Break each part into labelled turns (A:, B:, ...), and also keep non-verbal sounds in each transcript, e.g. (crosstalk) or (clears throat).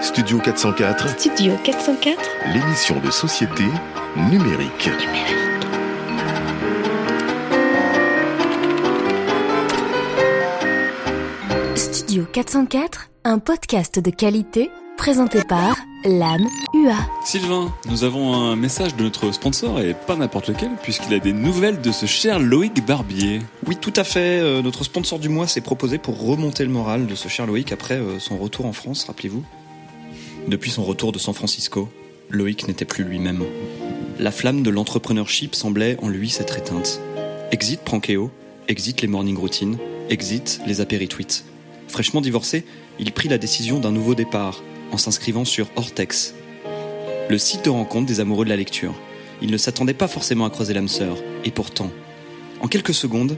A: Studio 404,
B: Studio 404
A: l'émission de société numérique.
B: Studio 404, un podcast de qualité présenté par l'âme UA.
C: Sylvain, nous avons un message de notre sponsor et pas n'importe lequel puisqu'il a des nouvelles de ce cher Loïc Barbier.
D: Oui, tout à fait. Euh, notre sponsor du mois s'est proposé pour remonter le moral de ce cher Loïc après euh, son retour en France, rappelez-vous. Depuis son retour de San Francisco, Loïc n'était plus lui-même. La flamme de l'entrepreneurship semblait en lui s'être éteinte. Exit Prankeo, exit les morning routines, exit les apéritweets. Fraîchement divorcé, il prit la décision d'un nouveau départ en s'inscrivant sur Hortex. Le site de rencontre des amoureux de la lecture. Il ne s'attendait pas forcément à croiser l'âme sœur, et pourtant, en quelques secondes,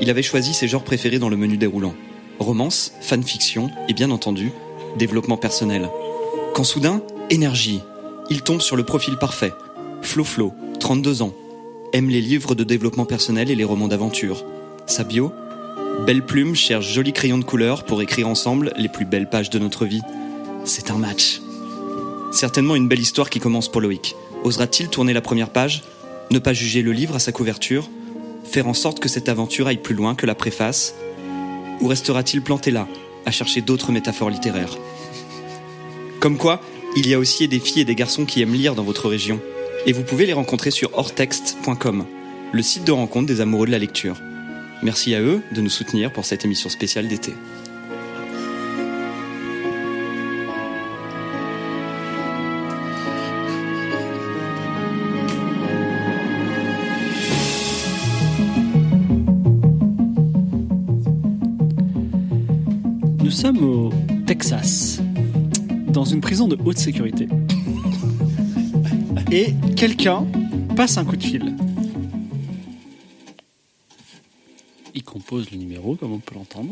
D: il avait choisi ses genres préférés dans le menu déroulant. Romance, fanfiction et bien entendu, développement personnel. Quand soudain, énergie. Il tombe sur le profil parfait. Flo Flo, 32 ans. Aime les livres de développement personnel et les romans d'aventure. Sa bio Belle plume cherche joli crayon de couleur pour écrire ensemble les plus belles pages de notre vie. C'est un match. Certainement une belle histoire qui commence pour Loïc. Osera-t-il tourner la première page Ne pas juger le livre à sa couverture Faire en sorte que cette aventure aille plus loin que la préface Ou restera-t-il planté là, à chercher d'autres métaphores littéraires Comme quoi, il y a aussi des filles et des garçons qui aiment lire dans votre région. Et vous pouvez les rencontrer sur hortexte.com, le site de rencontre des amoureux de la lecture. Merci à eux de nous soutenir pour cette émission spéciale d'été.
E: Nous sommes au Texas, dans une prison de haute sécurité. Et quelqu'un passe un coup de fil. Il compose le numéro, comme on peut l'entendre.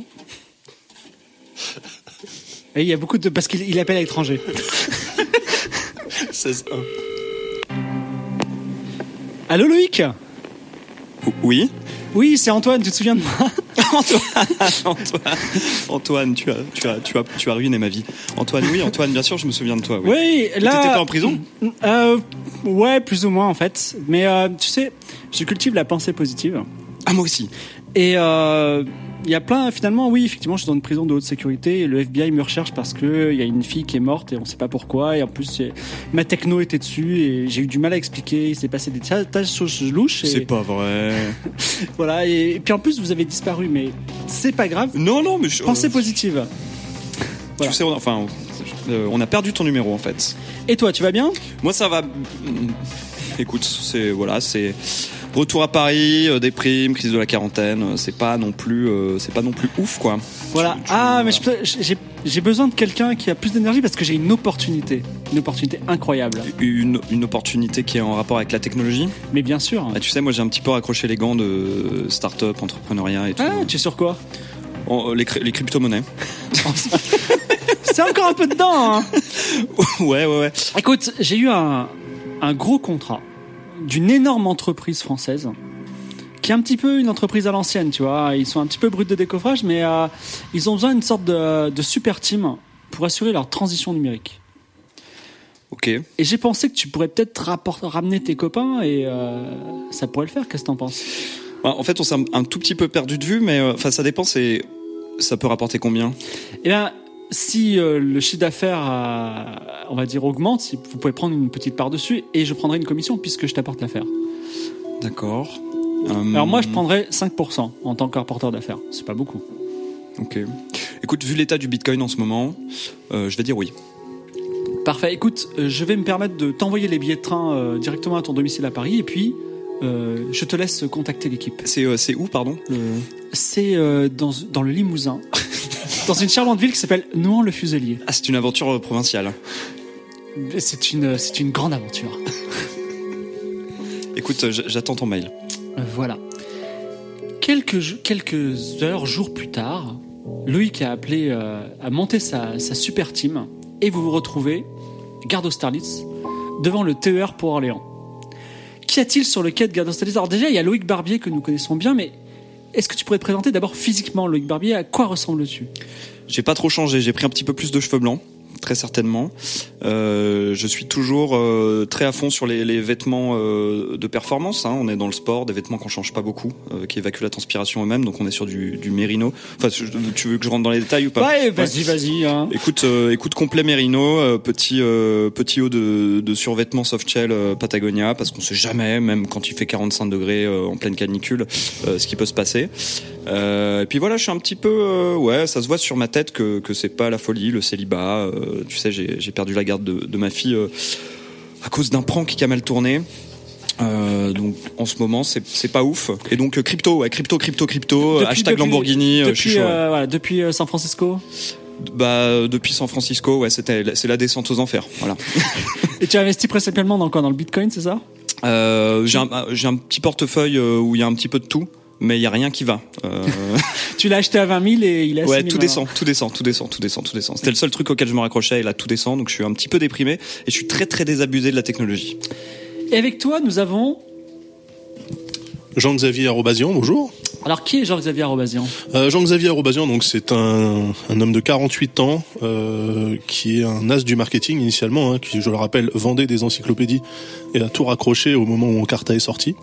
E: Et il y a beaucoup de... Parce qu'il il appelle à l'étranger.
D: 16
E: Allô Loïc
D: Oui (laughs)
E: Oui, c'est Antoine, tu te souviens de moi
D: Antoine, Antoine tu, as, tu, as, tu, as, tu as ruiné ma vie. Antoine, oui, Antoine, bien sûr, je me souviens de toi. Oui.
E: (laughs) Oui, là.
D: t'étais pas en prison
E: Euh, Ouais, plus ou moins en fait. Mais euh, tu sais, je cultive la pensée positive.
D: Ah, moi aussi.
E: Et euh, il y a plein, finalement, oui, effectivement, je suis dans une prison de haute sécurité et le FBI me recherche parce que euh, il y a une fille qui est morte et on sait pas pourquoi. Et en plus, j'ai- ma techno était dessus et j'ai eu du mal à expliquer. Il s'est passé des tas, tas de choses louches. Et,
D: pas vrai.
E: Voilà, et, et puis en plus, vous avez disparu, mais c'est pas grave.
D: Non, non, mais je.
E: Pensée positive.
D: Tu
E: voilà.
D: sais, on, enfin, euh, on a perdu ton numéro en fait.
E: Et toi, tu vas bien
D: Moi, ça va. Écoute, c'est voilà, c'est retour à Paris, euh, déprime, crise de la quarantaine. euh, C'est pas non plus, euh, c'est pas non plus ouf quoi.
E: Voilà.
D: Tu- tu-
E: Ah, mais je
D: voilà.
E: peux- j'ai j'ai besoin de quelqu'un qui a plus d'énergie parce que j'ai une opportunité. Une opportunité incroyable.
D: Une, une opportunité qui est en rapport avec la technologie.
E: Mais bien sûr.
D: Ah, tu sais, moi j'ai un petit peu raccroché les gants de euh, start-up, entrepreneuriat et tout.
E: Ah, tu es sur quoi
D: En- euh, les, cr- les crypto-monnaies. (laughs)
E: C'est encore un peu dedans. hein.
D: ouais, ouais, ouais.
E: Écoute, j'ai eu un, un gros contrat d'une énorme entreprise française qui est un petit peu une entreprise à l'ancienne, tu vois. Ils sont un petit peu bruts de décoffrage, mais euh, ils ont besoin d'une sorte de, de super team pour assurer leur transition numérique.
D: Ok.
E: Et j'ai pensé que tu pourrais peut-être rapport- ramener tes copains et euh, ça pourrait le faire. Qu'est-ce que t'en penses
D: Ouais, Bah, En fait, on s'est un, un tout petit peu perdu de vue, mais euh, enfin, ça dépend. C'est ça peut rapporter combien
E: Eh bien, si euh, le chiffre d'affaires, euh, on va dire, augmente, si- vous pouvez prendre une petite part dessus et je prendrai une commission puisque je t'apporte l'affaire.
D: D'accord. Euh,
E: Alors moi, je prendrai 5% en tant que rapporteur d'affaires. C'est pas beaucoup.
D: Ok. Écoute, vu l'état du Bitcoin en ce moment, euh, je vais dire oui.
E: Parfait. Écoute, euh, je vais me permettre de t'envoyer les billets de train euh, directement à ton domicile à Paris et puis euh, je te laisse contacter l'équipe.
D: C'est euh, c'est où, pardon le-
E: C'est euh, dans, dans le Limousin, (laughs) dans une charmante ville qui s'appelle Nouan-le-Fuselier.
D: Ah, c'est une aventure euh, provinciale.
E: C'est une, c'est une grande aventure.
D: Écoute, euh, j- j'attends ton mail.
E: Euh, Voilà. Quelques, jo- quelques heures, jours plus tard, Loïc a appelé, euh, a monté sa, sa super team et vous vous retrouvez, garde Austerlitz, devant le TER pour Orléans. Qu'y a-t-il sur le quai de garde Austerlitz Alors déjà, il y a Loïc Barbier que nous connaissons bien, mais est-ce que tu pourrais te présenter d'abord physiquement Loïc Barbier À quoi ressembles-tu
D: J'ai pas trop changé, j'ai pris un petit peu plus de cheveux blancs, très certainement. Euh, je suis toujours euh, très à fond sur les, les vêtements euh, de performance. hein. On est dans le sport, des vêtements qu'on change pas beaucoup, euh, qui évacuent la transpiration eux-mêmes. Donc on est sur du, du mérino. Enfin, je- tu veux que je rentre dans les détails ou pas
E: Ouais, vas-y, vas-y. hein.
D: Écoute, euh, écoute complet Merino, euh, petit euh, petit haut de, de survêtement softshell euh, Patagonia, parce qu'on sait jamais, même quand il fait 45 degrés euh, en pleine canicule, euh, ce qui peut se passer. Euh, et puis voilà, je suis un petit peu, euh, ouais, ça se voit sur ma tête que que c'est pas la folie, le célibat. euh, tu sais, j'ai j'ai perdu la garde de, de ma fille euh, à cause d'un prank qui a mal tourné. Euh, donc en ce moment c'est c'est pas ouf et donc euh, crypto ouais crypto crypto crypto
E: Depuis-
D: hashtag
E: depuis-
D: Lamborghini euh, je suis
E: Depuis,
D: chaud, ouais.
E: euh, voilà, depuis euh, San Francisco.
D: Bah depuis San Francisco, ouais, c'était c'est la descente aux enfers. Voilà.
E: Et tu as investi principalement dans quoi Dans le Bitcoin, c'est ça
D: Euh, j'ai un j'ai un petit portefeuille euh, où il y a un petit peu de tout, mais il y a rien qui va. Euh,
E: Tu l'as acheté à 20 000 et il est à 6
D: ouais,
E: 000
D: tout
E: maintenant.
D: descend, tout descend, tout descend, tout descend, tout descend. C'était le seul truc auquel je me raccrochais et là tout descend, donc je suis un petit peu déprimé et je suis très très désabusé de la technologie.
E: Et avec toi, nous avons.
F: Jean-Xavier Arobasian, bonjour.
E: Alors, qui est Jean-Xavier Arobasian
F: Euh, Jean-Xavier Arobasian, donc c'est un, un homme de 48 ans euh, qui est un as du marketing initialement, hein, qui, je le rappelle, vendait des encyclopédies et a tout raccroché au moment où Encarta est sorti.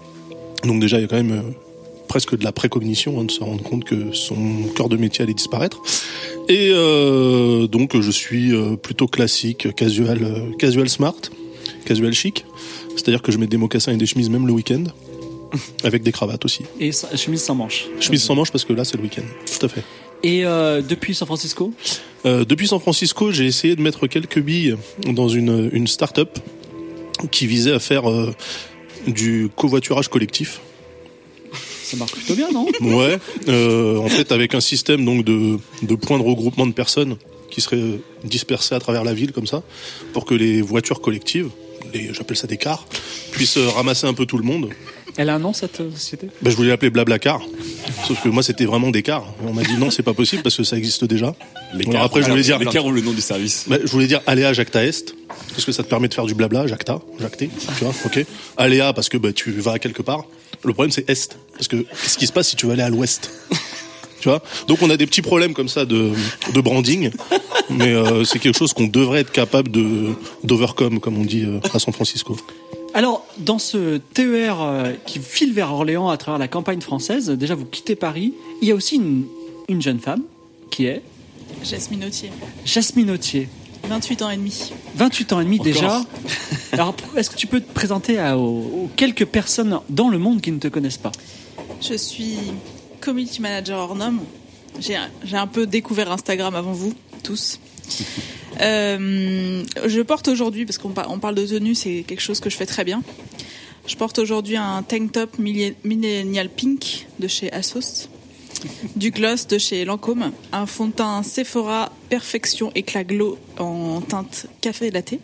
F: Donc déjà, il y a quand même euh, presque de la précognition hein, de se rendre compte que son cœur de métier allait disparaître. Et euh, donc, je suis euh, plutôt classique, casual, euh, casual smart, casual chic. C'est-à-dire que je mets des mocassins et des chemises même le week-end, avec des cravates aussi.
E: Et sa- chemise sans manches.
F: Chemise sans manches parce que là, c'est le week-end. Tout à fait.
E: Et euh, depuis San Francisco
F: Euh, depuis San Francisco, j'ai essayé de mettre quelques billes dans une, une start-up qui visait à faire euh, du covoiturage collectif.
E: Ça marche plutôt bien, non
F: Ouais, euh, en fait, avec un système donc de, de points de regroupement de personnes qui seraient euh, dispersés à travers la ville comme ça, pour que les voitures collectives, les, j'appelle ça des cars, puissent euh, ramasser un peu tout le monde.
E: (laughs) Elle a un nom, cette euh, société
F: Ben, je voulais l'appeler Blablacar, sauf que moi c'était vraiment des cars. On m'a dit non, c'est pas possible parce que ça existe déjà.
C: Les
F: Alors après, je voulais dire
C: Les cars ont le nom du service.
F: Bah, je voulais dire Aléa Jacta Est, parce que ça te permet de faire du blabla, Jacta, Jacté, tu vois, ok. Aléa, parce que bah, tu vas à quelque part. Le problème, c'est Est, parce que qu'est-ce qui se passe si tu veux aller à l'Ouest (laughs) Tu vois Donc on a des petits problèmes comme ça de, de branding, mais euh, c'est quelque chose qu'on devrait être capable de d'overcome, comme on dit euh, à San Francisco.
E: Alors, dans ce TER euh, qui file vers Orléans à travers la campagne française, déjà vous quittez Paris, il y a aussi une, une jeune femme qui est
G: Jasmine Autier,
E: Jasmine Autier.
G: 28 ans et demi.
E: 28 ans et demi déjà. (laughs) Alors, est-ce que tu peux te présenter à, aux- aux quelques personnes dans le monde qui ne te connaissent pas
G: Je suis community manager hors norme. J'ai un- j'ai un peu découvert Instagram avant vous, tous. Euh, je porte aujourd'hui, parce qu'on par- on parle de tenue, c'est quelque chose que je fais très bien. Je porte aujourd'hui un tank top millé- millennial pink de chez Asos, du gloss de chez Lancôme, un fond de teint Sephora Perfection Éclat Glow en teinte café latte,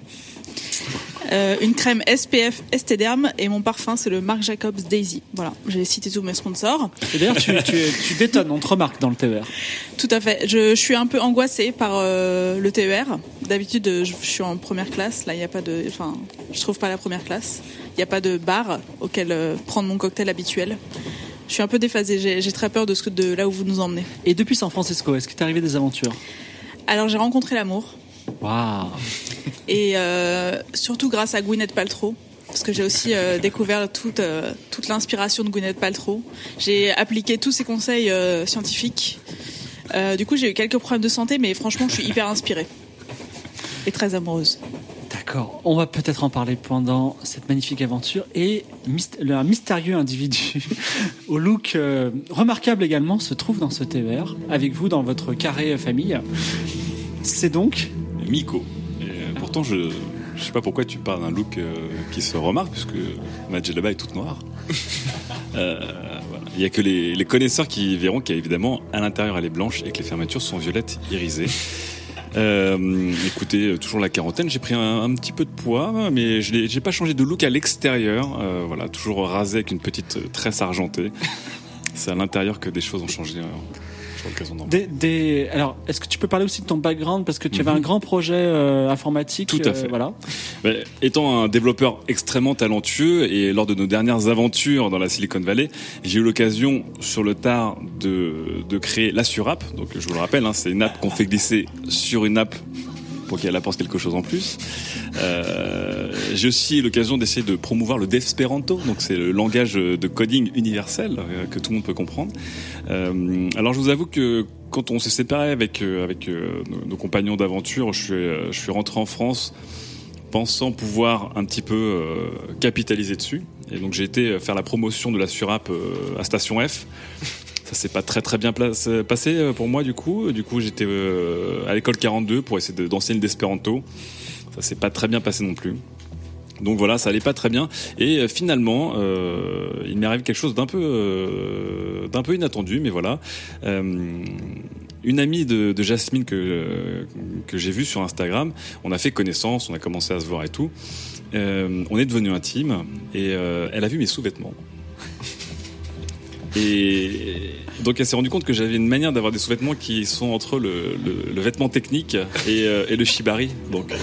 G: euh, une crème SPF ST Derm et mon parfum c'est le Marc Jacobs Daisy. Voilà, j'ai cité tous mes sponsors.
E: Et d'ailleurs, tu, tu, tu détonnes, on te remarque dans le E TER.
G: Tout à fait. Je, je suis un peu angoissée par euh, le TER. D'habitude, euh, je, je suis en première classe. Là, il n'y a pas de. Enfin, je trouve pas la première classe. Il n'y a pas de bar auquel euh, prendre mon cocktail habituel. Je suis un peu déphasée. J'ai j'ai très peur de ce que de là où vous nous emmenez.
E: Et depuis San Francisco, est-ce qu'il t'est arrivé des aventures
G: Alors, j'ai rencontré l'amour
E: Waouh
G: et euh, surtout grâce à Gwyneth Paltrow. Parce que j'ai aussi euh, découvert toute, euh, toute l'inspiration de Gwyneth Paltrow. J'ai appliqué tous ses conseils euh, scientifiques. Euh, du coup, j'ai eu quelques problèmes de santé, mais franchement, je suis hyper inspirée. Et très amoureuse.
E: D'accord, on va peut-être en parler pendant cette magnifique aventure. Et myst- le- un mystérieux individu (laughs) au look euh, remarquable également se trouve dans ce TER, avec vous dans votre carré euh, famille. C'est donc
C: Miko. Et euh, pourtant, je. Je sais pas pourquoi tu parles d'un look euh, qui se remarque, puisque ma djellaba est toute noire. (laughs) Euh, voilà. Il y a que les, les connaisseurs qui verront qu'évidemment, à l'intérieur, elle est blanche et que les fermetures sont violettes irisées. Euh, écoutez, euh, toujours la quarantaine, j'ai pris un, un petit peu de poids, mais je n'ai j'ai pas changé de look à l'extérieur. Euh, voilà, toujours rasé avec une petite euh, tresse argentée. C'est à l'intérieur que des choses ont changé. euh, sur l'occasion d'en-
E: Des, des- Alors, est-ce que tu peux parler aussi de ton background parce que tu avais
C: Mhm.
E: un grand projet euh, informatique.
C: Tout à
E: euh,
C: fait.
E: voilà.
C: Mais étant un développeur extrêmement talentueux et lors de nos dernières aventures dans la Silicon Valley, j'ai eu l'occasion sur le tard de, de créer la surapp. Donc je vous le rappelle, hein, c'est une app qu'on fait glisser sur une app pour qu'elle apporte quelque chose en plus. Euh, j'ai aussi eu l'occasion d'essayer de promouvoir le Devsperanto, donc c'est le langage de coding universel euh, que tout le monde peut comprendre. Euh, alors je vous avoue que quand on s'est séparé avec euh, avec euh, nos, nos compagnons d'aventure, je suis euh, je suis rentré en France pensant pouvoir un petit peu euh, capitaliser dessus. Et donc j'ai été euh, faire la promotion de la Surap euh, à Station F. Ça s'est pas très très bien place- passé euh, pour moi du coup. Du coup j'étais euh, à l'école 42 pour essayer de- d'enseigner le d'espéranto. Ça s'est pas très bien passé non plus. Donc voilà, ça allait pas très bien. Et euh, finalement, euh, il m'est arrivé quelque chose d'un peu, euh, d'un peu inattendu, mais voilà. Euh, une amie de, de Jasmine que, euh, que j'ai vue sur Instagram, on a fait connaissance, on a commencé à se voir et tout. Euh, on est devenu intime et euh, elle a vu mes sous-vêtements. Et donc elle s'est rendue compte que j'avais une manière d'avoir des sous-vêtements qui sont entre le, le- le vêtement technique et, euh, et le shibari, donc euh,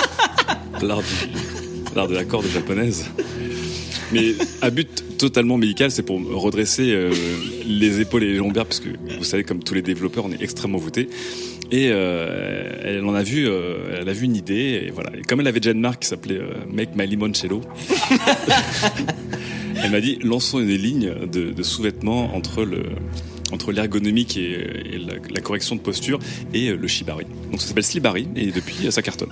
C: (laughs) l'art du- l'art de la corde japonaise. Mais à but totalement médical, c'est pour me redresser euh, les épaules et les lombaires, parce que vous savez, comme tous les développeurs, on est extrêmement voûtés. Et euh, elle en a vu, euh, elle a vu une idée, et voilà. Et comme elle avait déjà une marque qui s'appelait euh, Make My Limoncello, (laughs) elle m'a dit lançons des lignes de, de sous-vêtements entre le entre l'ergonomique et, et la, la correction de posture et euh, le shibari. Donc ça s'appelle slibari et depuis euh, ça cartonne.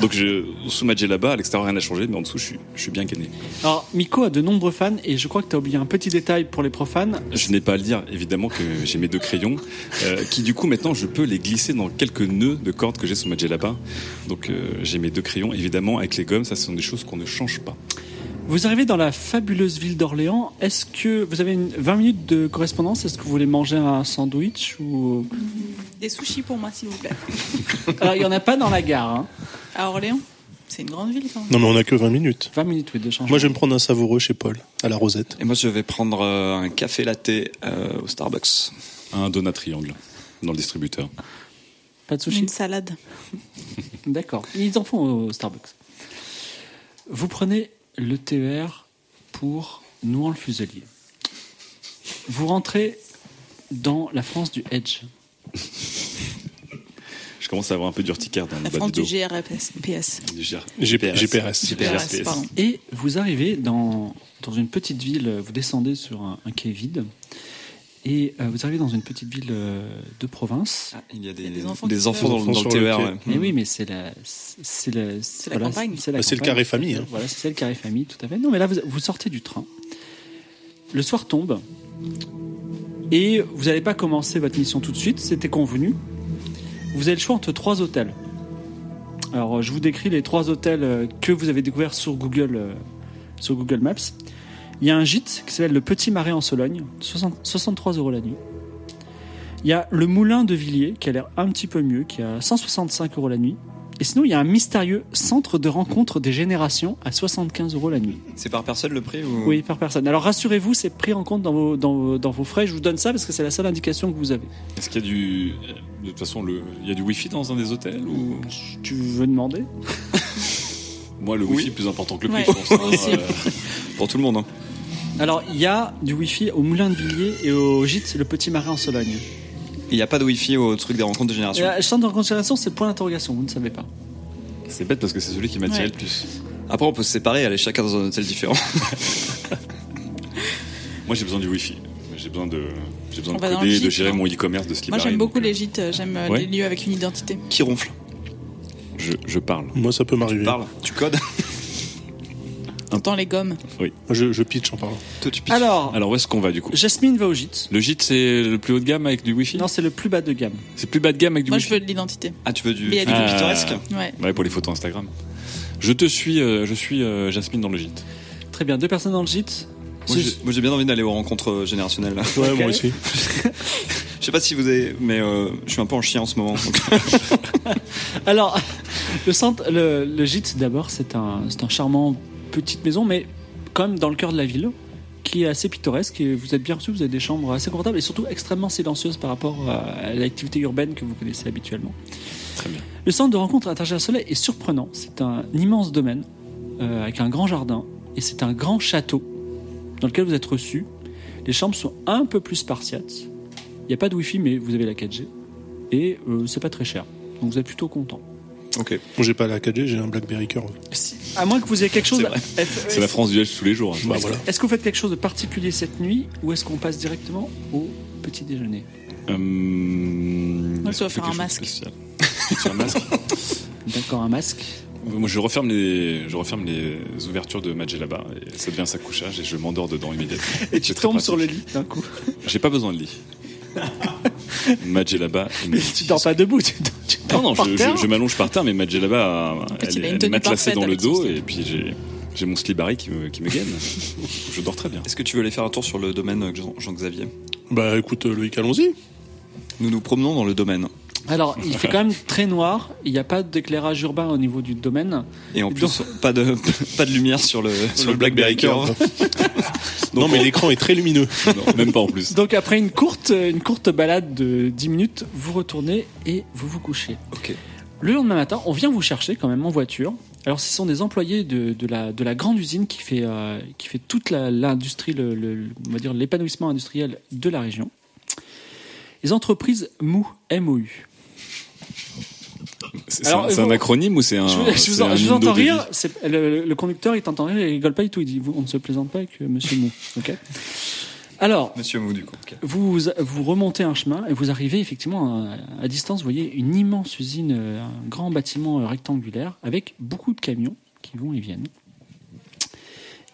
C: Donc je, sous ma là-bas, à l'extérieur rien n'a changé, mais en dessous je suis, je suis bien gainé.
E: Alors, Miko a de nombreux fans et je crois que tu as oublié un petit détail pour les profanes.
C: Je n'ai pas à le dire, évidemment que j'ai mes deux crayons, euh, qui du coup maintenant je peux les glisser dans quelques nœuds de cordes que j'ai sur ma djellaba. Donc euh, j'ai mes deux crayons, évidemment avec les gommes, ça ce sont des choses qu'on ne change pas.
E: Vous arrivez dans la fabuleuse ville d'Orléans. Est-ce que vous avez une 20 minutes de correspondance Est-ce que vous voulez manger un sandwich ou
G: Des sushis pour moi, s'il vous plaît.
E: Alors, Ah, il n'y en a pas dans la gare. hein.
G: À Orléans, c'est une grande ville quand même.
F: Non, mais on a que 20 minutes.
E: 20 minutes, oui, de changement.
F: Moi, je vais me prendre un savoureux chez Paul, à la rosette.
D: Et moi, je vais prendre euh, un café latte euh, au Starbucks.
C: Un donut triangle dans le distributeur.
E: Pas de sushi
G: Une salade. Mm.
E: D'accord. Ils en font euh, au Starbucks. Vous prenez le TER pour Nouan-le-Fuselier. Vous rentrez dans la France du Edge.
C: Je commence à avoir un peu d'urticaire dans le
G: La
C: bas
G: France
C: du
G: du
C: dos.
G: GRPS. PS.
C: Du G-
F: GPRS. GPRS.
G: GRPS, pardon.
E: Et vous arrivez dans, dans une petite ville, euh, vous descendez sur un, un quai vide, et euh, vous arrivez dans une petite ville euh, de province.
C: Ah,
D: il y a des,
G: des enfants
D: des
G: qui
D: enfants dans,
F: pleurent.
D: dans le
F: Sur le
D: TER.
F: quai.
D: ouais.
E: Mais oui, mais c'est la, c'est la, c'est
G: la campagne.
E: la
F: Bah, c'est
E: campagne,
F: le carré
E: tout à fait.
F: famille, hein.
E: Voilà, c'est ça, le carré famille, tout à fait. Non, mais là, vous, vous sortez du train. Le soir tombe et vous n'allez pas commencer votre mission tout de suite. C'était convenu. Vous avez le choix entre trois hôtels. Alors, euh, je vous décris les trois hôtels euh, que vous avez découverts sur Google, euh, sur Google Maps. Il y a un gîte qui s'appelle le Petit Marais en Sologne, 60 63 euros la nuit. Il y a le Moulin de Villiers qui a l'air un petit peu mieux, qui a 165 euros la nuit. Et sinon, il y a un mystérieux centre de rencontre des générations à 75 euros la nuit.
D: C'est par personne le prix ou...
E: Oui, par personne. Alors rassurez-vous, c'est pris en compte dans vos, dans, vos- dans vos frais. Je vous donne ça parce que c'est la seule indication que vous avez.
C: Est-ce qu'il y a du. De toute façon, le... il y a du wifi dans un des hôtels ou...
E: Tu veux demander
C: Moi, le wifi est plus important que le prix,
G: Ouais.
C: je pense. hein.
G: Aussi.
C: Euh,
D: Pour tout le monde. hein.
E: Alors, il y a du Wi-Fi au Moulin de Villiers et au gîte Le Petit Marais en Sologne.
D: Il n'y a pas de wifi au truc des rencontres de
E: Et
D: génération.
E: Le centre de considération, c'est le point d'interrogation, vous ne savez pas.
C: C'est bête parce que c'est celui qui m'attirait
G: Ouais.
C: le plus.
D: Après, on peut se séparer, aller chacun dans un hôtel différent. (laughs)
C: Moi, j'ai besoin du wifi. J'ai besoin de. J'ai besoin
G: On
C: de
G: va dans
C: coder,
G: le
C: de
G: gîte,
C: gérer
G: hein.
C: mon e-commerce, de se
G: Moi,
C: libérer,
G: j'aime
C: donc,
G: beaucoup les
C: euh,
G: gîtes. J'aime euh,
C: Ouais.
G: les lieux avec une identité.
D: Qui ronfle
C: Je, je parle.
F: Moi, ça peut m'arriver.
D: Parle. Tu codes (laughs)
G: T'entends les gommes.
F: Je, je pitch hein, en parlant.
D: Toi, tu
G: Ah.
D: piques.
E: Alors,
C: Alors, où est-ce qu'on va du coup
E: Jasmine va au gîte.
C: Le gîte, c'est le plus haut de gamme avec du wifi
E: Non, c'est le plus bas de gamme.
C: C'est plus bas de gamme avec du
G: Moi, je
C: wifi
G: veux de l'identité.
D: Ah, tu veux du,
G: Mais il y a
D: tu veux du
C: du-
D: pittoresque
G: Ouais.
C: Ouais, pour les photos Instagram. Je te suis, euh, je suis euh, Jasmine dans le gîte.
E: Très bien, deux personnes dans le gîte.
D: Moi,
E: Ce-
D: j'ai- Moi, j'ai bien envie d'aller aux rencontres euh, (laughs) générationnelles. là.
F: Ouais,
E: Ok.
F: moi aussi.
D: Je sais pas si vous avez, mais euh, je suis un peu en chien en ce moment. donc.
E: Alors, le, centre, le, le gîte, d'abord, c'est un, c'est un charmant petite maison, mais quand même dans le cœur de la ville, qui est assez pittoresque. Et vous êtes bien reçu, vous avez des chambres assez confortables et surtout extrêmement silencieuses par rapport à l'activité urbaine que vous connaissez habituellement.
C: Très bien.
E: Le centre de rencontre intergénérationnelle est surprenant. C'est un immense domaine euh, avec un grand jardin et c'est un grand château dans lequel vous êtes reçu. Les chambres sont un peu plus spartiates. Il n'y a pas de wifi mais vous avez la 4G et euh, c'est pas très cher. Donc vous êtes plutôt content.
D: Ok.
F: Bon, j'ai pas la 4G, j'ai un Blackberry Curve.
E: À moins que vous ayez (laughs) quelque chose.
C: C'est vrai. C'est la France du Edge tous les jours. hein.
F: Bah voilà.
E: Est-ce que vous faites quelque chose de particulier cette nuit ou est-ce qu'on passe directement au petit déjeuner
C: Hum,
G: Ouais,
C: est-ce
G: tu vas
C: qu'on fait
G: faire un
C: quelque chose de
G: masque.
C: spécial Sur un
G: (laughs)
C: masque
E: D'accord, un masque.
C: Moi, je referme les, je referme les ouvertures de Magellaba et ça devient un sac couchage et je m'endors dedans immédiatement.
E: Et tu
C: C'est très
E: tombes sur le
C: pratique.
E: lit d'un coup.
C: J'ai pas besoin de
E: (laughs)
C: lit. Magellaba.
E: Mais tu dors pas debout, tu dors, tu dors
C: Non, non,
E: par
C: je,
E: terre.
C: je- je m'allonge par terre, mais Magellaba, a-
G: fait, il
C: elle,
G: a une
C: est- elle est
G: tenue
C: matelassée
G: parfaite
C: dans le
G: avec son
C: dos
G: slip.
C: et puis j'ai, j'ai mon slibari qui me, qui me
E: (laughs)
C: gaine. je dors très bien.
D: Est-ce que tu veux aller faire un tour sur le domaine, euh, Jean- Jean-Xavier
F: Bah écoute, euh, Loïc, allons-y.
D: Nous nous promenons dans le domaine.
E: Alors, il fait quand même très noir. Il n'y a pas d'éclairage urbain au niveau du domaine.
D: Et en
E: Et
D: plus, pas de, (laughs) pas de lumière sur le, sur le Blackberry Curve.
F: non, mais l'écran est très lumineux.
C: Non, même pas en plus.
E: Donc, après une courte, une courte balade de 10 minutes, vous retournez et vous vous couchez.
D: Ok.
E: Le lendemain matin, on vient vous chercher quand même en voiture. Alors, ce sont des employés de, de la, de la grande usine qui fait, euh, qui fait toute la- l'industrie, le, le- le- on va dire l'épanouissement industriel de la région. Les entreprises MOU, MOU.
C: C'est,
E: Alors,
C: un, c'est un
E: vous-
C: acronyme ou c'est un.
E: Je vous, je vous
C: Ah, c'est
E: en-
C: un
E: je vous
C: indo
E: entends
C: de vie
E: rire. c'est- Le, le conducteur, il t'entend rire et il rigole pas du tout. Il dit vous- On ne se plaisante pas avec euh, monsieur Mou. ok Alors,
D: Monsieur Mou, du coup. ok.
E: vous, vous remontez un chemin et vous arrivez effectivement à, à distance. Vous voyez une immense usine, euh, un grand bâtiment euh, rectangulaire avec beaucoup de camions qui vont et viennent.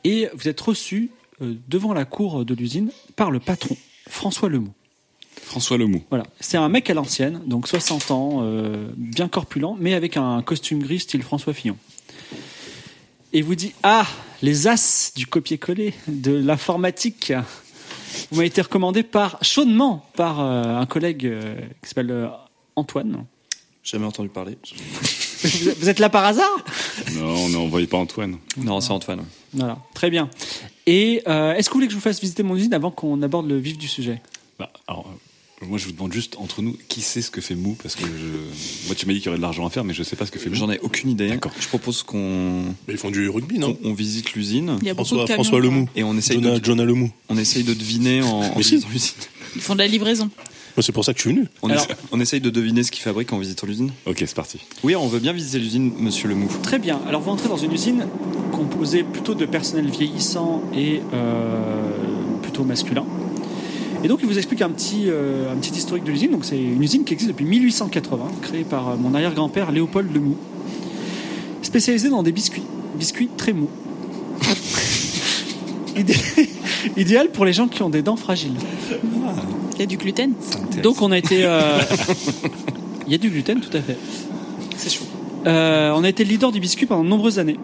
E: Et vous êtes reçu euh, devant la cour de l'usine par le patron, François Lemou.
C: François Lemou.
E: Voilà, c'est un mec à l'ancienne, donc 60 ans, euh, bien corpulent, mais avec un costume gris style François Fillon. Et vous dit Ah, les as du copier-coller de l'informatique. Vous m'avez été recommandé par chaudement par euh, un collègue euh, qui s'appelle euh, Antoine.
D: Jamais entendu parler.
E: Vous vous êtes là par hasard
C: Non, non, on voyait pas Antoine.
D: Non, c'est Antoine.
E: Voilà, très bien. Et euh, est-ce que vous voulez que je vous fasse visiter mon usine avant qu'on aborde le vif du sujet
C: Bah, alors, euh, moi, je vous demande juste entre nous, qui sait ce que fait Mou Parce que je... moi, tu m'as dit qu'il y aurait de l'argent à faire, mais je sais pas ce que fait Mou.
D: J'en ai aucune idée.
C: D'accord.
D: Je propose qu'on
F: Mais ils font du rugby, non
D: qu'on- on visite l'usine
G: Il y a beaucoup
F: François,
G: de camions.
F: François
G: quoi.
F: Lemou.
D: et on essaye,
F: Jonah,
D: de,
F: Jonah Lemou.
D: on essaye de deviner en, en
F: Mais si.
D: visitant l'usine.
G: Ils font de la livraison.
F: Moi, C'est pour ça que je suis venu.
D: On,
E: Alors-
D: essaye- on essaye de deviner ce qu'ils fabriquent en visitant l'usine.
C: Ok, c'est parti.
D: Oui, on veut bien visiter l'usine, monsieur Lemou.
E: Très bien. Alors vous entrez dans une usine composée plutôt de personnel vieillissant et euh, plutôt masculin. Et donc il vous explique un petit, euh, un petit historique de l'usine. Donc c'est une usine qui existe depuis 1880, créée par euh, mon arrière-grand-père Léopold Lemou, spécialisée dans des biscuits, biscuits très mous. (laughs) Idé- (laughs) Idéal pour les gens qui ont des dents fragiles.
G: Il y a du gluten.
D: Ça m'intéresse.
E: Donc on a
G: (laughs)
E: été. euh, Il y a du gluten, tout à fait.
G: C'est chaud.
E: Euh, on a été leader du biscuit pendant de nombreuses années.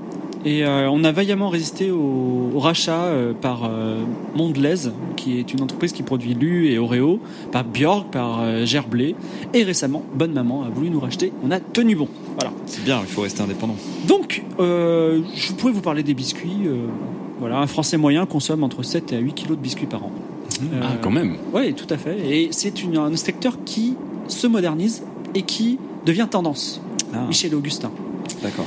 E: Et euh, on a vaillamment résisté au, au rachat euh, par euh, Mondelez, qui est une entreprise qui produit Lu et Oreo, par Björk, par euh, Gerblé. Et récemment, Bonne Maman a voulu nous racheter. On a tenu bon. Voilà.
D: c'est bien, il faut rester indépendant.
E: Donc, euh, je pourrais vous parler des biscuits. euh, voilà, un Français moyen consomme entre 7 et 8 kilos de biscuits par an.
C: Ah,
E: Euh,
C: quand même.
E: oui, tout à fait. Et c'est une- un secteur qui se modernise et qui devient tendance.
D: Ah,
E: Michel Augustin.
D: d'accord.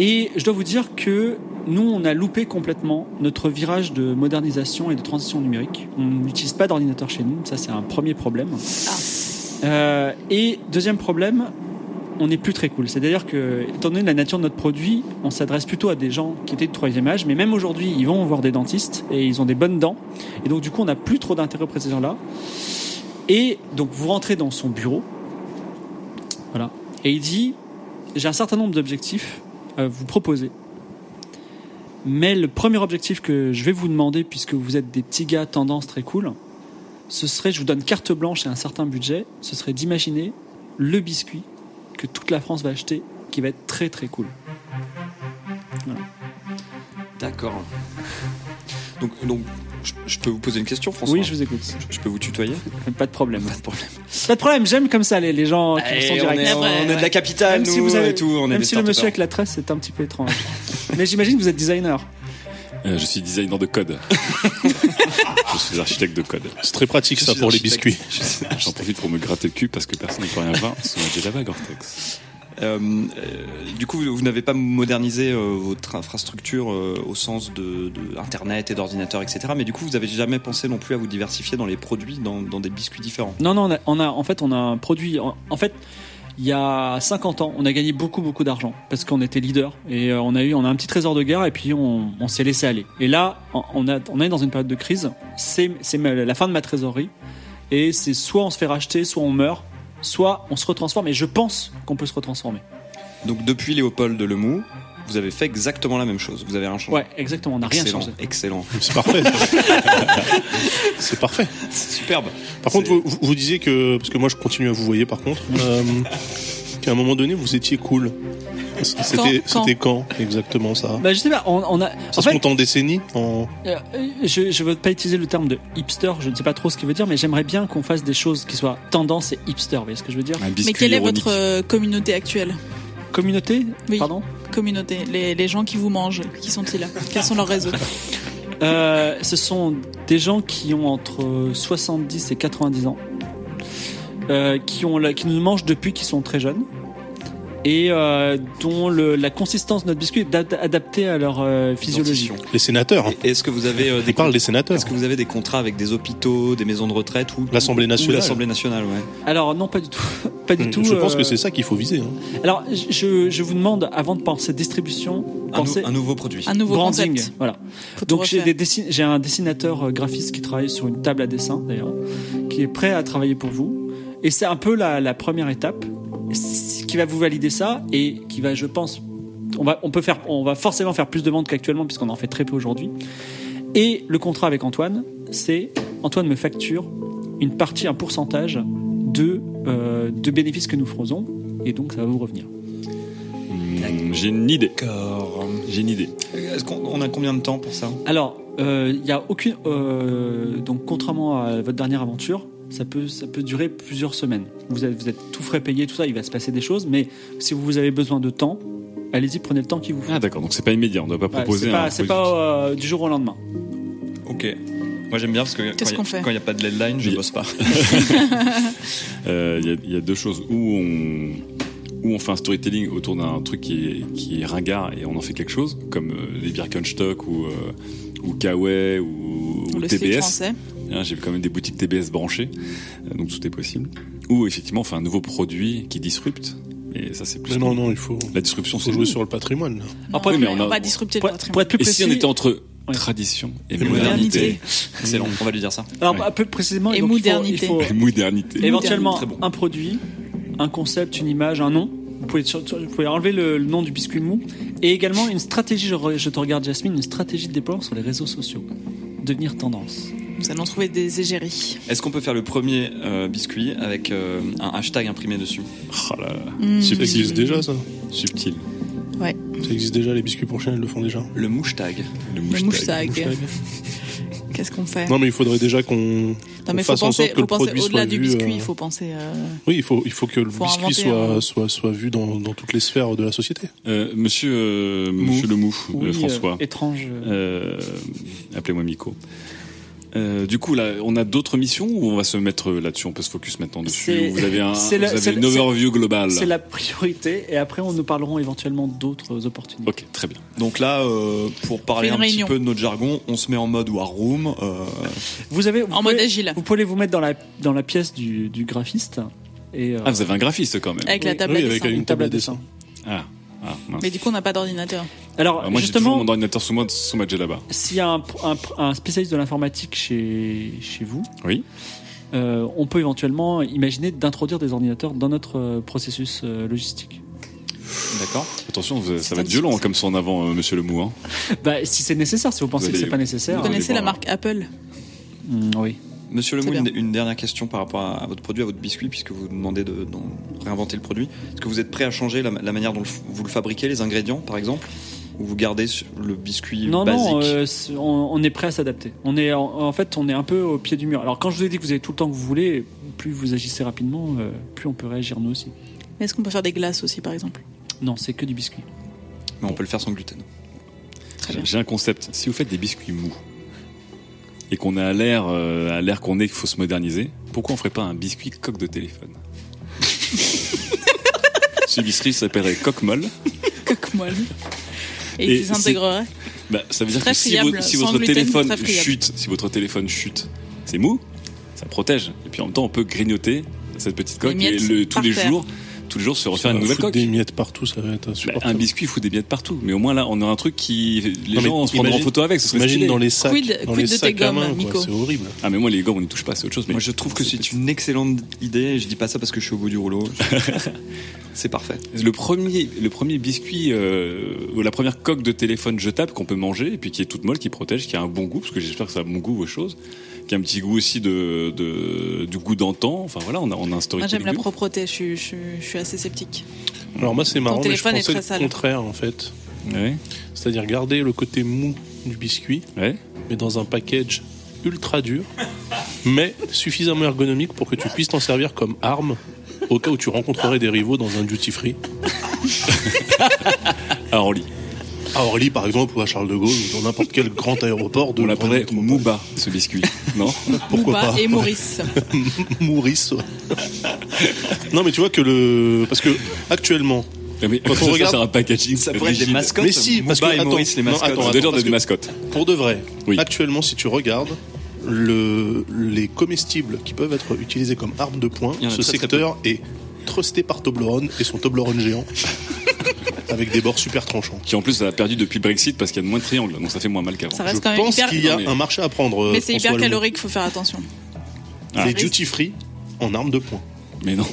E: Et je dois vous dire que nous, on a loupé complètement notre virage de modernisation et de transition numérique. On n'utilise pas d'ordinateur chez nous, ça c'est un premier problème. Euh, et deuxième problème, on n'est plus très cool. C'est-à-dire que, étant donné la nature de notre produit, on s'adresse plutôt à des gens qui étaient de troisième âge, mais même aujourd'hui, ils vont voir des dentistes et ils ont des bonnes dents. Et donc, du coup, on n'a plus trop d'intérêt auprès de ces gens-là. Et donc, vous rentrez dans son bureau, voilà, et il dit J'ai un certain nombre d'objectifs à vous proposer. Mais le premier objectif que je vais vous demander, puisque vous êtes des petits gars tendance très cool, ce serait, je vous donne carte blanche et un certain budget, ce serait d'imaginer le biscuit que toute la France va acheter, qui va être très très cool.
D: D'accord. Donc, donc Je, je peux vous poser une question, François
E: Oui, je vous écoute.
D: Je peux vous tutoyer
E: Pas de
D: (laughs)
E: problème.
D: Pas de problème.
E: Pas de problème, j'aime comme ça les, les gens qui
D: Eh,
E: sont
D: on,
E: directs.
D: est, on est de la capitale,
E: Même
D: nous,
E: si vous avez-
D: et tout. On est
E: même
D: des
E: si le monsieur
D: start-upers.
E: avec la tresse c'est un petit peu étrange. Mais j'imagine que vous êtes designer.
C: Euh, je suis designer de
D: (laughs)
C: code. je suis architecte de code.
F: C'est très pratique
D: Je
F: ça
D: suis
F: pour les
D: architecte.
F: biscuits.
C: J'en profite pour me gratter le cul parce que personne ne peut rien voir sous un Java Gore-Tex.
D: Euh, euh, du coup, vous, vous n'avez pas modernisé euh, votre infrastructure euh, au sens de, de Internet et d'ordinateur, etc. Mais du coup, vous n'avez jamais pensé non plus à vous diversifier dans les produits, dans, dans des biscuits différents.
E: Non, non, on a, on a- en fait, on a un produit. En, en fait, il y a 50 ans, on a gagné beaucoup, beaucoup d'argent parce qu'on était leader et euh, on a eu, on a un petit trésor de guerre et puis on, on s'est laissé aller. Et là, on- on, a, on est dans une période de crise. C'est, c'est ma- la fin de ma trésorerie et c'est soit on se fait racheter, soit on meurt, soit on se retransforme. Et je pense qu'on peut se retransformer.
D: Donc, depuis Léopold Lemou, vous avez fait exactement la même chose. Vous avez rien changé.
E: Ouais, exactement. On n'a rien
D: excellent,
E: changé. (laughs)
D: Excellent.
F: (laughs) C'est parfait. (laughs) C'est parfait.
D: C'est superbe.
F: Par contre,
D: C'est-
F: vous, vous- vous disiez que, parce que moi je continue à vous voyer par contre, euh, qu'à un moment donné vous étiez cool. C'était
G: Quand
F: c'était quand exactement ça
E: Bah, je sais pas, on, on a.
F: Ça
E: en
F: se
E: fait,
F: compte en décennies en...
E: Euh, je, je veux pas utiliser le terme de hipster, je ne sais pas trop ce qu'il veut dire, mais j'aimerais bien qu'on fasse des choses qui soient tendance et hipster, vous voyez ce que je veux dire
C: Un biscuit
G: Mais quelle est
C: ironique.
G: votre euh, communauté actuelle
E: Communauté
G: Oui.
E: Pardon
G: Communauté, les, les gens qui vous mangent, qui sont-ils Quels sont leurs réseaux
E: Euh, Ce sont des gens qui ont entre 70 et 90 ans, euh, qui, ont la- qui nous mangent depuis qu'ils sont très jeunes, et euh, dont le- la consistance de notre biscuit est ad- adaptée à leur euh, physiologie.
D: Dentition.
F: les sénateurs.
D: Et- Est-ce que vous avez euh,
F: On
D: des
F: parle des sénateurs.
D: Est-ce que vous avez des contrats avec des hôpitaux, des maisons de retraite ou
F: L'Assemblée
D: ou
F: nationale.
D: l'Assemblée nationale, ouais.
E: Alors non, pas du tout. (laughs) pas du tout.
F: Hum, Hmm, je pense
E: euh,
F: que c'est ça qu'il faut viser. hein.
E: Alors je, je vous demande, avant de penser distribution,
D: Un, nou-
E: pensez...
D: un nouveau produit.
G: Un nouveau
E: branding,
G: concept.
E: voilà.
G: Faut tout
E: Donc j'ai
G: refaire.
E: des dessin- j'ai un dessinateur euh, graphiste qui travaille sur une table à dessin d'ailleurs, qui est prêt à travailler pour vous. Et c'est un peu la, la première étape c- qui va vous valider ça et qui va, je pense, on va, on peut faire, on va forcément faire plus de ventes qu'actuellement puisqu'on en fait très peu aujourd'hui. Et le contrat avec Antoine, c'est Antoine me facture une partie, un pourcentage de euh, de bénéfices que nous faisons et donc ça va vous revenir.
C: Hmm, J'ai une idée. J'ai une idée.
D: Est-ce qu'on on a combien de temps pour ça
E: Alors, il n'y a aucune. euh, donc, contrairement à votre dernière aventure, ça peut, ça peut durer plusieurs semaines. Vous êtes, vous êtes tout frais payé, tout ça, il va se passer des choses, mais si vous avez besoin de temps, allez-y, prenez le temps qu'il vous faut.
C: Ah d'accord, donc c'est pas immédiat, on ne doit pas
E: Ouais,
C: proposer
E: Bah, c'est pas,
C: un produit.
E: c'est pas, euh, du jour au lendemain.
D: Ok. Moi j'aime bien parce que
G: Qu'est-ce
D: quand
G: qu'on
D: il y a-
G: fait
D: quand il n'y a pas de deadline, je
C: Il-
D: bosse pas.
C: Euh, Il y, a- il y a deux choses. Ou on, ou on fait un storytelling autour d'un truc qui est, qui est ringard et on en fait quelque chose, comme euh, les Birkenstock ou, euh, ou Kawaii ou, ou
G: le slip
C: TBS.
G: français.
C: Hein, J'ai quand même des boutiques TBS branchées, euh, donc tout est possible. Ou effectivement on fait un nouveau produit qui disrupte. Et ça c'est plus...
F: Mais non, non, il faut,
C: La disruption
F: il faut
C: c'est
F: jouer
C: jouer
F: sur le patrimoine. là.
G: Hum.
E: Après,
C: mais
G: on,
C: on a-
G: va disrupter
E: Pour,
G: le patrimoine.
E: pour être plus
C: Et si
E: précis,
C: on était entre
E: Ouais.
C: tradition et,
F: Et
C: modernité, (laughs)
G: modernité.
D: Excellent, (laughs) on va lui dire ça.
E: alors,
C: ouais.
E: un peu précisément,
G: Et
E: donc, il faut-
G: modernité.
E: il faut,
C: Et modernité.
E: éventuellement
D: Très bon.
E: un produit, un concept, une image, un nom. Vous pouvez, sur- sur- vous pouvez enlever le, le nom du biscuit mou. Et également une stratégie, je, re- je te regarde Jasmine, une stratégie de déploiement sur les réseaux sociaux. Devenir tendance.
G: Nous allons trouver des égéries.
D: Est-ce qu'on peut faire le premier euh, biscuit avec euh, un hashtag imprimé dessus
C: Oh là là,
G: Hmm.
F: Ça existe déjà ça.
C: subtil.
F: Ça existe déjà, les biscuits pour chien, ils le font déjà.
D: Le mouche-tag.
C: Le
G: Le
C: mouchetag.
G: mouchetag. (laughs) Qu'est-ce qu'on fait
F: Non mais il faudrait déjà qu'on
G: Non, mais
F: qu'on
G: faut
F: fasse en
G: penser,
F: sorte que
G: faut
F: le
G: penser
F: produit soit
G: au-delà du
F: vu.
G: biscuit,
F: euh,
G: il faut penser. euh,
F: Oui, il faut, il faut que le
G: Faut
F: biscuit
G: inventer
F: soit,
G: un-
F: soit, soit vu dans, dans toutes les sphères de la société.
C: Euh, monsieur, euh, monsieur le Mou, euh,
E: Oui, euh,
C: François.
E: étrange. euh,
C: Euh, Appelez-moi Miko. Euh, du coup, là, on a d'autres missions ou on va se mettre là-dessus On peut se focus maintenant dessus
E: C'est-
C: ou Vous avez, un,
E: c'est la-
C: vous avez
E: c'est-
C: une overview globale
E: C'est la priorité. Et après, on nous parlerons éventuellement d'autres opportunités.
C: Ok, très bien.
D: Donc là, euh, pour parler
G: Fait
D: un
G: une
D: petit
G: réunion.
D: peu de notre jargon, on se met en mode war room. euh,
E: Vous avez, vous
G: En
E: pouvez,
G: mode agile.
E: Vous pouvez vous mettre dans la, dans la pièce du, du graphiste. Et, euh,
C: Ah, vous avez un graphiste quand même.
G: Avec la
E: Oui,
G: table
F: oui,
G: à
F: avec
G: dessin.
F: une table à dessin.
C: Ah, ah, mince.
G: Mais du coup, on n'a pas d'ordinateur.
E: alors,
C: Alors Ah, moi, j'ai toujours
E: justement,
C: mon ordinateur sous moi, sous ma là-bas.
E: s'il y a un, un- un spécialiste de l'informatique chez, chez vous,
C: Oui.
E: euh, on peut éventuellement imaginer d'introduire des ordinateurs dans notre euh, processus euh, logistique.
D: D'accord.
C: Attention, vous- ça
G: C'est
C: va
G: un
C: être violent comme ça en avant, euh, monsieur le Mou. hein.
E: Bah, si c'est nécessaire, si vous pensez
C: Vous
E: que
C: allez-
E: c'est pas nécessaire.
G: Vous
C: on est
G: connaissez
C: bon,
G: la
C: hein.
G: marque Apple
E: Mm, oui.
D: Monsieur Lemoine,
G: C'est
D: une, une dernière question par rapport à, à votre produit, à votre biscuit, puisque vous demandez de, d'en réinventer le produit. Est-ce que vous êtes prêt à changer la, la manière dont le f- vous le fabriquez, les ingrédients, par exemple Ou vous gardez le biscuit
E: Non,
D: basique
E: non, euh, c'est- on, on est prêt à s'adapter. On est, en, en fait, on est un peu au pied du mur. Alors, quand je vous ai dit que vous avez tout le temps que vous voulez, plus vous agissez rapidement, euh, plus on peut réagir nous aussi.
G: Mais est-ce qu'on peut faire des glaces aussi, par exemple (laughs)
E: Non, c'est que du biscuit.
D: Mais on peut le faire sans gluten.
G: Très bien.
C: J'ai un concept. Si vous faites des biscuits mous et qu'on a à l'air euh, à l'air qu'on est qu'il faut se moderniser, pourquoi on ferait pas un biscuit coque
G: (laughs)
C: de téléphone Ce biscuit s'appellerait coque molle.
G: Coque molle.
C: Et
G: Et, ils
C: c'est-
G: s'intégreraient.
C: Bah, ça veut dire
G: Très
C: que si,
G: friable,
C: votre- si
G: sans
C: votre
G: gluten,
C: téléphone
G: très friable.
C: chute, si votre téléphone chute, c'est mou, ça protège. Et puis en même temps, on peut grignoter cette petite coque et
G: miettes
C: le- tous
G: par
C: les
G: terre.
C: jours, tous les jours se refaire
F: Ça
C: une
F: va
C: nouvelle
F: foutre
C: coque.
F: des miettes partout, ça va être
C: Bah,
F: insupportable.
C: un biscuit fout des miettes partout, mais au moins là, on a un truc qui les
F: Non, mais
C: gens se prendront en
F: imagine-
C: photo avec. Ce serait
F: Imagine
C: stylé.
F: dans les sacs,
G: Quid-
F: dans
G: quid
F: les
G: de tes
F: sacs à
G: gommes,
F: main, quoi,
G: Nico
F: c'est horrible.
C: Ah mais moi les gars, on n'y touche pas, c'est autre chose. Mais
D: Moi, je trouve que c'est une excellente idée. et Je dis pas ça parce que je suis au bout du rouleau. c'est parfait.
C: Le premier, le premier biscuit, euh, ou la première coque de téléphone jetable qu'on peut manger, et puis qui est toute molle, qui protège, qui a un bon goût, parce que j'espère que ça a bon goût vos choses, qui a un petit goût aussi de, de- du goût d'antan. Enfin voilà, on a, on a un
G: Moi,
C: storytelling.
G: Ah, j'aime la
C: de ouf.
G: propreté, je, suis- je suis- je suis assez sceptique.
F: Alors moi c'est marrant, mais je
G: téléphone est
F: pensais
G: très
F: le
G: sale.
F: contraire en fait.
C: Ouais,
F: C'est-à-dire garder le côté mou du biscuit,
C: ouais.
F: mais dans un package ultra dur, mais suffisamment ergonomique pour que tu puisses t'en servir comme arme au cas où tu rencontrerais des rivaux dans un duty free,
C: À Orly.
F: à Orly par exemple ou à Charles de Gaulle ou dans n'importe quel grand aéroport de
C: On
F: la
C: l'appellerait
F: planète.
C: Mouba, ce
F: (laughs)
C: biscuit. non
G: Bouba
F: Pourquoi pas (laughs)
G: et Maurice.
F: Maurice. ouais. non mais tu vois que le parce que actuellement
C: mais
F: Quand on
C: ça, ça,
F: regarde-
C: c'est un packaging.
D: Ça pourrait être des
C: rigide.
D: mascottes.
F: Mais si, parce
D: Booba
F: que-
D: et
F: attends,
D: Maurice, les
F: non,
D: mascottes.
F: attends,
C: On a déjà
F: parce
C: des
F: que-
C: mascottes.
F: Pour de vrai,
C: Oui.
F: actuellement, si tu regardes, le, les comestibles qui peuvent être utilisés comme armes de poing,
D: Il y en a
F: ce
D: très, très
F: secteur est trusté par Toblerone et son Toblerone (laughs) géant, avec des bords super tranchants.
C: Qui en plus a perdu depuis le Brexit parce qu'il y a de moins de triangles, donc ça fait moins mal qu'avant.
G: Ça
F: Je
G: reste quand même
F: pense
G: hyper.
F: qu'il y a
C: Non, mais-
F: un marché à prendre.
G: Mais
F: euh,
G: c'est
F: François
G: hyper
F: Lemoine.
G: calorique, faut faire attention.
F: Les
G: risque.
F: duty free en armes de poing.
C: Ah. Mais non.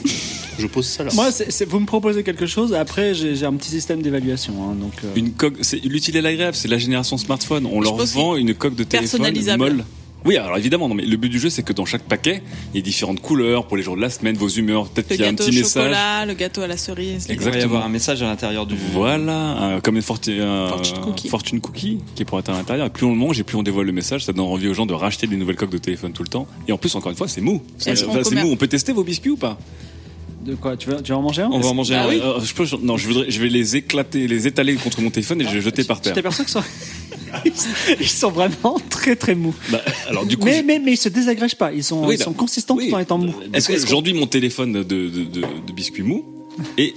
F: Je pose ça là.
E: Moi, c'est- c'est- vous me proposez quelque chose, après, j'ai j'ai un petit système d'évaluation. hein, donc, euh,
C: Une coque, c'est l'utile et l'agréable, c'est la génération smartphone. On
G: Je
C: leur
G: pense
C: vend une coque de téléphone
G: personnalisable.
C: molle. Oui, alors évidemment, non, mais le but du jeu, c'est que dans chaque paquet, il y a différentes couleurs pour les jours de la semaine, vos humeurs, peut-être
G: Le
C: qu'il y a un
G: gâteau au
C: petit message.
G: chocolat, le gâteau à la cerise.
D: Il va y
C: Exactement.
D: avoir un message à l'intérieur du.
C: Voilà, un- comme une forti- un-
G: Fortune cookie.
C: fortune cookie qui pourrait être à l'intérieur. Et plus on le mange et plus on dévoile le message, ça donne envie aux gens de racheter des nouvelles coques de téléphone tout le temps. Et en plus, encore une fois, c'est mou. C'est
G: Est-ce qu'on
C: enfin, c'est
G: commer-
C: mou. On peut tester vos biscuits ou pas
E: de quoi tu vas, tu vas en manger un
D: On va en manger un.
C: Ah oui. Euh, je peux- non, je voudrais, je vais les éclater, les étaler contre mon téléphone et je les jeter
G: Ah,
C: par
E: Tu
C: terre.
E: t'aperçois qu'ils sont... ils sont- (laughs) ils sont vraiment très très mous.
C: Bah, alors
G: (laughs)
C: du coup,
E: mais,
C: je-
E: mais, mais ils se désagrègent pas, ils sont,
C: Oui,
E: ils
C: bah,
E: sont consistants
C: oui. Euh,
E: tout en étant mous.
F: Euh,
C: Est-ce que aujourd'hui mon téléphone de, de, de, de biscuits mous et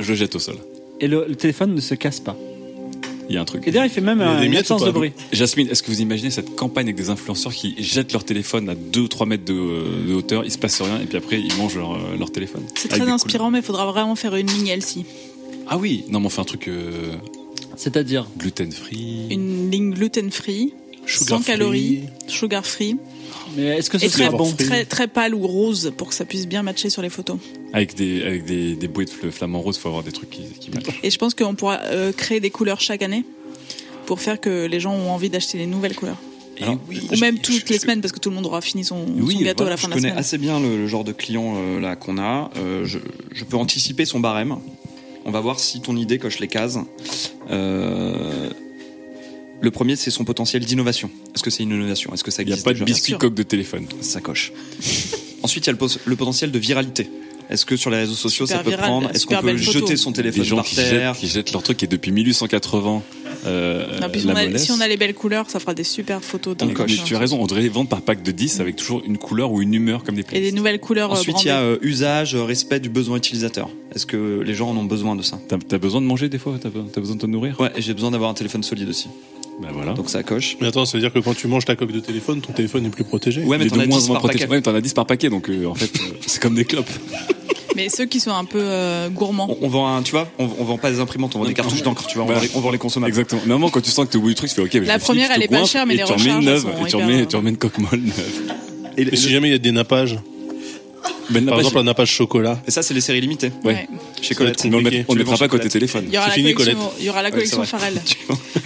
C: je le jette au sol.
E: Et le, le téléphone ne se casse pas.
C: Il y a un truc.
E: Et d'ailleurs, il fait même
F: Il y a des
E: un, une
F: miettes
E: absence
F: ou
E: de
F: pas
E: bruit.
C: Jasmine, est-ce que vous imaginez cette campagne avec des influenceurs qui jettent leur téléphone à 2-3 mètres de, de hauteur, il se passe rien et puis après ils mangent leur, euh, leur téléphone
G: C'est
C: Avec
G: très
C: des
G: inspirant, mais il faudra vraiment faire une ligne LC.
C: couleurs. Ah oui, non mais on fait un truc euh,
E: C'est-à-dire
C: gluten free.
G: Une ligne gluten-free,
F: Sugar
G: sans
F: free.
G: calories, sugar-free,
E: Mais est-ce que ce
G: et très,
E: serait bon
G: très, très pâle ou rose pour que ça puisse bien matcher sur les photos.
C: Avec des avec des, des bouées de fl- flamant rose, faut avoir des trucs qui, qui matchent.
G: Et je pense qu'on pourra euh, créer des couleurs chaque année pour faire que les gens ont envie d'acheter des nouvelles couleurs.
C: Alors,
G: Ou même
D: je-
G: toutes
D: je-
G: les semaines, parce que tout le monde aura fini son,
D: Oui,
G: son gâteau
D: voilà,
G: à la fin
D: je
G: de la
D: connais
G: semaine.
D: assez bien le, le genre de client euh, là qu'on a. Euh, je, je peux anticiper son barème. On va voir si ton idée coche les cases. Euh, le premier, c'est son potentiel d'innovation. Est-ce que c'est une innovation Est-ce que ça
C: il n'y
D: existe
C: a pas de
D: déjà
C: biscuit
G: sûr.
C: coque de téléphone.
D: Ça coche. Ensuite, il y a le, pos- le potentiel de viralité. Est-ce que sur les réseaux sociaux,
G: Super
D: ça peut
G: viral,
D: prendre Est-ce
G: super
D: qu'on peut
G: belle photo.
D: jeter son téléphone
C: des gens
D: par
C: qui
D: terre
C: jettent, qui jettent leur truc et depuis 1880 euh,
G: Non, puis si,
C: la
G: on a,
C: mollesse.
G: si on a les belles couleurs, ça fera des super photos d'un
C: Mais- mais tu as raison, on devrait les vendre par pack de 10 avec toujours une couleur ou une humeur comme des
G: Et des
C: playlists.
G: nouvelles couleurs euh,
D: Ensuite, il y a
G: brandées.
D: euh, usage, euh, respect du besoin utilisateur. Est-ce que les gens en ont besoin de ça
C: T'as t'as besoin de manger des fois T'as be- t'as besoin de te nourrir
D: Ouais, et j'ai besoin d'avoir un téléphone solide aussi.
C: Bah voilà.
D: Donc ça coche.
F: Mais attends, ça veut dire que quand tu manges ta coque de téléphone, ton téléphone est plus protégé.
D: Ouais, mais
C: Il est
D: t'en
C: de
D: as
C: moins
D: 10
C: en moins
D: par
C: protégé.
D: paquet.
C: Ouais, mais t'en as 10 par paquet, donc euh, en fait, euh, c'est comme des clopes.
G: Mais ceux qui sont un peu euh, gourmands.
D: On, on vend un, tu vois, on, on vend pas des imprimantes, on vend des cartouches d'encre, tu vois, on,
C: Voilà.
D: vend les, on vend les consommables.
C: Exactement. Normalement, quand tu sens que t'es au bout du truc, tu fais ok, mais
G: La
C: je me
G: première,
C: fiche,
G: elle
C: te
G: est pas
C: coince,
G: chère, mais
C: et
G: les
C: tu remets
G: recharges,
C: une
G: elles
C: neuve,
G: sont
C: et tu
G: hyper-
C: remets, tu remets une coque molle neuve.
D: Et le-
F: Et si jamais il y a des nappages,
C: Mais elle n'a
F: Par
C: pas-
F: exemple, un nappage chocolat.
D: Et ça, c'est les séries limitées.
C: Ouais.
G: Ouais.
D: Chez
F: Ça va être
D: Colette.
C: Mais on ne
F: compliqué.
C: le
F: Tu les
C: mettra
F: vends
C: pas à côté
F: chocolat.
C: téléphone. (laughs)
G: Il y aura
F: C'est
G: la
F: fini,
G: collection,
F: Colette.
G: il y aura la
F: Ouais,
G: collection
F: c'est
D: (laughs)
F: vrai.
G: Farrell.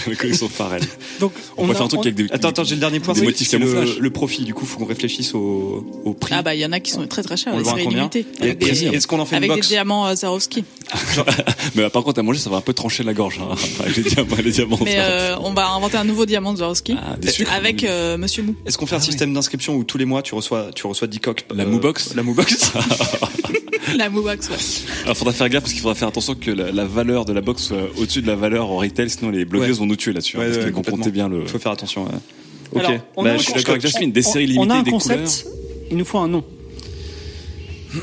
C: La collection Farrell.
E: Donc,
C: On
E: a-
C: va faire un truc avec des.
D: Attends, attends, j'ai le dernier point.
C: Des
D: c'est-
C: motifs
D: c'est le,
C: camouflage.
D: le profit, du coup, faut qu'on réfléchisse au, au prix.
G: Ah bah il y en a qui sont très très chers,
D: On le
G: les
D: vend à
G: séries
D: combien
G: limitées.
D: Et-
G: Avec, des,
D: et- Est-ce qu'on en fait une
G: avec des
D: box
G: diamants euh, Swarovski.
C: Mais euh, par contre, à manger, ça va un peu trancher la gorge. hein, (laughs) avec les diamants, les diamants.
G: Mais euh, on va inventer un nouveau diamant de Swarovski
C: Ah, des sucres.
G: avec euh, Monsieur Mou. (laughs)
D: Est-ce
E: Ah
D: qu'on fait un système d'inscription où tous les mois tu reçois, tu reçois 10 coques euh,
C: La Moubox (laughs)
D: La Moubox
G: La Mou Box, ouais.
C: Alors, faudra faire gaffe parce qu'il faudra faire attention que la, la valeur de la box soit au-dessus de la valeur en retail, sinon les blogueuses
D: Ouais.
C: vont nous tuer là-dessus. hein, parce que vous comptez bien le.
D: Il faut faire attention. ouais. Ok,
E: Alors, on a
D: bah,
E: un
D: je suis
E: con-
D: d'accord avec
C: Jacques.
D: Jacques.
C: Jasmine, des
E: on-
C: séries
E: On a
C: limitées,
E: un
C: des
E: concept, il nous faut un nom.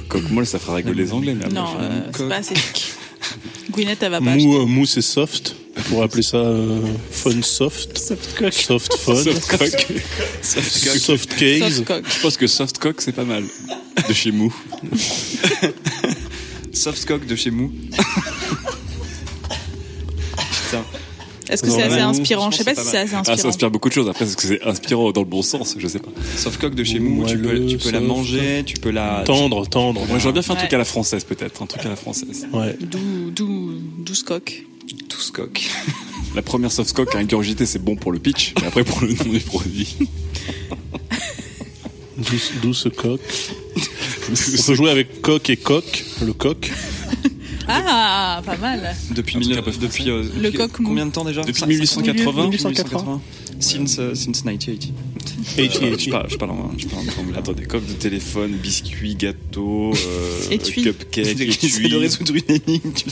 C: Coquemol, ça fera rigoler les Anglais. mais
G: Non,
C: après,
G: euh, c'est pas assez chic. Gwyneth, elle va pas acheter.
F: Mou, euh, mou, c'est soft. On pourrait appeler ça euh, fun soft, soft fun,
C: Soft cock.
F: soft case.
G: Soft cock.
C: Je pense que soft cock, c'est pas mal. De chez Mou.
D: Soft coque de chez Mou. Putain.
G: Est-ce que c'est
D: Ouais,
G: assez
D: Mou,
G: inspirant Je
D: je
G: sais
D: pense
G: pas
D: que
G: si
D: c'est
G: c'est assez
C: Ah, ça
G: inspirant.
C: inspire beaucoup de choses. Après, est-ce que c'est inspirant dans le bon sens Je sais pas.
D: Soft coque de chez Mou, tu peux,
F: Moelleux,
D: tu peux la
F: soft.
D: manger, tu peux la.
F: Tendre, tendre.
C: Moi, j'aurais bien fait un truc
G: Ouais.
C: à la française, peut-être. Un truc à la française.
F: Ouais.
G: Dou- dou- Douze coques.
D: Tous coques. (laughs)
C: La première soft cock à ingurgiter, c'est bon pour le pitch, mais après, pour le nom du (laughs) produit.
F: Douce, douce coque. On peut jouer avec coque et coque. Le coq.
G: Ah, pas mal.
D: Depuis,
C: Un truc
D: mille-
C: un peu français.
D: depuis, euh,
G: Le
D: depuis-
G: coq mou.
D: Combien de temps déjà
C: Depuis
D: Ça-
C: 1880.
D: 1880. Since, euh, since 1980.
C: Je
F: Et
C: parle- Euh, je parle, je parle en, je parle en anglais. Attendez, coque de téléphone, biscuits, gâteaux,
E: (laughs)
C: euh,
G: Étui.
C: (laughs)
D: (laughs)
C: cupcake,
D: J'essaie de
C: étui.
D: résoudre une énigme. tu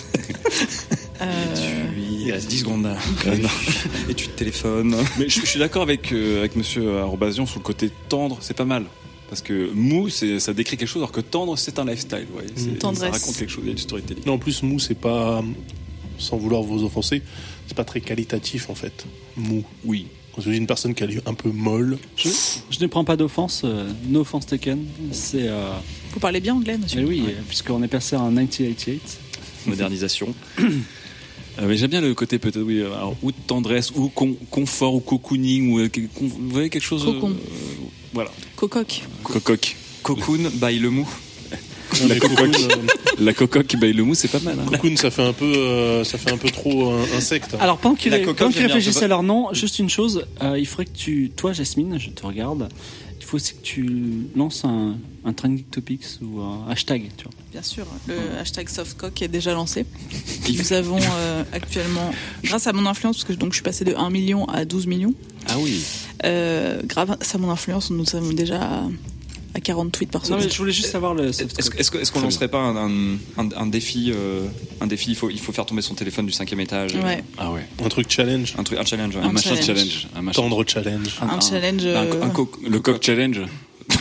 C: Ah
D: sais.
G: Euh,
D: Il reste 10 secondes là. Euh, non. (laughs) Et tu te téléphones.
C: Mais je, je suis d'accord avec, euh, avec monsieur Arrobasion sur le côté tendre, c'est pas mal. Parce que mou, c'est- ça décrit quelque chose, alors que tendre, c'est un lifestyle. Vous voyez, C'est- Ça
G: Tendresse.
C: raconte quelque chose, il y a du storytelling.
F: Non, en plus, mou, c'est pas. Sans vouloir vous offenser, c'est pas très qualitatif en fait. Mou.
C: Oui.
F: Quand je dis une personne qui est un peu molle.
E: Je, je ne prends pas d'offense, euh, no offense taken. C'est. euh,
G: vous parlez bien anglais,
E: mais
G: monsieur.
E: oui, euh, puisqu'on est passé en 1988.
C: (clears throat)
D: Modernisation.
C: Euh, mais j'aime bien le côté peut-être, oui, euh, alors, ou de tendresse, ou con- confort, ou cocooning, ou euh, que- con- vous voyez quelque chose. euh,
G: Cocon.
C: euh, voilà.
G: Cocoque.
C: Cocoque.
D: Cocoon by le mou.
F: La cocoon, euh,
C: La cocoque qui baille le mou, c'est pas mal. hein.
F: cocoon, ça fait un peu, euh, ça fait un peu trop euh, insecte. hein.
E: Alors, pendant qu'ils
D: La
E: pendant
D: cocotte,
E: qu'ils
D: j'aime bien,
E: réfléchissent
D: je-
E: à leur nom, juste une chose, euh, il faudrait que tu. Toi, Jasmine, je te regarde. Il faut aussi que tu lances un, un trending topics ou un hashtag. Tu vois.
G: Bien sûr, le hashtag softcock est déjà lancé. Nous avons euh, actuellement, grâce à mon influence, parce que donc, je suis passé de 1 million à 12 millions,
C: Ah oui.
G: euh, grâce à mon influence, nous sommes déjà à- à 40 tweets par
E: Non,
G: seconde.
E: mais je voulais juste savoir le.
D: Est-ce
E: soft
D: est-ce- est-ce que- est-ce qu'on
C: Très
D: lancerait pas un, un, un- un défi euh, Un défi, il faut, il faut faire tomber son téléphone du cinquième étage. euh,
G: Ouais,
C: Ah ouais.
F: Un truc challenge.
D: Un, truc, un challenge. ouais.
C: Un,
G: Un
C: machin
G: challenge.
C: challenge. Un machin.
F: Tendre challenge.
G: un challenge.
F: bah,
D: Un co-
G: euh,
D: un coq-
C: Le coq challenge.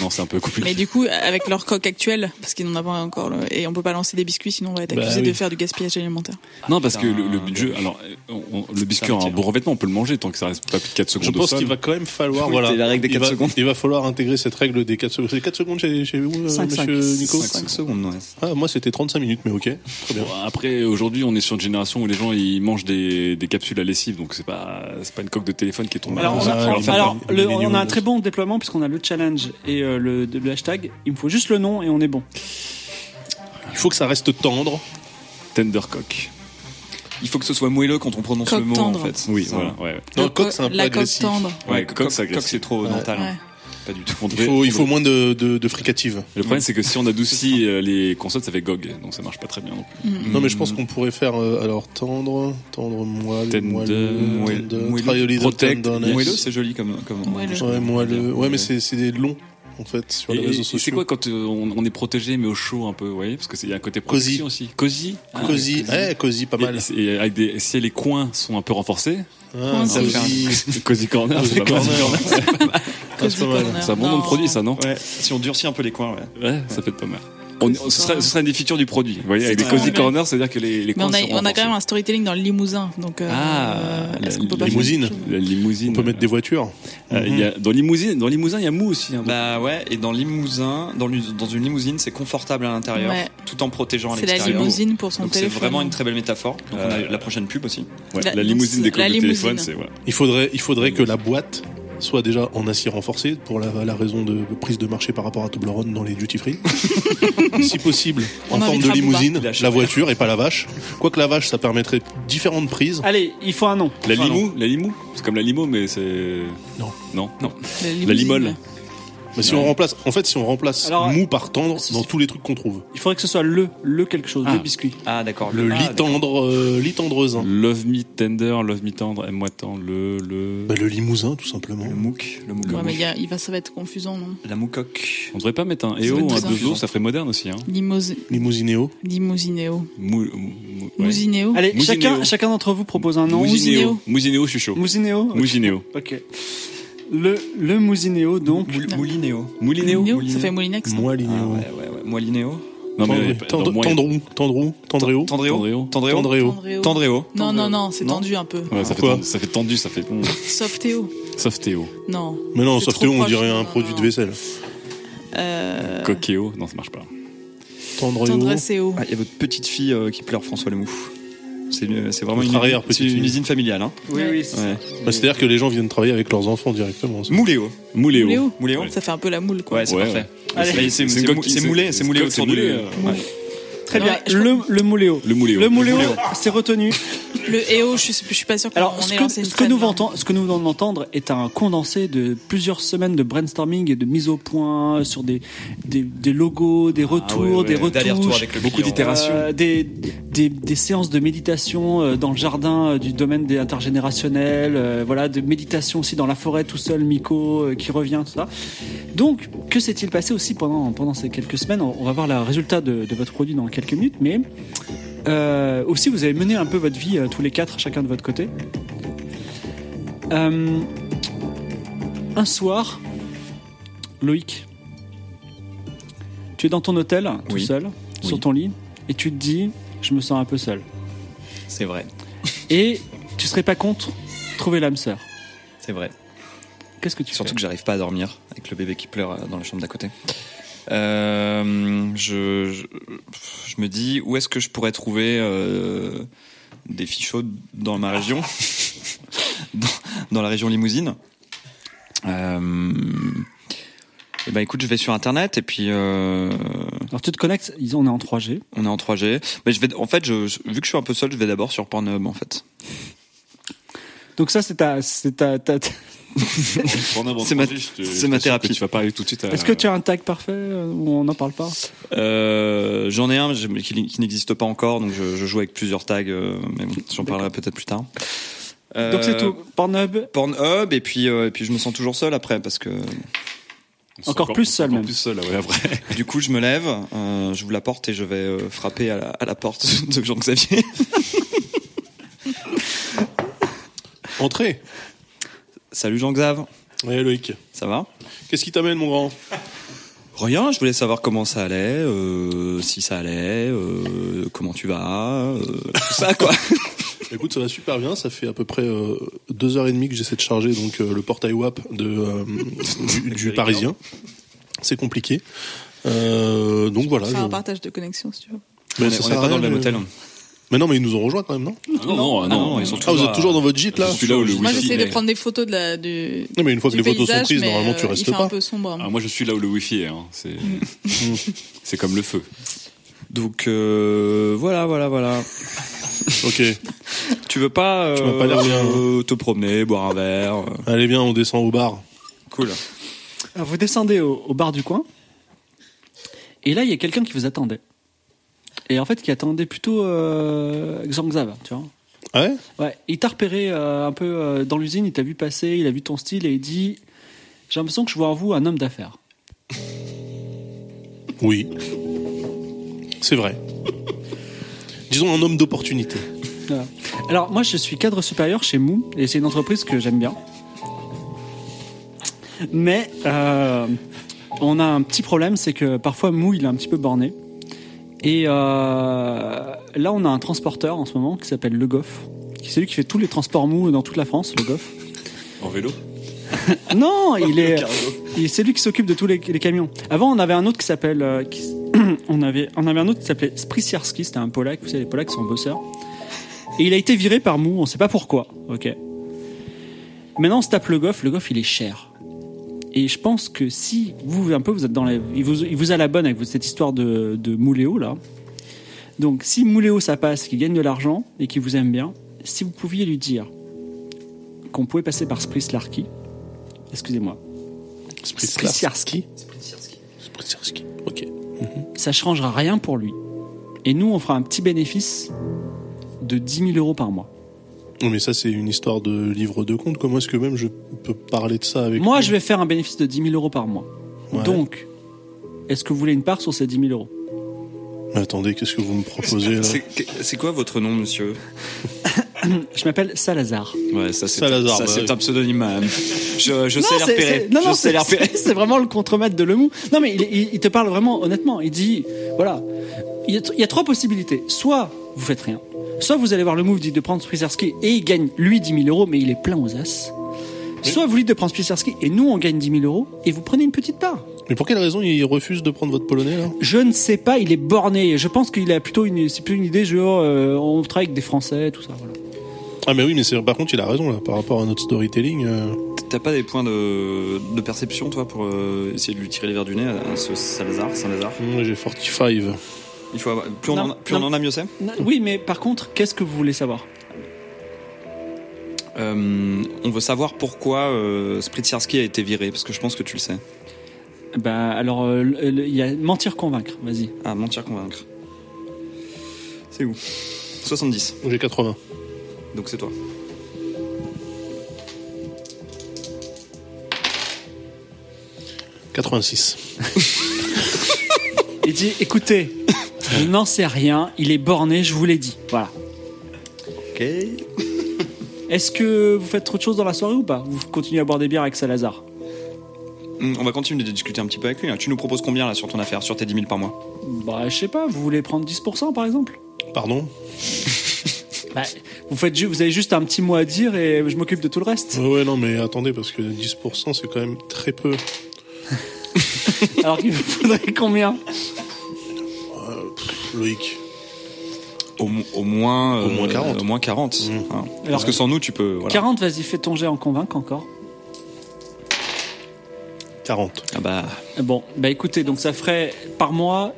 C: Non, c'est un peu compliqué.
G: mais du coup, avec leur coque actuelle, parce qu'ils n'en ont pas encore, le- et on peut pas lancer des biscuits, sinon on va être
F: Bah
G: accusé
F: oui.
G: de faire du gaspillage alimentaire.
F: Ah,
C: Non, parce que
D: Putain,
C: le, le but du jeu-
D: dommage.
C: alors, euh, on- on- le biscuit
D: C'est
C: a
D: un
C: un
D: métier,
C: bon
D: hein.
C: revêtement, on peut le manger tant que ça reste pas plus de 4 secondes
F: Je
C: au
F: pense
C: sol.
F: qu'il va quand
D: (laughs)
F: même falloir,
D: Oui,
F: voilà.
D: c'est la règle des
F: il,
D: quatre
F: va,
D: secondes.
F: il va falloir intégrer cette règle des 4 secondes. C'est 4 secondes chez, chez vous, euh,
E: Cinq, cinq.
F: monsieur Nico
D: 5 secondes, ouais.
F: Ah, moi c'était 35 minutes, mais ok. Très bien.
C: Bon, Après, aujourd'hui, on est sur une génération où les gens ils mangent des, des capsules à lessive, donc c'est pas c'est pas une coque de téléphone qui est tombée.
E: Alors, on
F: Ah,
E: a,
F: les
E: alors, alors,
F: millennials.
E: le- on a un très bon déploiement puisqu'on a le challenge et euh, le, de- le hashtag. Il me faut juste le nom et on est bon.
F: Il faut que ça reste tendre.
C: Tender coque.
D: Il faut que ce soit moelleux quand on prononce
G: Coq
D: le mot,
G: tendre.
D: en fait.
C: Oui,
D: Ça.
C: voilà. Ouais, ouais.
F: Non,
G: Le
F: coq,
G: co-
F: c'est un
E: euh,
F: peu
G: euh, la coque
F: agressif.
G: tendre.
C: Ouais, coq,
D: coq,
C: c'est
D: coq, c'est
C: agressif.
D: trop mental. hein.
G: Ouais.
D: Pas du tout.
C: On
F: Il
C: devrait-
F: faut, il
C: on
F: faut
C: devrait-
F: moins de, de, de fricative.
C: Le problème, c'est que si on
F: (laughs)
C: adoucit euh, les consoles, ça fait GOG, donc ça marche pas très bien. non plus.
F: Non, mais je
D: Hmm.
F: pense qu'on pourrait faire euh, alors tendre, tendre, moelle,
C: Tender,
F: moelleux,
D: moelle-
F: tendre,
D: moelleux.
F: triolidal
C: Protect,
F: tenderness.
D: Moelleux, c'est joli comme. comme
G: Moelleux.
F: Ouais, moelleux. Ouais, mais c'est c'est des longs en fait sur
C: Et-
F: les
C: et-
F: réseaux
C: et
F: sociaux.
C: C'est quoi quand euh, on, on est protégé, mais au chaud un peu, vous voyez Parce qu'il y a un côté
F: Cosy.
C: protection aussi. Cosy. Ah,
F: Cosy, eh, cosy, pas
C: Et-
F: mal.
C: Et, avec des, si les coins sont un peu
F: (laughs)
C: renforcés,
F: Ah,
G: Ça
D: fait un-
F: cosy.
C: Cozy Corner,
F: Cosy
C: c'est pas mal.
F: corner.
G: Cozy
F: c'est pas mal.
G: corner.
C: C'est un bon nom de
G: Non.
C: produit, ça, non
D: Ouais, si on durcit un peu les coins, ouais.
C: Ouais, ça fait pas mal. On- on- ce, serait, ce serait une des features du produit. Vous voyez,
G: C'est
C: avec les
G: très
C: Cozy
G: bien.
C: Corner, c'est-à-dire que les, les
G: Mais
C: coins
G: on a,
C: sont
G: on a
C: renforcés.
G: quand même un storytelling dans le Limousin, donc euh,
C: Ah,
G: est-ce
C: la-
G: qu'on peut pas
F: limousine.
G: faire autre chose
C: La limousine.
F: On peut mettre des Mhm. voitures.
C: Euh, il y a- dans limousine, dans limousine, il y a mou aussi. hein.
D: Bah ouais, et dans limousin, dans, l'us- dans une limousine, c'est confortable à l'intérieur,
G: Ouais.
D: tout en protégeant à
G: C'est la
D: l'extérieur.
G: limousine pour son
D: Donc c'est
G: téléphone.
D: vraiment une très belle métaphore. Donc on a
C: Euh,
D: la prochaine pub aussi.
C: Ouais,
G: la-
C: la, limousine des
G: la
C: coques de téléphone,
G: limousine.
C: c'est voilà.
F: Il faudrait, il faudrait que la boîte soit déjà en acier renforcé pour la, la raison de prise de marché par rapport à Toblerone dans les duty free. si possible,
G: On
F: en forme de
G: invitera
F: limousine,
D: Booba. Il a
F: la
D: chopé.
F: voiture et pas la vache. Quoique la vache, ça permettrait différentes prises.
E: Allez, il faut un nom.
C: La
E: Enfin,
C: limou, la limou, c'est comme la limo, mais c'est
F: Non.
C: non, non.
G: La,
C: La limole.
F: Mais si on remplace, en fait, si on remplace
E: Alors,
F: mou par tendre
E: si-
F: dans tous les trucs qu'on trouve.
E: Il faudrait que ce soit le, le quelque chose,
D: Ah.
E: le biscuit.
D: Ah, d'accord.
F: Le
D: Ah,
F: lit tendre, euh, lit tendrezin.
C: Love me tender, love me tendre, aime-moi tendre, le le.
F: Bah, le limousin, tout simplement.
D: Le mouc, le
G: Ouais,
D: mouc.
G: mais il y a- il va, ça va être confusant, non
D: La moucoque.
C: On devrait pas mettre un
G: Ça va
C: EO,
G: être
C: un
G: tout
C: deux
G: simple.
C: os, ça ferait moderne aussi. Hein.
G: Limousi-
F: Limousinéo.
G: Limousinéo.
C: Mou, mou- ouais.
G: Mousinéo.
E: Allez,
C: Mousinéo.
E: chacun, chacun d'entre vous propose un nom.
G: Mousi-
C: Mousinéo.
G: Mousinéo.
C: Mousinéo, je suis chaud.
E: Mousinéo Ok.
C: Mousinéo.
E: Ok. Le, le Mousinéo, donc.
D: Moul- Moulinéo.
C: Moulinéo.
G: Moulinéo,
D: Moulinéo.
G: Ça fait Moulinex. non
F: Moi,
D: Ah, ouais, ouais, ouais. Moilinéo.
C: Non mais dans
F: Tendre-
C: moins, il y a-
F: Tendrou, tendrou,
D: Tendréo.
F: tendréo.
D: Tendréo.
F: Tendréo.
G: Tendréo.
D: Tendréo.
G: Non, non, non, c'est
D: Non.
G: tendu un peu.
C: Ouais, ça, fait
F: Pourquoi
C: tendu, ça fait tendu, ça fait bon.
G: Softéo.
C: Softéo,
G: Non.
F: Mais non,
G: C'est
F: sauf
G: trop
F: on
G: proche.
F: dirait
G: Non,
F: un
G: non,
F: produit de
G: non.
F: vaisselle.
G: Euh,
C: coquéo, non ça marche pas.
F: Tendréo.
G: Tendreceo.
D: Ah, Il y a votre petite fille euh, qui pleure, François Lemou. C'est euh, c'est vraiment
F: Votre
D: une,
F: arrière-petite
D: c'est une
F: fille.
D: usine familiale. Hein.
E: Oui, oui, c'est
D: Ouais.
F: Bah, C'est-à-dire que les gens viennent travailler avec leurs enfants directement. ça.
D: Mouléo.
C: Mouléo.
G: Mouléo.
D: Mouléo.
C: Ouais.
G: Ça fait un peu la moule, quoi.
D: Ouais, c'est
C: Ouais,
D: parfait.
C: ouais.
D: C'est-
C: Allez,
D: C'est
C: c'est une
D: c'est mou-
C: coquille,
D: c'est
C: c'est-
D: moulé,
C: c'est
D: c'est moulé
C: co-
D: autour
C: c'est
D: du.
C: moulé, euh,
D: ouais.
E: Très
G: Ouais,
E: bien.
G: je
E: Le, le Mouléo.
C: Le Mouléo.
E: Le Mouléo,
D: Mouléo.
E: c'est retenu.
G: Le EO, je suis, je suis pas sûr qu'on
E: Alors,
G: on
E: ce
G: ait
E: que,
G: lancé une hein.
E: ce que nous
G: trend, là.
E: entend- ce que nous venons d'entendre est un condensé de plusieurs semaines de brainstorming et de mise au point sur des, des, des logos, des retours,
D: ouais, ouais,
E: des
D: d'aller-retour
E: retouches.
D: avec le
C: Beaucoup
D: client.
C: d'itérations.
E: Euh, des, des, des séances de méditation euh, dans le jardin euh, du domaine des intergénérationnels, euh, voilà, de méditation aussi dans la forêt tout seul, Miko euh, qui revient, tout ça. Donc, que s'est-il passé aussi pendant, pendant ces quelques semaines On on va voir le résultat de, de votre produit dans quelques minutes, mais euh, aussi vous avez mené un peu votre vie euh, tous les quatre, chacun de votre côté. Euh, un soir, Loïc, tu es dans ton hôtel, tout
D: Oui.
E: seul, sur
D: Oui.
E: ton lit, et tu te dis, je me sens un peu seul.
D: C'est vrai,
E: Et tu serais pas contre trouver l'âme sœur.
D: c'est vrai.
E: Qu'est-ce que tu
D: Surtout
E: fais
D: que j'arrive pas à dormir avec le bébé qui pleure euh, dans la chambre d'à côté. Euh, je, je, je me dis où est-ce que je pourrais trouver euh, des fichots dans ma région, (laughs) dans, dans la région Limousine. Euh, et ben écoute, je vais sur internet et puis euh,
E: Alors tu te connectes, ils- on est en 3G.
D: on est en 3G. Mais je vais, en fait, je, je- vu que je suis un peu seul, je vais d'abord sur Pornhub en fait.
E: Donc ça, c'est ta, c'est ta, ta- ta-
C: Ah
D: C'est ma- c'est ma thérapie.
C: Tu vas pas arriver tout de suite. à-
E: Est-ce que tu as un tag parfait euh, où on n'en parle pas
D: Euh, j'en ai un mais qui, qui n'existe pas encore, donc je, je joue avec plusieurs tags, euh, mais bon, j'en parlerai peut-être plus tard. Euh,
E: Donc c'est tout. Pornhub,
D: Pornhub et puis euh, et puis je me sens toujours seul après parce que
C: On sera
E: encore plus
C: on sera
E: seul,
C: encore
E: même.
C: Plus seul, ouais, après.
D: du coup je me lève, euh, j'ouvre la porte et je vais euh, frapper à la, à la porte (laughs) de Jean-Xavier.
F: Entrez.
D: Salut Jean-Xav,
F: Ouais, Loïc.
D: ça va
F: Qu'est-ce qui t'amène, mon grand
D: Rien, je voulais savoir comment ça allait, euh, si ça allait, euh, comment tu vas, euh, tout ça (laughs) quoi.
F: Écoute, ça va super bien. Ça fait à peu près euh, deux heures et demie que j'essaie de charger donc euh, le portail WAP de, euh, du,
D: hein.
F: du Parisien. C'est compliqué. Euh, donc voilà.
G: Faire un
F: je-
G: partage de connexion, si tu veux.
F: Mais
D: on est,
F: ça
D: on est
F: sert à
D: pas dans
F: rien,
D: le même
F: je-
D: hôtel.
F: Mais non, mais ils nous ont rejoints quand même, non
C: Ah non, non, non,
D: non, ils sont
F: Ah, vous
D: Toujours
F: êtes
D: à-
F: toujours dans votre gîte là
C: Je suis là où le
G: Moi,
C: wifi.
G: j'essaie de
C: est.
G: prendre des photos de la, du.
F: Non, mais une fois que
G: du
F: les photos sont
G: paysage,
F: prises,
G: mais,
F: normalement, tu
G: euh,
F: restes
G: Il fait
F: pas.
G: un peu sombre.
C: Ah, moi je suis là où le wifi est. Hein.
D: (laughs)
C: C'est c'est comme le feu.
D: Donc euh, voilà, voilà, voilà.
F: Ok.
D: Tu veux pas, euh,
F: m'as pas l'air bien, hein.
D: euh, te promener, boire un verre. euh,
F: Allez, viens, on descend au bar.
D: Cool.
E: Alors, vous descendez au, au bar du coin, et là, il y a quelqu'un qui vous attendait. Et en fait, qui attendait plutôt euh, Xangzav, tu vois.
F: Ah ouais
E: Ouais, il t'a repéré euh, un peu euh, dans l'usine, il t'a vu passer, il a vu ton style et il dit J'ai l'impression que je vois en vous un homme d'affaires.
F: Oui. C'est vrai. Disons un homme d'opportunité.
E: Voilà. Ah. Alors, moi, je suis cadre supérieur chez Mou, et c'est une entreprise que j'aime bien. Mais euh, on a un petit problème, c'est que parfois Mou, il est un petit peu borné. Et euh, là, on a un transporteur en ce moment qui s'appelle Le Goff. qui- C'est lui qui fait tous les transports Mou dans toute la France, Le Goff.
C: En vélo (laughs)
E: (laughs) Non, il est, il- c'est lui qui s'occupe de tous les, les camions. Avant, on avait un autre qui s'appelle, euh, qui s- (coughs) on avait, on avait un autre qui s'appelait Spriciarski. C'était un Polak. Vous savez, les Polacks sont bosseurs. Et il a été viré par Mou. On sait pas pourquoi. Ok. Maintenant, on se tape le Goff. Le Goff, il est cher. Et je pense que si vous, un peu, vous êtes dans la. Il vous, il vous a la bonne avec cette histoire de, de Mouléo, là. Donc, si Mouléo, ça passe, qu'il gagne de l'argent et qu'il vous aime bien, si vous pouviez lui dire qu'on pouvait passer par Sprice Larky, excusez-moi, Spritsiarski,
F: Spritsiarski. Ok.
E: ça changera rien pour lui. Et nous, on fera un petit bénéfice de 10 000 euros par mois.
F: Non, mais ça, c'est une histoire de livre de compte. Comment est-ce que même je peux parler de ça avec.
E: Moi, je vais faire un bénéfice de 10 000 euros par mois.
F: Ouais.
E: Donc, est-ce que vous voulez une part sur ces 10 000 euros
F: Mais attendez, qu'est-ce que vous me proposez là
D: Ah, C'est c'est quoi votre nom, monsieur
E: Je m'appelle Salazar.
D: Ouais, ça c'est
F: Salazar,
D: ça,
F: bah
D: c'est
F: oui.
D: un pseudonyme. hein. Je, je sais
E: c'est-
D: l'air
E: c'est-
D: repérer.
E: non, non,
D: je sais
E: c'est-
D: l'air repérer.
E: c'est (laughs) c'est vraiment le contremaître de Lemou. Non, mais il, il- il te parle vraiment honnêtement. Il dit, voilà, il y, a, il y a trois possibilités. Soit vous faites rien, soit vous allez voir le move dit de prendre Spisarski et il gagne lui 10 000 euros, mais il est plein aux as. Soit vous lui dites de prendre Spisarski et nous on gagne 10 000 euros et vous prenez une petite part.
F: Mais pour quelle raison il refuse de prendre votre polonais là
E: Je ne sais pas, il est borné. Je pense qu'il a plutôt une, c'est plutôt une idée genre euh, on travaille avec des Français, tout ça. Voilà.
F: Ah, mais oui, mais c'est- par contre, il a raison là, par rapport à notre storytelling. euh,
D: (laughs) T'as pas des points de, de perception, toi, pour euh, essayer de lui tirer les verres du nez à, à ce Salazar, Saint-Lazare
F: Moi, j'ai 45.
D: Il faut avoir- plus on,
E: Non,
D: en, a- plus
E: non.
D: on en a, mieux c'est.
E: Non, Oui, mais par contre, qu'est-ce que vous voulez savoir
D: Euh, on veut savoir pourquoi euh, Spritsiarski a été viré, parce que je pense que tu le sais.
E: Bah alors, euh, le- le- il y a mentir convaincre. Vas-y.
D: Ah, mentir, convaincre. C'est où 70,
F: J'ai 80.
D: donc c'est toi.
F: J'ai 86.
E: Il dit écoutez, (laughs) je n'en sais rien, il est borné, je vous l'ai dit. Voilà.
D: Ok.
E: (laughs) Est-ce que vous faites autre chose dans la soirée ou pas Vous continuez à boire des bières avec Salazar
D: Hmm, On va continuer de discuter un petit peu avec lui. hein. Tu nous proposes combien là sur ton affaire, sur tes 10 000 par mois
E: Bah, je sais pas, vous voulez prendre 10% par exemple
F: Pardon
E: Bah, vous, faites ju- vous avez juste un petit mot à dire et je m'occupe de tout le reste.
F: Ouais, ouais, non, mais attendez, parce que 10%, c'est quand même très peu.
E: Alors qu'il vous faudrait (laughs) combien
F: Loïc.
D: au, mo- au moins euh,
F: Au moins 40.
D: Au moins 40.
F: Mmh.
D: hein.
E: Alors-
D: Parce que sans nous, tu peux. Voilà.
E: 40, vas-y, fais ton jet en convaincre encore.
F: 40.
D: Ah bah,
E: Bon, bah écoutez, donc ça ferait par mois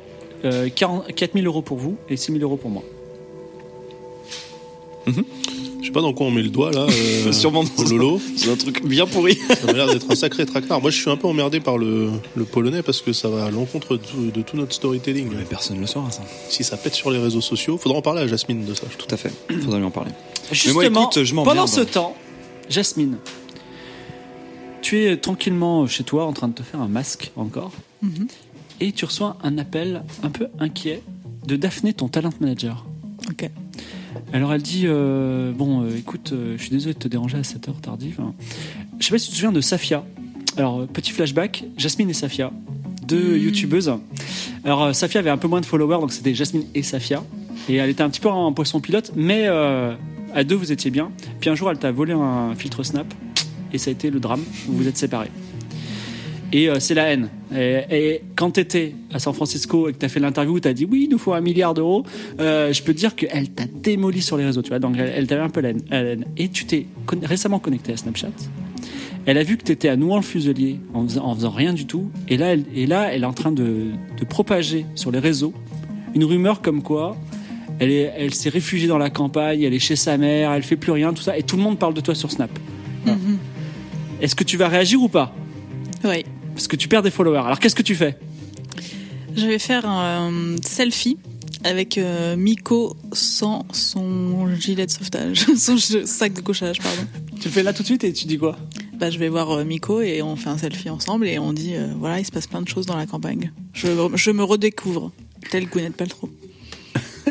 E: euh, 40 4000 euros pour vous et 6000 euros pour moi.
F: Je sais pas dans quoi on met le doigt là.
D: (laughs)
F: euh,
D: Sûrement
F: au
D: dans-
F: Lolo.
D: c'est un truc bien pourri.
F: Ça m'a l'air d'être un sacré traquenard. Moi, je suis un peu emmerdé par le, le polonais parce que ça va à l'encontre de, tout- de tout notre storytelling.
D: (laughs) Mais personne ne le saura, ça.
F: Si ça pète sur les réseaux sociaux, faudra en parler à Jasmine de ça. je trouve.
D: Tout à fait. Faudra lui en parler.
E: Justement,
D: Mais moi, écoute, je m'emmerde.
E: pendant ce temps, Jasmine, tu es tranquillement chez toi en train de te faire un masque encore. Et tu reçois un appel un peu inquiet de Daphné, ton talent manager.
G: Ok.
E: Alors elle dit euh, Bon, euh, écoute, euh, je suis désolé de te déranger à cette heure tardive. hein. Je sais pas si tu te souviens de Safia. Alors, euh, petit flashback Jasmine et Safia, deux youtubeuses. Alors, euh, Safia avait un peu moins de followers, donc c'était Jasmine et Safia. Et elle était un petit peu en poisson pilote, mais euh, à deux, vous étiez bien. Puis un jour, elle t'a volé un filtre Snap, et ça a été le drame. Vous vous êtes séparés. Et euh, c'est la haine. Et, et quand t'étais à San Francisco et que t'as fait l'interview, t'as dit oui, il nous faut un milliard d'euros. euh, je peux te dire qu'elle t'a démoli sur les réseaux, tu vois. Donc elle, elle t'avait un peu la haine, la haine. Et tu t'es con- récemment connecté à Snapchat. Elle a vu que t'étais à Nouan-le-Fuselier en faisant, en faisant rien du tout. Et là, elle, et là, elle est en train de, de propager sur les réseaux une rumeur comme quoi elle est- elle s'est réfugiée dans la campagne, elle est chez sa mère, elle fait plus rien, tout ça. Et tout le monde parle de toi sur Snap. Voilà. Est-ce que tu vas réagir ou pas
G: Oui.
E: parce que tu perds des followers. Alors qu'est-ce que tu fais
G: Je vais faire un euh, selfie avec euh, Miko sans son gilet de sauvetage, (laughs) son ge- sac de couchage, pardon.
E: Tu le fais là tout de suite et tu dis quoi
G: Bah, je vais voir euh, Miko et on fait un selfie ensemble et on dit euh, voilà, il se passe plein de choses dans la campagne. Je, je me redécouvre, tel Gwyneth Paltrow.
E: (laughs)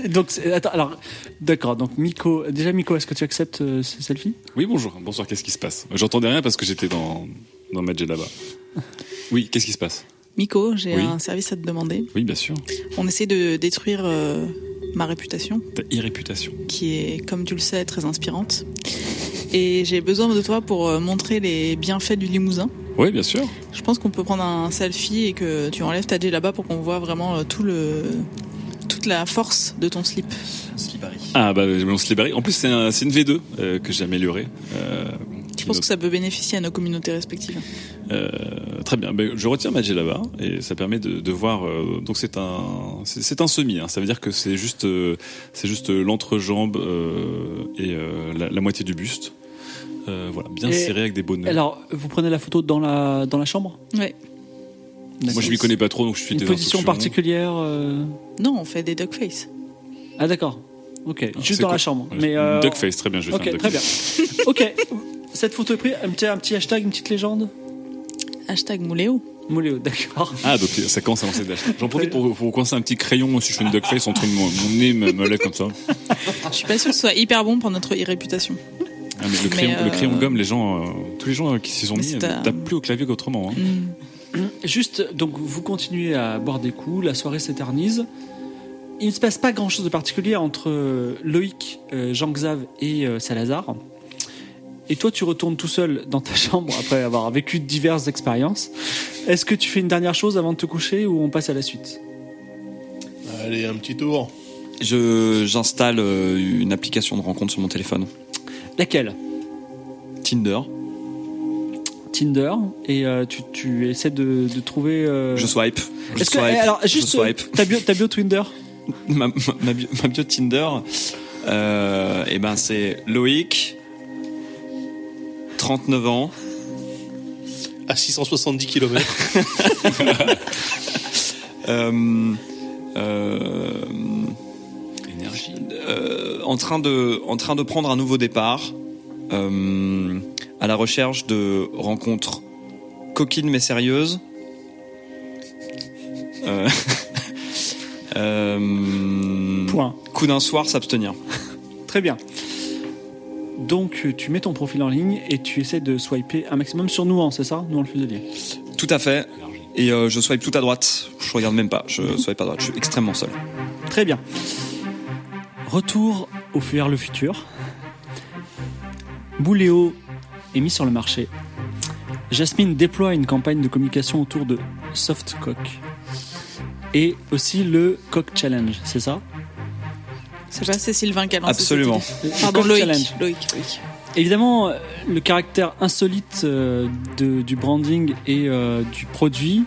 E: Donc c'est- attends, alors d'accord. Donc Miko, déjà Miko, est-ce que tu acceptes euh, ce selfie
C: Oui, bonjour. Bonsoir, qu'est-ce qui se passe J'entendais rien parce que j'étais dans, dans ma jet là-bas. Oui, qu'est-ce qui se passe
G: Miko, j'ai
C: Oui.
G: un service à te demander.
C: Oui, bien sûr.
G: On essaie de détruire euh, ma réputation,
C: Ta irréputation.
G: qui est, comme tu le sais, très inspirante. Et j'ai besoin de toi pour euh, montrer les bienfaits du Limousin.
C: Oui, bien sûr.
G: Je pense qu'on peut prendre un selfie et que tu enlèves ta là bas pour qu'on voit vraiment euh, tout le toute la force de ton slip.
C: Ah, bah, on se libère. En plus, c'est un- c'est une V2 euh, que j'ai améliorée. Euh,
G: Je pense que ça peut bénéficier à nos communautés respectives.
C: Euh, très bien. Ben, je retire Magé là-bas et ça permet de, de voir. euh, donc c'est un, c'est c'est un semi. hein. Ça veut dire que c'est juste, euh, c'est juste euh, l'entrejambe euh, et euh, la, la moitié du buste. Euh, voilà, bien
E: Et
C: serré avec des bonnes.
E: Alors, vous prenez la photo dans la, dans la chambre
G: Ouais.
C: Moi je m'y connais pas trop donc je suis
E: Une
C: des
E: position
C: instructions.
E: particulière euh,
G: Non, on fait des duck face.
E: Ah, d'accord. Ok,
C: Ah,
E: juste
C: c'est
E: dans
C: quoi
E: la chambre.
C: Ouais,
E: Mais, euh,
C: Duckface, très bien. Je vais faire
E: Ok,
C: un
E: très bien.
C: duckface. (laughs)
E: ok, cette photo est prise. Un petit, un petit hashtag, une petite légende
G: Hashtag Mouléo.
E: Mouléo, (laughs) d'accord.
C: Ah, donc ça commence à lancer de la J'en profite pour, pour coincer un petit crayon si je fais une duckface entre mon, mon nez me, me lève comme ça.
G: Je suis pas sûre que ce soit hyper bon pour notre réputation.
C: Ah, mais le, crayon,
G: euh,
C: le crayon gomme, les gens, euh, tous les gens euh, qui s'y sont
G: Mais
C: mis,
G: c'est
C: euh,
G: un-
C: tapent plus au clavier qu'autrement. hein.
G: Hmm.
E: Juste, donc vous continuez à boire des coups, la soirée s'éternise. Il ne se passe pas grand-chose de particulier entre euh, Loïc, euh, Jean-Xav et euh, Salazar. Et toi, tu retournes tout seul dans ta (laughs) chambre après avoir vécu diverses expériences. Est-ce que tu fais une dernière chose avant de te coucher ou on passe à la suite
F: Allez, un petit tour.
D: Je j'installe euh, une application de rencontre sur mon téléphone,
E: Laquelle
D: Tinder.
E: Tinder. Et euh, tu, tu essaies de, de trouver. euh,
D: Je swipe. Je
E: Est-ce que,
D: swipe.
E: eh, alors,
D: je
E: juste,
D: swipe.
E: euh, ta bio, ta
D: (laughs)
E: bio Tinder
D: Ma, ma, ma bio, ma bio Tinder, euh, eh ben c'est Loïc, 39 ans,
F: À 670 km.
D: euh, euh, euh, en train de en train de prendre un nouveau départ, euh, à la recherche de rencontres coquines mais sérieuses. Euh, (laughs) euh,
E: Point.
D: Coup d'un soir, s'abstenir.
E: Très bien. Donc euh, tu mets ton profil en ligne et tu essaies de swiper un maximum sur Nouan, c'est ça Nouan le fuselier.
D: Tout à fait. Et euh, je swipe tout à droite. Je regarde même pas. Je swipe à droite. Je suis extrêmement seul.
C: Euh,
E: Très bien. Retour au Fuir le futur. Bouléo est mis sur le marché. Jasmine déploie une campagne de communication autour de Softcock. Et aussi le Cock Challenge, c'est ça
G: C'est pas c'est Sylvain qui a lancé
D: Absolument.
G: cette
E: Le
G: idée. Pardon,
E: Cock
G: Loïc.
E: Challenge.
G: Loïc, Loïc.
E: Évidemment, euh, le caractère insolite euh, de- du branding et euh, du produit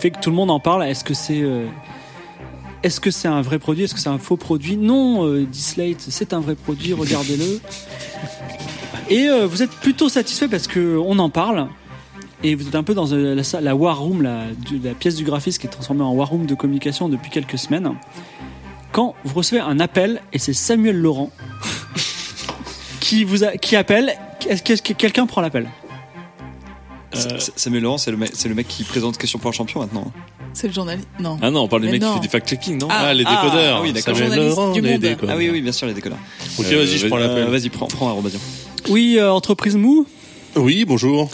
E: fait que tout le monde en parle. Est-ce que c'est euh, est-ce que c'est un vrai produit Est-ce que c'est un faux produit Non, euh, Dislate, c'est un vrai produit. Regardez-le. Et euh, vous êtes plutôt satisfait parce que on en parle. Et vous êtes un peu dans euh, la, sa- la war room, la, du- la pièce du graphisme qui est transformée en war room de communication depuis quelques semaines. Quand vous recevez un appel, et c'est Samuel Laurent qui vous a- qui appelle. Est-ce que, est-ce que quelqu'un prend l'appel
D: Sa- Sa- Samuel Laurent, c'est le, mec- c'est le mec qui présente Question pour un champion maintenant.
G: C'est le journaliste. Non.
C: Ah non, on parle du
G: Mais
C: mec
G: non.
C: qui fait du fact-checking, non
G: Ah,
F: Ah, les
D: ah,
F: décodeurs.
D: ah oui, d'accord.
F: Samuel
G: Journaliste
F: Laurent,
G: du
F: les
G: Monde.
F: décodeurs.
D: Ah oui, oui, bien sûr, les déconneurs.
F: Ok,
C: Euh,
F: vas-y, je prends
C: vas-y.
F: l'appel.
D: Euh, Vas-y, prends, prends Arobadian.
E: Oui, euh, entreprise Mou.
F: Oui, bonjour.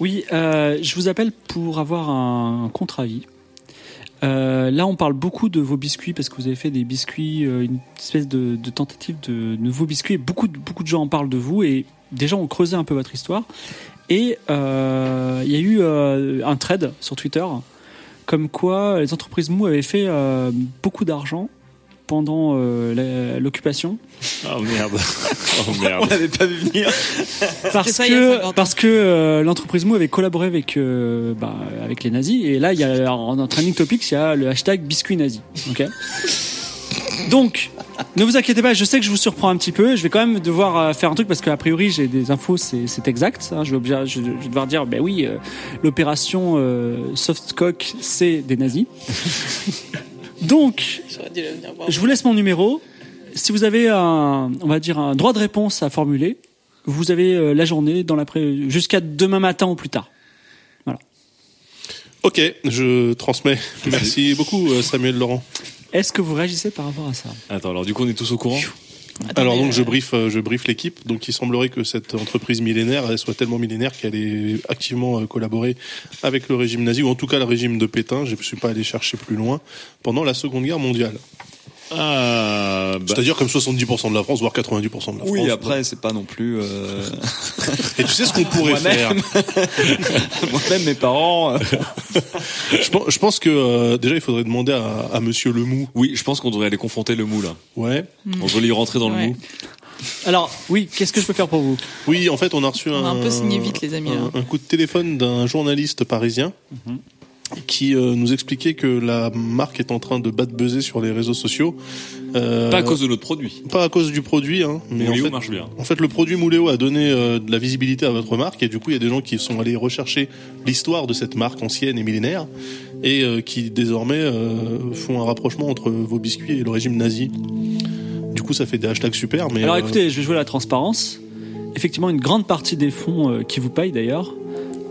E: Oui, euh, je vous appelle pour avoir un contre-avis. Euh, là, on parle beaucoup de vos biscuits parce que vous avez fait des biscuits, euh, une espèce de, de tentative de nouveaux biscuits. Et beaucoup, de, beaucoup de gens en parlent de vous et des gens ont creusé un peu votre histoire. Et euh, il y a eu euh, un trade sur Twitter comme quoi les entreprises Mou avaient fait euh, beaucoup d'argent pendant euh, la- l'occupation
C: Oh merde. Oh merde.
D: l'avait pas vu venir.
G: C'était
E: parce
G: ça, il y a
E: que
G: 50 ans.
E: parce que euh, l'entreprise Mou avait collaboré avec euh, bah, avec les nazis et là il y a en, en trending topics il y a le hashtag biscuit nazi ok (laughs) donc ne vous inquiétez pas je sais que je vous surprends un petit peu je vais quand même devoir euh, faire un truc parce qu'a priori j'ai des infos c'est c'est exact hein. je, vais obligé- je, je vais devoir dire ben oui euh, l'opération euh, softcock c'est des nazis (laughs) donc
G: J'aurais dû le venir voir.
E: je vous laisse mon numéro. Si vous avez un, on va dire un droit de réponse à formuler, vous avez euh, la journée dans l'après jusqu'à demain matin ou plus tard.
F: Ok, je transmets. Merci beaucoup, euh, Samuel Laurent.
E: Est-ce que vous réagissez par rapport à ça
C: Attends, alors du coup, on est tous au courant
G: Attendez,
F: Alors donc je
G: euh,
F: brief, euh, je briefe l'équipe. Donc il semblerait que cette entreprise millénaire elle soit tellement millénaire qu'elle ait activement euh, collaboré avec le régime nazi ou en tout cas le régime de Pétain. Je ne suis pas allé chercher plus loin pendant la Seconde Guerre mondiale.
C: Ah, bah,
F: C'est-à-dire comme 70% de la France, voire 90% de la France.
D: Oui, après, c'est pas non plus. euh,
F: Et tu sais ce qu'on pourrait faire
D: Moi-même. (laughs) Moi-même, mes parents. euh,
F: (laughs) je pense, je pense que euh, déjà il faudrait demander à, à Monsieur Lemou.
C: oui, je pense qu'on devrait aller confronter le mou là.
F: Ouais.
C: On devrait lui rentrer dans le
G: Hmm. Ouais.
C: mou.
E: Alors, oui, qu'est-ce que je peux faire pour vous
F: Oui, en fait, on a reçu
G: On
F: un,
G: a un peu signé vite, les amis, là.
F: un, un coup de téléphone d'un journaliste parisien
C: Mhm.
F: qui euh, nous expliquait que la marque est en train de battre buzzer sur les réseaux sociaux. Euh,
C: Pas à cause de notre produit.
F: pas à cause du produit, hein, mais en
C: Léo
F: fait,
C: marche bien.
F: en fait, le produit Mouléo a donné euh, de la visibilité à votre marque et du coup, il y a des gens qui sont allés rechercher l'histoire de cette marque ancienne et millénaire et euh, qui désormais euh, font un rapprochement entre vos biscuits et le régime nazi. Du coup, ça fait des hashtags super, mais
E: Alors
F: euh,
E: écoutez, je vais jouer la transparence. Effectivement, une grande partie des fonds euh, qui vous payent d'ailleurs,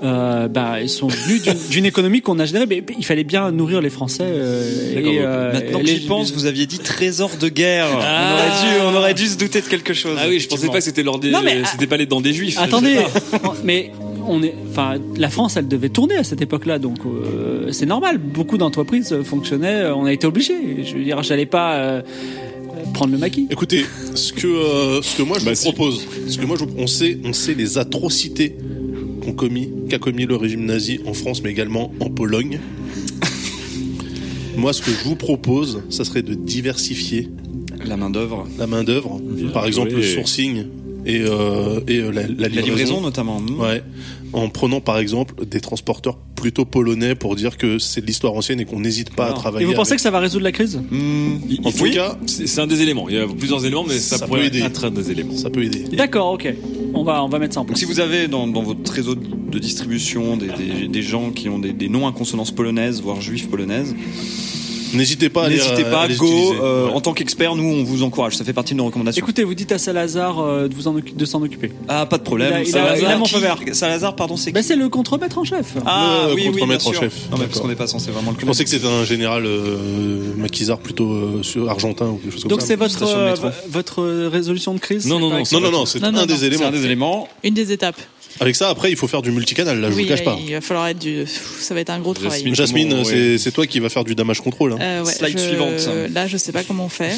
E: euh, bah, ils sont venus d'une- d'une économie qu'on a générée, mais mais il fallait bien nourrir les Français. euh, et, euh,
D: Maintenant que
E: les-
D: j'y pense, vous aviez dit trésor de guerre.
C: Ah.
D: on, aurait dû, on aurait dû se douter de quelque chose.
C: Ah oui, je pensais pas que c'était leur des,
E: Non, mais,
C: c'était pas les dents des juifs.
E: Ah,
D: ah,
E: Attendez, (laughs) mais on est, enfin, la France, elle devait tourner à cette époque-là, donc euh, c'est normal. Beaucoup d'entreprises euh, fonctionnaient, euh, on a été obligés. Je veux dire, j'allais pas euh, prendre le maquis.
F: Écoutez, ce que euh, ce que moi je
C: Bah
F: vous
C: si.
F: propose, ce que moi je vous- on sait on sait les atrocités qu'ont commis qu'a commis le régime nazi en France mais également en Pologne. moi ce que je vous propose, ça serait de diversifier
D: La main d'œuvre,
F: la main d'œuvre, par
C: joué.
F: exemple le sourcing et euh, et euh, la, la
D: la livraison
F: livraison.
D: notamment. Mm.
F: Ouais, en prenant par exemple des transporteurs plutôt polonais pour dire que c'est de l'histoire ancienne et qu'on n'hésite pas à travailler.
E: Et vous pensez
F: avec-
E: que ça va résoudre la crise
D: Mm.
F: En tout cas,
C: C'est c'est un des éléments. Il y a plusieurs éléments, mais ça,
F: Ça peut
C: pourrait
F: aider.
C: être un des éléments.
F: ça peut aider.
E: D'accord, ok. On va, on va mettre ça en
D: Donc
E: place.
D: si vous avez dans, dans votre réseau de distribution des, des- des gens qui ont des, des noms à consonance polonaise, voire juifs polonaises,
F: N'hésitez pas à les-
D: n'hésitez pas,
F: à les
D: go,
F: utiliser.
D: euh,
F: Ouais.
D: en tant qu'expert, nous on vous encourage, ça fait partie de nos recommandations.
E: Écoutez, vous dites à Salazar euh, de vous en occu- de s'en occuper.
D: ah pas de
E: Il a-
D: problème,
E: il a-
D: Salazar,
E: il a mon feu
D: qui-
E: vert.
D: Salazar, pardon, c'est qui
E: Bah, c'est le contremaître en chef.
D: Ah
F: Le
D: oui, oui, bien
F: contremaître en
D: sûr.
F: chef.
D: Non mais parce
F: D'accord.
D: qu'on n'est pas censé vraiment le
F: Je
D: connaître.
F: pensais que c'était un général euh, maquisard plutôt euh, sur- argentin ou quelque chose comme
E: Donc
F: ça.
E: c'est votre,
D: station de
E: euh,
D: métro.
E: v- votre résolution de crise
C: Non,
E: c'est
C: non,
E: pas-
C: non,
F: Non, non, non, c'est
G: Non,
F: un
G: non, non,
F: des
D: C'est
F: éléments.
D: un des éléments.
G: Une des étapes.
F: Avec ça, après, il faut faire du multicanal, là, je
G: oui,
F: vous cache pas.
G: il va falloir être du. Ça va être un gros travail.
C: Jasmine.
F: Jasmine,
C: Comment-
F: c'est c'est toi qui vas faire du damage control. Hein.
G: Euh, ouais,
D: Slide
G: je-
D: suivante.
G: Là, je sais pas comment on fait.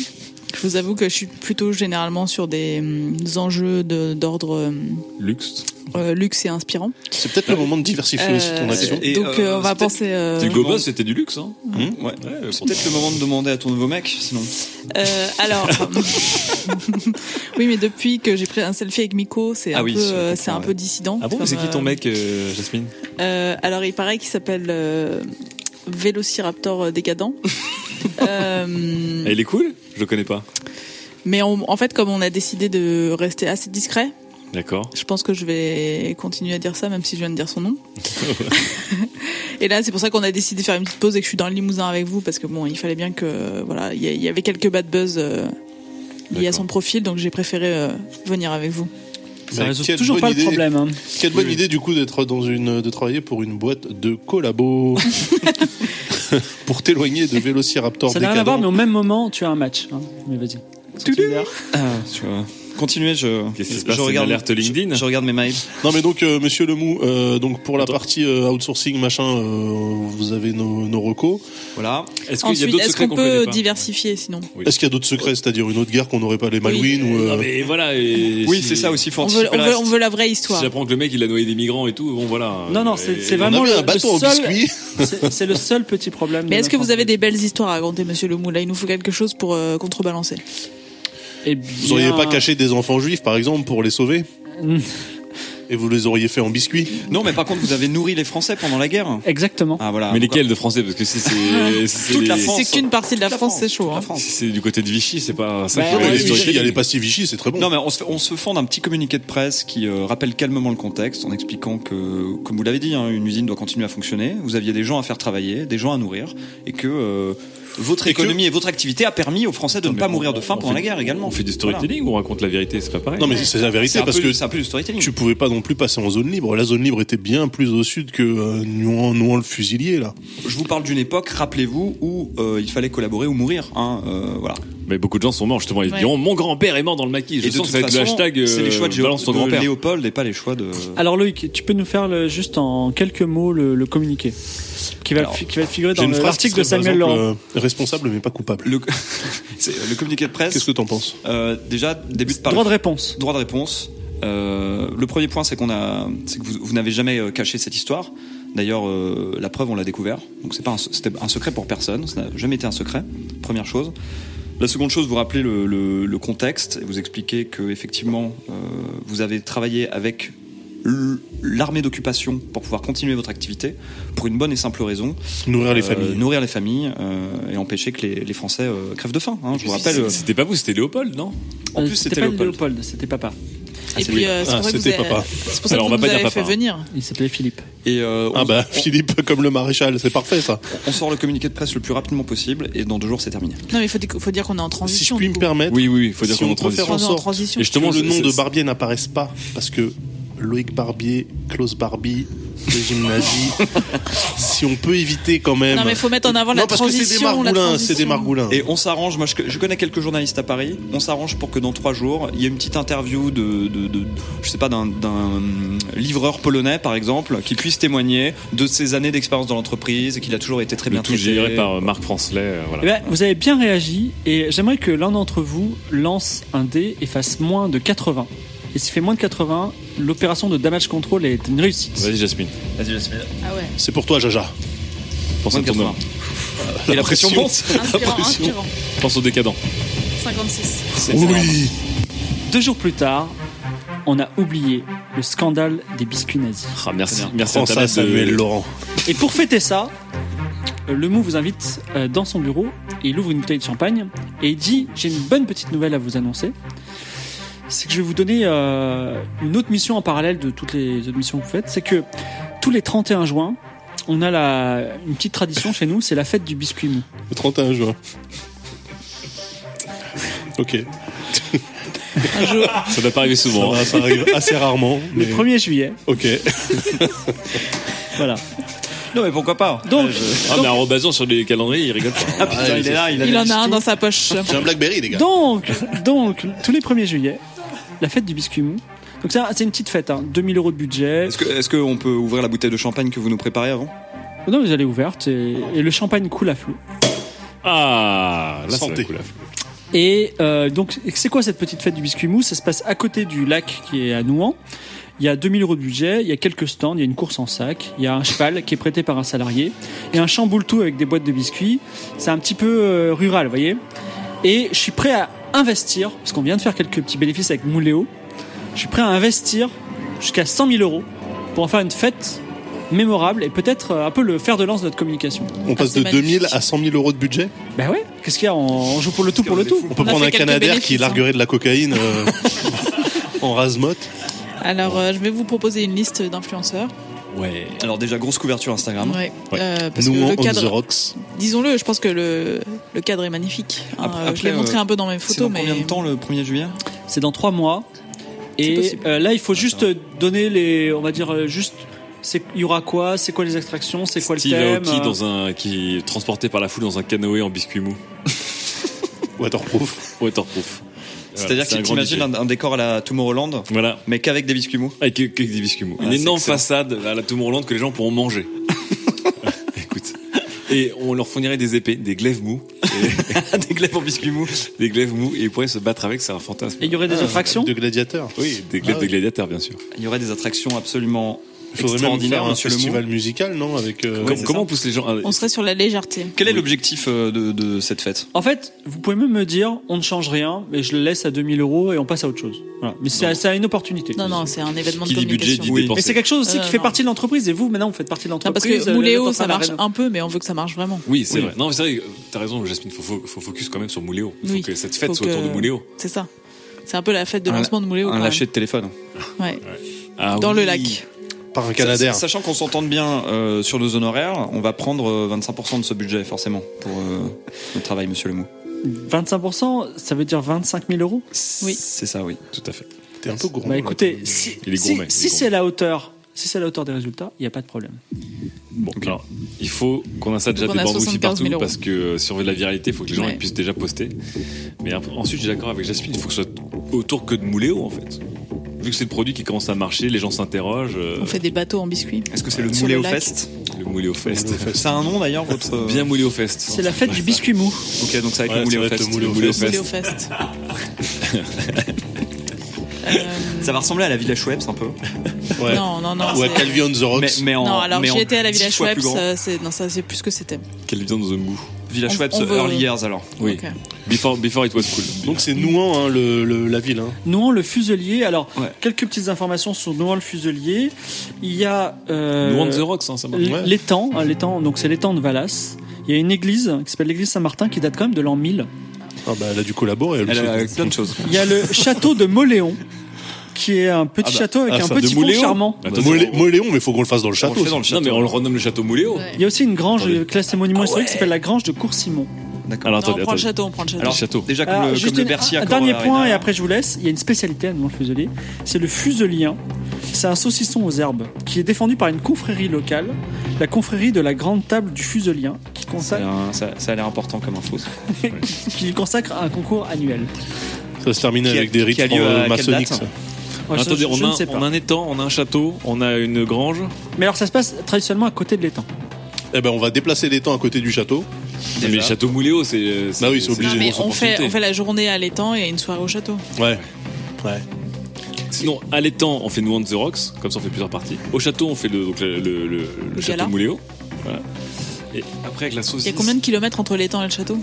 G: Je vous avoue que je suis plutôt généralement sur des, hum, des enjeux de- d'ordre hum,
C: Luxe.
G: euh, luxe et inspirant.
F: C'est peut-être
E: euh,
F: le moment de diversifier aussi ton
G: Euh,
F: action.
D: Et,
G: donc,
D: euh,
G: euh, on va
D: c'est
G: penser. euh,
C: Hugo Boss, c'était du luxe, hein.
D: Ouais.
C: Ouais,
D: C'est peut-être le moment de demander à ton nouveau mec, sinon.
G: euh,
D: (laughs)
G: alors, (laughs) oui, mais depuis que j'ai pris un selfie avec Miko, c'est
D: Ah
G: un
D: oui,
G: peu,
D: je
G: euh,
D: comprends,
G: c'est un
D: ouais.
G: peu dissident.
C: Ah bon, mais
G: Comme,
C: c'est qui ton
G: euh,
C: mec, euh, Jasmine
G: Euh, alors il paraît qu'il s'appelle euh, Vélociraptor euh,
D: (laughs)
G: décadent. Euh,
C: Ah, Il est cool Je le connais pas.
G: mais on- en fait, comme on a décidé de rester assez discret,
C: D'accord.
G: je pense que je vais continuer à dire ça, même si je viens de dire son nom. et là, c'est pour ça qu'on a décidé de faire une petite pause et que je suis dans le Limousin avec vous parce que bon, il fallait bien que voilà, il y, a- il y avait quelques bad buzz euh, liés à
C: D'accord.
G: son profil, donc j'ai préféré euh, venir avec vous.
E: Ça
F: Mais
E: résout
F: quelle
E: toujours
F: bonne
E: pas
F: idée.
E: le problème. hein.
F: Quelle bonne idée, du coup, d'être dans une, de travailler pour une boîte de
E: (laughs)
F: collabos. pour t'éloigner de Vélociraptor
E: Ça n'a rien à voir,
F: décadent.
E: mais au même moment, tu as un match. hein. Mais vas-y. Continue.
D: Ah, tu vois. Continuez, je,
C: Qu'est-ce qui se
D: je
C: passe, une
D: regarde
C: alerte LinkedIn
D: je- je regarde mes mails.
F: Non mais donc euh, Monsieur Lemou, euh, donc pour la partie euh, outsourcing machin, euh, vous avez nos, nos recos.
D: Voilà.
C: Est-ce qu'il y a
G: Ensuite,
C: d'autres
G: est-ce
C: secrets
G: qu'on
C: qu'on
G: peut
C: connaît pas
G: diversifier sinon
C: Oui.
F: Est-ce qu'il y a d'autres secrets, c'est-à-dire une autre guerre qu'on n'aurait pas les Malouines ou euh,
C: Non, mais voilà. et
D: Oui,
C: si-
D: c'est ça aussi, faut
G: on veut,
D: anticiper
G: on,
D: le
G: veut,
D: reste.
G: on veut la vraie histoire.
C: Si j'apprends que le mec, il a noyé des migrants et tout, bon voilà.
E: Non, non,
C: Et-
E: c'est- c'est
C: et-
F: on
E: vraiment
F: avait
E: le-
F: un bateau
E: le
F: en
E: seul-
F: biscuit
E: C'est c'est le seul petit problème. de
G: Mais est-ce
E: la
G: que vous
E: France.
G: avez des belles histoires à raconter, monsieur Lemou Là, il nous faut quelque chose pour euh, contrebalancer.
E: Eh
F: Vous auriez
E: bien,
F: pas caché des enfants juifs, par exemple, pour
E: (laughs)
F: les sauver Et vous les auriez fait en biscuit
D: Non, mais par contre, vous avez nourri les Français pendant la guerre.
E: Exactement.
D: Ah voilà.
C: Mais
D: Pourquoi-
C: lesquels de français Parce que si c'est. si c'est
D: Toute la
C: les-
D: France.
G: C'est qu'une partie de la,
D: La
G: France, c'est chaud.
D: la
G: hein.
D: France.
C: Si c'est du côté de Vichy, c'est pas ça
E: Bah,
C: qui va
E: ouais, oui,
F: Ouais,
C: les
F: Vichy,
C: historiques.
F: Il y a les pastilles Vichy, c'est très bon.
D: Non mais on se, on se fend d'un petit communiqué de presse qui euh, rappelle calmement le contexte en expliquant que, comme vous l'avez dit, hein, une usine doit continuer à fonctionner. Vous aviez des gens à faire travailler, des gens à nourrir, et que euh, votre
F: Et que-
D: économie et votre activité a permis aux Français de ne pas mourir de faim
C: on
D: pendant
C: fait-
D: la guerre également.
C: On fait du
D: Voilà.
C: storytelling ou on raconte la vérité C'est pas pareil.
F: Non, mais c'est la
D: C'est
F: vérité
D: un
F: parce
D: peu
F: que
D: du- c'est un peu du storytelling.
F: tu pouvais pas non plus passer en zone libre. La zone libre était bien plus au sud que euh, Nouan, Nouan le fusilier là.
D: Je vous parle d'une époque, rappelez-vous, où euh, il fallait collaborer ou mourir. Hein, euh, voilà.
C: Mais beaucoup de gens sont morts justement. Ils
G: Ouais.
C: diront Mon grand-père est mort dans le maquis. Je
D: de
C: sens que ça va être le hashtag. euh,
D: c'est les choix de, Géo-
C: Balance ton
D: de
C: grand-père. Ah.
D: Léopold et pas les choix de.
E: Alors Loïc, tu peux nous faire le- juste en quelques mots le, le communiqué qui va,
D: Alors,
E: fi- qui va figurer
F: J'ai
E: dans
F: une
E: le-
F: phrase qui
E: l'article de
F: serait, par
E: Samuel
F: exemple,
E: Laurent.
F: euh, responsable mais pas coupable.
D: Le, (laughs) c'est- le communiqué de presse.
F: Qu'est-ce que t'en penses
D: euh, déjà, début de par
E: Droit de réponse.
D: droit de réponse. Euh, le premier point, c'est qu'on a, c'est que vous, vous n'avez jamais euh, caché cette histoire. D'ailleurs, euh, la preuve, on l'a découvert. Donc, c'est pas un, se- c'était un secret pour personne. Ça n'a jamais été un secret. Première chose. La seconde chose, vous rappelez le, le- le contexte et vous expliquez que effectivement euh, vous avez travaillé avec l- l'armée d'occupation pour pouvoir continuer votre activité pour une bonne et simple raison
F: Nourrir les
D: euh,
F: familles.
D: nourrir les familles euh, et empêcher que les, les Français euh, crèvent de faim. hein. je vous rappelle, euh,
C: C'était pas vous, c'était Léopold, non
D: en
E: Euh,
D: plus c'était
E: pas
D: Léopold.
E: Léopold, c'était papa.
G: Et puis, euh, c'est
F: Ah,
G: pour ça que vous
F: c'était
G: avez-
F: papa.
G: c'est pour ça que
C: Alors, on
G: vous
C: va
G: nous
C: pas dire
G: avez
C: papa,
G: fait
C: hein.
G: venir.
E: Il s'appelait Philippe.
D: Et euh, on,
F: Ah bah, (laughs)
D: on-
F: Philippe, comme le maréchal, c'est parfait ça.
D: on sort le communiqué de presse le plus rapidement possible et dans deux jours c'est terminé.
G: Non, mais il faut, di- faut dire qu'on est en
F: Si
G: transition.
F: je puis
G: du
F: me
G: coup.
F: permettre,
C: Oui, oui, il faut dire
F: si
C: qu'on est
F: on
C: en
F: peut faire
C: transition.
F: en
G: On est en
F: sorte
G: transition.
C: Et justement,
F: que le nom
C: c'est-
F: de
C: c'est-
F: Barbier n'apparaisse pas, parce que Loïc Barbier, Klaus Barbie, régime nazi, si on peut éviter quand même.
G: Non, mais faut mettre en avant
F: Non,
G: la
F: parce que c'est des
G: transition, la
F: margoulins, c'est des
G: transition.
F: margoulins.
D: Et on s'arrange, moi je, je connais quelques journalistes à Paris, on s'arrange pour que dans trois jours, il y ait une petite interview de, de, de- je sais pas, d'un- d'un livreur polonais par exemple, qui puisse témoigner de ses années d'expérience dans l'entreprise et qu'il a toujours été très
C: Le
D: bien
C: tout
D: traité.
C: géré par euh, Marc Francelet. euh,
E: Eh
C: voilà.
E: ben, vous avez bien réagi et j'aimerais que l'un d'entre vous lance un dé et fasse moins de 80. Et s'il fait moins de 80, l'opération de damage control est une réussite.
C: Vas-y, Jasmine.
D: Vas-y, Jasmine.
G: Ah ouais.
F: C'est pour toi, Jaja.
C: Pense à
D: Moins de
C: ton
D: 80.
C: homme.
D: Et la (laughs) pression
C: pression.
D: monte.
G: Inspirant,
C: pression.
G: inspirant.
C: Pense au décadent.
G: 56.
F: Oui
E: Deux jours plus tard, on a oublié le scandale des biscuits nazis.
C: Ah, merci,
D: Très bien.
C: merci à ta
F: Prends ça,
C: mère de-
F: Samuel Laurent.
E: Et pour fêter ça, euh, le mou vous invite euh, dans son bureau et il ouvre une bouteille de champagne et il dit J'ai une bonne petite nouvelle à vous annoncer. C'est que je vais vous donner euh, une autre mission en parallèle de toutes les autres missions que vous faites. C'est que tous les 31 juin, on a la, une petite tradition chez nous c'est la fête du biscuit mou.
F: Le 31 juin. (laughs) Ok,
C: Ça va pas arriver
F: ça,
C: souvent.
F: va,
C: hein.
F: ça arrive assez rarement. Mais...
E: Le 1er juillet.
F: Ok,
E: Voilà.
D: Non mais pourquoi pas
E: Donc,
C: Ah, mais en rebasant sur les calendriers, il rigole pas. hein.
F: (laughs)
D: Ah putain, il est là, il,
G: Il en a un dans sa poche.
F: j'ai un Blackberry, les gars.
E: donc, donc, tous les 1er juillet, la fête du biscuit mou. Donc, ça, c'est une petite fête, hein. 2000 euros de budget.
D: Est-ce que- est-ce qu'on peut ouvrir la bouteille de champagne que vous nous préparez avant
E: Non, vous allez ouverte et, et le champagne coule à flot.
C: Ah, là, c'est
F: Santé.
C: la couleur.
E: Et euh, donc, c'est quoi cette petite fête du biscuit mou Ça se passe à côté du lac qui est à Nouan. Il y a 2000 euros de budget, il y a quelques stands, il y a une course en sac, il y a un cheval qui est prêté par un salarié et un chamboule tout avec des boîtes de biscuits. C'est un petit peu euh, rural, vous voyez. Et je suis prêt à investir, parce qu'on vient de faire quelques petits bénéfices avec Mouléo, je suis prêt à investir jusqu'à 100 000 euros pour en faire une fête mémorable et peut-être euh, un peu le fer de lance de notre communication.
F: On passe
G: c'est
F: de 2000
G: magnifique.
F: à 100 000 euros de budget.
E: Ben ouais, qu'est-ce qu'il y a On joue pour le tout pour le tout.
F: On peut
G: On a
F: prendre
G: fait
F: un
G: quelques
F: Canadair qui
G: bénéfices, hein.
F: larguerait de la cocaïne
G: (laughs)
F: euh, en rasemote.
G: Alors, euh, je vais vous proposer une liste d'influenceurs.
C: Ouais.
D: Alors déjà, grosse couverture Instagram.
G: Ouais.
C: Ouais.
G: Euh, parce
F: Nous,
G: que
F: on
G: le
F: on the
G: cadre,
F: rocks.
G: disons-le, je pense que le, le cadre est magnifique. hein.
D: Après-
G: Euh, je l'ai
D: après,
G: montré
D: euh,
G: un peu dans mes
D: C'est dans
G: photos, mais
D: combien de temps le 1er juillet
E: C'est dans trois mois.
G: C'est
E: Et
G: possible.
E: euh, là, il faut juste euh, donner les, on va dire euh, juste, c'est il y aura quoi, c'est quoi les extractions, c'est quoi le
C: Style
E: thème.
C: Aoki
E: euh,
C: dans un, qui est transporté par la foule dans un canoë en biscuit mou.
F: Waterproof.
C: Waterproof. Voilà,
D: C'est-à-dire que
C: un grand
D: t'imagines
C: budget.
D: un, un décor à la Tomorrowland,
C: Voilà.
D: mais qu'avec des biscuits (laughs) mous
C: Avec, avec des biscuits mous.
D: Ah,
C: Une
D: c'est
C: énorme
D: excellent.
C: façade à la Tomorrowland que les gens pourront manger. Écoute. Et on leur fournirait des épées, des glaives mous. Et- des glaives en biscuits mous. Des glaives mous. Et ils pourraient se battre avec, c'est un fantasme.
E: Et il y aurait des attractions.
F: De gladiateurs.
C: Oui, des glaives
F: Ah
C: de
F: oui.
C: gladiateurs, bien sûr.
D: Il y aurait des attractions absolument
F: Il faudrait même
D: extraordinaires,
F: faire un
D: monsieur
F: festival
D: Lemoux.
F: musical, non Avec euh,
C: Comme- comment on pousse les gens à-
G: on serait sur la légèreté.
D: Quel est l'objectif euh, de, de cette fête
E: En fait, vous pouvez même me dire, on ne change rien, mais je le laisse à 2000 euros et on passe à autre chose. Voilà. Mais c'est c'est une opportunité.
G: Non, non, c'est un événement
C: Qui
G: de
C: dit budget
G: communication.
C: dit
D: Oui.
E: Mais
C: dépenser.
E: c'est quelque chose aussi
G: Euh,
E: qui fait
G: non.
E: partie de l'entreprise et vous maintenant vous faites partie de
G: Non,
E: l'entreprise.
G: parce que
E: euh,
G: Mouléo,
E: n'importe
G: ça
E: quelle
G: marche
E: arène.
G: un peu, mais on veut que ça marche vraiment.
C: Oui, c'est
E: Oui.
C: vrai. Non, mais c'est vrai, que t'as raison, Jasmine, faut, faut, faut focus quand même sur Mouléo. Faut
G: Oui.
C: que cette fête
G: Faut
C: soit autour
G: que-
C: de Mouléo.
G: C'est ça. C'est un peu la fête de
D: Un-
G: lancement de Mouléo.
D: Un
G: quand
D: lâcher
G: même.
D: de téléphone.
G: Ouais.
C: Ah
G: Dans le
C: oui.
G: lac.
F: par un Canadair.
D: Sa- Sachant qu'on s'entende bien euh, sur nos honoraires, on va prendre euh, 25% de ce budget, forcément, pour euh, notre travail, monsieur Lemoux.
E: 25%, ça veut dire 25 000 euros.
G: Oui.
D: C'est ça, oui.
C: Tout à fait.
F: T'es un peu gourmand.
E: Bah
F: là.
E: écoutez, si,
C: Il est
E: si-
C: gourmet, il est
E: si
C: gourmet.
E: c'est la hauteur, si c'est la hauteur des résultats, il n'y a pas de problème.
C: Bon, alors, il faut qu'on installe déjà
G: Donc,
C: des
G: on a
C: bandes aussi
G: 75
C: partout
G: 000 euros.
C: parce que euh, si on veut de la viralité, il faut que les gens
G: Ouais.
C: ils puissent déjà poster. Mais après- ensuite, j'ai d'accord avec Jasmine, il faut que ce soit autour que de Mouléo en fait. Vu que c'est le produit qui commence à marcher, les gens s'interrogent. euh,
G: On fait des bateaux en biscuits.
D: Est-ce que c'est le
G: Sur
D: Mouléo
G: le lac.
D: Fest
C: le Mouléo Fest.
D: Ça a un nom, d'ailleurs, votre...
C: (laughs)
D: euh,
C: Bien Mouléo Fest.
E: C'est la fête du biscuit mou.
D: Ok, donc ça va être
F: Ouais,
D: le
F: ça
D: Mouléo
F: va être
D: Fest.
F: le Mouléo
C: Mouléo
F: Fest.
C: Fest.
G: Mouléo Fest. Euh,
D: Ça va ressembler à la Villa Schweppes, un peu.
F: Ouais.
G: Non, non, non.
F: Ou à
G: c'est-
F: Calvi on the Rocks.
D: Mais, mais en,
G: non, alors
D: mais
G: j'y
D: en
G: étais à la
D: dix
G: Villa
D: fois plus
G: Schweppes,
D: grand.
G: euh, c'est- non, ça c'est plus ce que c'était.
C: Quelle vient dans un bout.
D: Villa
G: On- euh,
D: Schweppes euh,
G: on veut-
D: Early Years alors.
C: Oui.
G: Ok.
C: Before, before it was cool.
F: Donc c'est Nouan, hein, le, le- la ville. hein.
E: Nouan le Fuselier. Alors,
D: Ouais.
E: quelques petites informations sur Nouan le Fuselier. Il y a euh,
C: Nous on the rocks, hein, ça marche.
E: l-
F: Ouais.
E: l'étang, hein, l'étang, donc c'est l'étang de Valas. Il y a une église qui s'appelle l'église Saint-Martin qui date quand même de l'an 1000.
F: Ah, bah, elle a dû collaborer. Elle,
D: Elle
F: aussi.
D: a plein de choses.
E: Il y a
F: (laughs)
E: le château de Moléon qui est un petit château avec
F: ah,
E: un
F: ça,
E: petit
F: de
E: pont
F: Moléon
E: charmant.
C: Attends,
F: Molé-
C: on-
F: Moléon, Bah, mais faut qu'on le fasse dans
D: On
F: le
D: le
F: château.
D: fait dans le
C: Non,
D: château.
C: mais on le renomme le château Mouléon.
G: Ouais.
E: Il y a aussi une grange
C: Attendez.
E: euh,
F: Ah
E: classée monument historique qui s'appelle la grange de Coursimon.
D: D'accord.
C: Alors
G: Non,
C: attendez,
G: on prend le
C: attendez.
G: château, on prend le château.
D: Alors,
C: château.
D: Déjà comme,
E: Alors,
D: le,
E: Ah, juste
D: comme le
E: une-
D: Bercy
E: un
D: à
E: dernier
D: Corona
E: point
D: Arena.
E: et après je vous laisse. Il y a une spécialité à Nouan le Fuselier, c'est le fuselien. C'est un saucisson aux herbes qui est défendu par une confrérie locale, la confrérie de la Grande Table du Fuselien, qui
D: Ça a
E: consacre,
D: l'air- Ça, ça a l'air important comme info. ça.
E: qui consacre un concours annuel.
F: Ça va se terminer
D: Qui a-
F: avec des rites
D: qui a lieu à
F: euh,
D: quelle
F: maçonniques.
D: date
F: ça.
E: Moi, je-
C: Attendez,
E: je,
C: on,
E: je
C: a,
E: ne sais
C: on
E: pas.
C: a un étang, on a un château, on a une grange.
E: Mais alors ça se passe traditionnellement à côté de l'étang.
F: Eh ben, on va déplacer l'étang à côté du château.
C: Non, mais le château Mouléo, c'est.
F: Bah oui, c'est obligé.
G: Non, mais
F: Grosse
G: on fait,
C: opportunité.
G: on fait la journée à l'étang et une soirée au château.
F: Ouais. Ouais.
C: Sinon, à l'étang, on fait New on the Rocks, comme ça on fait plusieurs parties. Au château, on fait le, donc le, le- le- le
G: gala.
C: château Mouléo. Voilà. Et après, avec la sauce.
G: Il y a combien de kilomètres entre l'étang et le château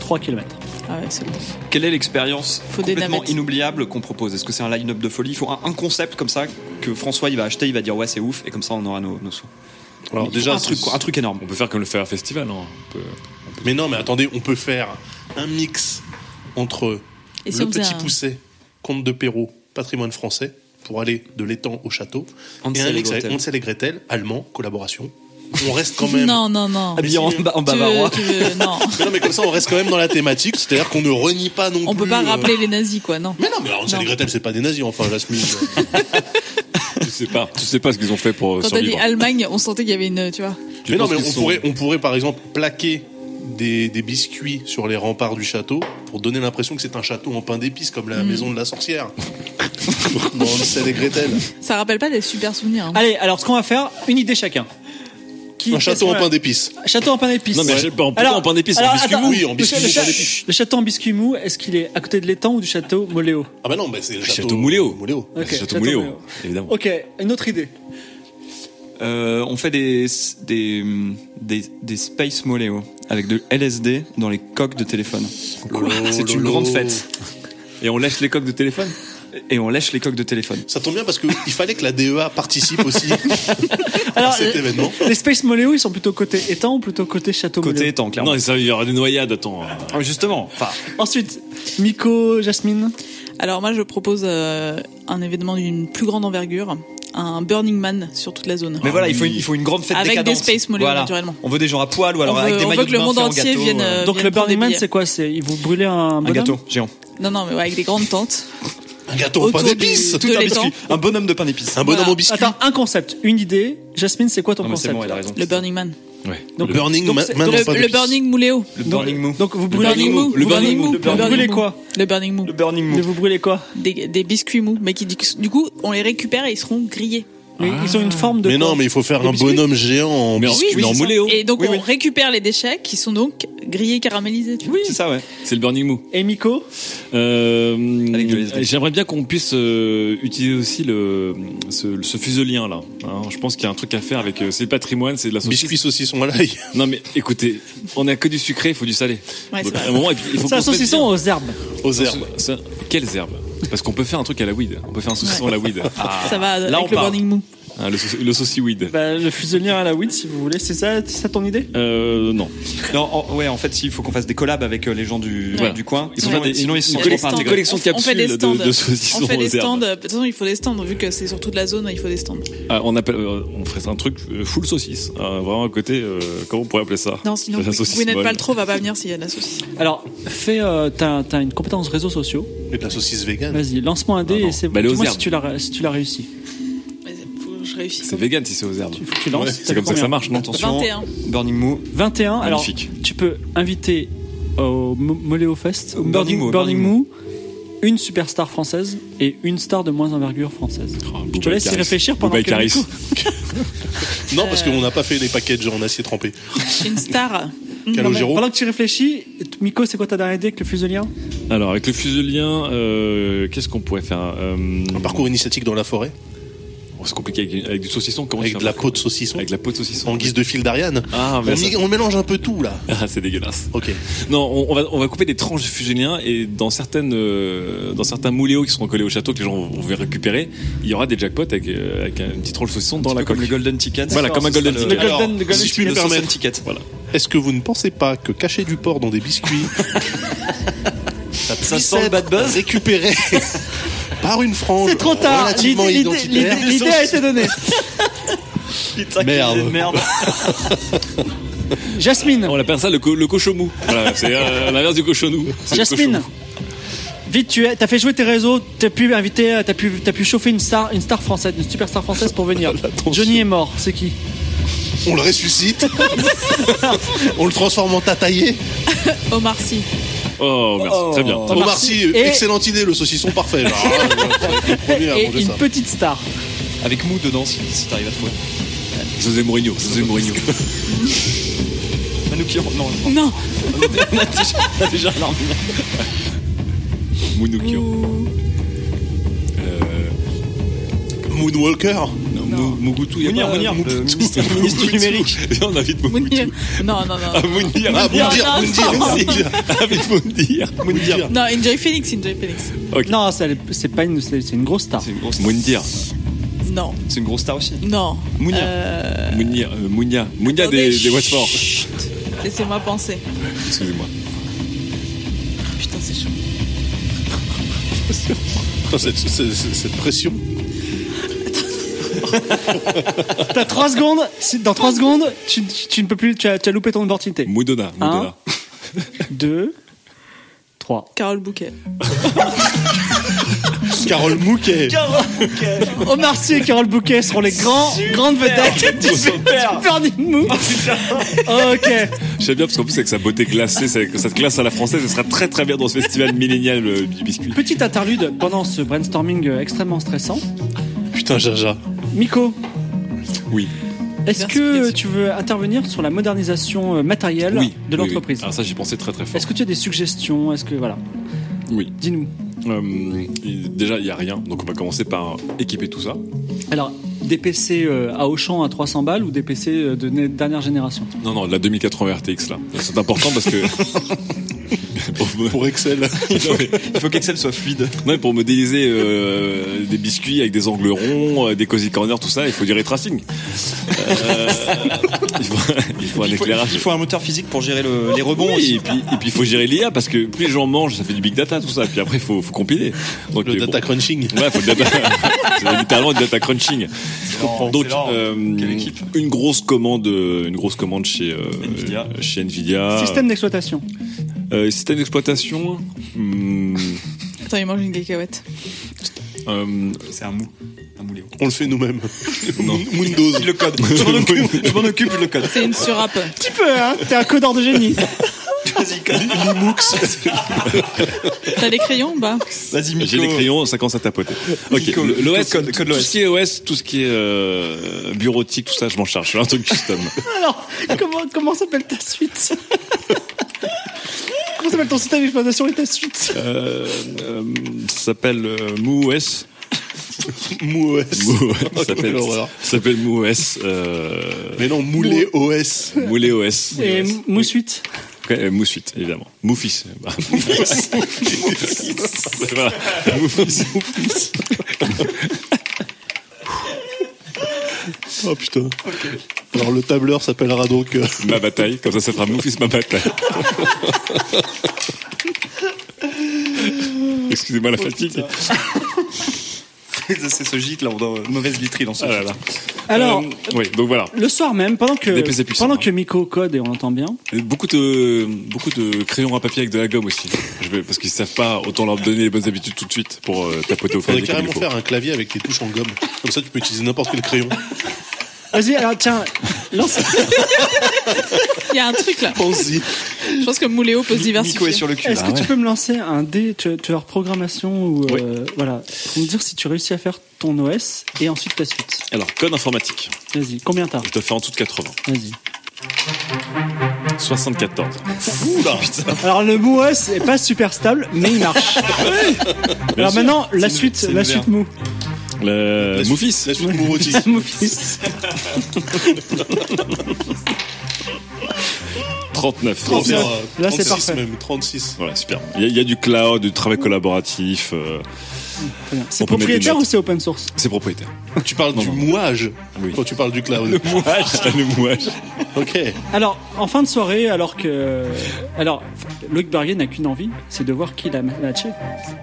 E: 3 km.
G: Ah ouais, c'est
D: Quelle est l'expérience
G: Faut des
D: complètement
G: navettes.
D: inoubliable qu'on propose Est-ce que c'est un line-up de folie Il faut un, un concept comme ça que François il va acheter, il va dire ouais c'est ouf et comme ça on aura nos, nos sous. Il
F: Alors,
D: faut
F: déjà,
D: un truc, quoi, un truc énorme.
C: On peut faire comme le faire festival, hein. on peut-
F: Mais non, mais attendez, on peut faire un mix entre
G: Et si
F: le
G: on faisait
F: petit
G: un-
F: pousset, conte de Perrault, patrimoine français, pour aller de l'étang au château, et
D: Hansel
F: un
D: et
F: mix avec
D: Gretel.
F: Hansel et Gretel, allemand, collaboration. On
G: (laughs)
F: reste quand même.
G: Non, non, non.
D: Habillé en, ba- en
G: Tu veux-
D: Ah, bavarois.
G: tu veux-
D: (laughs)
G: non.
F: Mais non, mais comme ça, on reste quand même dans la thématique, c'est-à-dire qu'on ne renie pas non plus.
G: On peut pas
F: euh,
G: rappeler les nazis, quoi, non.
F: Mais non, mais Hansel et
G: Non.
F: Gretel, c'est pas des nazis, enfin, Jasmine.
C: Tu sais pas, tu sais pas ce qu'ils ont fait pour euh,
G: Quand t'as dit
C: survivre.
G: Allemagne, on sentait qu'il y avait une, tu vois.
C: (laughs) Tu
F: mais non,
C: penses
F: mais
C: qu'ils
F: on
C: sont-
F: pourrait, on pourrait, par exemple, plaquer des, des biscuits sur les remparts du château pour donner l'impression que c'est un château en pain d'épices, comme
G: Mm.
F: la maison de la sorcière. dans Hansel et Gretel.
G: Ça rappelle pas des super souvenirs. hein.
E: Allez, alors ce qu'on va faire, une idée chacun. Qui-
F: Un château en pain d'épices.
E: Château en pain d'épices.
C: Non, mais j'ai pas en-
E: Alors,
C: en pain d'épices,
E: alors,
C: en biscuit
E: attends,
C: mou.
F: oui, en
E: le
F: biscuit
E: cha-
F: mou,
E: le cha-
F: pain d'épices.
E: Le château en biscuit mou, est-ce qu'il est à côté de l'étang ou du château Moléo
F: Ah bah non, bah c'est le château,
C: Château Mouléo.
F: Mouléo.
C: Bah,
E: Ok,
C: c'est Château
E: Château
C: Mouléo,
E: Mouléo.
C: évidemment.
E: Ok, une autre idée.
D: Euh, on fait des, des, des, des Space Moléo avec de LSD dans les coques de téléphone.
F: Lolo,
D: C'est une
F: lolo.
D: grande fête.
C: Et on lèche les coques de téléphone
D: Et on lèche les coques de téléphone.
F: Ça tombe bien parce qu'il fallait que la DEA participe
C: (laughs)
F: aussi à
E: Alors,
F: cet
E: les-
F: événement.
E: les Space Moléo, ils sont plutôt côté étang ou plutôt côté château
D: Côté
E: Moléo
D: étant, clairement.
C: Non, ça, il y aura des noyades, attends.
D: Ah, justement. Enfin,
E: Ensuite, Miko, Jasmine.
G: Alors moi, je propose euh, un événement d'une plus grande envergure, un Burning Man sur toute la zone.
D: mais voilà, il faut, une- il faut une grande fête
G: Avec des
D: décadente.
G: Space Moléo,
D: Voilà.
G: naturellement.
D: On veut des gens à poil ou alors
G: On
D: avec
G: veut-
D: des
G: on veut
D: maillots
G: que
D: de
G: le
D: bain
G: monde
D: faits en
G: entier
D: gâteau,
G: vienne,
D: euh,
G: euh,
E: Donc
G: viennent
E: le
G: prendre
E: Burning
G: des
E: Man,
G: billets.
E: c'est quoi C'est ils vous brûler un,
D: Un
E: bonhomme
D: gâteau géant.
G: Non, non, mais ouais, avec des grandes tentes.
F: Un gâteau au pain
G: Autour
F: d'épices.
G: du-
D: Tout
G: De
D: un
G: l'étang.
D: biscuit. Un bonhomme de pain d'épices.
F: Un bonhomme
G: Voilà.
F: au biscuit.
E: Attends, Ah, un concept, une idée. Jasmine, c'est quoi ton
D: Non, mais c'est
E: concept
D: bon, elle a raison.
G: Le Burning Man.
C: Ouais.
F: Le Burning
E: donc
F: Man,
E: c'est-
F: man
E: donc
F: au
G: Le,
F: pain
G: le
F: d'épices.
G: Burning Mouléo.
D: Le Burning Moo.
E: Donc vous
G: Le
E: brûlez,
G: Burning Mou.
C: Le
G: Vous
C: Burning Mou.
G: Mou.
C: Le
G: Vous
E: Burning
G: brûlez
E: Mou.
G: quoi Le Burning Ah. Mou.
D: Le Burning Moo.
E: vous brûlez quoi
G: Des, des biscuits mous, mais qui du coup, on les récupère et ils seront grillés.
E: Mais Ils ont une forme de.
F: Mais
E: quoi
F: non, mais il faut faire
E: Des
F: un
E: biscuits
F: bonhomme géant en
C: Mais en-
F: biscuit.
C: oui,
F: Non,
C: c'est ça.
F: moulé.
C: Mouléo.
G: Et donc
D: Oui,
G: on
D: oui.
G: récupère les déchets qui sont donc grillés, caramélisés. tu vois.
D: C'est ça, ouais.
C: C'est le Burning Moo.
E: Et Miko
C: Euh,
D: Avec du LSD.
C: J'aimerais bien qu'on puisse euh, utiliser aussi le, ce, ce fuselien là. hein. je pense qu'il y a un truc à faire avec. euh, c'est le patrimoine, c'est de la saucisse.
F: Biscuit saucisson à l'ail.
C: Non mais écoutez, on a que du sucré, il faut du salé.
G: Ouais,
C: Donc,
G: c'est
C: à
G: vrai.
C: un moment, et puis, il faut
E: C'est
C: qu'on
E: un
C: se mette
E: saucisson aux herbes.
F: Aux
C: bien.
F: herbes.
C: Ça- Quelles herbes Parce qu'on peut faire un truc à la weed. On peut faire un saucisson
G: Ouais. Ah.
C: à la
G: (laughs)
C: weed.
G: Ça va
C: Ah. là, on
G: avec le
C: parle.
G: Burning Mou.
C: Hein, le, sauci- le sauci weed.
E: Bah, le fuselnier à la weed, si vous voulez. C'est ça, c'est ça ton idée
C: Euh, non.
D: Non, en- ouais, en fait, si, il faut qu'on fasse des collabs avec euh, les gens du,
C: Voilà.
D: du coin.
C: Ils sont
D: Sinon,
C: pas des-
D: sinon, ils se
C: Une
D: sont
G: On
C: collection-
G: fait des
D: pas
G: stands.
C: une collection de
G: On- on fait des
C: capsules de-
G: stands.
C: de saucissons
G: On fait des
C: aux herbes.
G: stands. De toute façon, il faut des stands vu que c'est sur toute la zone, il faut des stands.
C: Ah, on appelle, euh, on ferait un truc euh, full saucisse. Ah, vraiment à côté. euh, comment on pourrait appeler ça
G: Non, sinon
C: La saucisse
G: Gwyneth
C: molle.
G: Paltrow va pas venir s'il y a de la saucisse.
E: Alors, fais. euh, T'as t'as une compétence réseaux sociaux.
F: Et de la saucisse vegan.
E: Vas-y, lance-moi un dé
C: non.
E: et c'est
C: Bah, les aux
E: dis-moi si
C: herbes.
E: tu l'as si tu l'as réussi.
G: Mais faut que je réussisse.
C: C'est vegan si c'est aux herbes.
E: Il faut que tu lances.
C: Ouais,
E: T'as
C: c'est
E: fait
C: comme ça que ça
E: combien
C: marche, non
D: Attention,
G: 21.
D: Burning Moo.
E: 21. Alors,
C: Magnifique.
E: tu peux inviter au Mo- Moléo Fest,
D: Au
E: au
D: Burning Mo, Burning
E: Moo, une superstar française et une star de moins envergure française. Je te
C: Boubaï
E: laisse y
C: Caris.
E: réfléchir pendant
C: Boubaï
E: que
C: Caris.
E: Nico-
F: Non, parce
C: Euh.
F: qu'on n'a pas fait les packages en acier trempé.
G: Une star.
F: Calogero.
E: Pendant que tu réfléchis, t- Miko, c'est quoi ta dernière idée avec le fuselien
C: Alors avec le fuselien, euh, qu'est-ce qu'on pourrait faire Euh,
F: Un parcours initiatique dans la forêt.
C: on c'est compliqué avec, avec du saucisson. Comment
F: Avec
C: tu fais
F: de la
C: un-
F: peau de saucisson.
C: Avec de la peau de saucisson.
F: En guise de fil d'Ariane.
C: Ah,
F: on,
C: mais ça-
F: mi- on mélange un peu tout là.
C: Ah, c'est dégueulasse.
F: Ok.
C: Non, on, on va, on va couper des tranches de fusélien et dans certaines, euh, dans certains mouléos qui seront collés au château que les gens vont vont récupérer, il y aura des jackpots avec, euh, avec un petit tranche de saucisson dans
D: Un petit
C: la
D: peu comme
C: coque.
D: le Golden Ticket. euh,
C: Voilà, comme un
D: Ce sera
C: Golden Ticket.
E: Le golden- le
F: Alors,
E: golden
F: si je puis me
D: Le Golden
F: permettre,
D: Ticket.
C: Voilà.
F: est-ce que vous ne pensez pas que cacher du porc dans des biscuits
D: Ça sent le bad buzz.
E: (laughs)
F: récupéré par une frange
E: C'est trop tard.
F: relativement
E: L'idée l'idée-
F: identitaire
E: l'idée- l'idée a été donnée.
D: (laughs) Putain, quelle
F: Merde.
D: idée de
E: (laughs)
D: merde.
E: Jasmine,
C: On appelle ça le, co- le cochomou. Voilà, c'est euh, l'inverse du cochonou. C'est le
E: Jasmine,
C: cochomou.
E: vite, tu as t'as fait jouer tes réseaux, t'as pu inviter, t'as pu, t'as pu chauffer une star, une star française, une super star française pour venir. Johnny est mort, c'est qui
F: On
E: (laughs)
F: le ressuscite. on le transforme en tataillé.
G: Omar Sy.
C: Oh, merci. Très bien.
F: Oh, merci.
E: Et-
F: Excellente idée, le
E: (laughs)
F: saucisson parfait. Genre, ah, je suis le premier à
E: Et
F: manger
E: une
F: ça.
E: petite star.
D: Avec Mou dedans si, si t'arrives à trouver.
C: José Mourinho. José Mourinho.
D: (laughs) Manoukian, non, non.
G: Non
D: on a déjà, on a déjà l'armure.
C: Mounoukian. Euh,
F: Moonwalker.
C: non, Mou- Mougoutou. il y a
D: Mounir,
C: pas-
D: Mounir,
C: Mougoutou.
D: le ministre- le ministre du
C: Mougoutou.
D: numérique.
C: Viens, on invite
G: Mounir.
C: (laughs) Mougoutou.
G: Non, non, non.
C: Ah, Mounir.
F: Ah, Moundir,
G: non,
F: Moundir,
G: non.
F: Moundir.
C: (laughs) Invite Mounir.
F: Moundir.
G: Non, Enjoy Phoenix, Enjoy Phoenix.
E: Non, c'est c'est pas une, c'est c'est une grosse star.
D: C'est une grosse
C: Mounir.
G: Non,
D: C'est une grosse star aussi.
G: non.
D: Mounir.
G: Euh,
C: Mounir. euh, Mounia. Mounia
G: attendez,
C: des, des Watford.
G: chut. Laissez-moi penser.
C: Excusez-moi.
G: Putain, c'est chaud.
F: Putain, cette, cette- cette- euh, cette pression.
E: T'as 3 secondes, si- dans 3 secondes, tu, tu- tu ne peux plus, tu as, tu as loupé ton opportunité.
C: Moudona.
G: Hein
C: Moudona.
E: 2, 3.
G: Carole Bouquet.
F: Carole Mouquet.
E: Omar Sy et Carole Bouquet seront les grands, grandes vedettes du
D: Super.
E: Super Nidmou. ok.
C: J'aime bien parce qu'en plus avec sa beauté glacée, ça, ça te glace à la française, elle sera très très bien dans ce festival millénial euh, du biscuit.
E: Petite interlude pendant ce brainstorming euh, extrêmement stressant.
F: Putain, Jaja.
E: Miko,
C: Oui.
E: est-ce
G: Merci,
E: que
G: merci.
E: tu veux intervenir sur la modernisation euh, matérielle
C: oui.
E: de
C: oui, Ah, oui.
E: l'entreprise
C: Alors ça j'y pensais très très fort.
E: Est-ce que tu as des suggestions Est-ce que voilà,
C: Oui.
E: dis-nous.
C: Euh, il- déjà il y a rien, donc on va commencer par équiper tout ça.
E: Alors, des PC euh, à Auchan à 300 balles ou des PC euh, de na- dernière génération
C: Non non, la 2080 RTX là. C'est important parce
D: (laughs)
C: que (laughs) pour me-
F: Pour Excel.
D: Il faut qu'Excel soit fluide.
C: non, mais pour modéliser euh, des biscuits avec des angles ronds, euh, des cozy corners, tout ça, il faut du ray tracing. Euh, il, faut, il faut un
D: Il faut,
C: éclairage.
D: il faut un moteur physique pour gérer le- les rebonds
C: Oui,
D: aussi.
C: et puis et puis il faut gérer l'IA parce que plus les gens mangent, ça fait du big data tout ça. Puis après il faut, faut compiler. Donc,
F: Le
C: euh, bon.
F: data crunching.
C: Ouais, faut le data. (laughs) c'est littéralement du data crunching. Je
D: comprends.
C: Donc,
D: excellent.
C: euh,
D: Quelle équipe.
C: une grosse commande, euh, une grosse commande chez euh,
D: Nvidia.
C: chez Nvidia.
E: Système d'exploitation.
C: Euh, système d'exploitation. hum,
G: Attends, il mange une cacahuète.
F: (laughs)
C: euh,
D: C'est un mou. Un mouléo.
F: On le fait nous-mêmes. Windows.
D: Le code. Je m'en occupe, je m'en occupe, le code.
G: C'est une surape.
E: Tu peux, hein T'es un codeur de (laughs) génie.
D: Vas-y, code. Limux.
G: T'as les crayons Bah,
D: Vas-y, Miko.
C: J'ai les crayons, ça commence à
F: (laughs)
C: tapoter. Ok.
D: Nico,
C: le- L'OS,
D: code- code
C: tout
D: l'OS.
C: ce qui est OS, tout ce qui est euh, bureautique, tout ça, je m'en charge. Je fais un truc
F: (laughs)
C: custom.
E: Alors, comment, comment s'appelle ta suite Comment s'appelle ton système d'exploitation et ta suite
C: Euh, euh, ça s'aelle euh, MooOS.
F: (laughs) Mou
C: MooOS.
F: OS. (laughs)
C: Ça
F: Quelle
C: s'appelle-
F: horreur.
C: ça s'appelle MooOS. Euh,
F: Mais non, moulé OS.
C: Moulet OS.
E: Et Moussuite
C: Ouais, euh, Moussuite, évidemment. Moufis. Bah, (laughs) Moufis. Voilà. Moufis.
F: Oh putain. Alors le tableur s'appellera donc. euh,
C: Ma bataille, comme ça, ça fera Moufis ma bataille. Excusez-moi la fatigue.
D: (laughs) C'est ce gîte là, on a une mauvaise literie dans ce
C: Ah là
D: gîte.
C: là.
E: Alors,
C: Euh, oui, donc voilà.
E: le soir même, pendant que,
C: Des PC puissants,
E: pendant
C: hein.
E: que Miko code et on l'entend bien,
C: Et Beaucoup de, beaucoup de crayons à papier avec de la gomme aussi. Je vais, parce qu'ils savent pas, autant leur donner les bonnes habitudes tout de suite pour euh, tapoter au foyer. comme
F: Faudrait
C: il
F: carrément
C: faut.
F: faire un clavier avec des touches en gomme. Comme ça, tu peux utiliser n'importe quel crayon.
E: Euh, vas-y, alors tiens, lance.
G: il y a un truc là.
F: Pense-y.
G: Je pense que Mouléo peut se
D: Miko
G: diversifier.
D: est sur le cul.
E: Est-ce
D: là.
E: que tu peux me lancer un dé, tu, tu as leur programmation ou euh, voilà, pour me dire si tu réussis à faire ton OS et ensuite ta suite.
C: Alors, code informatique.
E: Vas-y, combien t'as
C: Je dois faire en dessous de 80.
E: Vas-y.
C: 74.
E: Alors le mou OS
C: (laughs)
E: est pas super stable, mais il marche. Alors maintenant, la
D: C'est
E: suite,
D: une- c'est
E: la
D: une
E: suite
D: verre.
E: mou.
C: Le...
F: Laisse-
C: Moufis.
F: laisse-moi le Moufis.
E: (laughs)
C: Moufis. 39.
F: 36,
E: Là, c'est
F: 36
E: parfait.
F: euh, même, 36.
C: Voilà, super. Il y, a- il y a du cloud, du travail collaboratif. euh,
E: Très bien. C'est
C: On peut mettre des
E: propriétaire
C: notes.
E: ou c'est open source
C: c'est propriétaire.
F: Tu parles
C: Non,
F: du
C: non.
F: mouage
C: Oui.
F: quand tu parles
C: (laughs)
F: du cloud.
C: mouage. le mouage.
F: ok.
E: Alors, en fin de soirée, alors que. Alors, Loïc Barrier n'a qu'une envie, c'est de voir qui l'a matché.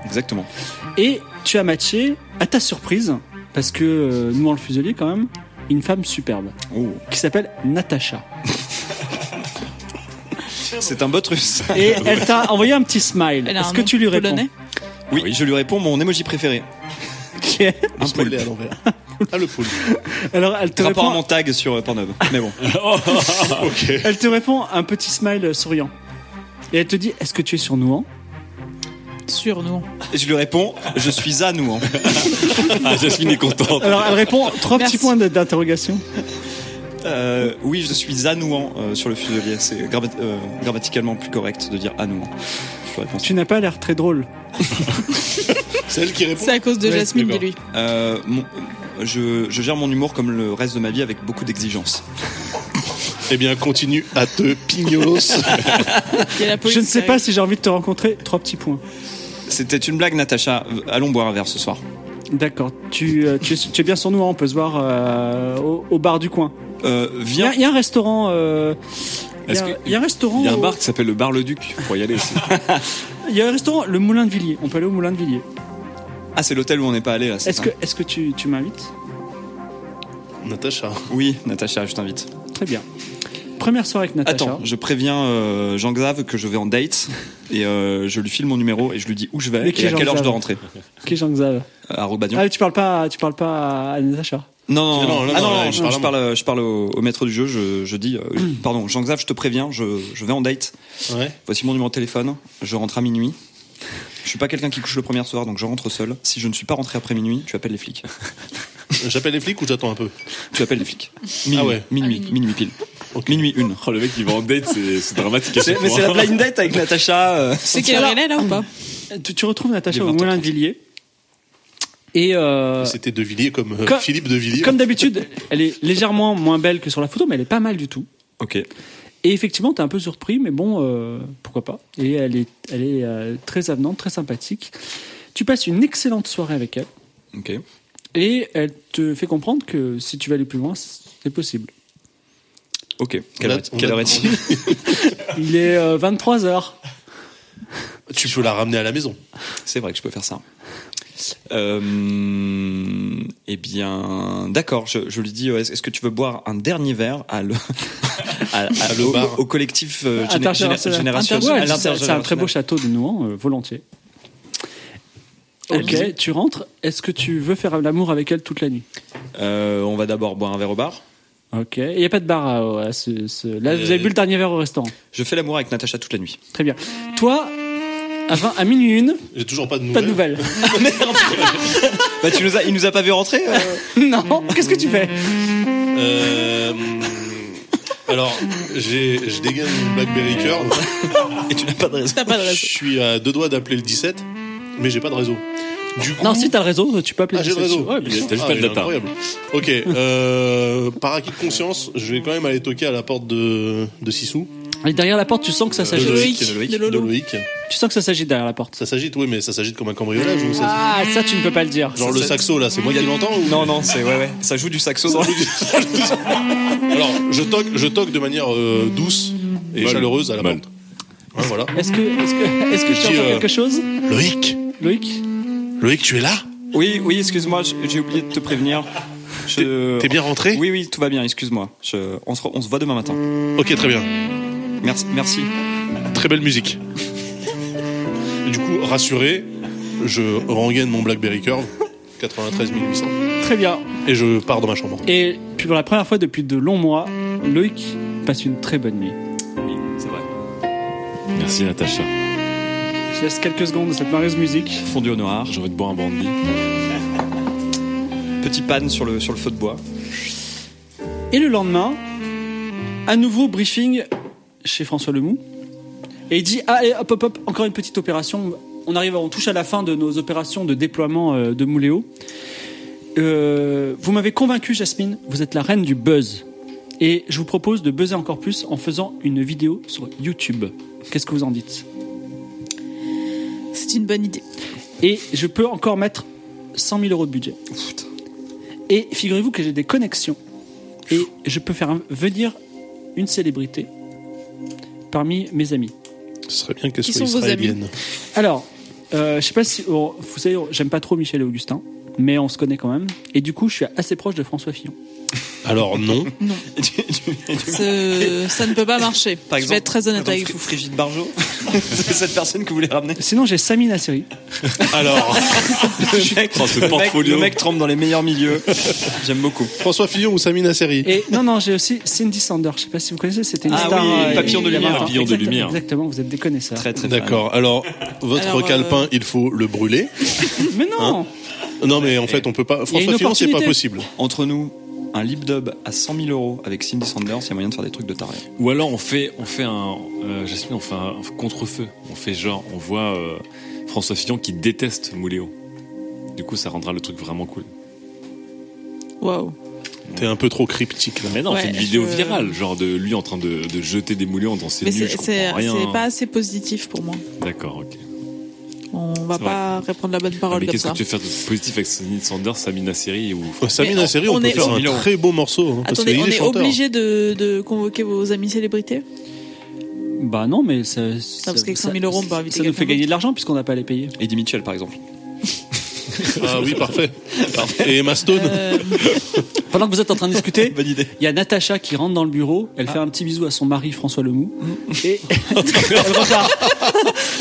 D: Exactement.
E: Et tu as matché, à ta surprise, parce que euh, nous on le fuselier quand même, une femme superbe
D: Oh.
E: qui s'appelle Natacha.
D: C'est un bot russe.
E: Et elle t'a envoyé un petit smile.
G: Elle a
E: Est-ce
G: un
E: que
G: nom
E: tu lui réponds
G: polonais.
D: Ah Oui, je lui réponds mon emoji préféré.
E: Ok.
F: Le spoiler à l'envers. Ah, le poule.
E: Alors, elle te,
D: Rapport à mon
E: répond,
D: tag sur euh, Pornhub. Mais (laughs) bon.
F: ok.
E: elle te répond un petit smile euh, souriant. Et elle te dit Est-ce que tu es sur Nouan
G: Sur nous.
D: Et je lui réponds, je suis à nous. hein.
C: Ah, Jasmine est contente.
E: Alors, elle répond trois
G: Merci.
E: petits points d- d'interrogation.
D: Euh, oui, je suis à Nouan euh, sur le fuselier. C'est gramma- euh, grammaticalement plus correct de dire à Nouan. Je lui réponds ça.
E: Tu n'as pas l'air très drôle.
F: C'est elle qui répond.
G: C'est à cause de
F: Ouais,
G: Jasmine,
F: d'accord.
G: dis-lui.
D: Euh, mon- je, je gère mon humour comme le reste de ma vie avec beaucoup d'exigence.
F: Eh bien, continue à te pignolos.
G: Il y a la police
E: Je ne sais
G: qui
E: pas
G: arrive.
E: si j'ai envie de te rencontrer. Trois petits points.
D: C'était une blague, Natacha. Euh, Allons boire un verre ce soir.
E: D'accord. Tu, euh, tu, es, tu es bien sur nous, hein, on peut se voir euh, au, au bar du coin.
D: Euh,
E: Il y,
D: viens.
E: a- il y a un restaurant. euh, il y
C: Est-ce
E: a-
C: que-
E: il y a un restaurant.
C: Il y a un
E: au-
C: bar qui s'appelle le Bar Le Duc. Pour y aller
G: (laughs)
C: aussi.
E: Il y a un restaurant, le Moulin de Villiers. On peut aller au Moulin de Villiers.
D: Ah, c'est l'hôtel où on n'est pas allé là. c'est
E: Est-ce
D: ça
E: que, est-ce que tu, tu m'invites
F: Natacha.
D: Oui, Natacha, je t'invite.
E: Très bien. Première soirée avec Natacha.
D: Attends, je préviens euh, Jean-Xav que je vais en
E: (laughs)
D: date et euh, je lui file mon numéro et je lui dis où je vais
E: Mais qui
D: et
E: est
D: à quelle heure je
E: Jean-Xav
D: dois rentrer.
E: Qui est Jean-Xav
D: Euh, À Robagnon.
E: Ah, tu parles pas, tu parles pas à Natacha.
D: Non, non,
F: Non, non,
D: ah,
F: non,
D: non,
F: là,
D: non,
F: je
D: je,
F: parle à
D: je parle, euh, je parle au, au maître du jeu, je, je
E: (clears throat)
D: dis, euh, pardon, Jean-Xav, je te préviens, je, je vais en date.
F: Ouais.
D: Voici mon numéro de téléphone, je rentre à minuit. Je suis pas quelqu'un qui couche le premier soir, donc je rentre seul. Si je ne suis pas rentré après minuit, tu appelles les flics.
F: J'appelle les flics ou j'attends un peu
D: Tu appelles les flics. Minuit,
F: Ah ouais.
D: minuit,
G: À
D: minuit, pile. Minuit une.
C: Oh, le mec, il va en date, c'est c'est dramatique. à ce
D: Mais
C: point.
D: c'est la blind date avec Natacha. euh.
G: Tu sais quelle heure elle est là ou pas
E: Tu, tu retrouves
D: Il
E: Natacha
D: est
E: au Moulin de Villiers. Et euh,
F: C'était De Villiers comme euh,
E: Comme-
F: Philippe De Villiers.
E: comme d'habitude, elle est légèrement moins belle que sur la photo, mais elle est pas mal du tout.
D: Ok.
E: Et effectivement, t'es un peu surpris, mais bon, euh, pourquoi pas. Et elle est, elle est euh, très avenante, très sympathique. Tu passes une excellente soirée avec elle,
D: Ok.
E: et elle te fait comprendre que si tu vas aller plus loin, c'est possible.
D: Ok.
F: On
D: Quelle,
F: a-
D: heure-
F: on a-
D: quelle heure est-il
E: Il est euh, 23h.
F: Tu peux la ramener à la maison.
D: C'est vrai que je peux faire ça. Euh, eh bien, d'accord. Je, je lui dis, euh, est-ce est-ce que tu veux boire un dernier verre à (laughs) le, à- à-
F: le
D: au,
F: bar.
D: au collectif euh,
E: Ah,
D: géné- géné-
E: Intergénérationnel.
D: générationnel
E: Ouais, c'est- C'est un très beau
D: intergénérationnel.
E: château de Nouan, euh, volontiers. Ok,
D: Allons-y.
E: tu rentres. Est-ce que tu veux faire l'amour avec elle toute la nuit
D: Euh, on va d'abord boire un verre au bar.
E: Ok. Il n'y a pas de bar à, à ce, ce- Là, vous
F: Euh,
E: avez bu le dernier verre au restaurant.
D: Je fais l'amour avec Natacha toute la (laughs) nuit.
E: Très bien. Toi, à, 20 à minuit une,
F: J'ai toujours pas de
E: pas
F: nouvelles.
E: de nouvelles. (laughs)
D: Bah, tu nous as, il nous a pas vu rentrer. euh
E: non, qu'est-ce que tu fais
F: Euh, alors, j'ai- je dégaine une Blackberry Curve.
D: et tu n'as pas de raison.
G: T'as pas de
F: Je
G: raison.
F: suis à deux doigts d'appeler le 17, mais j'ai pas de réseau. Du coup,
E: Non, si t'as le réseau, tu peux appeler
F: Ah, j'ai le
E: réception.
F: réseau.
E: Ouais, bien
C: Il est-
E: sûr.
C: T'as juste pas de
F: il est
C: data.
F: incroyable. Ok, euh, par acquis de conscience, je vais quand même aller toquer à la porte de, de Sissou,
E: Et derrière la porte, tu sens que ça s'agite.
F: de Loïc,
G: Loïc,
F: de Loïc,
G: de Lolo.
F: de Loïc.
E: Tu sens que ça s'agite derrière la porte.
F: Ça s'agite, oui, mais ça s'agite comme un cambriolage ou ça
E: Ah, ça, tu ne peux pas le dire.
F: Genre le saxo là, c'est moi qui l'entends ou
D: Non, non, c'est ouais, ouais. Ça joue du saxo. dans le-
F: Alors, je toque, je toque de manière euh, douce et
C: Mal.
F: chaleureuse à la
C: Mal.
F: porte. Ouais, voilà.
E: Est-ce que, est-ce que, est-ce que
F: Je
E: tu
F: dis,
E: entends
F: euh,
E: quelque chose,
F: Loïc,
E: Loïc
F: Loïc, tu es là
D: Oui, oui. Excuse-moi, j- j'ai oublié de te prévenir.
C: Euh,
D: Je-
F: T'es bien rentré
D: Oui, oui, tout va bien. Excuse-moi. Je- On se, re- on se voit demain matin.
F: Ok, très bien.
D: Merci, merci.
F: Très belle musique. Et du coup, rassuré, je rengaine mon Blackberry Curve, 93 800,
E: Très bien.
F: et je pars dans ma chambre.
E: Et puis pour la première fois depuis de longs mois, Loïc passe une très bonne nuit.
D: Oui, c'est vrai.
C: Merci, Natacha.
E: Je laisse quelques secondes de cette merveilleuse musique.
D: Fondu au noir.
C: J'ai envie de boire un brandy.
D: Petit panne sur le, sur le feu de bois.
E: Et le lendemain, à nouveau briefing chez François Lemoux. Et il dit Ah, et hop, hop, hop, encore une petite opération. On arrive, on touche à la fin de nos opérations de déploiement euh, de Mouléo. Euh, vous m'avez convaincu, Jasmine, vous êtes la reine du buzz. Et je vous propose de buzzer encore plus en faisant une vidéo sur YouTube. Qu'est-ce que vous en dites
G: C'est une bonne idée.
E: Et je peux encore mettre 100 000 euros de budget. Et figurez-vous que j'ai des connexions. Et je peux faire venir une célébrité parmi mes amis.
F: Ce serait bien qu'elle
G: Qui
F: soit
G: sont vos amis
F: israélienne.
E: Alors, euh, je sais pas si. oh, vous savez, j'aime pas trop Michel et Augustin, mais on se connaît quand même. Et du coup, je suis assez proche de François Fillon.
F: Alors
G: (laughs)
F: non.
G: (laughs) Ce- Ça ne peut pas marcher.
D: Par
G: je vais être très honnête
D: Attends,
G: avec
D: Fri-
G: vous.
D: Brigitte Barjot, (laughs) c'est cette personne que vous voulez
F: (laughs)
D: ramener.
E: Sinon, j'ai Samy Nasseri.
F: Alors
D: Le mec,
C: Oh, ce
D: le mec-
C: portfolio.
D: le mec trempe dans les meilleurs milieux. J'aime beaucoup.
F: François Fillon ou Samina Seri
D: (laughs)
E: Et non, non, j'ai aussi Cindy Sander. Je sais pas si vous connaissez, c'était une
D: Ah
E: star.
D: oui,
E: euh,
D: Papillon de
E: il y a
D: lumière.
E: 20 ans.
C: Papillon de
E: Exactement,
C: lumière.
E: Exactement, vous êtes des connaisseurs.
D: Très très
F: D'accord. Alors votre
G: Alors, euh,
F: calepin, il faut le brûler.
E: Mais non
F: Non mais en fait on peut pas.
E: une
F: François Fillon c'est pas
E: opportunité.
F: possible.
D: fan. Entre nous, un lip dub à 100 000 euros avec Cindy Sanders, il y a moyen de faire des trucs de taré.
C: Ou alors on fait, on fait un, euh, Jasmine, on fait un, un contre-feu. On fait genre, on voit euh, François Fillon qui déteste Mouléo. Du coup, ça rendra le truc vraiment cool.
G: Waouh.
F: T'es un peu trop cryptique là.
C: Mais non, on
G: Ouais,
C: fait une vidéo
G: je-
C: virale, genre de lui en train de, de jeter des mouléons dans ses
G: Mais
C: nues,
G: c'est
C: je
G: c'est-
C: comprends rien.
G: c'est pas assez positif pour moi.
C: D'accord, ok.
G: On va
C: C'est Ah,
G: pas répondre la bonne parole
C: mais
G: comme
C: qu'est-ce
G: ça.
C: que tu veux faire de positif avec Sonny Sanders, Samina Seri ou
F: Samina
G: on-
F: Seri on,
G: on
F: peut
G: est-
F: faire un
D: on-
F: très beau morceau. hein, parce
G: Attendez,
F: qu'il
G: on
F: est
G: est
F: chanteur.
G: obligé de, de convoquer vos amis célébrités
E: Bah non, mais ça. ça-
G: parce qu'avec
E: ça-
G: 100 000 euros, on peut inviter
E: Ça nous
G: quelqu'un
E: fait gagner
G: d'autre.
E: de l'argent puisqu'on n'a pas à les payer.
D: Eddie Mitchell par exemple.
F: Ah oui parfait. Et Emma Stone.
G: Euh,
E: Pendant que vous êtes en train de (laughs) discuter,
D: Bonne idée.
E: il y a Natacha qui rentre dans le bureau. Elle fait un petit bisou à son mari François (laughs) Lemoux. Et elle repart.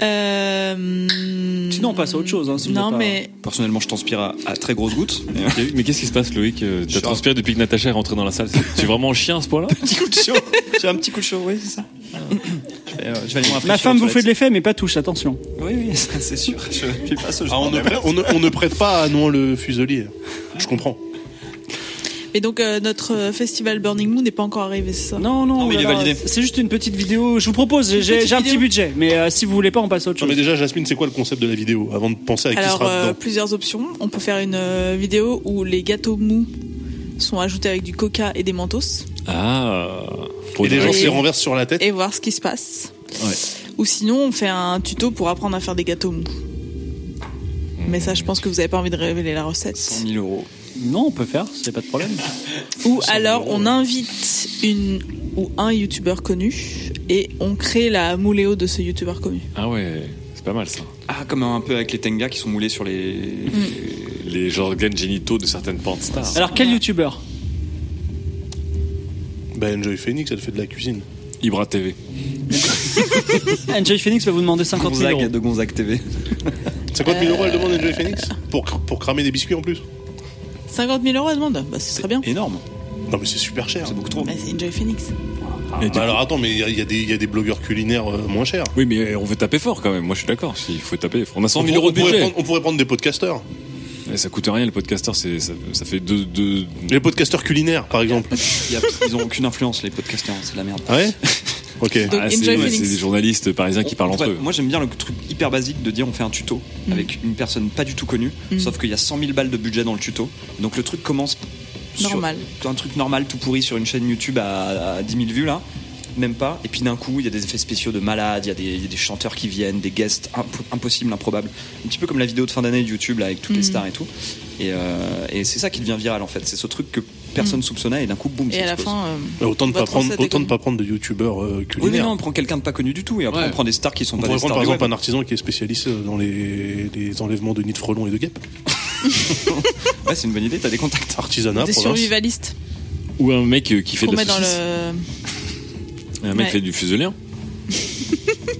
G: euh,
E: Sinon, on passe à autre chose, hein, si vous
G: non,
E: voulez pas-
G: mais
D: Personnellement, je transpire à, à très grosses gouttes. Mais, euh,
C: (laughs) Mais qu'est-ce qui se passe, Loïc Euh, T'as
D: Je-
C: transpiré depuis que Natacha est rentrée dans la salle. Tu es vraiment un chien à ce point-là
D: petit coup de chaud. J'ai un petit coup de chaud, oui, c'est ça. Je vais, euh, je vais aller me rafraîchir
E: Ma femme
D: aux
E: vous fait de
D: toilettes.
E: l'effet, mais pas touche, attention.
D: Oui, oui, ça, c'est sûr. Je ne suis pas ce
F: Ah,
D: genre
F: on,
D: de
F: ne prête, on, ne, on ne prête pas à Noël le Fuselier. Je comprends.
G: Et donc euh, notre euh, festival Burning Moon n'est pas encore arrivé, c'est ça
E: Non, non,
D: Non, mais il est
E: voilà,
D: validé.
E: C'est juste une petite vidéo. Je vous propose, j'ai-
G: petite
E: j'ai un petit
G: vidéo.
E: budget, mais euh, si vous voulez pas, on passe à autre
F: Non, mais
E: chose.
F: déjà, Jasmine, c'est quoi le concept de la vidéo Avant de penser à qui
G: Alors
F: sera
G: euh,
F: dedans.
G: plusieurs options. On peut faire une euh, vidéo où les gâteaux mous sont ajoutés avec du coca et des mentos
C: Ah
F: Et les gens
G: Et-
F: se les renversent sur la tête.
G: et voir ce qui se passe.
C: Ouais.
G: Ou sinon on fait un tuto pour apprendre à faire des gâteaux mous.
C: Hmm.
G: Mais ça, je pense que vous n'avez pas envie de révéler la recette.
D: 100 000 euros.
E: Non, on peut faire, c'est pas de problème.
G: Ou alors, on invite une ou un youtubeur connu et on crée la mouléo de ce youtubeur connu.
C: Ah ouais, c'est pas mal ça.
D: Ah, comme un peu avec les tengas qui sont moulés sur les.
E: Mm.
C: Les organes génitaux de certaines pentes stars.
E: Alors, quel youtubeur
F: Bah, Enjoy Phoenix, elle fait de la cuisine.
C: Ibra TV.
E: Enjoy Ah, Phoenix va vous demander 50 000 euros.
D: Gonzague de Gonzague TV.
F: 50 000 euros, elle demande Enjoy Phoenix pour, cr- pour cramer des biscuits en plus.
G: 50 000 euros, elle demande Bah, ce serait bien.
D: Énorme.
F: Non, mais c'est super cher.
D: C'est beaucoup trop.
G: Mais c'est Enjoy Phoenix.
C: Ah,
F: Bah, alors attends, mais il y, a- il y a des- il y a des blogueurs culinaires euh, moins chers.
C: Oui, mais on veut taper fort quand même. Moi, je suis d'accord. Il faut taper. fort. On a 100 000
F: on,
C: euros de
F: pourrait
C: budget.
F: prendre, on pourrait prendre des podcasteurs.
C: Eh, Ça coûte rien, les podcasteurs. c'est- Ça, ça fait deux, deux,
F: Les podcasteurs culinaires, par exemple.
D: Il y a- ils ont aucune influence, les podcasters, c'est de la merde.
F: Ah (laughs) ouais Ok.
G: Donc,
C: Ah, c'est
G: Enjoy
C: ouais,
G: Phoenix.
C: c'est des journalistes parisiens qui
D: On-
C: parlent
D: on
C: entre
D: pourrait-
C: eux.
D: Moi j'aime bien le truc hyper basique de dire on fait un tuto avec une personne pas du tout connue, sauf qu'il y a 100 000 balles de budget dans le tuto. Donc le truc commence sur
G: Normal.
D: un truc normal tout pourri sur une chaîne YouTube à, à 10 000 vues là, même pas. Et puis d'un coup il y a des effets spéciaux de malade, il y, a des- il y a des chanteurs qui viennent, des guests impo- impossibles, improbables. Un petit peu Mm. comme la vidéo de fin d'année de YouTube là avec toutes les stars et tout. Et, euh, et c'est ça qui devient viral en fait, c'est ce truc que personne soupçonnait et d'un coup, boum, ça
G: Et à la
D: explose.
G: fin, euh,
F: Bah, autant ne pas
G: votre
F: prendre,
G: recette est
F: autant de
G: connue.
F: pas prendre de youtubeurs euh,
D: Oui, mais
F: culinaires.
D: non, on prend quelqu'un de pas connu du tout et après
H: Ouais.
D: on prend des stars qui sont
F: on
D: pas
F: pourrait
D: des
F: prendre
D: stars.
F: par
D: du
F: exemple
D: web.
F: un artisan qui est spécialiste dans les, les enlèvements de nids de frelons et de guêpes.
D: Ouais, c'est une bonne idée, t'as des contacts.
F: Artisanat,
G: des
F: province.
G: survivalistes
C: Ou un mec euh, qui fait
G: qu'on
C: de
G: met
C: la
G: dans
C: saucisse.
G: le
C: Un mec
G: Ouais.
C: qui fait du fuselien.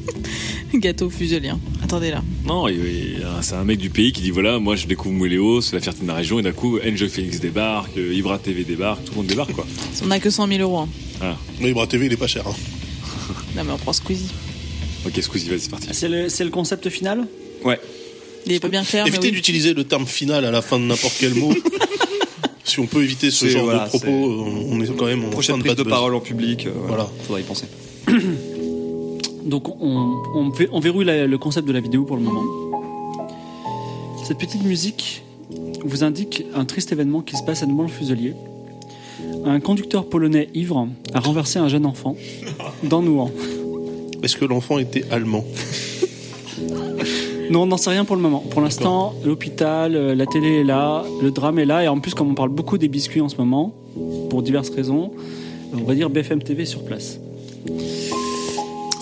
G: (laughs) gâteau fuselien. Attendez là.
C: Non, il- il- c'est un mec du pays qui dit voilà, moi je découvre Mouléo, c'est la fierté de ma région, et d'un coup, Angel Phoenix débarque, euh, Ibra TV débarque, tout le monde débarque quoi.
G: On a que 100 000 euros. hein.
F: Mais Bras TV, il est pas cher. hein.
G: Non, mais on prend Squeezie.
C: Ok, Squeezie, vas-y, c'est parti.
E: Ah, C'est le, c'est le concept final
D: Ouais.
G: Il est pas bien
D: Ah,
G: faire, mais
F: Évitez
G: oui.
F: d'utiliser le terme final à la fin de n'importe
D: (laughs)
F: quel mot. si on peut éviter ce
D: C'est-
F: genre
D: voilà,
F: de propos, euh,
D: c'est-
F: on est quand même en
D: Prochaine
F: fin
D: prise
F: bad
D: de
F: buzz.
D: parole en public, euh, voilà.
F: Voilà.
D: Faudra y penser.
E: Donc on, on, fait- on verrouille la- le concept de la vidéo pour le moment. Cette petite musique vous indique un triste événement qui se passe à nouvelle le fuselier Un conducteur polonais ivre a renversé un jeune enfant dans Nouan.
F: Est-ce que l'enfant était allemand
E: Non, on n'en sait rien pour le moment. Pour l'instant, l'hôpital, euh, la télé est là, le drame est là, et en plus, comme on parle beaucoup des biscuits en ce moment, pour diverses raisons, on va dire BFM TV sur place.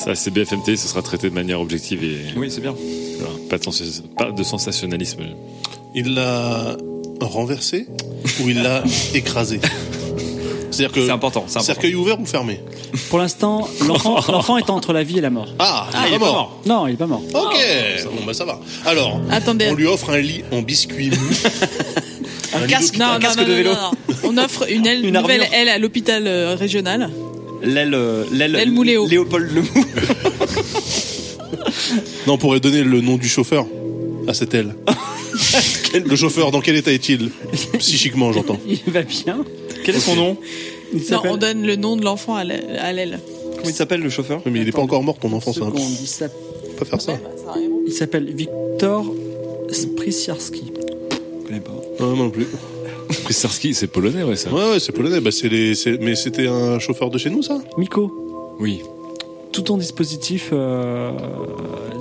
C: Ça, c'est BFMT, ce sera traité de manière objective et
D: Oui, c'est bien.
C: voilà, pas, de sens- pas de sensationnalisme.
F: Il l'a renversé ou
D: (laughs)
F: il l'a écrasé C'est-à-dire que.
D: C'est important, c'est important.
F: Cercueil ouvert ou fermé
E: Pour l'instant,
D: (laughs)
E: l'enfant l'enfant est entre la vie et la mort.
F: Ah, il est
D: pas
F: mort.
E: Non, il est pas mort. (laughs)
F: Ok, bon bah ça va. Alors,
G: Attendez.
F: on lui offre un lit en biscuit mou.
D: Un
G: Casque, non, non,
D: casque
G: non,
D: de
G: non,
D: vélo.
G: non, non. On offre une aile,
D: (laughs) Une
G: nouvelle
D: armure.
G: aile à l'hôpital euh, régional.
D: L'aile, euh, l'aile,
G: L'aile Mouléo.
D: Léopold le Mou.
F: non, on pourrait donner le nom du chauffeur à cette aile. Quel- le chauffeur, dans quel état est-il Psychiquement, j'entends.
E: Il va bien.
D: Quel est son nom
E: Il
G: Non,
E: s'appelle.
G: on donne le nom de l'enfant à l'aile. à l'aile.
D: Comment il s'appelle le chauffeur
F: Oui, mais il n'est pas encore mort, ton enfant, ça
E: Seconde,
F: va
E: il s'appelle-
F: pas faire ça.
E: Il s'appelle Victor Sprisiarski.
D: Je connais pas.
F: Ouais, moi non plus.
C: Prisarski, c'est polonais, ouais, ça.
F: Ouais, ouais, c'est polonais. Bah, c'est les, c'est- Mais c'était un chauffeur de chez nous, ça
E: Miko,
C: Oui.
E: tout ton dispositif euh,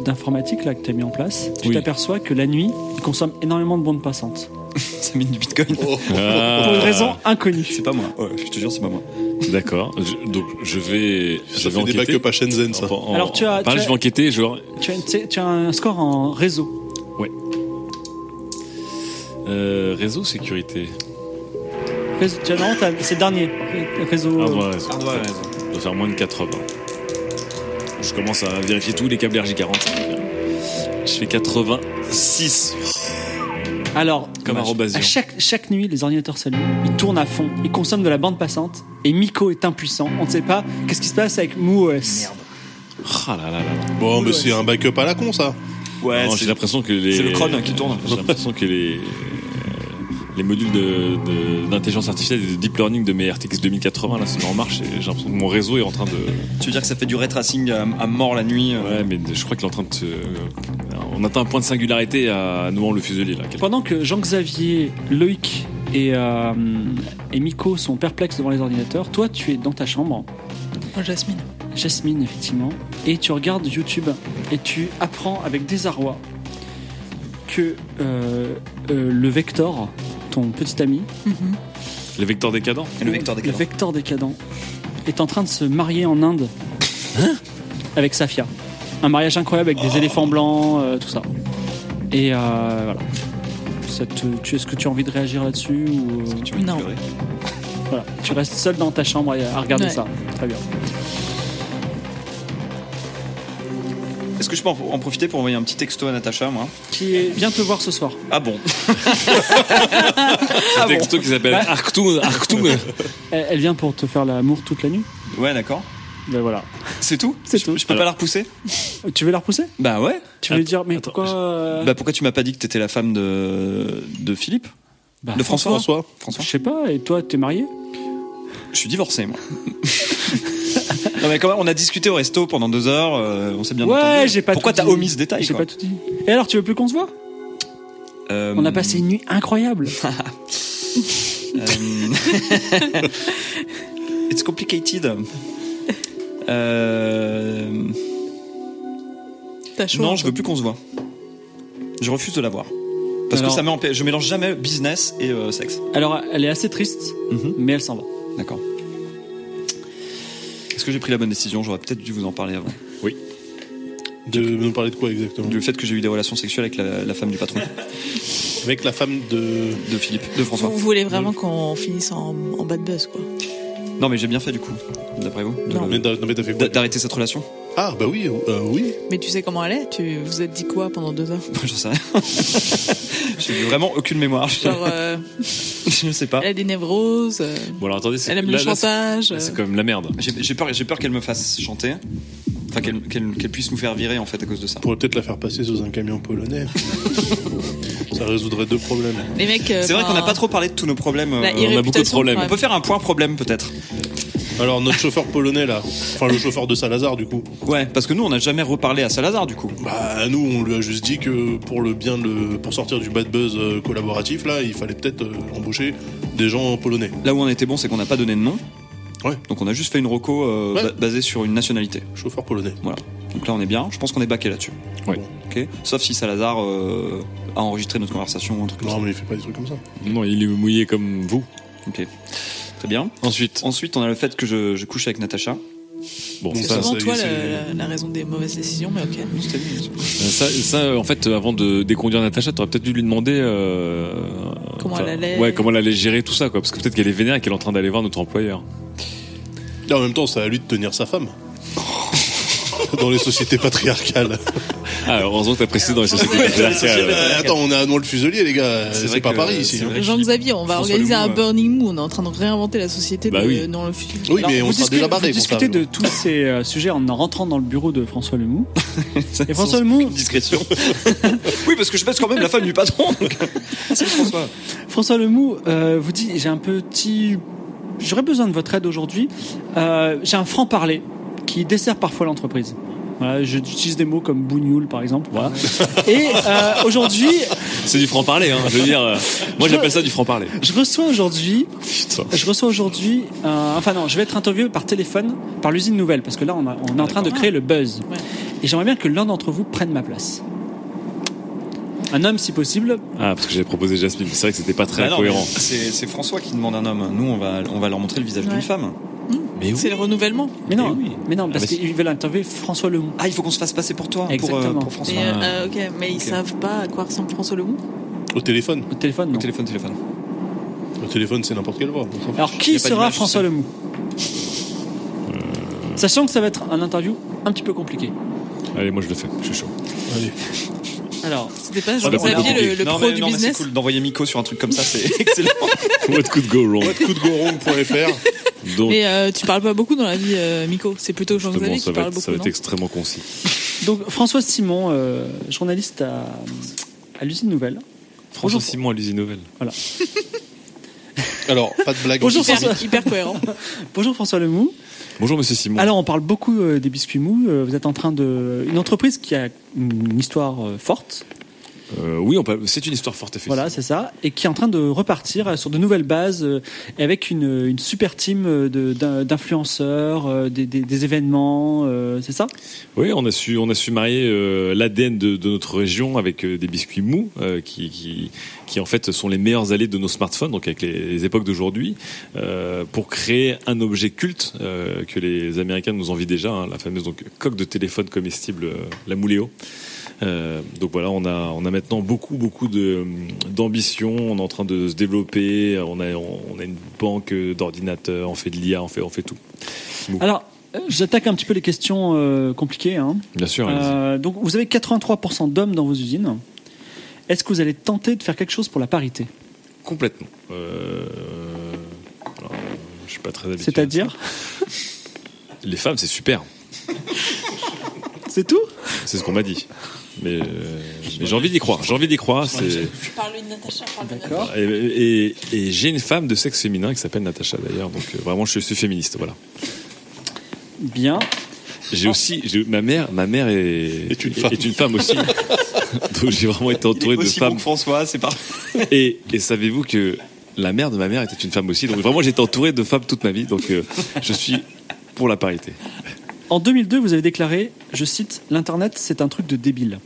E: d'informatique là que tu as mis en place, tu
C: Oui.
E: t'aperçois que la nuit, il consomme énormément de bandes passantes.
D: Ça mine du bitcoin.
C: Ah,
E: Pour une raison inconnue.
D: Euh, C'est pas moi. Oh. Ouais, je te jure, c'est pas moi.
C: D'accord. Je- Donc, je vais.
F: Ça
C: je vais
F: fait des
C: enquêter.
F: backups à Shenzhen, ça.
C: Enfin, en-
E: Alors, tu as-
C: en parallèle,
E: tu as-
C: je vais enquêter, genre.
E: Tu as, une- tu sais, tu as un score en réseau.
C: euh, réseau sécurité.
E: réseau tu as- non, t'as- c'est le dernier. Ré- Réseau.
C: Ah,
E: euh,
C: ouais, réseau. Je dois faire moins de 80. Je commence à vérifier tous les câbles RJ45. Je fais 86.
E: Alors,
C: Comme un robasien.
E: à chaque, chaque nuit, les ordinateurs s'allument, ils tournent à fond, ils consomment de la bande passante, et Miko est impuissant. On ne sait pas qu'est-ce qui se passe avec MooOS.
C: Ah là là là là.
F: Bon, mais c'est un backup à la con, ça.
D: Ouais,
C: Non,
D: c'est-
C: j'ai l'impression que les.
D: c'est le crâne qui tourne.
C: J'ai l'impression que les. euh, Les modules d'intelligence de, d'intelligence artificielle et de deep learning de mes RTX 2080, là, c'est en marche. et J'ai l'impression que mon réseau est en train de.
D: tu veux dire que ça fait du retracing à, à mort la nuit euh.
C: Ouais, mais de- je crois qu'il est en train de. se- On atteint un point de singularité à nouant le fuselier, là. quelque-
E: Pendant que Jean-Xavier, Loïc et, euh, et Miko sont perplexes devant les ordinateurs, toi, tu es dans ta chambre,
G: Oh, Jasmine.
E: Jasmine, effectivement, et tu regardes YouTube et tu apprends avec désarroi que euh, euh, le Vector, ton petit ami,
G: Mhm.
C: Les vecteurs décadents
D: le vecteur
E: le
D: décadent.
E: Vector décadent, est en train de se marier en Inde
D: Hein
E: avec Safia. Un mariage incroyable
D: Oh.
E: avec des éléphants blancs, euh, tout ça. Et euh, voilà. Ça te- tu- Est-ce que tu as envie de réagir là-dessus ou... euh,
D: Tu veux
G: Non.
D: pleurer
E: Voilà, tu restes seul dans ta chambre à à regarder
G: Ouais.
E: ça. Très bien.
D: Est-ce que je peux en, en profiter pour envoyer un petit texto à Natacha, moi
E: Qui est... Viens te voir ce soir.
D: Ah bon Ah
E: Ah,
C: Un texto qui s'appelle
D: euh,
C: Arctum. Arctum.
E: Elle, elle vient pour te faire l'amour toute la nuit.
D: (laughs) Ouais, d'accord.
E: Ben voilà.
D: C'est tout
E: C'est
D: Je-
E: tout.
D: Je peux pas la repousser
E: Tu veux la repousser
D: Bah ouais.
E: Tu veux lui
C: Attends,
E: dire, mais
C: attends,
E: pourquoi... euh,
D: Bah pourquoi tu m'as pas dit que t'étais la femme de, de Philippe
E: bah,
D: De François hein.
F: François.
D: François
E: Je sais pas, et toi, t'es marié
D: Je suis divorcé, moi. non, mais quand même, on a discuté au resto pendant deux heures, euh, on s'est bien
E: Ouais,
D: entendu.
E: j'ai pas
D: Pourquoi
E: tout
D: t'as
E: dit.
D: omis ce détail
E: J'ai
D: quoi
E: pas tout dit. Et alors, tu veux plus qu'on se voit
D: Euh,
E: On a passé une nuit incroyable.
D: euh,
E: (laughs)
D: It's complicated. Euh,
G: T'as chaud
D: Non,
G: un
D: je
G: peu
D: veux plus qu'on se voit. Je refuse de la voir. Parce
E: Alors-
D: que ça met en paix. Je mélange jamais business et euh, sexe.
E: Alors, elle est assez triste,
D: Mhm.
E: mais elle s'en va.
D: D'accord. Est-ce que j'ai pris la bonne décision J'aurais peut-être dû vous en parler avant.
F: De nous parler de quoi exactement
D: Du fait que j'ai eu des relations sexuelles avec la, la femme du patron,
F: Avec la femme de.
D: de Philippe, de François.
G: Vous voulez vraiment qu'on finisse en, en bad buzz, quoi.
D: Non, mais j'ai bien fait du coup, d'après vous, de
G: Non.
D: le-
F: Mais t'as- non, mais t'as fait quoi
D: d'a- d'arrêter cette relation (laughs)
F: Ah, bah oui, euh, oui.
G: Mais tu sais comment elle est Tu vous êtes dit quoi pendant deux
D: (laughs)
G: heures
D: J'en sais rien. (laughs) j'ai vraiment aucune mémoire.
G: Genre, euh,
D: (laughs) Je sais pas.
G: elle a des névroses, euh,
C: Bon, alors attendez, c'est-
G: elle aime
C: là-
D: Bah,
G: le
C: là, c'est-
G: chantage.
C: là, C'est
G: euh,
C: quand même la merde.
D: J'ai j'ai peur, j'ai peur qu'elle me fasse chanter. Enfin, qu'elle qu'elle- qu'elle puisse nous faire virer en fait à cause de ça.
F: On pourrait peut-être la faire passer sous un
D: (laughs)
F: camion polonais. ça résoudrait deux problèmes.
G: Les mecs. euh,
D: C'est vrai qu'on n'a
G: enfin,
D: pas trop parlé de tous nos problèmes.
G: la
D: euh,
C: a beaucoup de
G: irréputation,
C: problèmes.
G: quand
D: on
G: même.
D: peut faire un point problème peut-être.
F: Alors, notre chauffeur polonais, là. Enfin, le chauffeur de Salazar, du coup.
D: Ouais, parce que nous on n'a jamais reparlé à Salazar du coup.
F: Bah, nous, on lui a juste dit que pour le bien de. Pour sortir du bad buzz euh, collaboratif, là, il fallait peut-être euh, embaucher des gens polonais.
D: Là où on était bon, c'est qu'on n'a pas donné de nom.
F: Ouais.
D: Donc on a juste fait une roco euh,
F: Ouais.
D: ba- basée sur une nationalité.
F: Chauffeur polonais.
D: Voilà. Donc là on est bien. Je pense qu'on est baqué là-dessus.
C: Ouais.
D: Ok. Sauf si Salazar euh, a enregistré notre conversation ou un truc comme
F: Non, mais il fait pas des trucs comme ça.
C: Non, il est mouillé comme vous.
D: ça. Ok. Très bien.
C: Ensuite,
D: Ensuite, on a le fait que je, je couche avec Natacha.
C: bon,
G: C'est
C: ça,
G: souvent
F: ça,
G: toi
F: c'est-
G: le- la, la raison des mauvaises décisions, mais
E: Bah,
G: ok.
C: ça, ça, euh, en fait, euh, avant de déconduire Natacha, t'aurais peut-être dû lui demander euh,
G: Comment
C: enfin,
G: elle allait.
C: Ouais, comment elle allait gérer tout ça, quoi. Parce que peut-être qu'elle est vénère et qu'elle est en train d'aller voir notre employeur.
F: Et en même temps, c'est à lui de tenir
D: (laughs)
F: sa femme. Dans les sociétés patriarcales.
C: Ah, heureusement que t'as précisé dans les sociétés
F: Euh,
C: patriarcales.
F: attends, on est à Noël le Fuselier, les gars. euh,
D: C'est
F: C'est
D: vrai
F: pas
D: que-
F: Paris ici.
D: c'est
F: hein.
D: vrai.
G: Jean-Xavier, on va
D: François
G: organiser
D: Lemoux,
G: un
D: ouais.
G: Burning Moon. On est en train de réinventer la société
C: Bah
G: de-
C: oui.
G: dans le futur.
F: Oui, mais
E: Alors,
F: on
E: vous
F: sera
E: discutez-
F: déjà barré.
E: Vous discutez de tous ces euh, sujets en en rentrant dans le bureau de François
F: (laughs)
E: Lemoux. Et François Lemoux,
G: (laughs)
D: Discrétion. oui, parce que je baisse quand même la femme du patron. donc.
G: Ah,
D: Merci François.
E: François Lemoux euh, vous dit j'ai un petit. J'aurais besoin de votre aide aujourd'hui. Euh, j'ai un franc-parler qui dessert parfois l'entreprise. Voilà, je- j'utilise des mots comme bougnoule par exemple.
C: (laughs)
E: Voilà. Et euh, aujourd'hui,
C: C'est du franc-parler, hein. Je veux dire, euh, moi j'appelle ça du franc-parler.
E: je reçois aujourd'hui, je reçois aujourd'hui, un- enfin non, je vais être interviewé par téléphone par l'usine nouvelle parce que là on, a- on est en train de créer le buzz.
G: Ouais.
E: Et j'aimerais bien que l'un d'entre vous prenne ma place. Un homme si possible.
C: Ah, parce que j'avais proposé Jasmine, mais c'est vrai que c'était pas très
D: Bah non,
C: cohérent.
D: mais C'est c'est François qui demande un homme. Nous, on va, on va leur montrer le visage
G: Ouais.
D: d'une femme.
C: Mais oui.
G: C'est le renouvellement.
E: Mais non,
C: Eh oui.
E: mais non, parce
C: Ah, mais
E: qu'ils veulent interviewer François Lemoux.
D: Ah, il faut qu'on se fasse passer pour toi, pour, euh,
E: Exactement.
D: pour François.
G: Et, euh, ok, mais ils savent pas à quoi ressemble François Lemoux.
F: Au téléphone.
E: Au téléphone,
D: Au
E: non.
D: téléphone, téléphone.
F: Au téléphone, c'est n'importe quelle voix. on s'en fout.
E: Alors,
D: Y
E: qui
D: a pas
E: sera
D: d'image,
E: François
D: ça.
E: Lemoux Sachant que ça va être un interview un petit peu compliqué.
C: Allez, moi je le fais, je suis chaud.
F: Allez.
E: Alors,
G: C'était pas
C: bah, on a
G: Jean-Xavier
C: compris.
G: le, le
D: non,
G: pro
D: mais,
G: du
D: non, mais c'est
G: business.
D: cool d'envoyer Miko sur un truc comme ça, c'est (laughs) excellent.
C: What could go wrong
F: Coup de gorong.fr.
C: Donc,
G: Mais euh, tu parles pas beaucoup dans la vie, euh, Miko. C'est plutôt
C: justement,
G: Jean-Xavier
C: ça
G: qui
C: va
G: parle
C: être,
G: beaucoup.
C: ça va
G: non
C: être extrêmement concis.
E: donc François Simon, euh, journaliste à, à l'usine Nouvelle.
C: François Simon à l'usine nouvelle.
F: Alors, pas de blague.
E: Bonjour,
F: antisémite.
G: Hyper, hyper (laughs) cohérent.
E: Bonjour François Lemoux.
C: Bonjour monsieur Simon.
E: Alors, on parle beaucoup euh, des biscuits mous. Euh, vous êtes en train de. Une entreprise qui a une histoire euh, forte.
C: Euh, oui, on peut- c'est une histoire forte effectivement.
E: Voilà, c'est ça. Et qui est en train de repartir euh, sur de nouvelles bases euh, et avec une, une super team euh, de- d'in- d'influenceurs, euh, des, des- des événements. euh, c'est ça
C: Oui, on a su, on a su marier euh, l'ADN de, de notre région avec euh, des biscuits mous euh, qui, qui, qui en fait sont les meilleurs alliés de nos smartphones, donc avec les, les époques d'aujourd'hui, euh, pour créer un objet culte euh, que les Américains nous envient déjà, hein, la fameuse donc coque de téléphone comestible, euh, la mouléo. Euh, donc voilà, on a, on a maintenant beaucoup, beaucoup de, d'ambition. On est en train de se développer. On a, on, on a une banque d'ordinateurs. On fait de l'IA. On fait, on fait tout.
E: Alors, euh, j'attaque un petit peu les questions euh, compliquées. hein.
C: Bien sûr. allez-y.
E: Euh, donc, vous avez 83% d'hommes dans vos usines. Est-ce que vous allez tenter de faire quelque chose pour la parité
C: Complètement. Euh, alors, je suis pas très habitué.
E: C'est-à-dire
C: Les femmes, c'est super.
E: C'est tout
C: C'est ce qu'on m'a dit. Mais, euh, mais j'ai envie d'y croire. J'ai envie d'y croire. c'est-
G: Parle-lui de Natacha, parle-lui de
E: D'accord.
C: Et, et- et j'ai une femme de sexe féminin qui s'appelle Natacha d'ailleurs. Donc euh, vraiment, je suis féministe. Voilà.
E: Bien.
C: J'ai aussi j'ai- ma mère. Ma mère est,
F: Est une femme.
D: (laughs)
C: aussi. donc j'ai vraiment été
D: Il est
C: entouré de
D: aussi bon
C: femmes.
D: que François, c'est parfait.
C: Et, et savez-vous que la mère de ma mère était une femme aussi. Donc vraiment, j'ai été entouré de femmes toute ma vie. Donc euh, je suis pour la parité.
E: En 2002, vous avez déclaré, je cite, L'Internet, c'est un truc de débile.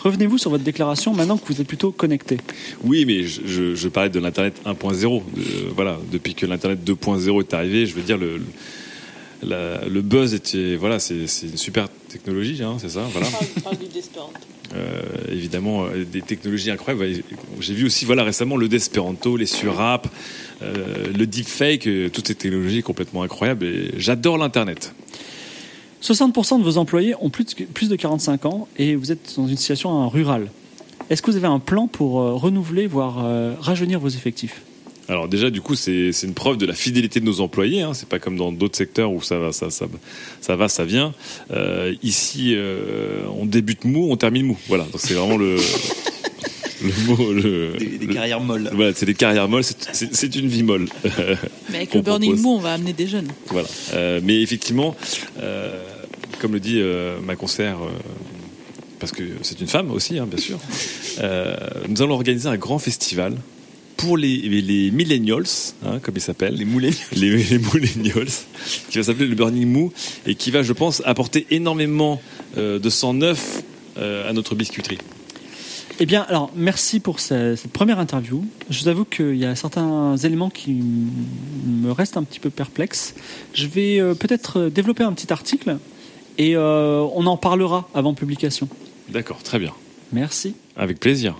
E: Revenez-vous sur votre déclaration maintenant que vous êtes plutôt connecté.
C: Oui, mais je, je, je parlais de l'Internet 1.0. De- euh, voilà, depuis que l'Internet 2.0 est arrivé, je veux dire, le, le- la- le buzz était. Voilà, c'est c'est une super technologie, hein, c'est ça voilà. Euh, évidemment, euh, des technologies incroyables. Ouais, J'ai vu aussi voilà, récemment le Desperanto, les surapps, euh, le deepfake, euh, toutes ces technologies complètement incroyables. Et j'adore l'Internet.
E: 60% de vos employés ont plus de, plus de 45 ans et vous êtes dans une situation euh, rurale. Est-ce que vous avez un plan pour euh, renouveler, voire euh, rajeunir vos effectifs
C: Alors déjà, du coup, c'est c'est une preuve de la fidélité de nos employés. Hein. C'est pas comme dans d'autres secteurs où ça va, ça, ça, ça va, ça vient. Euh, ici, euh, on débute mou, on termine mou. Voilà. Donc c'est vraiment le (laughs) le mot. Le,
D: Des, des
C: le-
D: carrières molles.
C: voilà, c'est des carrières molles. c'est- C'est c'est une vie molle. (laughs)
G: Mais avec
C: Qu'on
G: le Burning
C: propose.
G: Moon, on va amener des jeunes.
C: Voilà. Euh, mais effectivement, euh, comme le dit euh, ma concert, euh, parce que c'est une femme aussi, hein, bien sûr, euh, nous allons organiser un grand festival pour les, les millennials, hein, comme ils s'appellent. Les millennials. Les, les millennials, qui va s'appeler le Burning Moo et qui va, je pense, apporter énormément euh, de sang neuf euh, à notre biscuiterie.
E: Eh bien, alors, merci pour ce- cette première interview. Je vous avoue qu'il y a certains éléments qui m- me restent un petit peu perplexe. Je vais euh, peut-être euh, développer un petit article et euh, on en parlera avant publication.
C: D'accord, très bien.
E: Merci.
C: Avec plaisir.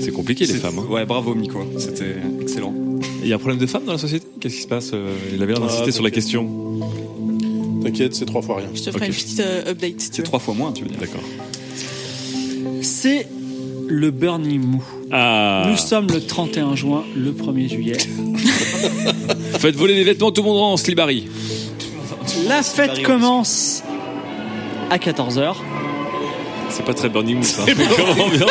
C: C'est compliqué les
D: C'est-
C: femmes. hein.
D: Ouais, bravo Miko, c'était excellent.
C: Il y a un problème de femmes dans la société Qu'est-ce qui se passe Euh, Il avait l'air d'insister
F: Ah,
C: sur la
F: t'inquiète.
C: question.
F: T'inquiète, c'est trois fois rien.
G: Je te ferai
C: Ok.
G: une petite euh, update si tu
D: C'est
G: veux.
D: trois fois moins, tu veux dire.
C: D'accord.
E: C'est le Burning Mou.
C: Ah
E: Nous sommes le 31 juin, le 1er juillet.
C: Faites voler les vêtements, tout le monde en Slibari.
E: La fête commence à 14h.
C: C'est pas très Burning Moose, hein. Comme ambiance.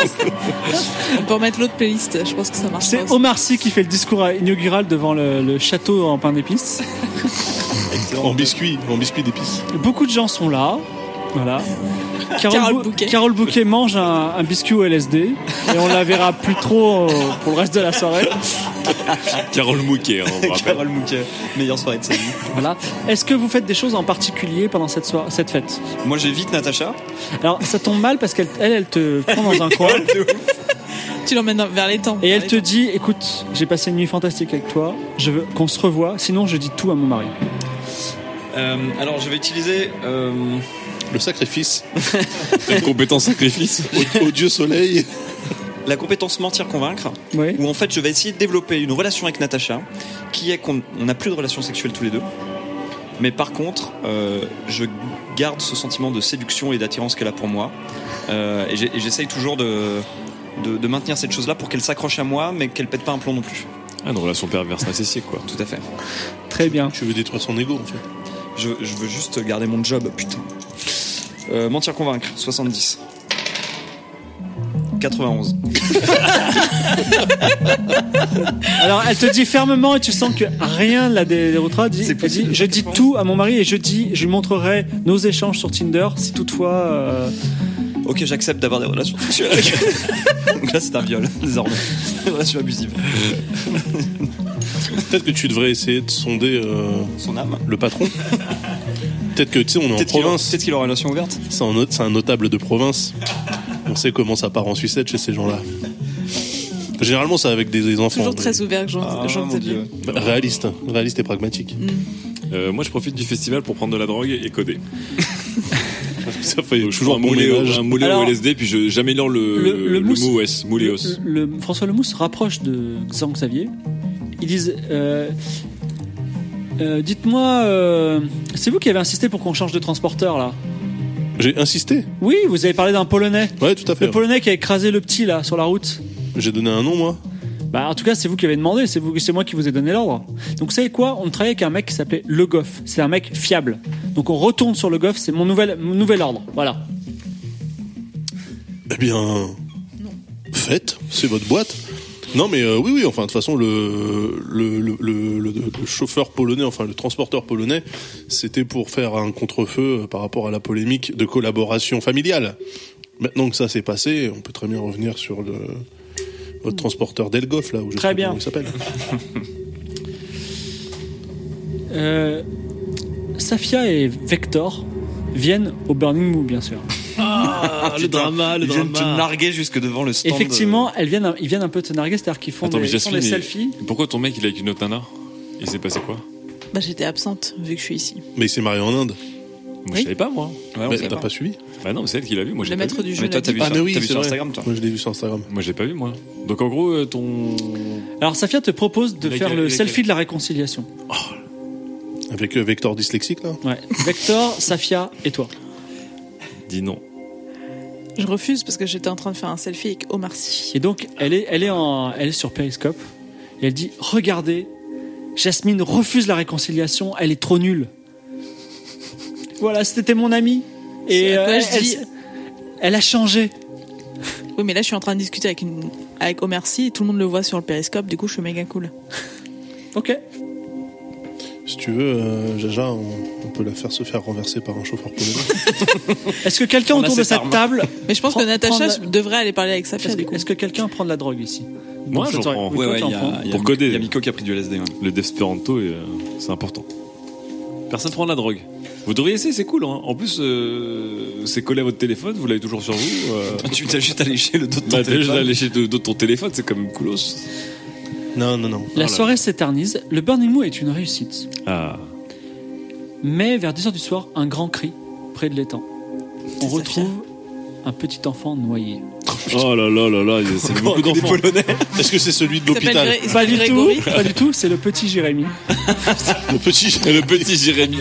G: On peut remettre l'autre playlist, je pense que ça marche.
E: C'est Omar Sy qui fait le discours inaugural devant le, le château en pain d'épices.
F: En biscuit, en biscuit d'épices.
E: Beaucoup de gens sont là.
G: (laughs)
E: Voilà. Carole,
G: Carole
E: Bou-
G: Bouquet.
E: Carole Bouquet mange un, un biscuit au LSD et on la verra plus trop euh, pour le reste de la soirée.
C: Carole Mouquet, hein, on vous (laughs) rappelle.
D: Carole Mouquet, meilleure soirée de sa vie.
E: Voilà. Est-ce que vous faites des choses en particulier pendant cette, soir- cette fête
D: Moi j'évite Natacha.
E: Alors ça tombe mal parce qu'elle elle, elle te prend dans
G: (laughs)
E: un coin
G: Tu l'emmènes dans- vers les temps.
E: et elle
G: Vers
E: te
G: les temps.
E: dit écoute j'ai passé une nuit fantastique avec toi, je veux qu'on se revoie, sinon je dis tout à mon mari.
D: Euh, alors je vais utiliser. euh,
F: Le sacrifice
C: Une compétence sacrifice.
F: au, au dieu soleil.
D: la compétence mentir-convaincre,
E: Oui.
D: où en fait je vais essayer de développer une relation avec Natacha, qui est qu'on on n'a plus de relation sexuelle tous les deux. Mais par contre, euh, je garde ce sentiment de séduction et d'attirance qu'elle a pour moi. Euh, et j'ai- et j'essaye toujours de, de, de maintenir cette chose-là pour qu'elle s'accroche à moi, mais qu'elle pète pas un plomb non plus.
C: Ah non, relation perverse narcissique, quoi.
D: Tout à fait.
E: Très bien.
F: (laughs) Tu veux détruire son ego en fait.
D: Je, je veux juste garder mon job, putain. Euh, mentir convaincre, 70. 91.
E: Alors elle te dit fermement et tu sens que rien là des, des retraites dit,
D: C'est
E: elle dit
D: possible.
E: je dis tout à mon mari et je dis je lui montrerai nos échanges sur Tinder si toutefois euh,
D: Ok, j'accepte d'avoir des relations sexuelles avec (laughs) Donc là, c'est un viol, désormais. Des relations abusives.
F: Peut-être que tu devrais essayer de sonder euh,
D: Son âme.
F: le patron. Peut-être que tu sais, on est en
D: Peut-être qu'il aura,
F: province.
D: peut-être qu'il aura une relation ouverte.
F: C'est un, not- c'est un notable de province. On sait comment ça part en sucette chez ces gens-là. Généralement, c'est avec des, des enfants.
G: Toujours
F: mais-
G: très ouvert, Jean-
D: Ah,
G: Jean-Xavier.
F: Bah, Réaliste, réaliste et pragmatique.
G: Mm.
C: Euh, moi, je profite du festival pour prendre de la drogue et coder.
F: Ça fait
C: Donc, toujours Euh, un
F: bon
C: moulé, au-
F: ménage.
C: un moulé au
E: Alors,
C: LSD, puis je- j'améliore le,
E: le- le
C: le,
E: mousse-
C: mot OS, mouléos.
E: le, le- François Lemou se rapproche de Xan Xavier ils disent euh, euh, dites-moi euh, c'est vous qui avez insisté pour qu'on change de transporteur là
F: J'ai insisté.
E: oui vous avez parlé d'un polonais
F: Ouais, tout à
E: le
F: fait.
E: polonais qui a écrasé le petit là sur la route
F: J'ai donné un nom, moi.
E: Bah en tout cas c'est vous qui avez demandé, c'est vous, c'est moi qui vous ai donné l'ordre. Donc vous savez quoi On travaille avec un mec qui s'appelait Le Goff. C'est un mec fiable. Donc on retourne sur Le Goff, c'est mon nouvel, mon nouvel ordre. Voilà.
F: Eh bien. Faites, c'est votre boîte. Non, mais euh, oui, oui, enfin, de toute façon, le, le, le, le- le- le chauffeur polonais, enfin, le transporteur polonais, c'était pour faire un contre-feu euh, par rapport à la polémique de collaboration familiale. Maintenant que ça s'est passé, on peut très bien revenir sur le. Votre transporteur Delgoff, là, où je
E: Très
F: sais pas
E: bien.
F: comment il s'appelle.
E: Euh, Safia et Vector viennent au Burning Moon bien sûr. le drama, le
D: Ils viennent Ah, te
E: drama.
D: narguer jusque devant le stand.
E: Effectivement, elles viennent, ils viennent un peu te narguer, c'est-à-dire qu'ils font,
C: euh, Attends, mais
E: des, ils font
C: Jasmine,
E: des
C: il-
E: selfies.
C: Pourquoi ton mec il est avec une autre nana Il s'est passé quoi
G: Bah, j'étais absente vu que je suis ici.
F: Mais il s'est marié en Inde.
C: Moi,
G: Oui.
C: Je savais pas moi.
D: Ouais, on
F: Mais
D: sait
F: T'as
D: pas.
F: pas suivi Ah,
C: Bah non, mais c'est elle qui l'a vu. Moi, je
G: Le
C: l'ai pas vu.
G: maître du jeu.
D: Ah, Mais toi,
G: l'a
D: t'as
G: dit.
D: vu ça,
F: mais oui,
D: t'as vu
F: c'est
D: sur
F: vrai.
D: Instagram, toi.
F: Moi, je l'ai vu sur Instagram.
C: Moi, je l'ai pas vu moi. Donc en gros, euh, ton.
E: Alors Safia te propose de
C: Laquelle-
E: faire le
C: laquelle
E: selfie de la réconciliation.
F: Avec euh, Vector dyslexique, là.
E: Ouais. Vector, Safia et toi.
C: Dis non.
G: Je refuse parce que j'étais en train de faire un selfie avec Omar Sy.
E: Et donc elle est, elle est, en, elle est sur Periscope et elle dit Regardez, Jasmine refuse la réconciliation, elle est trop nulle. Voilà, c'était mon amie.
G: C'est
E: Et
G: à quoi
E: euh,
G: je
E: elle,
G: dis-
E: s- elle a changé.
G: Oui, mais là, je suis en train de discuter avec, une... avec Omar Sy et tout le monde le voit sur le périscope. Du coup, je suis méga cool.
E: Ok.
F: Si tu veux, euh, Jaja, on, on peut la faire se faire renverser par un chauffeur polonais.
E: Est-ce que quelqu'un
D: On a
E: autour de
D: ses
E: cette
D: armes.
E: table.
G: (laughs) Mais je pense
E: Prends-
G: que Natacha
E: prends la-
G: devrait aller parler avec Safia.
E: Est-ce
G: du
E: que,
G: coup.
E: est-ce que quelqu'un prend de la drogue ici
C: Moi,
E: Dans cette
C: j'en
E: soirée-
C: prends.
E: Oui, toi, t'en prends.
C: Pour coder.
D: Il y a Miko qui a pris du LSD. ouais.
C: Le Desperanto, est, euh, c'est important. Personne prend de la drogue. Vous devriez essayer, c'est cool. hein. En plus, euh, c'est collé à votre téléphone, vous l'avez toujours sur vous. (laughs) Euh...
D: Ah, Tu t'as juste alléché le dos de ton
C: Bah, déjà,
D: téléphone.
C: d'aller chez de, de ton téléphone, c'est quand même coolos.
F: non, non, non.
E: La
C: là.
E: soirée s'éternise. Le Burning Moon est une réussite.
C: Ah.
E: Mais vers 10h du soir, un grand cri près de l'étang. On retrouve un petit enfant noyé.
C: Oh là là là là, c'est beaucoup d'enfants.
F: Est-ce que c'est celui de
G: Il s'appelle
F: l'hôpital
G: Gré- il
E: Pas
G: s'appelle
E: du tout,
G: Grégory.
E: pas du tout, c'est le petit Jérémy.
F: Le petit. (laughs)
C: Et le petit Jérémy.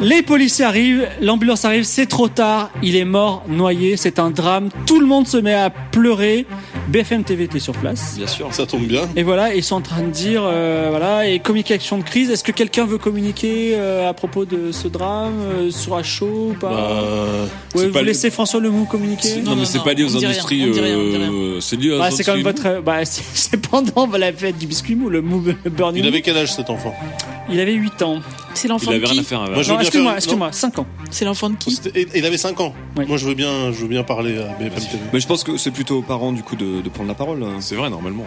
E: Les policiers arrivent, l'ambulance arrive, c'est trop tard, il est mort, noyé, c'est un drame, tout le monde se met à pleurer. BFM TV était sur place.
D: Bien sûr.
F: Ça tombe bien.
E: Et voilà, ils sont en train de dire, euh, voilà, et communication de crise, est-ce que quelqu'un veut communiquer euh, à propos de ce drame, euh, sur un show ou pas
C: Euh,
E: Ouais,
C: c'est
E: vous
C: pas-
E: laissez François Lemou communiquer
G: Non,
C: Non, mais
G: non,
C: c'est
G: non,
C: pas lié
G: on dit
C: aux
G: rien,
C: industries.
G: on dit rien, on dit
C: euh, c'est lié à
E: Bah, c'est quand même
C: industries.
E: votre. Bah, (laughs) c'est- c'est pendant la fête du biscuit mou, le mou (laughs) le Burning
F: Il
E: Moon.
F: avait quel âge cet enfant
E: il avait 8 ans.
G: C'est
C: Il
G: l'enfant de
C: avait rien à
G: qui
C: faire avec.
F: Moi, je veux
E: Non,
F: bien
E: excuse-moi,
F: faire-
E: excuse-moi, 5 ans.
G: C'est l'enfant de qui
F: C'était- Il avait 5 ans.
E: Oui.
F: Moi, je veux bien, je veux bien parler à BFM TV.
D: Mais je pense que c'est plutôt aux parents du coup de, de prendre la parole. hein.
C: C'est vrai, normalement.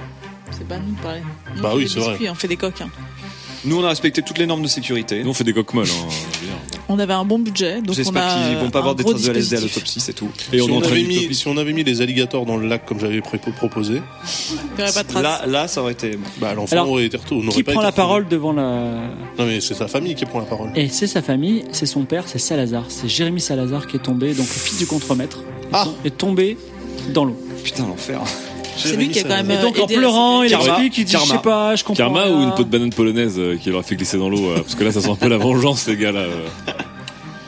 G: C'est pas nous de parler. Nous, on
F: Bah
G: fait
F: oui,
G: des
F: c'est vrai.
G: biscuits, On fait des coques. hein.
D: Nous on a respecté toutes les normes de sécurité.
C: Nous, on fait des coques molles. hein, je veux dire.
G: On avait un bon budget, donc on
D: J'espère
G: a
D: qu'ils vont pas
G: un
D: avoir des
G: gros
D: traces de LSD à
G: dispositif.
D: l'autopsie, c'est tout.
C: Et
F: si,
C: on
F: on
C: entraîne
F: avait
C: du
F: mis,
C: topic.
F: si on avait mis les alligators dans le lac comme j'avais pré- proposé,
G: Il y aurait pas de traces.
D: Là, là, ça aurait été.
F: bah, l'enfant
E: Alors,
F: aurait été retour- n'aurait
E: Qui
F: pas
E: prend
F: été
E: la
F: retrouvé.
E: parole devant la.
F: Non, mais c'est sa famille qui prend la parole.
E: Et c'est sa famille, c'est son père, c'est Salazar. C'est Jérémy Salazar qui est tombé, donc le fils du contremaître, est
F: Ah.
E: tom- est tombé dans l'eau.
D: Putain, l'enfer.
G: C'est lui qui a quand même.
E: Et
G: euh,
E: donc en
G: aidé à
E: pleurant, il
G: sécurité.
D: Karma.
E: explique, il dit
D: Karma.
E: Je sais pas, je comprends.
G: Oh
C: Karma ou
E: rien.
C: une peau de banane polonaise euh, qui leur a fait glisser dans l'eau euh, Parce que là, ça sent un peu la vengeance, les gars. Là. euh.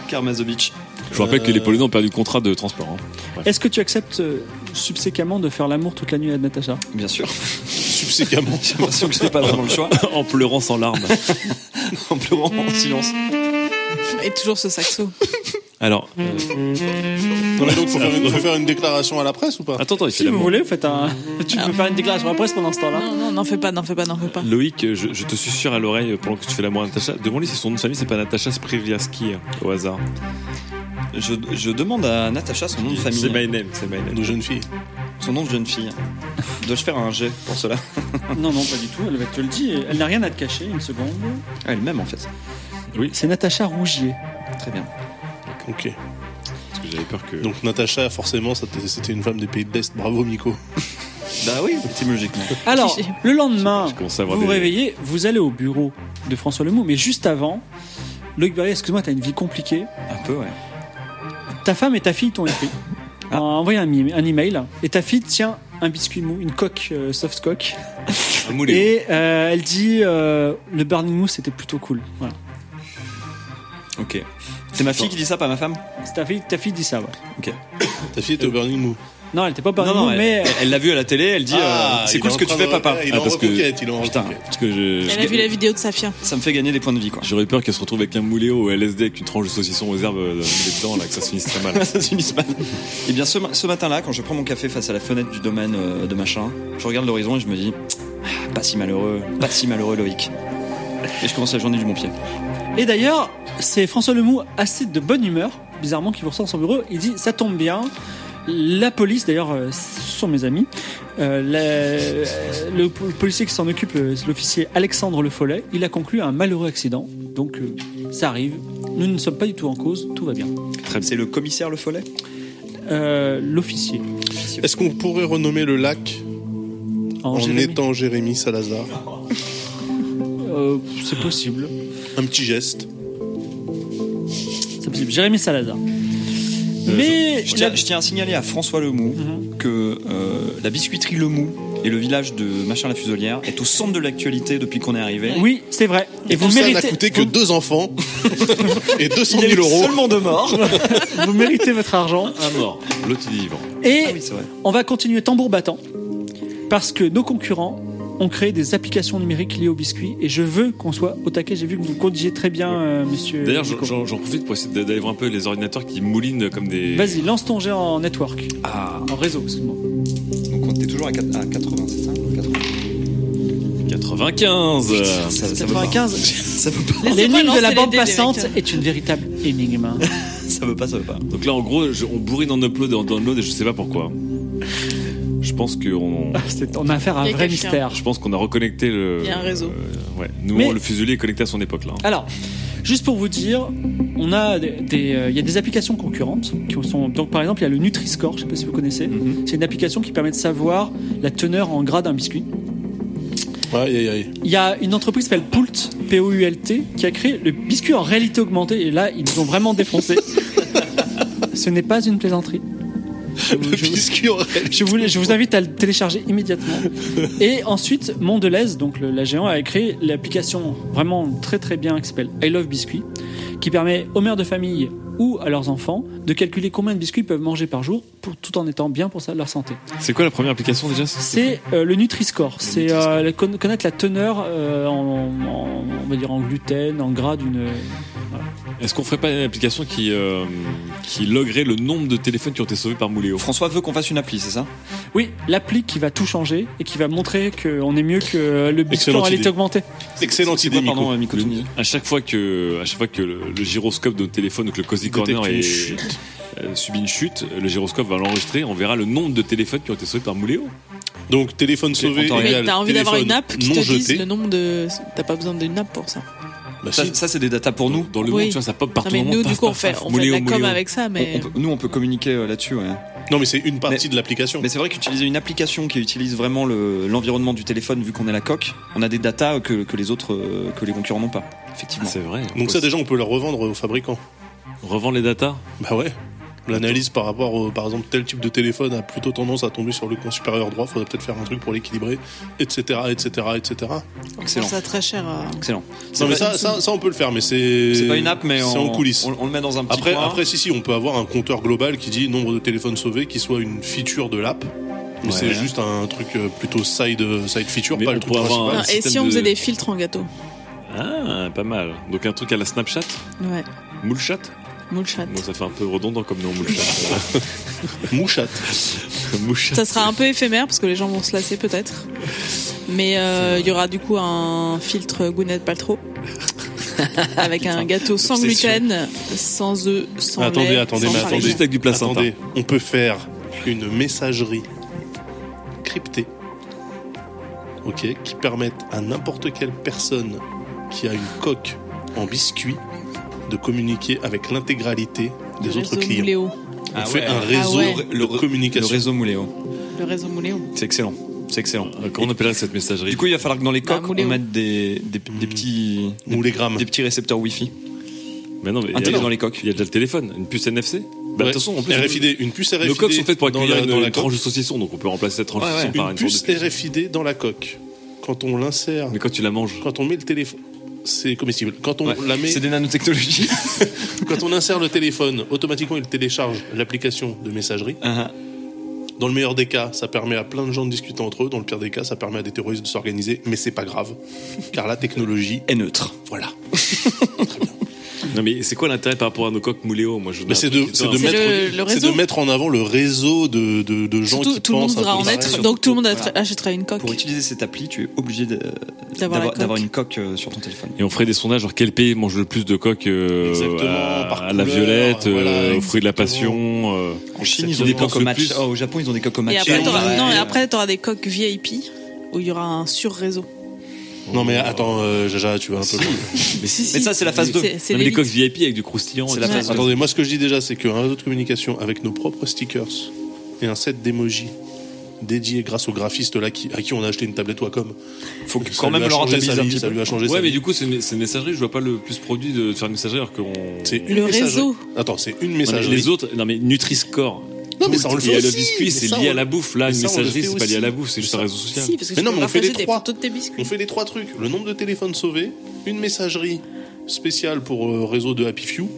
D: Karmazovic.
C: Je vous
D: Euh.
C: rappelle que les Polonais ont perdu le contrat de transport. hein.
E: Est-ce que tu acceptes euh, subséquemment de faire l'amour toute la nuit à Natacha
D: Bien sûr. (laughs)
F: Subséquemment.
D: J'ai l'impression que je n'ai pas vraiment le choix.
C: (laughs) en pleurant sans larmes.
D: En pleurant,
G: Mm.
D: en silence.
G: Et toujours ce
D: (laughs)
G: saxo.
C: Alors,
G: Mm.
C: euh,
F: Non, mais donc, faut faire, une, faut faire une déclaration à la presse ou pas
C: attends, attends, il fait
E: Si vous
C: l'amour.
E: voulez, faites (laughs) un. Tu peux faire une déclaration à la presse pendant ce temps-là.
G: Non, non, n'en fais pas, n'en fais pas, n'en fais pas.
C: Loïc, euh, je, je te suis sûr à l'oreille euh, pendant que tu fais l'amour à Natacha. Demande-lui si son nom de famille c'est pas Natacha Spriviaski euh, au hasard.
D: Je, je demande à Natacha son nom de
C: C'est my
D: famille.
C: name, c'est my name.
F: De jeune fille.
D: Son nom de jeune fille. Dois-je faire un jet pour cela
E: Non, non, pas du tout. Elle va te le dire. Elle n'a rien à te cacher, une seconde.
D: Ah, Elle-même en fait.
E: C'est Natacha Rougier.
D: Très bien.
F: Ok.
C: Parce que j'avais peur que.
F: Donc, Natacha, forcément, ça t- c'était une femme des pays de l'Est. Bravo, Miko.
D: Bah oui, étymologiquement.
E: Alors,
G: Cliché.
E: le lendemain,
C: Je commence à
E: vous
C: avoir
E: vous
C: des-
E: réveillez, vous allez au bureau de François Lemoux, mais juste avant, Loïc Barrier, excuse-moi, t'as une vie compliquée.
D: Un peu, ouais.
E: Ta femme et ta fille t'ont écrit.
D: Ah.
E: Euh, Envoyé un, e- un email et ta fille tient un biscuit mou, une coque euh, soft coque,
C: Un moulet.
E: et euh, elle dit euh, le burning mou c'était plutôt cool. Voilà.
D: Ok. C'est ma fille qui dit ça, pas ma femme
E: C'est Ta fille, ta fille dit ça. Ouais.
F: Ta fille était au Burning Moon.
E: Non, elle était pas burning mou,
D: elle-
E: mais
D: elle- elle l'a vu à la télé, elle dit euh, C'est cool ce que tu fais, papa.
F: Il est
C: Ah,
F: en
C: parce que-
F: reconquête, il est en
D: Putain.
F: reconquête.
C: Parce que je-
G: Elle a vu la vidéo de Safia.
D: Ça me fait gagner des points de vie, quoi.
C: J'aurais peur qu'elle se retrouve avec un moulet au LSD avec une tranche de saucisson aux herbes euh, mis dedans, là, que ça se finisse très mal.
D: (laughs) Ça s'unisse pas. Et Eh bien, ce, ma- ce matin-là, quand je prends mon café face à la fenêtre du domaine euh, de machin, je regarde l'horizon et je me dis Ah, Pas si malheureux, pas si malheureux, Loïc. Et je commence la journée du bon pied.
E: Et d'ailleurs, c'est François Lemoux assez de bonne humeur, bizarrement, qui vous ressort dans son bureau. Il dit Ça tombe bien. La police, d'ailleurs, euh, ce sont mes amis. Euh, la- euh, le, po- le policier qui s'en occupe, euh, c'est l'officier Alexandre Le Follet, il a conclu un malheureux accident. Donc, euh, ça arrive. Nous ne sommes pas du tout en cause. Tout va bien.
D: C'est le commissaire Le Follet
E: euh, l'officier.
F: Est-ce qu'on pourrait renommer le lac
E: en
F: en
E: Jérémie.
F: étant Jérémy Salazar
E: Euh, c'est possible.
F: Un petit geste.
E: C'est possible. Jérémy Salazar. Mais
D: Je tiens, je tiens à signaler à François Lemou que euh, la biscuiterie Lemou et le village de Machin la Fuselière est au centre de l'actualité depuis qu'on est arrivé.
E: oui, c'est vrai. Et, vous
F: Tout ça n'a
E: méritez,
F: coûté que deux enfants et 200
D: Il y a
F: 000
D: eu
F: euros.
D: seulement deux morts.
E: vous méritez votre argent.
C: Un mort, l'autre il est vivant.
E: Et
D: Ah (laughs) oui, c'est vrai.
E: on va continuer tambour battant parce que nos concurrents ont créé des applications numériques liées au biscuit et je veux qu'on soit au taquet. J'ai vu que vous condigez très bien, euh, monsieur.
C: D'ailleurs, j'en-
E: Nico.
C: j'en j'en profite pour essayer d'aller voir un peu les ordinateurs qui moulinent comme des.
E: Vas-y, lance ton jet en network,
C: Ah,
E: en réseau, excuse-moi.
D: Donc on était toujours à, quatre- à 80, c'est ça
C: 95 euh,
D: Ça, ça veut pas.
E: 95.
D: (laughs) Ça veut pas.
G: Laissez-moi
E: L'énigme de
G: lancer
E: la
G: les
E: bande
G: dés, les (laughs)
E: passante
G: mecs.
E: est une véritable
C: (laughs)
E: énigme.
D: Ça veut pas, ça veut pas.
C: Donc là, en gros, je- on bourrine en upload et en download et je sais pas pourquoi. Je pense qu'on.
E: C'est- on a affaire à
G: Il
E: un
G: y a
E: vrai
G: quelqu'un.
E: mystère.
C: Je pense qu'on a reconnecté le.
G: Il y a un réseau.
C: euh, ouais. Nous,
E: Mais-
C: on- le fuselier est connecté à son époque là.
E: Alors, juste pour vous dire, on a des, des, euh, il y a des applications concurrentes qui sont donc par exemple il y a le Nutri-Score, je sais pas si vous connaissez.
C: Mhm.
E: C'est une application qui permet de savoir la teneur en gras d'un biscuit.
F: Aïe, aïe, aïe.
E: Il y a une entreprise qui s'appelle Poult, P-O-U-L-T, qui a créé le biscuit en réalité augmentée et là ils nous ont vraiment défoncé.
F: (laughs)
E: Ce n'est pas une plaisanterie. Je vous- je vous-
F: Biscuit en rêve.
E: je, voulais- je vous invite à le télécharger immédiatement. Et ensuite, Mondelez, donc le, la géant, a créé l'application vraiment très très bien qui s'appelle I Love Biscuit, qui permet aux mères de famille ou à leurs enfants de calculer combien de biscuits ils peuvent manger par jour pour, tout en étant bien pour ça leur santé.
C: hein. C'est quoi la première application déjà c'est-
E: C'est euh, le Nutri-Score, c'est euh, la- conna- connaître la teneur euh, en, en- on va dire en gluten, en gras d'une...
C: Est-ce qu'on ferait pas une application qui, euh, qui loguerait le nombre de téléphones qui ont été sauvés par Mouléo
D: François veut qu'on fasse une appli, c'est ça
E: Oui, l'appli qui va tout changer et qui va montrer qu'on est mieux que le biscuit en
F: Excellente
E: réalité
F: idée.
E: augmentée.
F: Excellente
D: C'est
F: idée,
D: quoi, pardon,
F: Nico.
D: euh, Miko Toumi
C: À chaque fois que, à chaque fois que le, le gyroscope de notre téléphone ou que le Cozy
F: Détecte
C: Corner
F: une
C: est-
F: chute.
C: euh, subit une chute, le gyroscope va l'enregistrer, on verra le nombre de téléphones qui ont été sauvés par Mouléo.
F: Donc, téléphone sauvé.
D: en temps
G: Mais
F: égale
G: t'as envie d'avoir une
F: téléphone
G: nappe qui
F: non
G: te
F: jeté.
G: dise le nombre de. T'as pas besoin d'une nappe pour ça.
F: Bah,
D: Ça,
F: si.
D: ça, c'est des datas pour nous.
C: Dans le
G: Oui.
C: monde, tu vois, ça pop
G: Non,
C: partout.
G: mais
C: dans le
G: nous,
C: monde,
G: du
C: paf,
G: coup, on
C: paf,
G: fait,
C: paf,
G: on fait de la
C: Mouléo,
G: com
C: Mouléo.
G: avec ça,
D: On-
G: mais.
D: on peut- nous, on peut communiquer euh, là-dessus. ouais.
F: Non, mais c'est une partie de l'application.
D: Mais c'est vrai qu'utiliser une application qui utilise vraiment le- l'environnement du téléphone, vu qu'on est la coque, on a des datas que, que les autres, euh, que les concurrents n'ont pas.
C: Ah,
D: Effectivement.
C: C'est vrai.
F: Donc, ça, déjà, on peut le revendre aux fabricants.
C: Revendre les datas
F: Bah ouais. L'analyse par rapport, au, par exemple, tel type de téléphone a plutôt tendance à tomber sur le coin supérieur droit. Faudrait peut-être faire un truc pour l'équilibrer, etc., etc., etc.
G: On
D: excellent.
G: prend ça très cher. euh. à-
D: Excellent. C'est
F: Non, mais
D: pas-
F: ça, ça, ça, on peut le faire, mais c'est.
D: c'est pas une app, mais
F: c'est
D: on-
F: en coulisses.
D: On, on le met dans un petit
F: Après,
D: coin.
F: après, si, si, on peut avoir un compteur global qui dit nombre de téléphones sauvés, qui soit une feature de l'app. Mais
C: Ouais.
F: c'est juste un truc euh, plutôt side, euh, side feature,
C: Mais
F: pas
C: on
F: le truc
C: pourrait avoir
F: principal.
G: Non,
C: un
G: et
C: système
G: si on
C: de-
G: faisait des filtres en gâteau
C: Ah, pas mal. Donc un truc à la Snapchat
G: Ouais,
C: Moulchat
G: moule chat.
C: Bon, ça fait un peu redondant comme nom, Moulchat.
D: (laughs)
F: Mouchat.
C: Moulchat.
G: Ça sera un peu éphémère parce que les gens vont se lasser peut-être. Mais euh, il y aura du coup un filtre Gwyneth Paltrow avec un gâteau sans
F: l'obsession.
G: gluten, sans œufs, sans
F: attendez,
G: lait,
F: attendez,
G: sans
F: mais
G: farine.
F: attendez.
C: Juste avec du placenta.
F: Attendez, on peut faire une messagerie cryptée, ok, qui permette à n'importe quelle personne qui a une coque en biscuit de communiquer avec l'intégralité des
G: Le
F: autres
G: réseau
F: clients.
G: Mouléo.
F: On
D: Ah
F: fait
D: ouais.
F: un
D: Ah
F: réseau
G: ouais.
F: de
D: re-
F: communication.
D: Le réseau Mouléo.
G: Le réseau Mouléo.
D: C'est excellent. C'est excellent.
C: Euh, Comment on appellerait cette messagerie
D: Du coup, il va falloir que dans les coques, on
G: Mouléo.
D: mette des, des, des petits. des-
F: Moulégramme.
D: Des petits récepteurs Wi-Fi.
C: Mais non, mais
D: Un
C: il y a-
D: dans les coques.
C: il y a déjà le téléphone, une puce NFC. Bah,
F: Ouais.
C: de toute façon, en plus,
F: RFID, une puce RFID.
C: nos coques sont faites pour
F: dans
C: accueillir
F: la-
C: une,
F: dans la
C: une
F: coque.
C: tranche de saucisson, donc on peut remplacer cette tranche
D: Ouais,
C: de
D: ouais.
C: saucisson par une,
F: Une puce
C: sorte de
F: RFID dans la coque. Quand on l'insère,
C: Mais quand tu la manges,
F: quand on met le téléphone, c'est comestible. Quand on
D: Ouais.
F: la met
D: C'est des nanotechnologies.
F: Quand on insère le téléphone, automatiquement il télécharge l'application de messagerie.
D: Ah, ah.
F: Dans le meilleur des cas, ça permet à plein de gens de discuter entre eux. Dans le pire des cas, ça permet à des terroristes de s'organiser. Mais c'est pas grave, car la technologie,
D: Et neutre.
F: voilà.
C: Non mais c'est quoi l'intérêt par rapport à nos coques mouléo Moi je voudrais
F: Mais c'est
C: un truc
F: de,
C: qui
F: c'est
C: soit
F: de
C: un-
G: C'est
F: mettre,
G: le- le
F: c'est
G: réseau.
F: de mettre en avant le réseau de, de- de gens
G: Surtout,
F: qui
G: tout le monde
F: pensent.
G: voudra
F: un peu
G: en
F: pareil.
G: être, donc tout le monde
D: Voilà.
G: achètera une coque.
D: Pour utiliser cette appli, tu es obligé de-
G: D'avoir la
D: d'avoir
G: coque.
D: d'avoir une coque euh, sur ton téléphone.
C: Et on ferait des sondages, genre quel pays mange le plus de coques euh,
F: Exactement,
C: à,
F: par
C: à la
F: couleur,
C: violette, euh,
F: voilà,
C: au fruit de la
F: exactement.
C: passion. euh,
D: En Chine,
C: qui
D: ils ont des
C: dépense
D: coques au
C: le
D: match.
C: plus.
D: Oh, au Japon, ils ont des coques au match.
G: Et après,
F: Mathieu,
G: t'auras
F: ouais.
G: non, et après, t'auras des coques VIP où il y aura un sur-réseau.
F: Non, mais attends, euh, Jaja, tu vas un peu loin.
C: Mais si, si.
D: Mais ça, c'est la phase deux.
C: Non, mais les coques VIP avec du croustillant.
D: C'est la
C: tout
D: phase
C: ça.
D: deux.
F: Attendez, moi ce que je dis déjà, c'est qu'un réseau de communication avec nos propres stickers et un set d'emojis dédié grâce au graphiste là qui, à qui on a acheté une tablette Wacom.
D: Faut que
F: Ça
D: quand
F: lui
D: même
F: a
D: le
F: changé
D: rentabiliser
F: sa
D: un
F: vie,
D: petit
F: Ça
D: peu.
F: lui a changé
C: Ouais,
F: sa
C: mais
F: vie.
C: du coup, c'est une c'est une messagerie. Je vois pas le plus produit de faire une messagerie alors qu'on.
F: C'est une
G: Le
F: messagerie.
G: réseau.
F: Attends, c'est une
C: Non, mais
F: messagerie.
C: les autres, non mais Nutri-Score.
F: Non, mais ça, on le
C: Et
F: fait
C: le
F: aussi, mais
C: biscuit, c'est
F: ça,
C: lié
F: on-
C: à la bouffe. Là,
F: mais
C: une
F: ça, on le
C: messagerie,
F: fait
C: c'est pas lié à
F: aussi.
C: la bouffe, c'est juste un réseau social.
G: Si, parce que
F: Mais
G: tu
F: non,
G: peux
F: mais on fait
G: partager
F: les
G: des
F: trois.
G: photos de tes biscuits.
F: On fait les trois trucs. Le nombre de téléphones sauvés, une messagerie spéciale pour euh, réseau de Happy Few,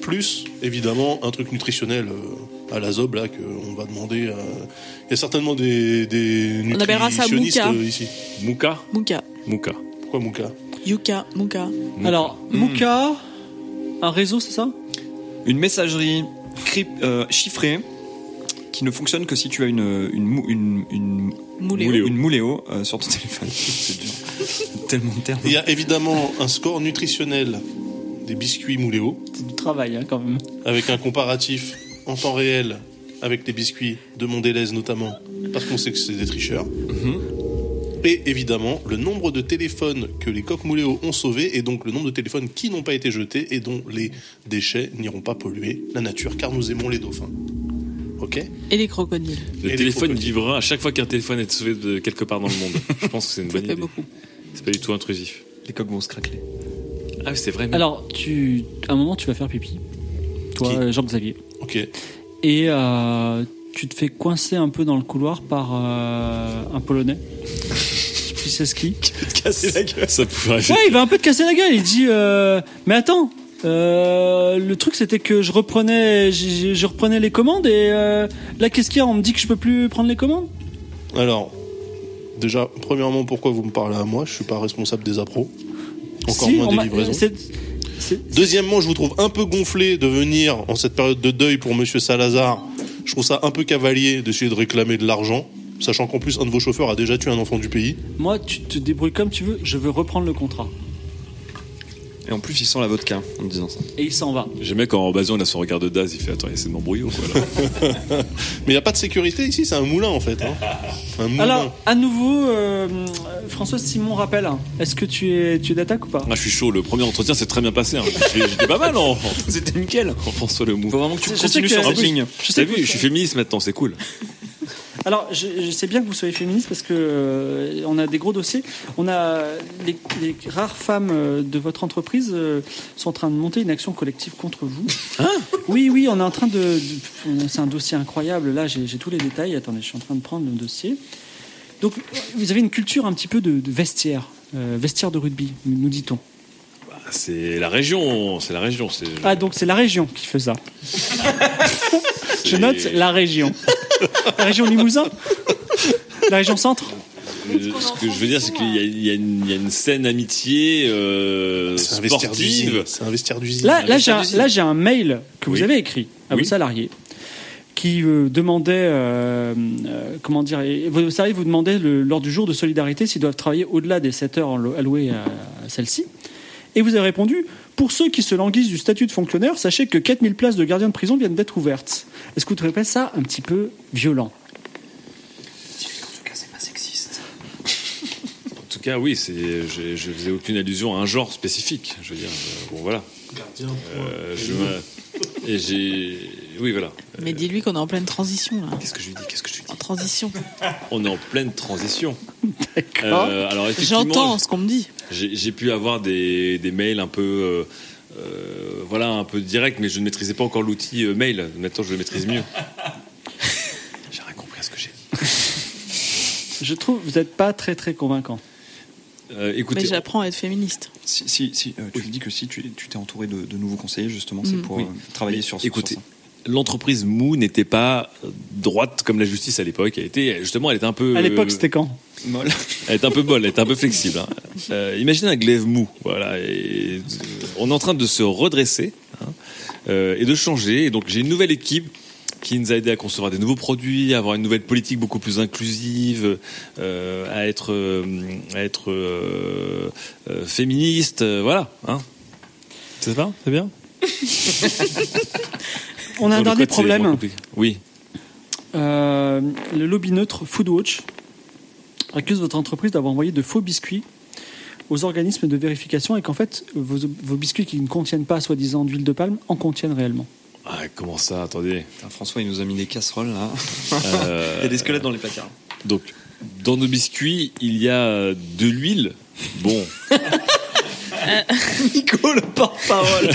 F: plus évidemment un truc nutritionnel euh, à la zob là qu'on va demander. à- Il y a certainement des, des
G: On appellera ça
F: nutritionnistes
G: Mouka.
F: euh, ici.
C: Mouka
G: Mouka.
C: Mouka.
F: Pourquoi Mouka
G: Yuka, Mouka.
E: Alors, Mouka, un réseau, c'est ça
D: Hmm. Une messagerie cryp- euh, chiffrée qui ne fonctionne que si tu as une, une, mou- une, une,
G: Mouléo.
D: une mouléo, euh, sur ton (laughs) téléphone. C'est dur. Tellement de termes.
F: Il y a évidemment un score nutritionnel des biscuits Mouléo
E: C'est du travail, hein, quand même.
F: avec un comparatif en temps réel avec les biscuits de Mondelez notamment, parce qu'on sait que c'est des tricheurs. Et évidemment, le nombre de téléphones que les coques Mouléo ont sauvés, et donc le nombre de téléphones qui n'ont pas été jetés et dont les déchets n'iront pas polluer la nature, car nous aimons les dauphins. Ok
G: Et les crocodiles.
C: Le
F: Et les
C: téléphone
F: crocodiles.
C: vibrera à chaque fois qu'un téléphone est sauvé de quelque part dans le
F: (laughs)
C: monde. Je pense que c'est une bonne
G: fait
C: idée.
G: beaucoup.
C: C'est pas du tout intrusif.
D: Les coques vont se craquer.
C: Ah oui, c'est vrai. mais-
E: Alors, tu, à un moment, tu vas faire pipi. Toi,
F: Qui
E: euh, Jean-Xavier.
F: Ok.
E: Et euh, tu te fais coincer un peu dans le couloir par euh, un Polonais. Je sais plus c'est ce qui.
C: casser la gueule. Ça pouvait arriver.
E: Ouais, il va un peu te casser la gueule. Il dit euh, Mais attends, euh, le truc c'était que je reprenais, j'ai- j'ai- je reprenais les commandes et euh, là, qu'est-ce qu'il y a On me dit que je peux plus prendre les commandes
F: Alors, déjà, premièrement, pourquoi vous me parlez à moi Je suis pas responsable des appros. Encore
E: Si, on
F: moins des
E: m'a-
F: livraisons.
E: c'est- c'est-
F: Deuxièmement, je vous trouve un peu gonflé de venir en cette période de deuil pour Monsieur Salazar. Je trouve ça un peu cavalier d'essayer de réclamer de l'argent, sachant qu'en plus un de vos chauffeurs a déjà tué un enfant du pays.
E: Moi, tu te débrouilles comme tu veux, je veux reprendre le contrat.
D: Et en plus, il sent la vodka en me disant ça.
E: Et il s'en va.
F: Mmh.
C: J'aimais quand Basion il a son regard de Daz, il fait Attends, il essaie de m'embrouiller ou quoi là
F: Mais il n'y a pas de sécurité ici, c'est un moulin en fait. hein. Un moulin.
E: Alors, à nouveau, euh, euh, Françoise Simon rappelle hein, est-ce que tu es, tu es d'attaque ou pas
C: Ah, je suis chaud, le premier entretien s'est très bien passé. hein. J'ai- J'étais pas mal en,
D: C'était nickel.
C: en François Lemou.
D: Faut vraiment que tu
E: Je sais
D: continues
E: que-
D: sur cette
E: Ah oui.
D: ligne.
E: Je
C: T'as
E: sais
C: vu,
E: que-
C: je suis féministe maintenant, c'est cool.
E: Alors, je, je sais bien que vous soyez féministe parce que euh, on a des gros dossiers. On a les, les rares femmes euh, de votre entreprise euh, sont en train de monter une action collective contre vous. oui, oui, on est en train de. de- C'est un dossier incroyable. Là, j'ai j'ai tous les détails. Attendez, je suis en train de prendre le dossier. Donc, vous avez une culture un petit peu de, de vestiaire, euh, vestiaire de rugby, nous dit-on.
C: Ah, C'est la région, c'est la région. c'est-
E: Ah, donc c'est la région qui fait ça. Je
C: c'est-
E: note la région. La région Limousin. La région centre.
C: Ce que je veux dire, c'est qu'il y, a- il y a une- il y a une scène amitié euh,
F: C'est un vestiaire d'usine.
C: sportive.
F: C'est un vestiaire d'usine.
E: Là, là, j'ai
C: vestiaire
E: un,
C: d'usine.
E: là, j'ai un mail que
C: Oui.
E: vous avez écrit à
C: Oui.
E: vos salariés qui euh, demandait, euh, euh, comment dire, et vos salariés vous demandaient le- lors du jour de solidarité s'ils doivent travailler au-delà des 7 heures allo- allouées à à celle-ci. Et vous avez répondu, pour ceux qui se languissent du statut de fonctionnaire, sachez que 4000 places de gardiens de prison viennent d'être ouvertes. Est-ce que vous trouvez pas ça un petit peu violent
C: En tout cas, oui, c'est, je, je faisais aucune allusion à un genre spécifique. Je veux dire, euh, bon voilà. Euh, je me- et j'ai, oui voilà.
G: Mais dis-lui qu'on est en pleine transition, là.
C: Qu'est-ce que je lui dis Qu'est-ce que je lui dis
G: En transition.
C: On est en pleine (laughs) transition.
E: D'accord.
C: Euh, alors effectivement,
G: J'entends ce qu'on me dit.
C: J'ai j'ai pu avoir des, des mails un peu, euh, euh, voilà, un peu direct, mais je ne maîtrisais pas encore l'outil euh, mail. Maintenant, je le maîtrise mieux. (laughs) j'ai rien compris à ce que j'ai dit.
E: Je trouve que vous n'êtes pas très très convaincant.
C: Euh, écoutez,
G: Mais j'apprends à être féministe.
D: Si, si, si, euh, tu me dis que si tu tu t'es entouré de, de nouveaux conseillers, justement, c'est
E: Hmm.
G: Mm.
D: pour
C: Oui.
D: euh, travailler sur sur
C: Écoutez,
D: ça.
C: l'entreprise Mou n'était pas droite comme la justice à l'époque. Elle était, justement, elle était un peu.
E: À l'époque, c'était quand
D: Molle.
C: Elle est un peu molle, elle est un peu flexible. hein. Euh, imaginez un glaive mou. Voilà, et, euh, on est en train de se redresser hein, euh, et de changer. Et donc j'ai une nouvelle équipe qui nous a aidé à concevoir des nouveaux produits, à avoir une nouvelle politique beaucoup plus inclusive, euh, à être, euh, à être euh, euh, féministe. euh, voilà. Hein. C'est ça C'est bien
E: On a un
C: Dans le
E: dernier
C: code, c'est moins
E: problème.
C: compliqué. Oui.
E: Euh, le lobby neutre Foodwatch accuse votre entreprise d'avoir envoyé de faux biscuits aux organismes de vérification et qu'en fait, vos, vos biscuits qui ne contiennent pas, soi-disant, d'huile de palme, en contiennent réellement.
C: Ah, comment ça Attendez.
D: Putain, François, il nous a mis des casseroles là.
C: Euh,
D: (laughs) Il y a des squelettes dans les hein. placards.
C: Donc, dans nos biscuits, il y a de l'huile. Bon,
D: Nico, le porte-parole.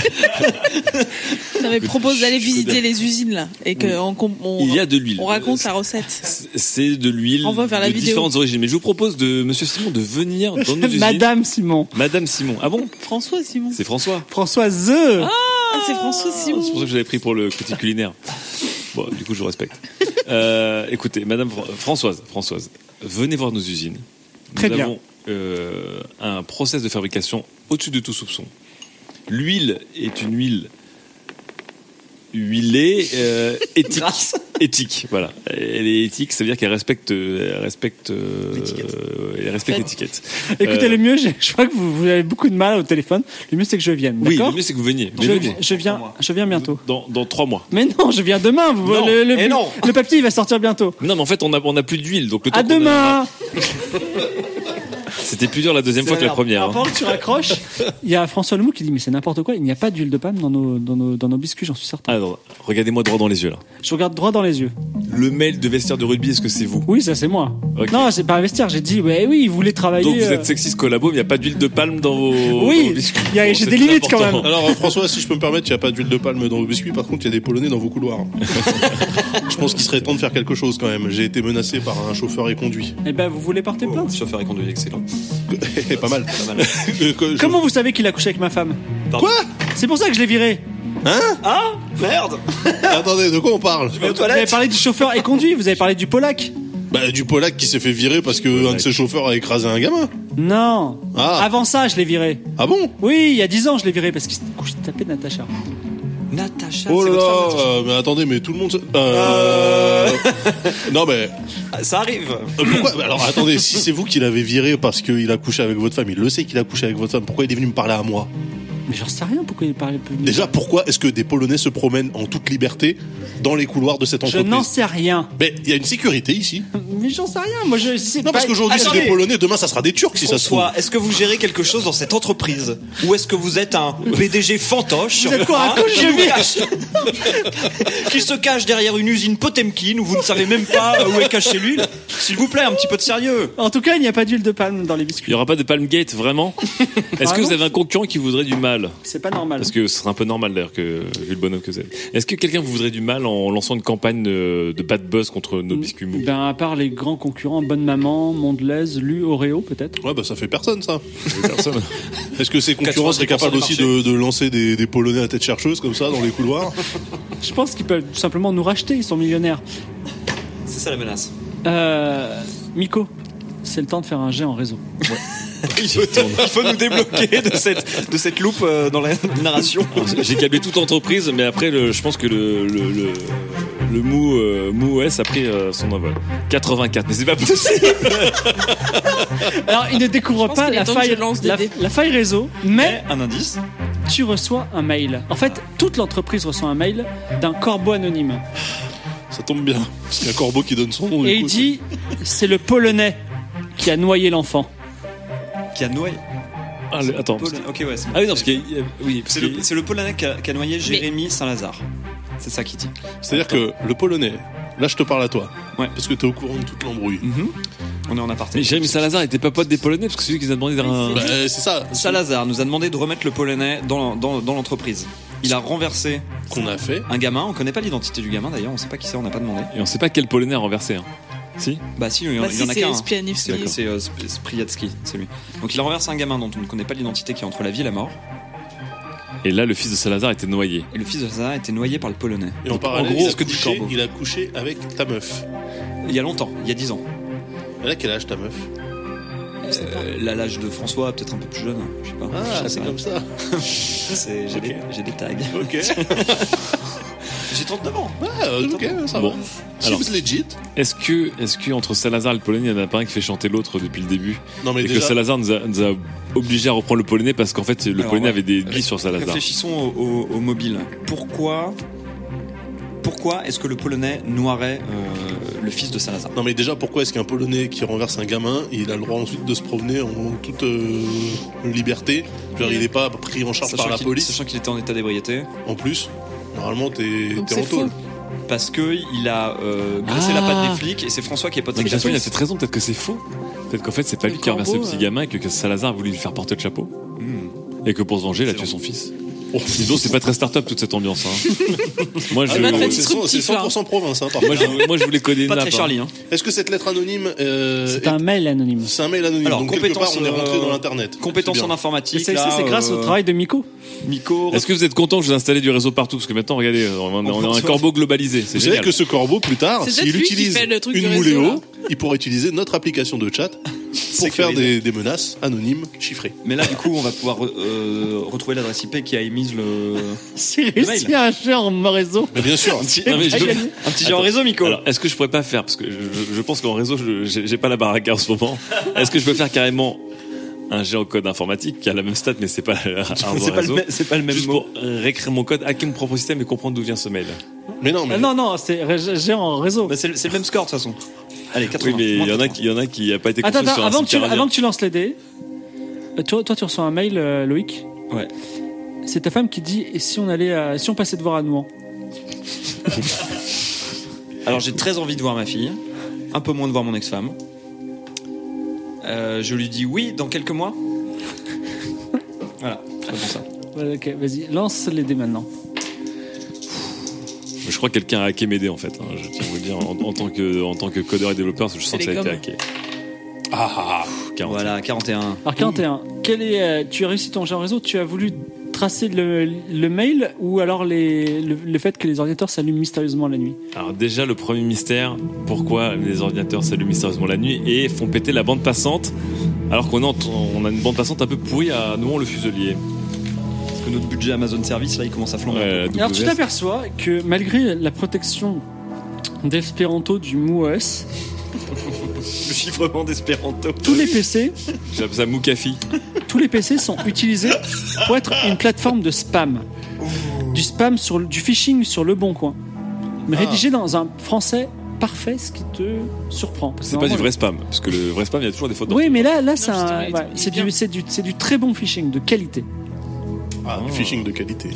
G: Non, mais propose d'aller visiter les usines là et qu'on
C: il y a de l'huile.
G: on raconte la recette.
C: C'est- C'est de l'huile
G: On va vers la
C: de
G: vidéo.
C: différentes origines. Mais je vous propose de Monsieur Simon de venir
G: (laughs)
C: dans
E: (laughs)
C: nos usines.
E: Madame Simon.
C: Madame Simon. Ah bon
G: François Simon.
C: C'est François.
E: Françoise
G: Ah, c'est François
C: Ah, C'est pour
G: Simon.
C: ça que j'avais pris pour le critique culinaire. Bon, du coup, je vous respecte. Euh, écoutez, Madame Fran- Françoise, Françoise, venez voir nos usines.
E: Très
C: Nous
E: bien.
C: avons euh, un process de fabrication au-dessus de tout soupçon. L'huile est une huile huilée euh, éthique. éthique, voilà. Elle est éthique, ça veut dire qu'elle respecte, elle respecte, euh,
D: L'étiquette.
C: elle respecte l'étiquette.
E: Écoutez,
C: Euh,
E: le mieux, j'ai- je crois que vous, vous avez beaucoup de mal au téléphone. Le mieux, c'est que je vienne.
C: Oui,
E: d'accord
C: le mieux c'est que vous veniez.
E: je,
C: Mais
E: vi-
C: venez.
E: je viens, je viens bientôt.
C: Dans, dans trois mois.
E: Mais non, je viens demain. vous-
C: Non,
E: le, le,
C: eh non.
E: le papier, il va sortir bientôt.
C: Non, mais en fait, on a, on a plus d'huile, donc le temps
E: À
C: qu'on a-
E: demain.
C: C'était plus dur la deuxième fois que la première. hein.
E: Alors, pendant que tu raccroches, (laughs) il y a François Lemoux qui dit Mais c'est n'importe quoi, il n'y a pas d'huile de palme dans nos, dans nos, dans nos biscuits, j'en suis certain.
C: Alors, Ah regardez-moi droit dans les yeux là.
E: Je regarde droit dans les yeux.
C: Le mail de vestiaire de rugby, est-ce que c'est vous
E: Oui, ça c'est moi.
C: Ok.
E: Non, c'est pas un vestiaire, j'ai dit Ouais, oui, il voulait travailler.
C: Donc vous
E: euh,
C: êtes sexiste collabo, mais il n'y a pas d'huile de palme dans vos.
E: Oui,
C: dans vos biscuits.
E: il y a- j'ai
C: c'est
E: des
C: plus
E: limites quand
C: important.
F: Alors euh, François, si je peux me permettre, il n'y a pas d'huile de palme dans vos biscuits, par contre il y a des Polonais dans vos couloirs. je pense qu'il serait temps de faire quelque chose quand même. J'ai été menacé par un chauffeur et conduit.
E: Eh ben, vous voulez porter plainte
D: Chauffeur et conduit, excellent.
F: pas mal.
D: Pas mal.
F: Euh, que- je-
E: Comment vous savez qu'il a couché avec ma femme
D: Pardon.
E: C'est pour ça que je l'ai viré.
D: Ah Merde
F: Ah, Attendez, de quoi on parle
D: aux
E: Vous avez parlé du chauffeur et conduit, vous avez parlé du polac.
F: Bah, du Polac qui s'est fait virer parce que un de ses chauffeurs a écrasé un gamin.
E: Non.
F: Ah.
E: Avant ça, je l'ai viré.
F: Ah bon
E: Oui, il y a 10 ans, je l'ai viré parce qu'il s'était couché tapé de Natacha.
D: Natacha,
F: Oh
D: c'est votre femme,
F: là là,
D: Natacha.
F: euh, mais attendez, mais tout le monde. se- Euh... (laughs) non mais
D: Ah, Ça arrive
F: euh, pourquoi bah, Alors attendez, si c'est vous qui l'avez viré parce qu'il a couché avec votre femme, il le sait qu'il a couché avec votre femme. Pourquoi il est venu me parler à moi
E: Mais j'en sais rien pourquoi il parlait plus. de-
F: Déjà, pourquoi est-ce que des Polonais se promènent en toute liberté dans les couloirs de cette
E: Je n'en
F: entreprise
E: sais rien.
F: Mais il y a une sécurité ici.
E: Mais j'en sais rien. Moi, je. c'est
F: Non, parce
E: pas-
F: qu'aujourd'hui c'est
D: Attendez.
F: des Polonais, demain ça sera des Turcs si ça se trouve.
D: François, est-ce que vous gérez quelque chose dans cette entreprise Ou est-ce que vous êtes un PDG fantoche
E: Vous êtes quoi, un
D: hein,
E: couche
D: qui
E: de
D: vous
E: vie
D: cache- Qui se cache derrière une usine Potemkin où vous ne savez même pas euh, où est cachée l'huile S'il vous plaît, un petit peu de sérieux
E: En tout cas, il n'y a pas d'huile de palme dans les
C: Il
E: biscuits.
C: n'y aura pas de Palmgate,
E: (laughs)
C: vraiment Est-ce
E: Ah
C: que vous
E: non.
C: avez un concurrent qui voudrait du mal
E: C'est pas normal.
C: Parce que ce serait un peu normal d'ailleurs, que, vu le bonhomme que vous êtes. Est-ce que quelqu'un vous voudrait du mal en lançant une campagne euh, de bad buzz contre nos biscuits mous
E: Ben, à part les grands concurrents, Bonne Maman, Mondelaise, Lu, Oreo, peut-être.
F: Ouais, bah ça fait personne ça.
C: Personne.
F: (laughs) Est-ce que ces concurrents
D: 90%
F: seraient capables
D: des
F: aussi de, de lancer des, des Polonais à tête chercheuse comme ça dans les couloirs
E: Je pense qu'ils peuvent tout simplement nous racheter, ils sont millionnaires.
D: C'est ça la menace.
E: Euh, Miko, c'est le temps de faire un jet en réseau.
D: Il faut, il faut nous débloquer de cette, de cette loupe euh, dans la (laughs) narration.
C: J'ai câblé toute entreprise, mais après, le- je pense que le, le, le, le mou, euh, mou OS a pris euh, son envol. 84, mais c'est pas
E: (laughs)
C: possible
E: Alors, il ne découvre
G: pense
E: pas
G: qu'il est
E: la
G: temps que
E: faille,
G: je lance des
E: la,
G: dés.
E: la faille réseau, mais
D: Un indice
E: tu reçois un mail. En fait, toute l'entreprise reçoit un mail d'un corbeau anonyme.
F: Ça tombe bien. Parce qu'il y a un corbeau qui donne son
D: Oh,
F: nom. du
E: Et il
F: coup,
E: dit c'est le Polonais qui a noyé l'enfant.
D: qui a noyé.
C: Ah, le- Attends.
D: Polonais. Ok, ouais, c'est bon.
C: Ah oui, non, parce que. euh, Oui, parce
D: C'est
C: que-
D: le, c'est le Polonais qui a, qui a noyé Jérémy Saint-Lazare. C'est ça qui dit.
F: C'est-à-dire que le polonais, là je te parle à toi,
D: Ouais.
F: parce que t'es au courant de toute l'embrouille.
D: On est en aparté.
C: Mais Jérémy Salazar était pas pote des Polonais parce que c'est lui qui nous a demandé d'un.
F: Bah, c'est ça
D: Salazar nous a demandé de remettre le polonais dans, dans, dans l'entreprise. Il a renversé
F: qu'on a fait.
D: un gamin, on connaît pas l'identité du gamin d'ailleurs, on sait pas qui c'est, on n'a pas demandé.
C: Et on sait pas quel Polonais a renversé. Hein. Si
D: Bah si, il y, en-
G: Bah,
D: il y
G: si,
D: en a
G: c'est
D: qu'un. hein.
G: Spianivski.
D: D'accord. C'est euh, Sp- Spriatsky, c'est lui. Donc il a renversé un gamin dont on ne connaît pas l'identité qui est entre la vie et la mort.
C: Et là, le fils de Salazar était noyé.
D: Et le fils de Salazar a été noyé par le polonais.
F: Et en
D: Donc,
F: parallèle,
D: gros,
F: il, a
D: ce que dit le
F: couché,
D: corbeau.
F: il a couché avec ta meuf.
D: Il y a longtemps, il y a 10 ans.
F: Elle a quel âge ta meuf
G: Ah,
D: Euh, là, l'âge de François, peut-être un peu plus jeune, je sais pas. Je sais pas.
F: ça.
D: C'est- J'ai des, j'ai des tags.
F: Ok.
D: J'ai 39 ans.
F: Ouais, ok, ça
C: Bon.
F: va.
C: Alors.
F: Seems legit.
C: Est-ce que, est-ce que entre Salazar et le Polonais, il y en a pas un qui fait chanter l'autre depuis le début
F: Non mais
C: Et que
F: déjà,
C: Salazar nous a, nous a obligés à reprendre le Polonais parce qu'en fait, le
D: Alors,
C: Polonais
D: ouais.
C: avait des billes sur Salazar.
D: Réfléchissons au, au- au mobile. Pourquoi Pourquoi est-ce que le Polonais noirait euh, le fils de Salazar
F: Non mais déjà pourquoi est-ce qu'un Polonais qui renverse un gamin, il a le droit ensuite de se promener en toute euh, liberté Je veux dire, il n'est pas pris en charge
D: Sachant
F: par la
D: qu'il-
F: police.
D: Sachant qu'il était en état d'ébriété,
F: En plus, normalement t'es
G: Donc
F: t'es
G: c'est
F: en taule.
G: faux.
D: parce que il a euh, graissé
C: Ah.
D: la patte des flics et c'est François qui est pas très
C: Donc, Gaston, il a
D: bien.
C: cette raison, peut-être que c'est faux. Peut-être qu'en fait, c'est pas
G: Le
C: lui qui a renversé le
G: corbeau,
C: petit
G: euh.
C: gamin et que Salazar a voulu lui faire porter le chapeau. Et que pour se venger, il a tué
D: Hmm. Excellent.
C: son fils. Dis donc, c'est pas très start-up toute cette ambiance. hein.
D: (laughs)
F: Ah,
C: moi, je,
G: C'est pas très
C: moi,
F: C'est cent- c'est
G: disruptif, là.
F: 100% province. Hein, par contre.
C: je, moi, je voulais coder
D: Pas
C: Nap,
D: très
C: hein.
D: Charlie, hein.
F: Est-ce que cette lettre anonyme euh,
E: C'est
F: est-
E: un mail anonyme.
F: c'est un mail anonyme
D: Alors,
F: Donc quelque part,
D: compétence,
F: on est rentré
D: euh,
F: dans l'internet.
D: Compétences
F: C'est
D: en
F: bien.
E: Et
D: informatique.
E: C'est
D: là,
E: c'est grâce
D: euh,
E: au travail de Miko.
D: Miko.
C: Est-ce que vous êtes content que je vous ai installé du réseau partout Parce que maintenant, regardez, euh, on est, on est un corbeau globalisé. C'est
F: Vous savez
C: génial.
F: que ce corbeau, plus tard,
G: C'est
F: s'il
G: peut-être lui qui
F: utilise
G: fait le truc du
F: une
G: réseau,
F: mouléo,
G: là.
F: il pourra utiliser notre application de chat pour faire
D: Sécurisé.
F: des, des menaces anonymes chiffrées.
D: Mais là, du coup, on va pouvoir re- euh, retrouver l'adresse IP qui a émise le.
E: J'ai
D: mail.
E: réussi à acheter en mon réseau.
F: Mais
C: (laughs)
F: bien sûr,
C: Non, mais je-
D: Un petit jeu en réseau, Miko.
C: Alors, est-ce que je pourrais pas faire, parce que je, je pense qu'en réseau, je- j'ai j'ai pas la baraque en ce moment, est-ce que je peux faire carrément un géant code informatique qui a la même stat, mais c'est pas, (laughs) un
D: c'est pas, le
C: Ah, réseau
D: même- c'est pas le même
C: Juste
D: mot.
C: pour réécrire mon code, hacker mon propre système et comprendre d'où vient ce mail.
F: mais non, mais
E: Ah Non, non, c'est ré- géant en réseau.
D: Bah, c'est le c'est le même score, de toute façon. Allez, 80.
C: Oui, mais il y, en
D: Moins
C: a qui- il y en a qui a pas été
E: Attends,
C: construit
E: attends,
C: sur un
E: avant que,
C: site
E: tu,
C: carrelien.
E: avant que tu lances les dés, euh, toi, toi, tu reçois un mail, euh, Loïc.
D: Ouais.
E: C'est ta femme qui dit et si on allait, à- si on passait de voir à Nouan.
D: Alors j'ai très envie de voir ma fille, un peu moins de voir mon ex-femme. Euh, je lui dis oui dans quelques mois. (laughs) voilà, c'est bon ça.
E: Ouais, ok, vas-y, lance les dés maintenant.
C: Je crois que quelqu'un a hacké mes dés, en fait. hein. je tiens à vous le dire, en, en tant que, en tant que codeur et développeur, je sens que ça a
G: les
C: été
G: gommes.
C: hacké. Ah, ah, ah, 40.
D: Voilà, 41.
E: Alors 41. Quel est, euh, tu as réussi ton jeu en réseau. Tu as voulu tracer le, le mail ou alors les, le, le fait que les ordinateurs s'allument mystérieusement la nuit.
C: Alors déjà le premier mystère, pourquoi les ordinateurs s'allument mystérieusement la nuit et font péter la bande passante alors qu'on a, on a une bande passante un peu pourrie à nous le fuselier.
D: Parce que notre budget Amazon Service, là, il commence à flamber.
C: Ouais, la
E: Alors tu
C: WS.
E: t'aperçois que malgré la protection d'espéranto du MOOS,
D: Le chiffrement d'espéranto.
E: tous les PC,
C: J'appelle ça Moukafi.
E: tous les PC sont utilisés pour être une plateforme de spam, du spam sur le- du phishing sur le bon coin, mais
C: Ah.
E: rédigé dans un français parfait, ce qui te surprend. Parce que
C: C'est pas du
E: normalement,
C: vrai spam, parce que le vrai spam il y a toujours des fautes.
E: Oui, mais là, là, c'est
G: justement,
E: un-
G: il-
E: ouais,
G: il
E: c'est
G: vient.
E: du, c'est du, c'est du très bon phishing de qualité.
F: Ah, du phishing de qualité.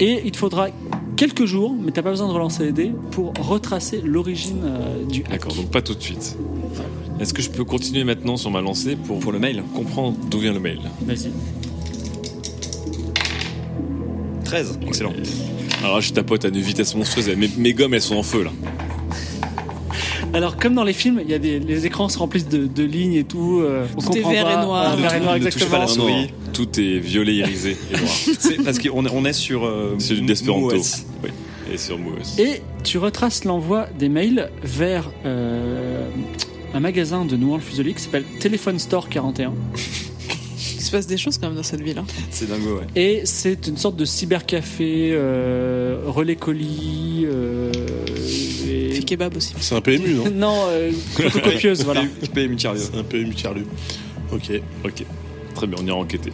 E: Et il te faudra quelques jours, mais t'as pas besoin de relancer les dés pour retracer l'origine euh, du hack.
C: D'accord, donc pas tout de suite. Est-ce que je peux continuer maintenant sur ma lancée pour,
D: Pour le mail.
C: comprendre d'où vient le mail
E: Vas-y.
D: 13. Excellent.
C: Alors là, je tapote à une vitesse monstrueuse, mes, mes gommes elles sont en feu là.
E: Alors, comme dans les films, il y a des, les écrans se remplissent de, de lignes et tout. euh, on
G: Tout est
E: comprend
G: vert
E: pas.
G: et noir.
E: Ah, vert et noir,
D: Ne touche pas
E: exactement.
D: la souris.
C: Non, non, tout est violet irisé et noir.
D: C'est parce qu'on est, on est sur. euh,
C: C'est du Desperanto.
D: MOS.
C: Oui. Et sur Moos.
E: Et tu retraces l'envoi des mails vers euh, un magasin de Nouan le Fuselier qui s'appelle Telephone Store 41.
G: Il se passe des choses quand même dans cette ville. hein.
D: C'est dingo, ouais.
E: Et c'est une sorte de cybercafé, euh, relais colis. euh, et-
G: Fait kebab aussi.
F: C'est un PMU,
C: hein.
D: (laughs)
F: non
E: Non, euh,
C: (laughs)
E: photocopieuse, voilà.
D: PM Charlie.
F: C'est un PMU Charlie. Ok.
C: Ok, très bien, on ira enquêter.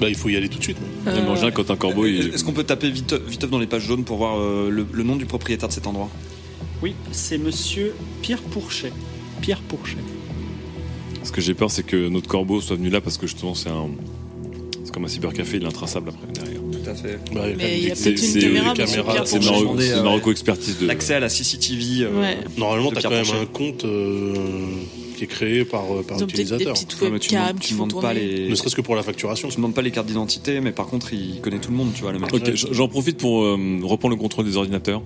F: Bah, il faut y aller tout de suite. mais.
C: Bien, mais en général, quand un corbeau il...
D: Est-ce qu'on peut taper vite, vite dans les pages jaunes pour voir euh, le, le nom du propriétaire de cet endroit
E: Oui, c'est monsieur Pierre Pourchet. Pierre Pourchet.
C: Ce que j'ai peur, c'est que notre corbeau soit venu là parce que justement, c'est un. C'est comme un cybercafé, il est intraçable après derrière. Ah,
D: Tout à fait.
F: Bah,
G: Mais
F: la-
G: il y a
F: c'est-
G: peut-être une
F: c'est-
G: caméra,
F: les
G: monsieur
F: caméras,
G: Pierre
F: c'est
C: C'est
G: Pourchet.
F: Marocco.
C: Marocco,
D: demander,
C: c'est
D: euh,
C: Marocco Expertise de.
D: L'accès à la CCTV. euh,
G: Ouais.
F: Normalement,
D: de
F: t'as quand
D: Pierre
F: même
D: Porcher.
F: un compte euh, qui est créé par, euh, par
G: Ils ont peut-être des
F: l'utilisateur.
G: petites
D: Ouais, mais tu
G: webcams
D: demandes- tu
G: qui font
D: demandes pas
G: tourner.
D: les.
F: Ne serait-ce que pour la facturation.
D: Tu demandes pas les cartes d'identité, mais par contre, il connaît tout le monde, tu vois, le mec.
C: Ok, j- j'en profite pour euh, reprendre le contrôle des ordinateurs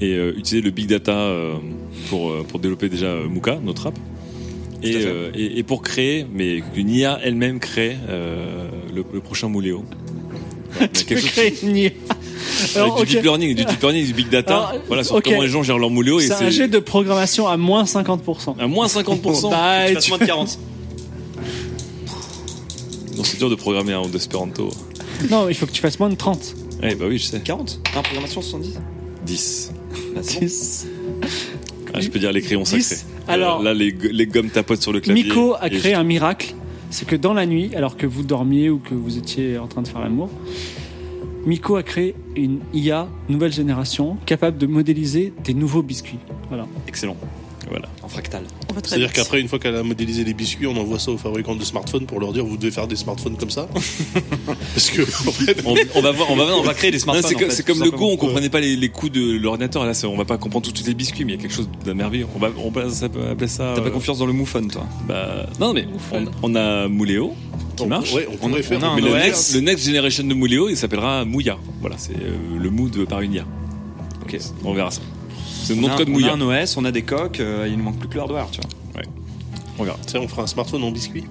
C: et euh, utiliser le big data euh, pour, euh, pour développer déjà euh, Muka, notre app.
D: à
C: Et,
D: fait.
C: euh, et, et pour créer, mais une IA elle-même crée euh, le, le prochain Mouléo. Voilà,
E: (laughs)
C: il y a quelque chose- Avec
E: Alors,
C: du deep
E: ok.
C: learning, du deep learning, du big data.
E: Alors,
C: voilà, sur
E: ok.
C: comment les gens gèrent leur Mouléo. et
E: C'est un jet
C: c'est
E: de programmation à moins 50%.
C: à moins 50%.
E: Bah,
D: Tu
E: tu-
D: passes
E: (laughs)
D: moins de 40.
C: Non, c'est dur de programmer un d'espéranto.
E: Non, il faut que tu fasses moins de 30.
C: Eh bah oui, je sais.
D: 40 Ah, programmation 70
C: 10.
D: Bah, c'est bon.
E: 10.
C: Ah, je peux dire les crayons
E: 10.
C: sacrés.
E: Alors-
C: Euh, là, les, les gommes tapotent sur le clavier.
E: Miko a
C: Et
E: créé
C: je-
E: un miracle. C'est que dans la nuit, alors que vous dormiez ou que vous étiez en train de faire l'amour, Miko a créé une IA nouvelle génération capable de modéliser des nouveaux biscuits. Voilà.
C: Excellent. Voilà.
D: en fractal.
C: Ah,
G: On va très
F: C'est-à-dire
G: vite.
F: qu'après, une fois qu'elle a modélisé les biscuits, on envoie ça aux fabricants de smartphones pour leur dire vous devez faire des smartphones
D: (laughs)
F: comme ça. Parce que en fait,
C: On, on va voir, on va, on va créer des
D: smartphones,
C: Non, C'est
D: en
C: co-
D: fait,
C: c'est
D: tout
C: comme le
D: simplement.
C: go, on comprenait pas les, les coups de l'ordinateur. Là, c'est- on va pas comprendre tout de suite les biscuits, mais il y a quelque chose d'un merveilleux. On va, on va s'app- appeler ça.
D: T'as pas
C: euh,
D: confiance dans le moufon, toi
C: bah, Non, mais on, on a Mouléo qui
F: on-
C: marche.
F: Oh, Ouais, on
D: On a-
F: pourrait faire.
D: on a un
C: Mais le
D: Ouais.
C: next, le next generation de Mouléo, il s'appellera Mouya. Voilà, c'est euh, le mood par une IA.
D: Ok.
C: On verra ça. C'est le nom
D: On a,
C: de code
D: on a
C: Mouya.
D: un OS, on a des coques, euh, il ne manque plus que l'hardware, tu vois.
C: On verra.
F: Tu sais, on fera un smartphone en biscuit.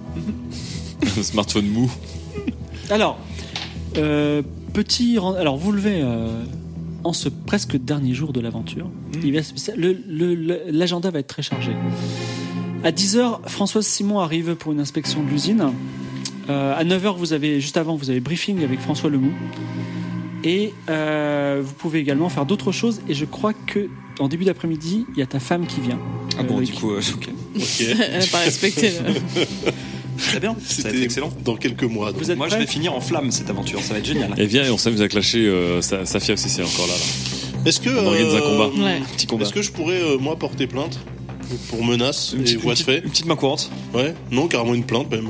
C: (laughs) Smartphone mou.
E: Alors, euh, petit. ren- Alors, vous levez euh, en ce presque dernier jour de l'aventure.
D: Hmm.
E: Il va se- le- le- le- L'agenda va être très chargé. À 10h, Françoise Simon arrive pour une inspection de l'usine. Euh, à 9h, vous avez, juste avant, vous avez briefing avec François Lemoux. Et euh, vous pouvez également faire d'autres choses. Et je crois que en début d'après-midi, il y a ta femme qui vient.
D: Ah bon,
E: Euh,
D: du
E: qui-
D: coup, euh, ok.
G: (laughs) Elle n'a pas respecté. le-
D: Très bien, ça va être
F: C'était
D: excellent.
F: Dans quelques mois. donc.
E: Vous êtes
D: Moi, je
E: prêts
D: vais finir en flamme cette aventure, ça va être génial.
C: Eh Et viens, on s'amuse à clasher euh, Sa- Safia aussi, c'est encore là. là.
F: Est-ce que euh,
C: On organise un combat.
G: Ouais.
D: Petit combat.
F: Est-ce que je pourrais euh, moi porter plainte pour menace
D: Une
F: et
D: petite,
F: voie de
D: une
F: fait
D: petite- une petite main courante.
F: Ouais. Non, carrément une plainte même.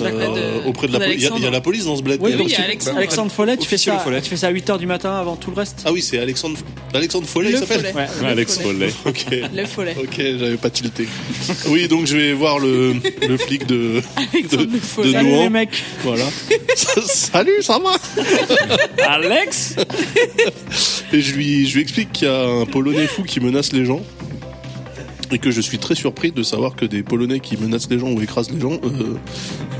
F: Euh,
G: D'accord, de-
F: auprès de la police. Il y a- il y, a
G: d'Alexandre.
F: la police dans ce bled.
E: Oui,
G: Oui,
E: donc
G: il y a
E: tu-
G: Alexandre.
E: Alexandre Follet, tu fais,
D: Officier
E: ça,
D: le Follet.
E: tu fais ça à 8h du matin avant tout le reste
F: Ah oui, c'est Alexandre. Alexandre Follet, il
G: Le
F: s'appelle.
G: follet.
E: Ouais,
G: Le
C: Alex
G: follet.
C: Follet.
F: (laughs) Ok.
G: Le follet.
F: Ok, j'avais
G: (laughs)
F: pas tilté. Oui, donc je vais voir le, le flic de.
G: Alexandre
F: de-
G: le follet.
F: de-
E: Salut
F: Nohant.
E: les mecs
F: Voilà. (laughs) Salut, ça va
E: Alex
F: Et je lui, je lui explique qu'il y a un Polonais fou qui menace les gens. Et que je suis très surpris de savoir que des Polonais qui menacent les gens ou écrasent les gens euh,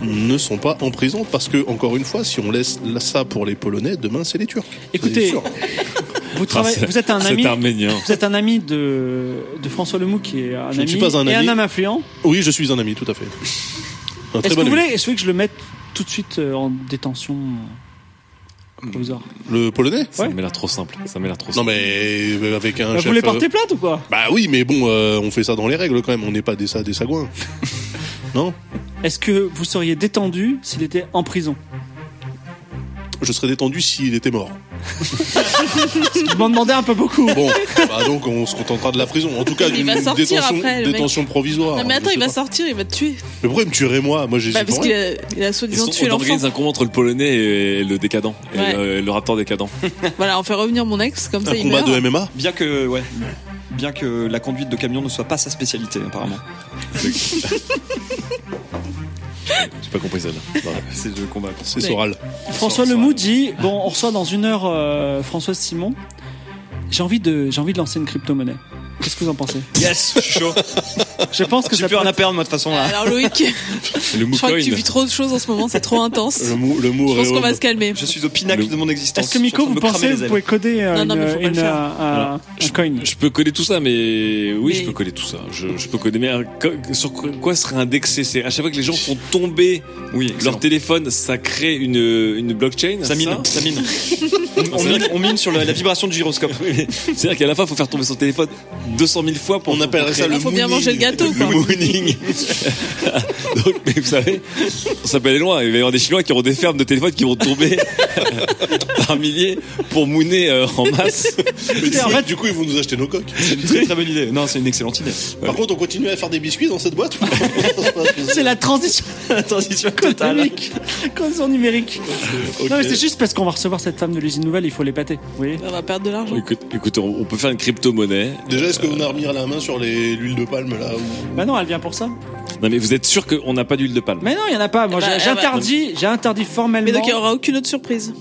F: ne sont pas en prison. Parce que, encore une fois, si on laisse ça pour les Polonais, demain c'est les Turcs. C'est
E: Écoutez,
F: sûr.
E: vous, travaillez-
C: c'est-
E: vous êtes un ami,
C: C'est arménien.
E: vous êtes un ami de, de François Lemoux qui est un
F: Je ne
E: ami
F: suis pas un
E: et un
F: ami.
E: homme influent.
F: Oui, je suis un ami, tout à fait. Un
E: Est-ce que
F: très bon
E: vous
F: ami.
E: voulez, je voulez que je le mette tout de suite euh, en détention euh, provisoire
F: Le Polonais
C: Ça
E: Ouais.
C: m'a l'air trop simple. Ça m'a l'air trop
F: Non,
C: simple.
F: mais euh, avec un
E: Bah,
F: chef.
E: Vous voulez
F: euh,
E: porter plainte ou quoi
F: Bah oui, mais bon, euh, on fait ça dans les règles quand même. On n'est pas des, ça, des sagouins. non
E: Est-ce que vous seriez détendu s'il était en prison
F: Je serais détendu s'il était mort.
E: Vous m'en demandez un peu beaucoup.
F: Bon, bah donc on se contentera de la prison. En tout cas,
G: Il
F: d'une
G: va sortir
F: détention,
G: après, le mec.
F: détention provisoire.
G: Non mais attends,
F: Je
G: il va
F: sais pas.
G: sortir, il va te tuer.
F: Mais pourquoi il me tuerait moi Moi, j'ai
G: Bah,
F: pour
G: parce qu'il a, il a
C: Ils
G: soi-disant
C: sont,
G: tué
C: on
G: l'enfant.
C: organise un combat entre le polonais et le décadent. Et
G: Ouais.
C: le, et le raptor décadent.
G: Voilà, on fait revenir mon ex, comme ça
F: un
G: il
F: combat
G: meurt.
F: de MMA.
D: Bien que, ouais. Bien que la conduite de camion ne soit pas sa spécialité, apparemment.
C: J'ai pas compris celle-là. Voilà.
D: C'est le combat.
F: C'est Soral.
G: (laughs)
E: François Lemoux dit Bon, on reçoit dans une heure euh, Françoise Simon. J'ai envie, de, j'ai envie de lancer une crypto-monnaie. Qu'est-ce que vous en pensez
D: Yes, je suis chaud.
E: Je pense que
D: J'ai
E: ça
D: plus
E: pourrait
D: rien à perdre, moi, de toute façon, là.
G: Alors Loïc,
C: Le
G: je crois que tu
C: Moucoin.
G: vis trop de choses en ce moment, c'est trop intense.
F: Le mot, le
G: Je
F: mot
G: pense qu'on va
F: Réhob.
G: se calmer.
D: Je suis au pinacle
C: Le-
D: de mon existence.
E: Est-ce que Miko, vous pensez vous pouvez coder euh,
G: Non, non, mais faut
E: une,
G: pas le
E: une,
G: faire.
E: euh, un-
C: Alors,
E: un coin
C: Je peux coder tout ça, mais oui, je
G: Mais-
C: peux coder tout ça. Je, je peux coder. Mais euh, co- sur quoi- quoi serait indexé C'est à chaque fois que les gens font tomber
D: Oui,
C: leur téléphone, ça crée une, une blockchain.
D: Ça mine, ça mine. On- on, mine on mine sur la, la vibration du gyroscope.
C: C'est-à-dire qu'à la fin, faut faire tomber son téléphone 200 000 fois pour.
F: On appellerait ça
C: pour
F: le
G: faut bien
F: mooning.
G: manger le gâteau,
C: créer
G: quoi.
C: le
D: (laughs)
C: mooning. Donc, mais vous savez, on s'appelle les loin. Il va y avoir des Chinois qui auront des fermes de téléphones qui vont tomber (laughs) par milliers pour mouner euh, en masse.
F: Mais du,
E: en
F: coup,
E: fait-
F: du coup, ils vont nous acheter nos coques.
D: C'est une très très bonne idée. Non, c'est une excellente idée.
F: Par contre, on continue à faire des biscuits dans cette boîte
G: (laughs)
F: ou pas
E: C'est la transition
D: La transition totale.
E: numérique. Transition numérique.
F: Ok.
E: Non, mais c'est juste parce qu'on va recevoir cette femme de l'usine nouvelle, il faut les pâter. Vous voyez
G: On va perdre de l'argent.
C: Écoute, écoute, on, on peut faire une crypto-monnaie.
F: Déjà, est-ce qu'on a remis la main sur les- l'huile de palme là ou-
E: Bah non, elle vient pour ça.
C: Non, mais vous êtes sûr qu'on n'a pas d'huile de palme
E: Mais non, il y en a pas. Moi,
G: Eh bah,
E: j'ai-
G: eh
E: j'interdis, j'ai
G: Mais donc
E: interdit
G: il n'y
E: formellement.
G: aura aucune autre surprise.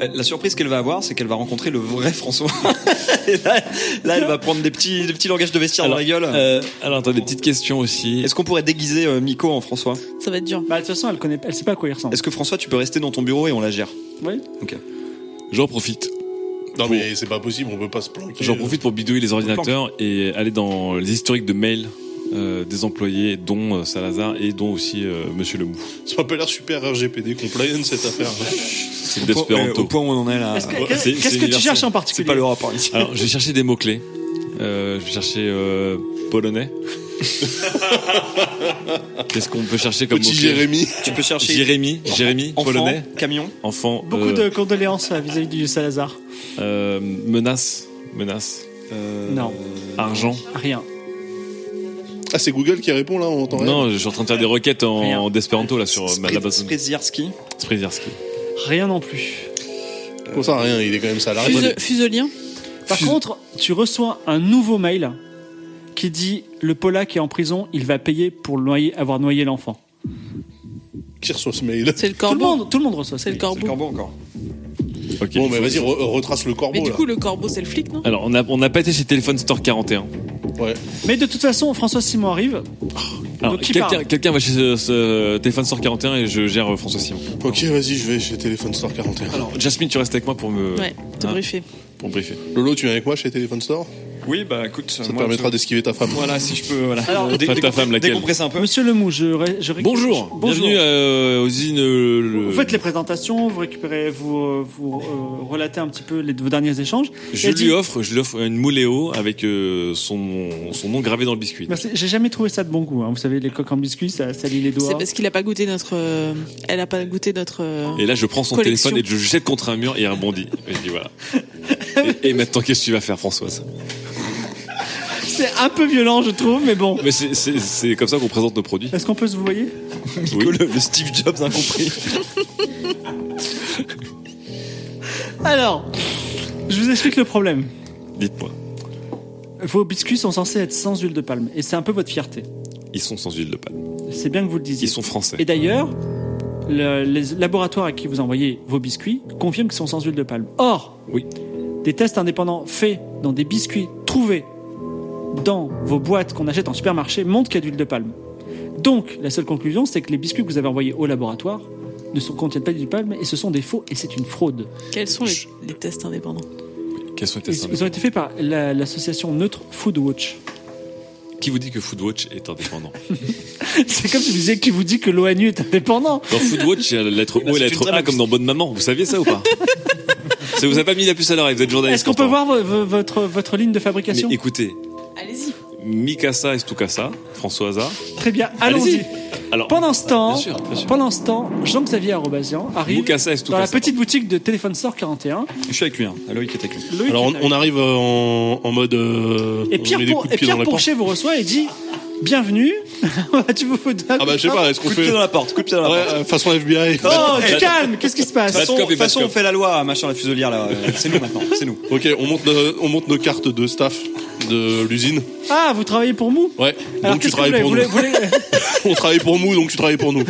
D: Euh, La surprise qu'elle va avoir, c'est qu'elle va rencontrer le vrai François. (laughs) Et là, là, elle va prendre des petits, des petits langages de vestiaire dans la gueule.
C: Euh, alors, attendez, petite question aussi.
D: Est-ce qu'on pourrait déguiser euh, Miko en François
G: Ça va être dur.
E: Bah, de toute façon, elle connaît, elle sait pas à quoi il ressemble.
D: Est-ce que François, tu peux rester dans ton bureau et on la gère
E: Oui.
D: Ok.
C: J'en profite.
F: Non, mais c'est pas possible, on peut pas se planquer.
D: Euh,
C: J'en profite pour bidouiller les ordinateurs et aller dans les historiques de mails euh, des employés, dont euh, Salazar et dont aussi euh, Monsieur Lemou.
F: Ça m'a pas l'air super RGPD compliant cette affaire.
C: C'est
D: Au point- euh, Au
C: d'espéranto.
D: point où on en est là.
E: Est-ce que-
D: Ouais.
C: c'est- c'est
E: Qu'est-ce que tu
C: universel.
E: cherches en
D: C'est
E: particulier
D: pas l'Europe hein, ici.
C: Alors, j'ai cherché des
F: (laughs)
C: mots-clés. Euh, je vais chercher euh, polonais. Qu'est-ce qu'on peut chercher comme
F: Petit
C: mot-clé
F: Jérémy.
D: Tu peux chercher
C: Jérémy, Jérémy,
D: enfant,
C: polonais,
D: camion,
C: enfant,
E: Beaucoup
C: euh,
E: de condoléances euh, vis-à-vis du Salazar.
C: euh, menace, menace,
D: euh,
E: Non.
C: argent.
E: Rien.
F: Ah, c'est Google qui répond là en temps réel.
C: Non, je suis en train de faire des requêtes
E: Rien.
C: en, en espéranto là sur euh,
D: Sprit-
C: Madame
D: Spritzierski.
C: Sprizierski.
E: Rien non plus.
F: Pour ça, rien, il est quand même salarié.
G: Fuse- Fuselien.
E: Par contre, tu reçois un nouveau mail qui dit le Polac est en prison, il va payer pour noyer- avoir noyé l'enfant.
F: Qui reçoit ce mail
G: C'est le
E: Tout le,
G: corbeau.
E: monde, tout le monde reçoit
G: C'est
E: ça.
G: le
D: C'est le
G: corbeau.
D: corbeau encore.
C: Ok.
F: Bon, mais vas-y, re- euh, retrace le corbeau.
G: Mais du
F: là.
G: coup, le corbeau, c'est le flic, non
C: Alors on a on n'a pas été chez Téléphone Store 41.
F: Ouais.
E: Mais de toute façon, François Simon arrive.
C: Alors
E: Donc, qui
C: quelqu'un
E: parle
C: quelqu'un va chez euh, ce, ce Téléphone Store 41 et je gère euh, François Simon.
F: Ok, vas-y, je vais chez Téléphone Store 41.
C: Alors Jasmine, tu restes avec moi pour me
G: Ouais, te
C: hein,
G: briefer.
C: pour me briefer.
F: Lolo, tu viens avec moi chez Téléphone Store
D: Oui, bah écoute,
F: Ça te permettra d'esquiver ta femme.
D: Voilà, si je peux. Voilà.
E: Alors,
C: Enfin, ta femme laquelle
D: Décompresser un peu.
E: Monsieur Lemou, je, ré- je récupère-
C: Bonjour.
E: Bonjour.
C: Bienvenue euh, aux usines. euh, le-
E: Vous faites les présentations, vous récupérez, vous, euh, vous euh, relatez un petit peu les, vos derniers échanges.
C: Je
E: Et
C: lui
E: dit-
C: offre, je lui offre une mouléo avec euh, son son nom gravé dans le biscuit.
E: Merci. J'ai jamais trouvé ça de bon goût. hein. Vous savez, les coques en biscuit, ça salit les
G: C'est
E: doigts.
G: parce qu'il a pas goûté notre. euh, Elle a pas goûté notre. euh,
C: Et là, je prends son
G: Collection.
C: téléphone et je le jette contre un mur et il rebondit. Et je dis voilà. Et, et maintenant, qu'est-ce que tu vas faire, Françoise
E: C'est un peu violent, je trouve, mais bon.
C: Mais c'est- c'est c'est comme ça qu'on présente nos produits.
E: Est-ce qu'on peut se vous voyez
C: Oui.
D: Le, le Steve Jobs incompris.
E: Alors, je vous explique le problème.
C: Dites-moi.
E: Vos biscuits sont censés être sans huile de palme, et c'est un peu votre fierté.
C: Ils sont sans huile de palme.
E: C'est bien que vous le disiez.
C: Ils sont français.
E: Et d'ailleurs, le- les laboratoires à qui vous envoyez vos biscuits confirment qu'ils sont sans huile de palme. Or,
C: Oui.
E: des tests indépendants faits dans des biscuits trouvés dans vos boîtes qu'on achète en supermarché montrent qu'il y a de l'huile de palme. Donc, la seule conclusion, c'est que les biscuits que vous avez envoyés au laboratoire ne sont- contiennent pas d'huile de palme et ce sont des faux et c'est une fraude.
G: Quels sont les, les tests indépendants
C: Quels sont les
E: Ils,
C: tests
E: ils ont été faits par la- l'association neutre Foodwatch.
C: indépendants Qui vous dit que Foodwatch est indépendant
E: (laughs) c'est comme si vous disiez qui vous dit que l'ONU est indépendant.
C: Dans Foodwatch, il y a la lettre O et la
D: C'est une
C: lettre
D: très
C: A
D: bonne
C: comme dans Bonne Maman. Vous saviez ça ou pas Ça vous a pas mis la puce à l'oreille, vous êtes journaliste.
E: Est-ce qu'on peut
C: pourtant.
E: voir vo- vo- votre, votre ligne de
C: Mais
E: fabrication
C: écoutez,
G: Allez-y.
C: Mikasa et Stukasa, Françoisa.
E: Très bien, allons-y.
C: Alors,
E: Pendant
F: ah,
E: ce temps,
C: Bien sûr, bien sûr.
E: pendant ce temps, Jean-Xavier Arobasian arrive
C: Mukasa est tout
E: dans la
C: cassé.
E: petite boutique de Téléphone Store 41.
D: Je suis avec lui, hein. Loïc est avec lui.
E: Loïc
F: Alors,
E: est
F: on,
E: avec-
F: on arrive euh, en, en mode. euh,
E: et
F: on
E: Pierre,
F: met des
E: Pour-
F: coups de
E: et
F: pied
E: Pierre
F: dans la porte.
E: Pourchet vous reçoit et dit Bienvenue. (laughs) tu vous fous de-
F: Ah bah, je sais pas, est-ce qu'on
D: Coup de pied
F: fait.
D: dans la porte, coup de pied dans la
F: Ouais,
D: porte.
F: euh, façon FBI.
E: Oh, calme, qu'est-ce qui se
D: De toute
E: passe
D: façon,
C: Badcock et
D: de toute façon, on
C: Badcock.
D: fait la loi, machin, la fuselière là. Euh, C'est nous maintenant, c'est nous.
F: Ok, on monte, nos, on monte nos cartes de staff de l'usine.
E: Ah, vous travaillez pour Mou
F: Ouais.
E: Alors,
F: donc tu
E: qu'est-ce que vous
F: travailles
E: voulez
F: pour
E: vous voulez,
F: nous.
E: vous, voulez,
F: (laughs) on travaille pour nous, donc tu travailles pour nous.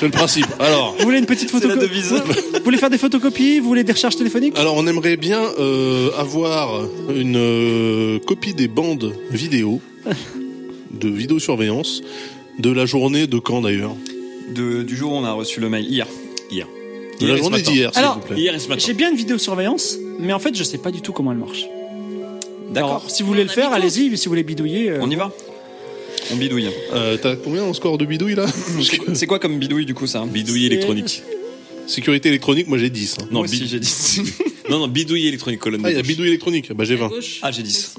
F: C'est le principe. Alors,
E: vous voulez une petite
D: (laughs) C'est la
E: photocopie
D: devise.
E: Vous voulez faire des photocopies Vous voulez des recherches téléphoniques
F: alors on aimerait bien euh, avoir une euh, copie des bandes vidéo de vidéosurveillance de la journée de quand d'ailleurs
D: De- du jour où on a reçu le mail, hier.
C: Hier.
F: De
D: Hier
F: la
D: et ce
F: journée
D: matin.
F: d'hier, s'il
E: Alors,
F: vous plaît.
C: Hier et ce matin.
E: J'ai bien une vidéosurveillance, mais en fait, je sais pas du tout comment elle marche.
D: D'accord.
E: Alors, si vous voulez le
G: On a
E: faire,
G: mis tout.
E: allez-y. Si vous voulez bidouiller, euh,
D: On y va On bidouille.
F: Euh, T'as combien en score de bidouille
D: (laughs)
F: là Parce que-
D: C'est quoi comme bidouille du coup ça
C: Bidouille électronique.
F: Sécurité électronique, moi j'ai 10. hein.
C: Non,
D: Moi aussi,
C: bid-
D: j'ai (laughs) 10.
C: Non, non, bidouille électronique, colonne.
F: Ah, il y
C: de
F: a
C: gauche.
F: bidouille électronique, bah j'ai 20.
G: Gauche.
D: Ah, j'ai 10.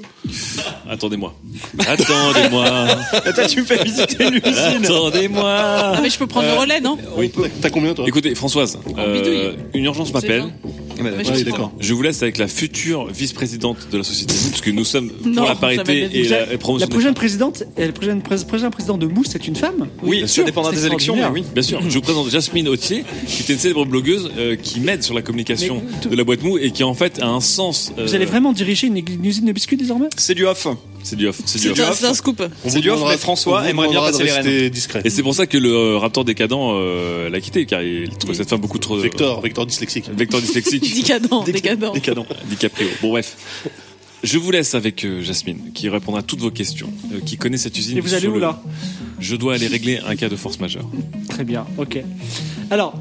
C: Attendez-moi. Attendez-moi.
D: (laughs) (laughs) Attends, tu me fais visiter l'usine.
C: Attendez-moi.
G: Ah, mais je peux
D: euh,
G: prendre le relais, non
F: Oui. T'as combien toi
C: Écoutez, Françoise, euh, une urgence m'appelle.
D: Mais
G: Ouais,
F: Ouais,
G: je
F: d'accord.
C: Je vous laisse avec la future vice-présidente de la société, parce que nous sommes pour
G: Non,
C: la
G: jamais
C: parité
G: de la
C: et
G: vie.
C: la et promotion.
E: La
C: des
E: prochaine présidente, et le prochain, pré- prochain président de Mou, c'est une femme
D: Oui,
C: bien
D: ça
C: sûr,
D: dépendra
E: c'est
D: des élections, mais oui.
E: extraordinaire.
C: femmes. Bien sûr, je vous présente Jasmine Autier, qui est une célèbre blogueuse euh, qui m'aide sur la communication
E: Mais tout-
C: de la boîte mou et qui en fait a un sens. euh,
E: Vous allez vraiment diriger une, une usine de biscuits désormais
D: C'est du off.
C: C'est du off. C'est du
G: C'est
C: off.
G: un, c'est un scoop.
E: (laughs)
F: On
D: C'est
F: vous
D: du off,
F: demandera-
D: mais François
F: on vous
D: aimerait bien
F: demandera de
D: passer les
F: rester discret.
C: Et c'est pour ça que le euh, raptor décadent euh, l'a quitté, car il trouvait cette femme beaucoup
D: euh,
C: trop.
F: Vector, vecteur dyslexique.
C: Vector dyslexique.
G: Décadent, décadent.
D: Décadent.
C: DiCaprio. Bon, bref. Je vous laisse avec euh, Jasmine, qui répondra à toutes vos questions, euh, qui connaît cette usine.
E: Et vous
C: sur
E: allez où
C: le-
E: là
C: Je dois aller régler un cas de force majeure.
E: Très bien, ok. Alors,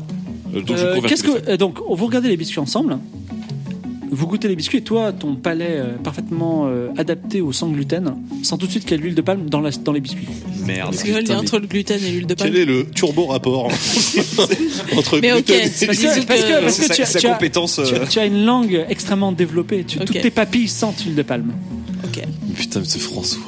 C: Euh, donc je
E: euh,
C: cours vers
E: qu'est-ce
C: tous les
E: que. euh, donc, vous regardez les biscuits ensemble, vous goûtez les biscuits, et toi, ton palais euh, parfaitement euh, adapté au sans gluten, sent tout de suite qu'il y a de l'huile de palme dans, la- dans les biscuits.
D: Merde.
G: Parce que je le dis entre le gluten et l'huile de
F: Quel
G: palme.
F: est le
D: (laughs)
F: turbo rapport (laughs) entre
G: Mais ok,
F: gluten
G: c'est
F: et-
G: parce
E: que- parce que- parce
D: C'est
E: que tu
D: sa,
E: as-
D: sa
E: tu as-
D: compétence.
E: Tu,
D: euh,
E: as- tu as une langue extrêmement développée, tu-
G: Ok.
E: toutes tes papilles sentent l'huile de palme.
G: Ok.
C: deux. Putain, mais c'est François.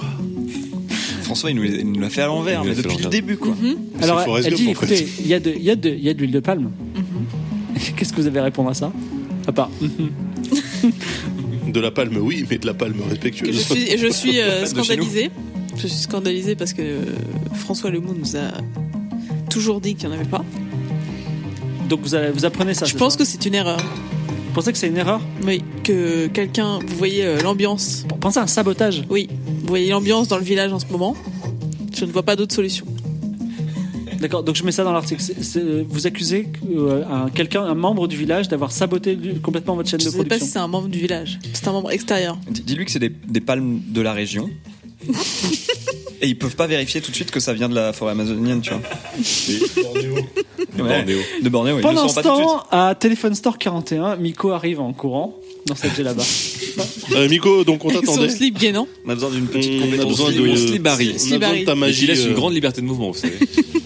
D: François, il nous, il nous l'a fait à l'envers,
C: Il nous l'a
D: mais
C: fait
D: depuis
C: à
D: le
C: l'envers.
D: début, quoi.
E: Alors,
F: C'est Forrest
E: elle dit,
F: Gump, en fait.
E: écoutez, il y a de, il y a de, il y a de l'huile de palme.
G: Mhm.
E: (laughs) Qu'est-ce que vous avez à répondre à ça À part,
F: De la palme, oui, mais de la palme
G: Que je
F: respectueuse.
G: suis, et je suis euh,
D: De chez nous.
G: scandalisée. Je suis scandalisée parce que euh, François Lemoux nous a toujours dit qu'il n'y en avait pas.
E: donc vous, allez- vous apprenez ça.
G: je
E: c'est
G: pense
E: ça
G: que c'est une erreur.
E: Vous pensez que c'est une erreur
G: Oui, que quelqu'un, vous voyez euh, l'ambiance.
E: Pensez à un sabotage.
G: Oui, vous voyez l'ambiance dans le village en ce moment. Je ne vois pas d'autre solution.
E: D'accord, donc je mets ça dans l'article. C'est- c'est- Vous accusez euh, un- quelqu'un, un membre du village, d'avoir saboté du- complètement votre chaîne
G: Je
E: de
G: ne sais pas
E: production.
G: si c'est un membre du village. C'est un membre extérieur.
D: D- Dis-lui que c'est des, des palmes de la région. Et ils peuvent pas vérifier tout de suite que ça vient de la forêt amazonienne, tu vois. Ouais,
C: Bornéo.
D: De Bornéo, ils le
E: Pendant
D: sauront
E: ce
D: pas tout de suite.
E: temps, à Telephone Store 41, Miko arrive en courant dans cette ville là-bas.
F: Euh, Miko, donc on
G: Avec son
F: t'attendait.
G: slip gainant.
D: On a besoin d'une petite
F: Mm, On a
D: compétence.
F: besoin de,
C: On se libarie.
F: on a besoin de ta
C: Mais
F: magie.
C: il laisse une
F: euh,
C: grande liberté de mouvement, vous savez.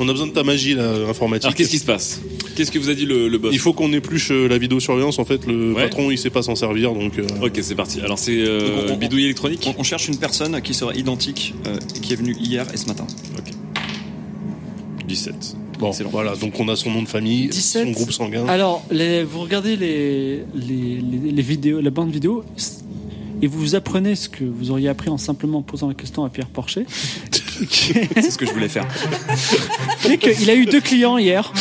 F: On a besoin de ta magie là, informatique.
C: Alors qu'est-ce qui se passe Qu'est-ce que vous a dit le, le boss
F: Il faut qu'on épluche euh, la vidéosurveillance. En fait, le
C: Ouais.
F: patron, il sait pas s'en servir, donc. euh,
C: Ok, c'est parti. Alors c'est euh,
D: Donc, on- on-
C: bidouille électronique
D: On, on cherche une personne qui sera identique euh, et qui est venue hier et ce matin.
C: 17.
F: Bon,
D: Excellent.
F: voilà. Donc on a son nom de famille,
E: 17.
F: son groupe sanguin.
E: Alors, les- vous regardez les, les, les- les vidéos, la bande vidéo, c- et vous apprenez ce que vous auriez appris en simplement posant la question à Pierre Porcher.
D: C'est ce que je voulais
E: (laughs)
D: faire.
E: C'est qu'il a eu deux clients hier.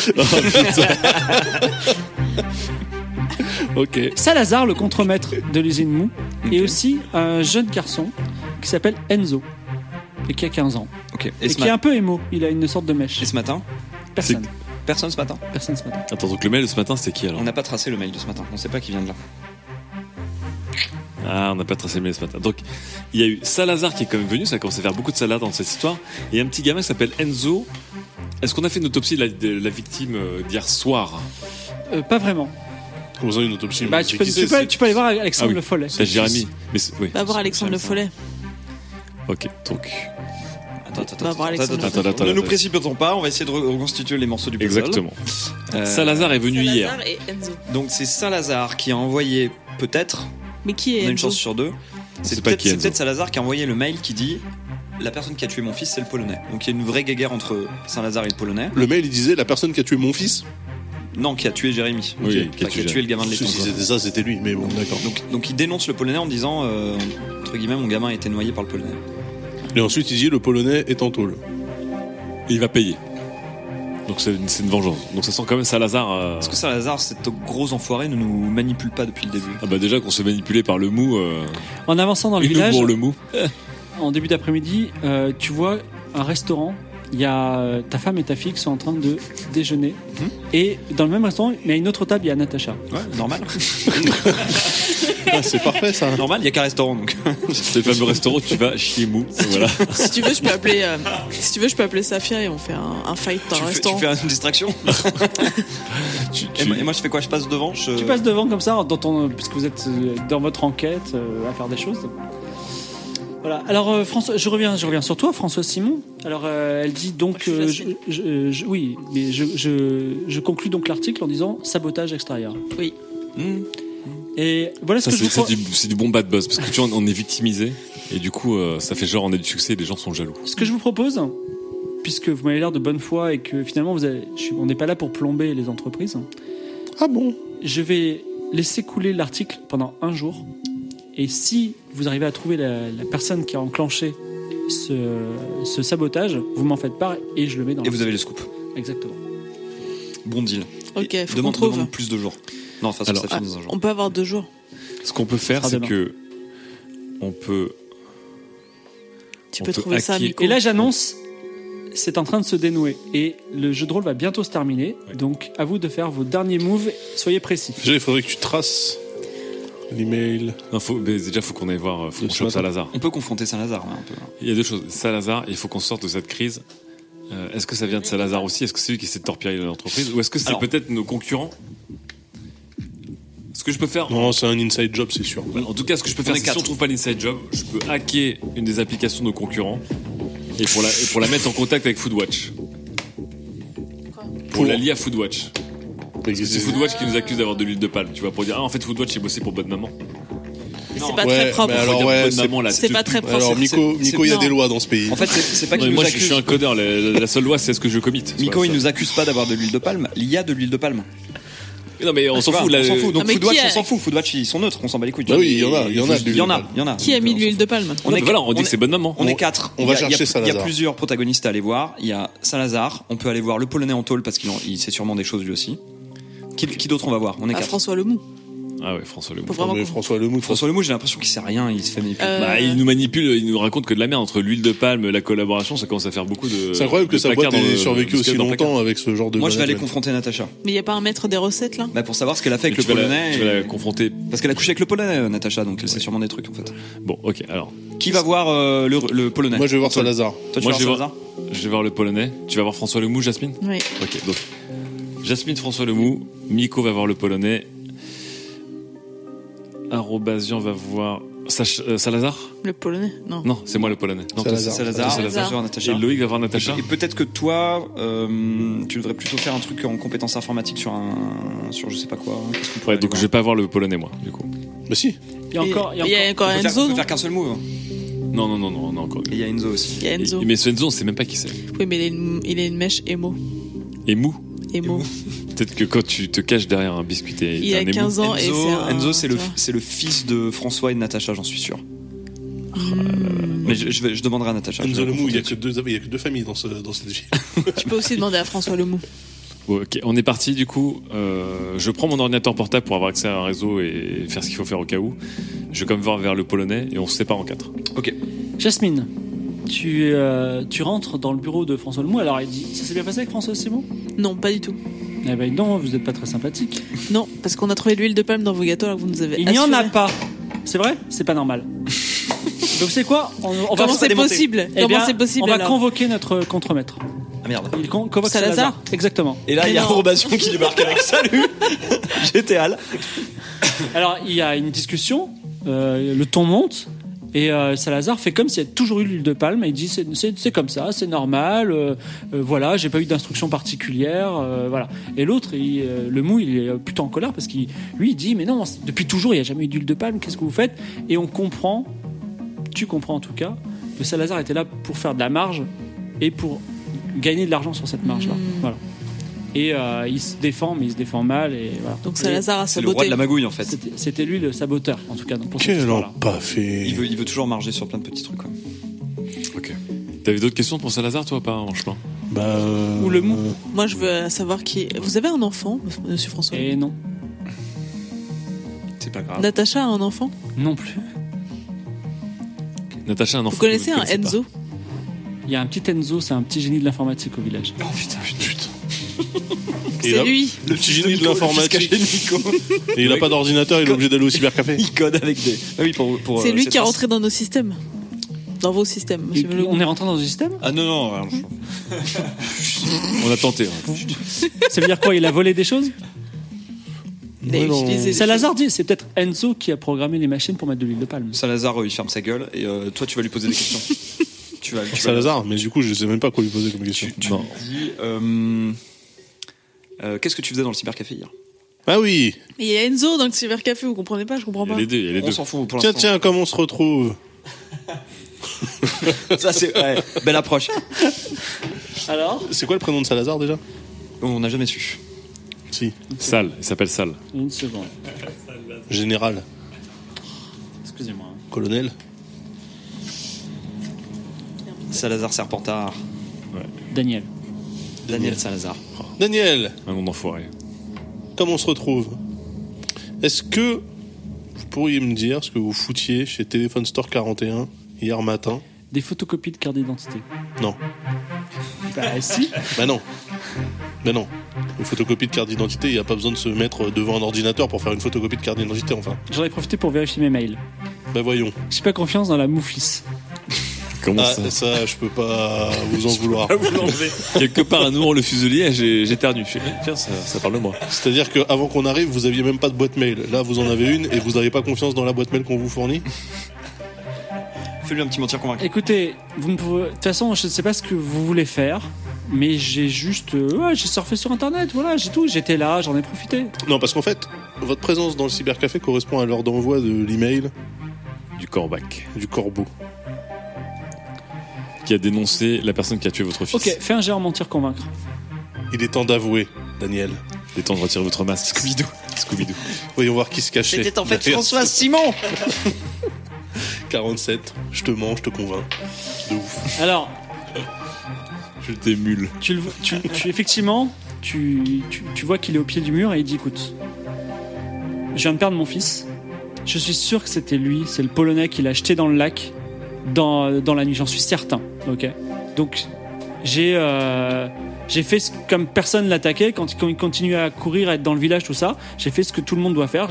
F: Ok.
E: Salazar, le contremaître de l'usine Mou, et aussi un jeune garçon qui s'appelle Enzo, et qui a 15 ans.
D: Ok.
E: Et,
D: Et ce,
E: qui
D: ma-
E: est un peu émo, il a une sorte de mèche.
D: et ce matin
E: Personne,
D: Personne ce matin.
E: personne ce matin.
C: Attends, donc le mail de ce matin, c'était qui alors
D: On n'a pas tracé le mail de ce matin. On sait pas qui vient de là.
C: Ah, on n'a pas tracé le mail ce matin. Donc il y a eu Salazar qui est quand même venu, ça commence à faire beaucoup de salades dans cette histoire. Et un petit gamin qui s'appelle Enzo. Est-ce qu'on a fait une autopsie de la, de la victime euh, d'hier soir
E: Euh, pas vraiment.
F: On a besoin d'une autopsie.
E: Bah,
F: mais
E: tu,
F: c'est
E: peux,
F: qui
E: tu,
F: c'est,
E: peux, tu peux aller voir Alexandre
C: Ah oui.
E: Le Follet.
C: C'est Jérémy. Mais c'est- oui.
G: Va voir Alexandre Le Follet.
C: Ok, donc.
D: Attends, attends,
G: On va
D: attends.
G: voir Alexandre
D: attends,
C: Attends,
D: attends,
C: attends,
D: Ne nous
C: attends.
D: précipitons pas. On va essayer de re- reconstituer les morceaux du puzzle.
C: Exactement.
D: Euh,
C: Salazar est venu hier.
G: Salazar et Enzo.
D: Donc c'est Salazar qui a envoyé peut-être.
G: Mais qui
D: On a
G: est
D: une
G: Enzo
D: chance sur deux.
C: sait
D: C'est
C: pas
D: peut-être
C: qui est
D: c'est
C: Enzo.
D: peut-être Salazar qui a envoyé le mail qui dit la personne qui a tué mon fils c'est le polonais. Donc il y a une vraie guerre entre Salazar et le polonais.
F: Le mail, il disait la personne qui a tué mon fils.
D: Non, qui a tué Jérémy.
C: Oui,
D: Ok.
C: qui a
D: Enfin,
C: tué
D: qui a tué
C: Jérémy.
D: le gamin de l'étang.
F: Si c'était ça, c'était lui. Mais bon, d'accord.
D: Donc, donc il dénonce le polonais en disant euh, entre guillemets mon gamin a été noyé par le polonais.
F: Et ensuite, il dit le polonais est en tôle.
C: Il va payer. Donc c'est une, c'est une vengeance. Donc ça sent quand même Salazar. euh,
D: Est-ce que Salazar, cet gros enfoiré, ne nous manipule pas depuis le début
C: Ah bah déjà qu'on se fait manipuler par le mou. euh,
E: En avançant dans le
C: et nous
E: village,
C: pour le
D: (laughs)
C: mou.
E: en début d'après-midi, euh, tu vois un restaurant. Il y a euh, ta femme et ta fille qui sont en train de déjeuner. Et dans le même restaurant, mais à une autre table, il y a Natacha.
D: Ouais,
C: (laughs)
D: normal.
F: Ah, c'est parfait ça.
D: normal, il y a qu'un restaurant donc.
C: C'est le fameux restaurant où tu vas chier
D: (laughs)
C: mou. Voilà.
G: Si tu veux, je peux appeler. euh, si tu veux, je peux appeler Safia et on fait un, un fight dans
D: tu,
G: un
D: fais,
G: restaurant.
D: tu fais une distraction. et, moi, et moi, je fais quoi Je passe devant je...
E: Tu passes devant comme ça, dans ton, puisque vous êtes euh, dans votre enquête euh, à faire des choses. Voilà. Alors euh, François, je reviens, je reviens sur toi, François Simon. Alors euh, elle dit donc,
G: Moi, je
E: euh,
G: suis
E: je- je- je- oui, mais je, je, je conclus donc l'article en disant sabotage extérieur.
G: Oui.
D: Hmm.
E: Et voilà ce
C: Ça,
E: que je
C: c'est
E: vous
C: c'est
E: pro-
C: du, c'est du bon bad buzz parce que tu vois, on est victimisé et du coup, euh, ça fait genre on a du succès et les gens sont jaloux.
E: ce que je vous propose, puisque vous m'avez l'air de bonne foi et que finalement vous avez- je suis- on n'est pas là pour plomber les entreprises.
F: Ah bon
E: Je vais laisser couler l'article pendant un jour. Et si vous arrivez à trouver la, la personne qui a enclenché ce, ce sabotage, vous m'en faites part et je le mets dans
D: Et vous avez le scoop.
E: l'article. Exactement.
D: Bon deal.
G: Ok,
D: Et
G: faut
D: demande,
G: qu'on trouve.
D: demande plus de jours. Non, de toute façon,
C: Alors,
D: ça
G: Ah,
D: finit dans un jour.
G: on peut avoir deux jours.
C: Ce qu'on peut faire,
E: Ce
C: c'est
E: sera
C: que on peut.
G: Tu
C: On
G: peux
C: peut
G: trouver ça,
C: hacker.
G: Miko.
E: Et là, j'annonce, c'est en train de se dénouer. Et le jeu de rôle va bientôt se terminer. Donc, à vous de faire vos derniers moves. Soyez précis.
F: Déjà, il faudrait que tu traces l'email.
C: Non, faut, mais déjà, faut qu'on aille voir. euh, Faut
F: Le
C: qu'on chope
F: matin.
C: Salazar.
D: On peut confronter Saint-Lazare ouais, un peu.
C: Il y a deux choses. Salazar, il faut qu'on sorte de cette crise. Euh, est-ce que ça vient de Salazar aussi Est-ce que c'est lui qui essaie de torpiller l'entreprise Ou est-ce que c'est
D: Alors-
C: peut-être nos concurrents Ce que je peux faire.
F: Non, c'est un inside job, c'est sûr.
C: En tout cas, ce que je peux
D: On
C: faire,
D: est
C: c'est que si
D: quatre.
C: on trouve pas l'inside job, je peux hacker une des applications de nos concurrents et pour la, et pour la mettre en contact avec Foodwatch. Pour la lier à Foodwatch. C'est Foodwatch qui nous accuse d'avoir de l'huile de palme, tu vois, pour dire ah en fait Foodwatch j'ai bossé pour bonne maman.
G: Mais c'est pas
F: Ouais,
G: très propre.
F: mais alors,
C: Regarde
F: ouais,
C: bonne
F: c'est-
C: maman, là.
G: C'est
C: tu-
G: pas très propre.
F: Alors, Miko,
D: c'est-
F: Miko, il y a
G: non.
F: des lois dans ce pays.
D: En fait, c'est c'est pas
C: Non,
D: qu'il
C: mais
D: nous
C: moi, je
D: accuse.
C: suis un codeur. La, la- la seule loi, c'est ce que je commit.
D: Miko,
C: Voilà,
D: il nous accuse pas d'avoir de l'huile de palme. Il y a de l'huile de palme.
C: ça. Non, mais on
D: Tu
C: s'en
D: vois,
C: fout. là,
D: On s'en fout.
G: Ah,
D: Donc,
G: mais
D: Foodwatch,
G: qui a-
D: on s'en fout. Foodwatch, ils sont neutres. On s'en bat les couilles. tu
F: Bah
D: vois.
F: oui, il y en a, il y en a de
D: Il y en a.
F: l'huile de
D: il y en a.
G: Qui a mis de l'huile de palme
D: On est-
C: voilà, on dit
D: on
C: que
D: est-
C: c'est bonne maman.
D: On est
C: On-
D: quatre.
F: on
D: Il
F: va
D: y a- il y a-
F: chercher Salazar.
D: Il y a plusieurs protagonistes à aller voir. Il y a Salazar. On peut aller voir le Polonais en tôle parce qu'il en- il sait sûrement des choses lui aussi. Qui, qui d'autre on va voir On est
G: à
D: quatre.
G: François Lemou.
C: Ah ouais, François Lemoine.
G: Faut
F: Non,
G: vraiment
F: mais
G: qu'on-
F: François Lemoux, François-
D: François Lemoux, j'ai l'impression qu'il sait rien. Il se fait manipuler.
G: Euh,
C: Bah, il nous manipule, il nous raconte que de la merde entre l'huile de palme, la collaboration, ça commence à faire beaucoup de.
F: C'est incroyable que
C: de
F: sa boîte
C: placards dans
F: ait
C: le-
F: survécu
C: dans le
F: aussi
C: placard.
F: longtemps avec ce genre de.
D: Moi, je vais aller
F: management.
D: confronter Natacha.
G: Mais il n'y a pas un maître des recettes là
D: Bah, pour savoir ce qu'elle a fait
C: Et
D: avec le
C: tu vas la-
D: Polonais.
C: tu vas la
D: et-
C: confronter.
D: Parce qu'elle a couché avec le Polonais, euh, Natacha. Donc, elle sait sûrement des trucs en fait.
C: Bon, ok, alors.
D: Qui va voir euh, le, le Polonais
F: Moi, je vais voir
D: En tôle.
F: Salazar.
D: Toi, tu
C: Moi,
D: vas
C: je vais
D: voir
C: voir-
D: Salazar
C: Je vais voir le polonais. Tu vas voir François Lemoux, Jasmine
G: Oui.
C: Ok, donc. Jasmine François Lemoux, Miko va voir le polonais. Arrobasian va voir. Sach- euh, Salazar
G: Le polonais Non.
C: Non, c'est moi le polonais. Non, toi,
F: Salazar.
D: Salazar.
C: Salazar.
D: Salazar. Natacha.
C: Et Loïc va voir Natacha.
D: Et peut-être que toi, euh, tu devrais plutôt faire un truc en compétences informatiques sur un, sur je sais pas quoi. Qu'est-ce qu'on pourrait
C: Ouais, donc je
D: aller
C: vais pas voir le polonais, moi, du coup.
F: Bah si.
E: Il y a encore.
G: Il y a encore
D: voir on peut faire, on
G: Enzo,
D: peut
G: non
D: faire qu'un seul move.
C: Non, non, non, non, non encore.
D: Et il y a Enzo aussi.
G: Il y a Enzo.
C: Et- Mais ce Enzo, on sait même pas qui c'est.
G: Oui, mais il a une, il a une mèche émo.
C: Et Mou
G: Émo.
C: Peut-être que quand tu te caches derrière un biscuit, t'es
G: Il
C: t'es
G: a
C: un émo.
G: 15 ans et c'est
D: Enzo,
G: un-
D: Enzo, c'est le,
G: tu vois. Mm.
D: c'est le fils de François et de Natacha, j'en suis sûr.
G: Hmm.
D: Mais je, je vais- je demanderai à Natacha. je
F: Enzo
D: vais
F: Lemoux, il y a
D: confronter.
F: que deux, il y a que deux familles dans, ce, dans cette ville.
G: Tu peux aussi demander à François Lemou.
C: Bon, ok, on est parti du coup. Euh, je prends mon ordinateur portable pour avoir accès à un réseau et faire ce qu'il faut faire au cas où. Je vais quand même voir vers le polonais et on se sépare en quatre.
E: Jasmine, tu, euh, tu rentres dans le bureau de François Lemoux. Alors il dit Ça s'est bien passé avec François Simon
G: Non, pas du tout.
E: Eh ben non, vous n'êtes pas très sympathique.
G: Non, parce qu'on a trouvé de l'huile de palme dans vos gâteaux alors que vous nous avez
E: Il n'y en a
G: assuré.
E: pas. C'est vrai C'est
G: (laughs)
E: pas normal. Donc c'est quoi On, on va
G: Comment c'est
E: expérimenter.
G: possible
E: Eh
G: Comment
E: bien,
G: c'est possible,
E: On va
G: alors
E: convoquer notre contremaître.
D: Ah merde.
E: Il con- convoque
G: Salazar
E: Salazar. Exactement.
D: Et là, il y a
G: Mais non.
D: Robation qui
G: (laughs)
D: débarque avec Salut J'étais Al.
E: Alors, il y a une discussion, euh, le ton monte, et euh, Salazar fait comme s'il y a toujours eu l'huile de palme, et il dit c'est- c'est c'est comme ça, c'est normal, euh, euh, voilà, j'ai pas eu d'instruction particulière, euh, voilà. Et l'autre, il, euh, le mou, il est plutôt en colère parce qu'il lui il dit mais non, c'est- depuis toujours il n'y a jamais eu d'huile de palme, qu'est-ce que vous faites Et on comprend, tu comprends en tout cas, que Salazar était là pour faire de la marge et pour gagner de l'argent sur cette marge-là.
G: Mmh.
E: Voilà. Et euh, il se défend, mais il se défend mal, et voilà.
G: Donc
E: Et-
G: Salazar a
D: C'est le roi
G: saboté.
D: de la magouille en fait.
E: c'était- C'était lui le saboteur, en tout cas. donc, pour cette
F: Quel
E: histoire-là.
F: empaffé.
D: Il veut, il veut toujours marger sur plein de petits trucs. quoi.
C: T'avais d'autres questions pour Salazar, toi, ou pas en chemin
F: Bah. euh,
E: Ou le mou.
G: Moi, je veux savoir qui. est- Vous avez un enfant, Monsieur François
E: Et non,
D: C'est pas grave.
G: Natacha a un enfant
E: non plus.
C: Natacha, un enfant.
G: Vous connaissez
C: que
G: un
C: ne connaissez
G: Enzo
E: Il y a un petit Enzo, c'est un petit génie de l'informatique au village.
D: Oh putain.
F: Et là-
G: C'est lui.
F: Le petit génie de l'informatique. Et il a pas d'ordinateur, il est obligé d'aller au cybercafé.
D: Il code avec des. Ah oui, pour. pour,
G: C'est
D: euh,
G: lui
D: cette
G: qui est
D: race.
G: rentré dans nos systèmes. Dans vos systèmes,
E: Et
G: monsieur
E: puis,
G: Melon.
E: on est rentré dans le système
D: Ah non, non, alors, je-
C: pas. On a tenté. hein.
E: Ça veut dire quoi Il a volé des choses
G: Il a utilisé-
E: Salazar dit c'est peut-être Enzo qui a programmé les machines pour mettre de l'huile de palme.
D: Salazar, euh, il ferme sa gueule et euh, toi, tu vas lui poser
G: (laughs)
D: des questions. tu vas, tu vas-
F: Salazar, mais du coup, je sais même pas quoi lui poser comme question.
C: Non.
D: dis, euh, euh, Qu'est-ce que tu faisais dans le cybercafé hier
F: Ah oui
G: Mais il y a Enzo dans le cybercafé, vous comprenez pas, je comprends
C: Il y
G: pas.
C: a les deux, il y a les
D: On
C: deux.
D: s'en fout pour
F: Tiens,
D: l'instant.
F: tiens, comment on se retrouve
D: Ça, c'est. ouais, belle approche.
E: Alors
F: C'est quoi le prénom de Salazar déjà
D: On n'a jamais su.
F: Si,
C: Sal, il s'appelle Sal.
E: Une seconde.
F: général,
E: Excusez-moi.
F: colonel.
D: Salazar Serpentard.
E: Daniel.
D: Daniel (laughs) Salazar.
F: Daniel,
C: Un nom d'enfoiré.
F: comment on se retrouve Est-ce que vous pourriez me dire ce que vous foutiez chez Téléphone Store 41 hier matin
E: Des photocopies de carte d'identité.
F: Non.
E: Bah si.
F: Bah non. Bah non. Une photocopie de carte d'identité, il n'y a pas besoin de se mettre devant un ordinateur pour faire une photocopie de carte d'identité, enfin.
E: J'en ai profité pour vérifier mes mails.
F: Bah voyons.
E: J'ai pas confiance dans la mouflisse.
C: Comment
F: Ah,
C: ça
F: ça, je peux (laughs) pas vous en vouloir.
C: Quelque part, à nous, le fuselier, j'ai- j'éternue. Je fais, eh, Tiens, ça, ça parle de moi.
F: C'est-à-dire qu'avant qu'on arrive, vous aviez même pas de boîte mail. Là, vous en avez une et vous n'avez pas confiance dans la boîte mail qu'on vous fournit
D: Fais-lui un petit mentir convaincu.
E: Écoutez, vous ne pouvez. De toute façon, je ne sais pas ce que vous voulez faire, mais j'ai juste. euh, ouais, j'ai surfé sur internet, voilà, j'ai tout. J'étais là, j'en ai profité.
F: Non, parce qu'en fait, votre présence dans le cybercafé correspond à l'heure d'envoi de l'email
H: du Corbac,
F: du corbeau.
H: qui a dénoncé la personne qui a tué votre fils.
E: Ok, fais un géant mentir convaincre.
F: Il est temps d'avouer, Daniel.
H: Il est temps de retirer votre masque. Scooby-Doo. Scooby-Doo.
F: Voyons voir qui se cachait.
D: C'était en fait
F: derrière
D: François Simon
F: 47, je te mens, je te convainc. De ouf.
E: Alors,
H: Je t'émule.
E: tu, le- tu- tu- effectivement, tu, tu- tu vois qu'il est au pied du mur et il dit écoute, je viens de perdre mon fils. Je suis sûr que c'était lui, c'est le Polonais qui l'a jeté dans le lac dans, dans la nuit, j'en suis certain. Ok. Donc j'ai euh, j'ai fait ce, comme personne l'attaquait quand, quand il continue à courir, à être dans le village, tout ça. J'ai fait ce que tout le monde doit faire.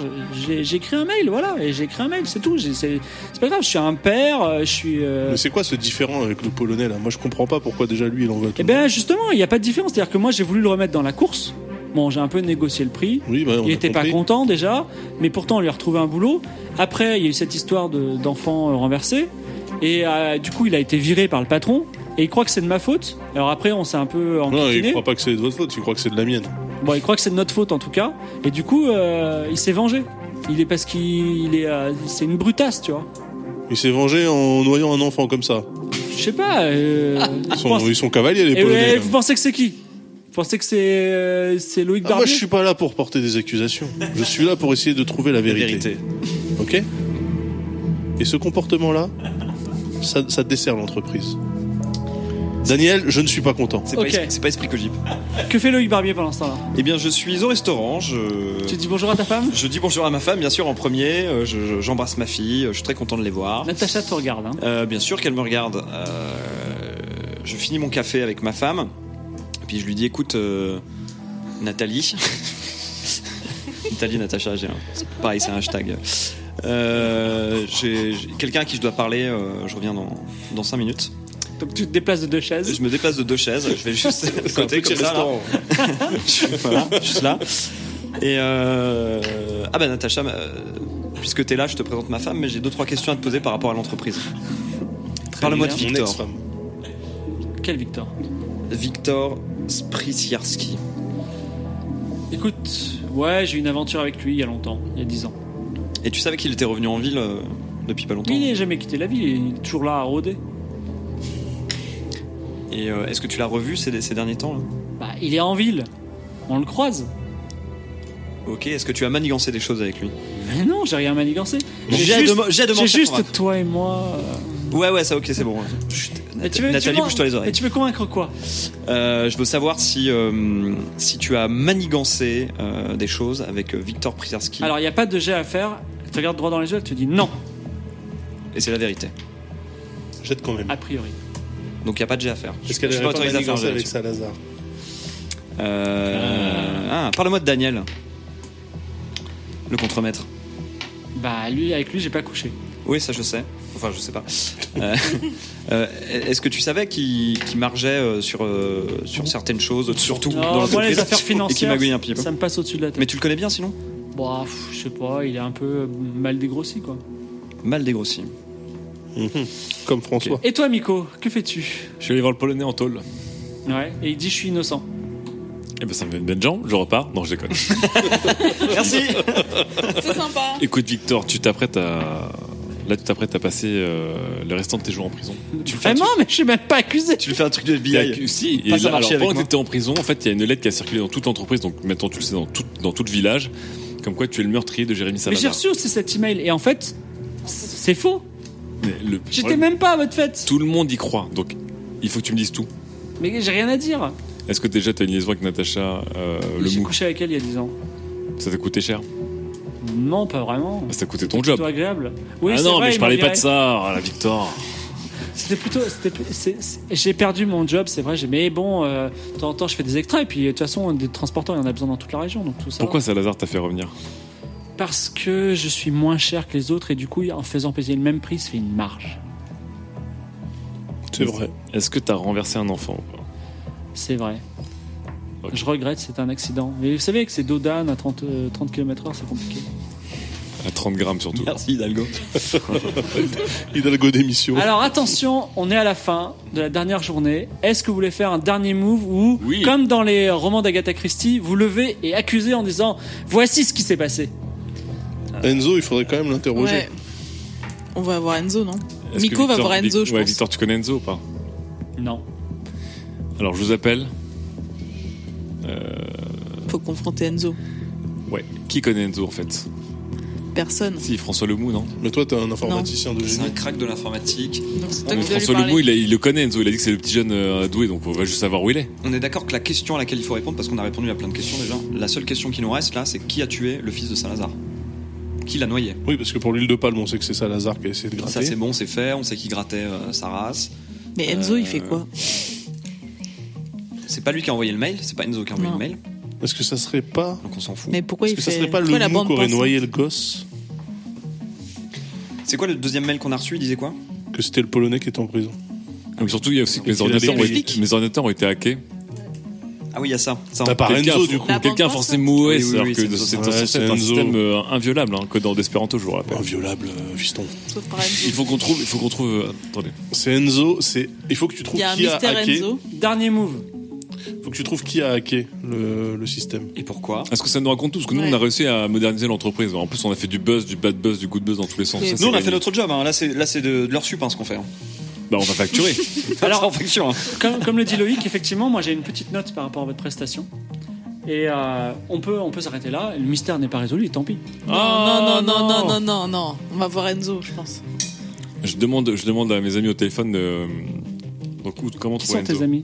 E: J'ai j'ai écrit un mail, voilà, et j'ai écrit un mail, c'est tout. J'ai- C'est c'est pas grave, je suis un père, euh, je suis. euh,
F: Mais c'est quoi ce différent avec le polonais là Moi je comprends pas pourquoi déjà lui il envoie tout.
E: Eh
F: le monde.
E: ben justement, il n'y a pas de différence. C'est-à-dire que moi, j'ai voulu le remettre dans la course. Bon, j'ai un peu négocié le prix.
F: oui, bah, on
E: il
F: a
E: était pas
F: compris.
E: content déjà, mais pourtant on lui a retrouvé un boulot. Après, il y a eu cette histoire de- d'enfant euh, renversé, et euh, du coup, il a été viré par le patron. Et il croit que c'est de ma faute. Alors après, on s'est un peu
F: Non, il
E: enquiquiné.
F: croit pas que c'est de votre faute, il croit que c'est de la mienne.
E: Bon, il croit que c'est de notre faute en tout cas. Et du coup, euh, il s'est vengé. Il est parce qu'il il est, euh, c'est une brutasse, tu vois.
F: Il s'est vengé en noyant un enfant comme ça.
E: Je sais pas. euh,
F: Ah. Ils
E: je
F: sont,
E: pense-
F: ils sont cavaliers les
E: Eh
F: polonais.
E: ouais,
F: là.
E: vous pensez que c'est qui Vous pensez que c'est euh, c'est Loïc
F: Ah,
E: Barbier
F: moi je suis pas là pour porter des accusations. Je suis là pour essayer de trouver la vérité. Ok Et ce comportement là, ça, ça dessert l'entreprise. Daniel, je ne suis pas content.
D: C'est
E: Ok.
D: pas, esprit- c'est pas esprit cogip.
E: Que fait Loïc Barbier pendant ce temps-là
D: Eh bien, je suis au restaurant. Je...
E: Tu dis bonjour à ta femme
D: je dis bonjour à ma femme, bien sûr, en premier. euh, je- je- J'embrasse ma fille. euh, Je suis très content de les voir.
E: Natacha te regarde. Hein.
D: Euh, bien sûr qu'elle me regarde. Euh, je finis mon café avec ma femme. Puis je lui dis écoute, euh, Nathalie. (laughs) Nathalie, Natacha, j'ai un- c'est pareil, c'est un hashtag. Euh, j'ai j'ai quelqu'un à qui je dois parler. euh, je reviens dans, dans 5 minutes.
E: Donc tu te déplaces de deux chaises.
D: Je me déplace de deux chaises. Je vais juste à
F: C'est
D: (laughs)
F: un
D: côté
F: petit
D: comme ça. là.
F: restaurant.
D: (laughs) voilà, juste là. Et euh... ah bah Natacha, euh, puisque t'es là, je te présente ma femme, mais j'ai deux trois questions à te poser par rapport à l'entreprise. Parle-moi de
E: bien.
F: Mon
D: Victor.
F: ex-femme.
E: Quel Victor
D: Victor Spriciarski.
E: Écoute, ouais, j'ai eu une aventure avec lui il y a longtemps, il y a dix ans.
D: Et tu savais qu'il était revenu en ville euh, depuis pas longtemps.
E: Mais il n'a jamais quitté la ville, il est toujours là à rôder.
D: Et euh, est-ce que tu l'as revu ces, ces derniers temps là
E: Bah, il est en ville. On le croise.
D: Ok, est-ce que tu as manigancé des choses avec lui
E: Mais non, j'ai rien manigancé. J'ai
D: j'ai
E: juste,
D: de mo- j'ai de
E: j'ai
D: mentir,
E: juste
D: convaincre.
E: toi et moi. euh,
D: Ouais, ouais, ça ok, c'est bon. Chut,
E: mais
D: Nath-
E: tu veux- tu
D: Nathalie,
E: veux-
D: bouge-toi les
E: Mais
D: oreilles.
E: tu veux convaincre quoi
D: Euh, je veux savoir si, euh, si tu as manigancé euh, des choses avec euh, Victor Prisarski.
E: Alors, il n'y a pas de jet à faire. Elle te regarde droit dans les yeux, elle te dit non,
D: Et c'est la vérité.
F: Jette quand même.
E: a priori.
D: Donc il n'y a pas de jet à faire.
F: Est-ce qu'elle
D: Je
F: est
D: suis pas
F: pas
D: autorisé à faire un
F: manigancée
D: jet
F: avec
D: là-dessus.
F: Salazar
D: Euh, Ah, parle-moi de Daniel. Le contremaître.
E: Bah, lui, avec lui, j'ai pas couché.
D: Oui, ça je sais. Enfin, je sais pas.
E: (laughs)
D: Euh, euh, Est-ce que tu savais qu'il qu'il margeait euh, sur, euh, sur certaines choses, surtout
E: Non,
D: dans
E: moi, les
D: l'entreprise,
E: affaires
D: et qu'il
E: financières,
D: magouille un petit peu
E: ça me passe au-dessus de la tête.
D: Mais tu le connais bien sinon
E: Bah, pff, je sais pas, il est un peu euh, mal dégrossi, quoi.
D: Mal dégrossi.
F: Comme François.
E: Et toi, Miko, que fais-tu
H: Je suis allé voir le polonais en tôle.
E: Ouais. Et il dit, je suis innocent.
H: Eh ben ça me fait une bonne jambe, je repars. Non, je
E: (laughs)
H: déconne.
D: Merci
G: C'est
C: (laughs)
G: sympa.
H: Écoute Victor, tu t'apprêtes à... Là, tu t'apprêtes à passer euh, le restant de tes jours en prison.
E: Vraiment, mais je suis même pas accusé.
D: Tu lui fais un truc de
H: T'es
D: FBI.
H: accu- Si, et
D: Passe à
H: là, alors,
D: marcher
H: pendant
D: avec
H: que
D: moi.
H: t'étais en prison, en fait, il y a une lettre qui a circulé dans toute l'entreprise, donc maintenant tu le sais dans tout, dans tout le village, comme quoi tu es le meurtrier de Jérémy
E: Mais j'ai
H: Salazar.
E: reçu aussi cet email, et en fait, c'est faux.
H: Mais le
E: J'étais
H: problème,
E: même pas à votre fête.
H: Tout le monde y croit, donc il faut que tu me dises tout.
E: Mais j'ai rien à dire.
H: Est-ce que déjà t'as une liaison avec Natacha, euh, le
E: J'ai
H: mou
E: couché avec elle il y a 10 ans.
H: Ça t'a coûté cher
E: Non, pas vraiment.
C: Ah,
H: Ça t'a coûté ton
E: C'était
H: job
E: plutôt agréable. Oui,
H: Ah
E: c'est
H: non,
E: vrai,
H: mais
E: il
H: je parlais
E: m'a
H: pas de
E: viré.
H: ça, oh, la Victor.
E: C'était plutôt. c'était pl- c'est- c'est- J'ai perdu mon job, c'est vrai. j'ai- Mais bon, euh, de temps en temps, je fais des extras. Et puis, de toute façon, des transporteurs, il y en a besoin dans toute la région. Donc, tout ça.
H: Pourquoi Salazar t'a fait revenir
E: Parce que je suis moins cher que les autres. Et du coup, en faisant payer le même prix, ça fait une marge.
F: C'est vrai.
H: Est-ce que t'as renversé un enfant ou pas
E: C'est vrai.
H: Ok.
E: Je regrette, c'est un accident. Mais vous savez que c'est Dodan à 30, euh, 30 km/h, c'est compliqué.
H: À 30 grammes surtout.
D: (laughs) Merci Hidalgo.
F: Hidalgo démission.
E: Alors attention, on est à la fin de la dernière journée. Est-ce que vous voulez faire un dernier move ou,
H: Oui.
E: comme dans les romans d'Agatha Christie, vous levez et accusez en disant voici ce qui s'est passé
F: Enzo, il faudrait quand même l'interroger.
G: Ouais. On va avoir Enzo, non
C: Est-ce que
G: Miko va
C: Victor-
G: voir Enzo, je
C: ouais,
G: pense.
C: Victor, tu connais Enzo ou pas
E: Non.
C: Alors, je vous appelle.
G: Faut confronter Enzo.
C: Ouais. Qui connaît Enzo, en fait
G: Personne.
C: Si, François Lemoux, non
F: Mais toi, t'es un informaticien de
D: C'est
F: génie.
D: un crack de l'informatique.
G: Donc c'est toi
C: Mais
G: qui dois lui
C: François
G: parler.
C: Lemoux, il, a- il le connaît, Enzo. Il a dit que c'est le petit jeune euh, doué, donc on va juste savoir où il est.
D: On est d'accord que la question à laquelle il faut répondre, parce qu'on a répondu à plein de questions déjà, la seule question qui nous reste là, c'est qui a tué le fils de Salazar Qui l'a noyé
F: Oui, parce que pour l'huile de palme, on sait que c'est Salazar qui a essayé de
D: Ça c'est
F: gratter.
D: bon, c'est fait, on sait qui grattait euh, sa race.
G: Mais Enzo,
D: Euh,
G: il fait quoi
D: C'est pas lui qui a envoyé le mail, c'est pas Enzo qui a envoyé
G: Non.
D: le mail,
F: Est-ce que ça serait pas.
D: donc on s'en fout.
G: Mais pourquoi
F: Est-ce
G: il
F: que ça
G: fait
F: serait pas
G: pourquoi la
F: le mou
G: bande
F: qui aurait
G: pense-
F: noyé le gosse
D: C'est quoi le deuxième mail qu'on a reçu Il disait quoi
F: Que c'était le Polonais qui était en prison
C: Donc, surtout, il y a aussi que
F: Et
C: mes
F: qu'il a
C: ordinateurs,
F: des
C: ont
F: flics.
C: été- mes ordinateurs ont été hackés.
D: Ah oui, il y a ça. ça on-
F: T'as pas
C: Quelqu'un a,
F: Enzo,
C: for-
F: du coup.
G: La bande
C: quelqu'un a
G: pense-
C: forcé Moues,
D: Oui, oui,
C: alors
D: oui,
C: que
D: c'est
C: c'est
F: Enzo.
C: un- c'est un
F: Enzo.
C: système euh, inviolable, hein, codeur d'espéranto, je vous rappelle.
F: Inviolable, euh, fiston.
G: Sauf par Enzo.
C: Il faut qu'on trouve. Il faut qu'on trouve. euh, attendez.
F: C'est Enzo, c'est. Il faut que tu
G: Il
F: trouves
G: y a un
F: qui a
G: mystère
F: hacké.
G: Enzo.
E: Dernier move.
F: Il faut que tu trouves qui a hacké le, le système.
D: Et pourquoi
C: Est-ce que ça nous raconte tout Parce que nous,
G: Ouais.
C: on a réussi à moderniser l'entreprise. En plus, on a fait du buzz, du bad buzz, du good buzz dans tous les sens.
G: Et
C: Ça, c'est
D: Nous on a fait
C: gagné.
D: notre job, hein. là c'est là, c'est de, de leur sup hein, ce qu'on (laughs) fait. hein.
C: Bah, on
G: (laughs)
C: va facturer.
D: Alors en fiction.
E: Comme, comme le dit Loïc, effectivement, moi j'ai une petite note par rapport à votre prestation. Et euh, on peut, on peut s'arrêter là. Le mystère n'est pas résolu, et tant pis.
C: Ah.
G: Non, non, non, non, non, non, non. On va voir Enzo, je pense.
C: je demande, je demande à mes amis au téléphone. euh, donc, où- comment
E: Qui
C: trouver
E: sont
C: Enzo
E: tes amis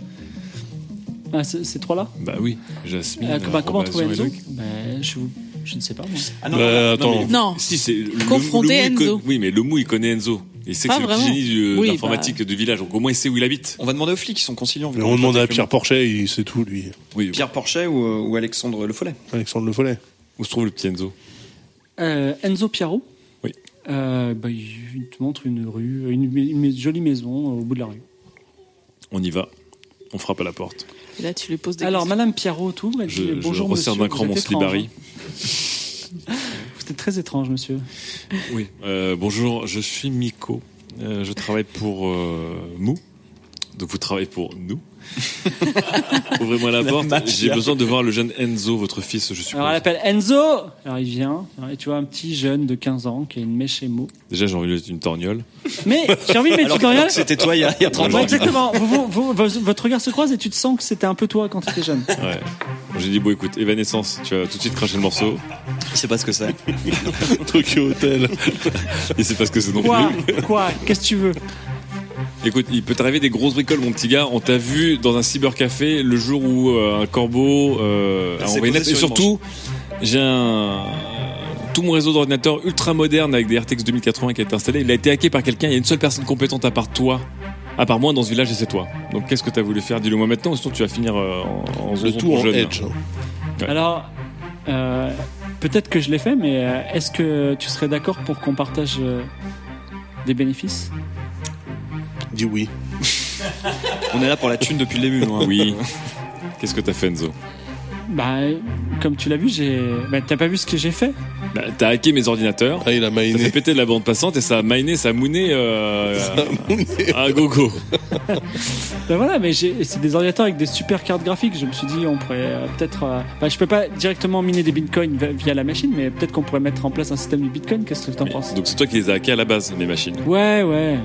E: Ah, Ces ces trois-là
C: Bah oui, Jasmine.
E: Euh, bah, Comment
C: Robinson
E: trouver
C: et
E: Enzo
C: Loïc.
E: Ben, je, vous- je ne
C: (laughs)
E: sais pas. moi.
D: Ah non,
F: Bah,
D: non, non.
F: attends.
C: mais-
G: Non.
C: Si c'est le- le-
G: Confronter
C: le mou, il
G: Enzo.
C: conna- Oui, mais le mou il connaît Enzo. Il sait que
G: Ah,
C: c'est le petit
G: vraiment
C: génie du-
G: Oui, bah.
C: d'informatique du village. Donc au moins il sait où il habite.
D: On va demander aux flics, ils sont conciliants. vu
F: Mais
D: qu'on
F: on
D: est
F: demande à
D: avec le-
F: Pierre Porchet, il sait tout, lui.
C: Oui.
D: Pierre Porchet ou, euh, ou Alexandre Le Follet.
F: Alexandre Le Follet.
C: Où se trouve le petit Enzo
E: Euh, Enzo Piaro.
C: Oui.
E: Euh, bah, il il te montre une rue, une, une jolie maison euh, au bout de la rue.
C: On y va. On frappe à la porte.
G: Et là, tu lui poses des
E: Alors,
G: questions.
E: Madame Piaro, tout, elle dit
C: Je, je
E: bonjour
C: resserre
E: monsieur.
C: d'un cran
E: vous
C: mon
E: êtes étrange,
C: slibari. (laughs)
E: hein. Vous êtes très étrange, monsieur.
C: Oui. Euh, bonjour, je suis Miko. Euh, je travaille pour euh, Mou. Donc vous travaillez pour
E: (laughs)
C: nous. Ouvrez-moi la, porte. J'ai besoin de voir le jeune Enzo, votre fils, je suppose.
E: Alors elle appelle Enzo Alors il vient, et tu vois un petit jeune de 15 ans qui a une mèche émo.
C: Déjà, j'ai envie de lui mettre une torgnole.
E: Mais
C: (laughs)
E: j'ai envie de mettre
D: Alors que- alors
E: tutoriel
D: que c'était toi il y a, il y a 30
E: Ouais,
D: ans.
E: exactement, Vous- vous- vous- vos- votre regard se croise et tu te sens que c'était un peu toi quand tu étais jeune.
C: Ouais. Bon, J'ai dit, bon, écoute, Evanescence, tu vas tout de suite cracher le morceau.
D: Je sais pas ce que c'est.
F: Tokyo
C: (laughs)
F: Hotel.
C: Il sait pas ce que c'est non (laughs)
E: Quoi
C: plus.
E: Quoi Qu'est-ce que tu veux
C: Écoute, il peut t'arriver des grosses bricoles, mon petit gars. On t'a vu dans un cybercafé le jour où euh, un corbeau euh, a
D: S'est
C: envoyé une
D: posé
C: lettre.
D: sur
C: Et
D: une
C: surtout, j'ai un... tout mon réseau d'ordinateurs ultra moderne avec des RTX 2080 qui a été installé. Il a été hacké par quelqu'un. Il y a une seule personne compétente à part toi. À part moi dans ce village et c'est toi. Donc qu'est-ce que t'as voulu faire Dis-le moi maintenant, sinon tu vas finir euh, en, en
F: Le
C: zonzon
F: tout
C: pour
F: en
C: jeune.
F: edge. hein.
C: Ouais.
E: Alors, euh, peut-être que je l'ai fait, mais euh, est-ce que tu serais d'accord pour qu'on partage euh, des bénéfices
F: Dis oui.
D: On est là pour la thune depuis le début. nous, hein.
C: Oui. (laughs) Qu'est-ce que t'as fait Enzo
E: Bah, euh, comme tu l'as vu, j'ai. Bah, t'as pas vu ce que j'ai fait
C: bah, T'as hacké mes ordinateurs,
F: Ah, il a
C: t'as fait
F: mainé.
C: péter de la bande passante et ça a miné, ça a mouné euh, à gogo.
E: Ben voilà, mais j'ai- c'est des ordinateurs avec des super cartes graphiques. Je me suis dit, on pourrait euh, peut-être. euh, bah, je peux pas directement miner des bitcoins vi- via la machine, mais peut-être qu'on pourrait mettre en place un système du bitcoin. Qu'est-ce que t'en
C: Mais-
E: penses
C: Donc c'est toi qui les as hackés à la base, les machines.
E: Ouais, ouais.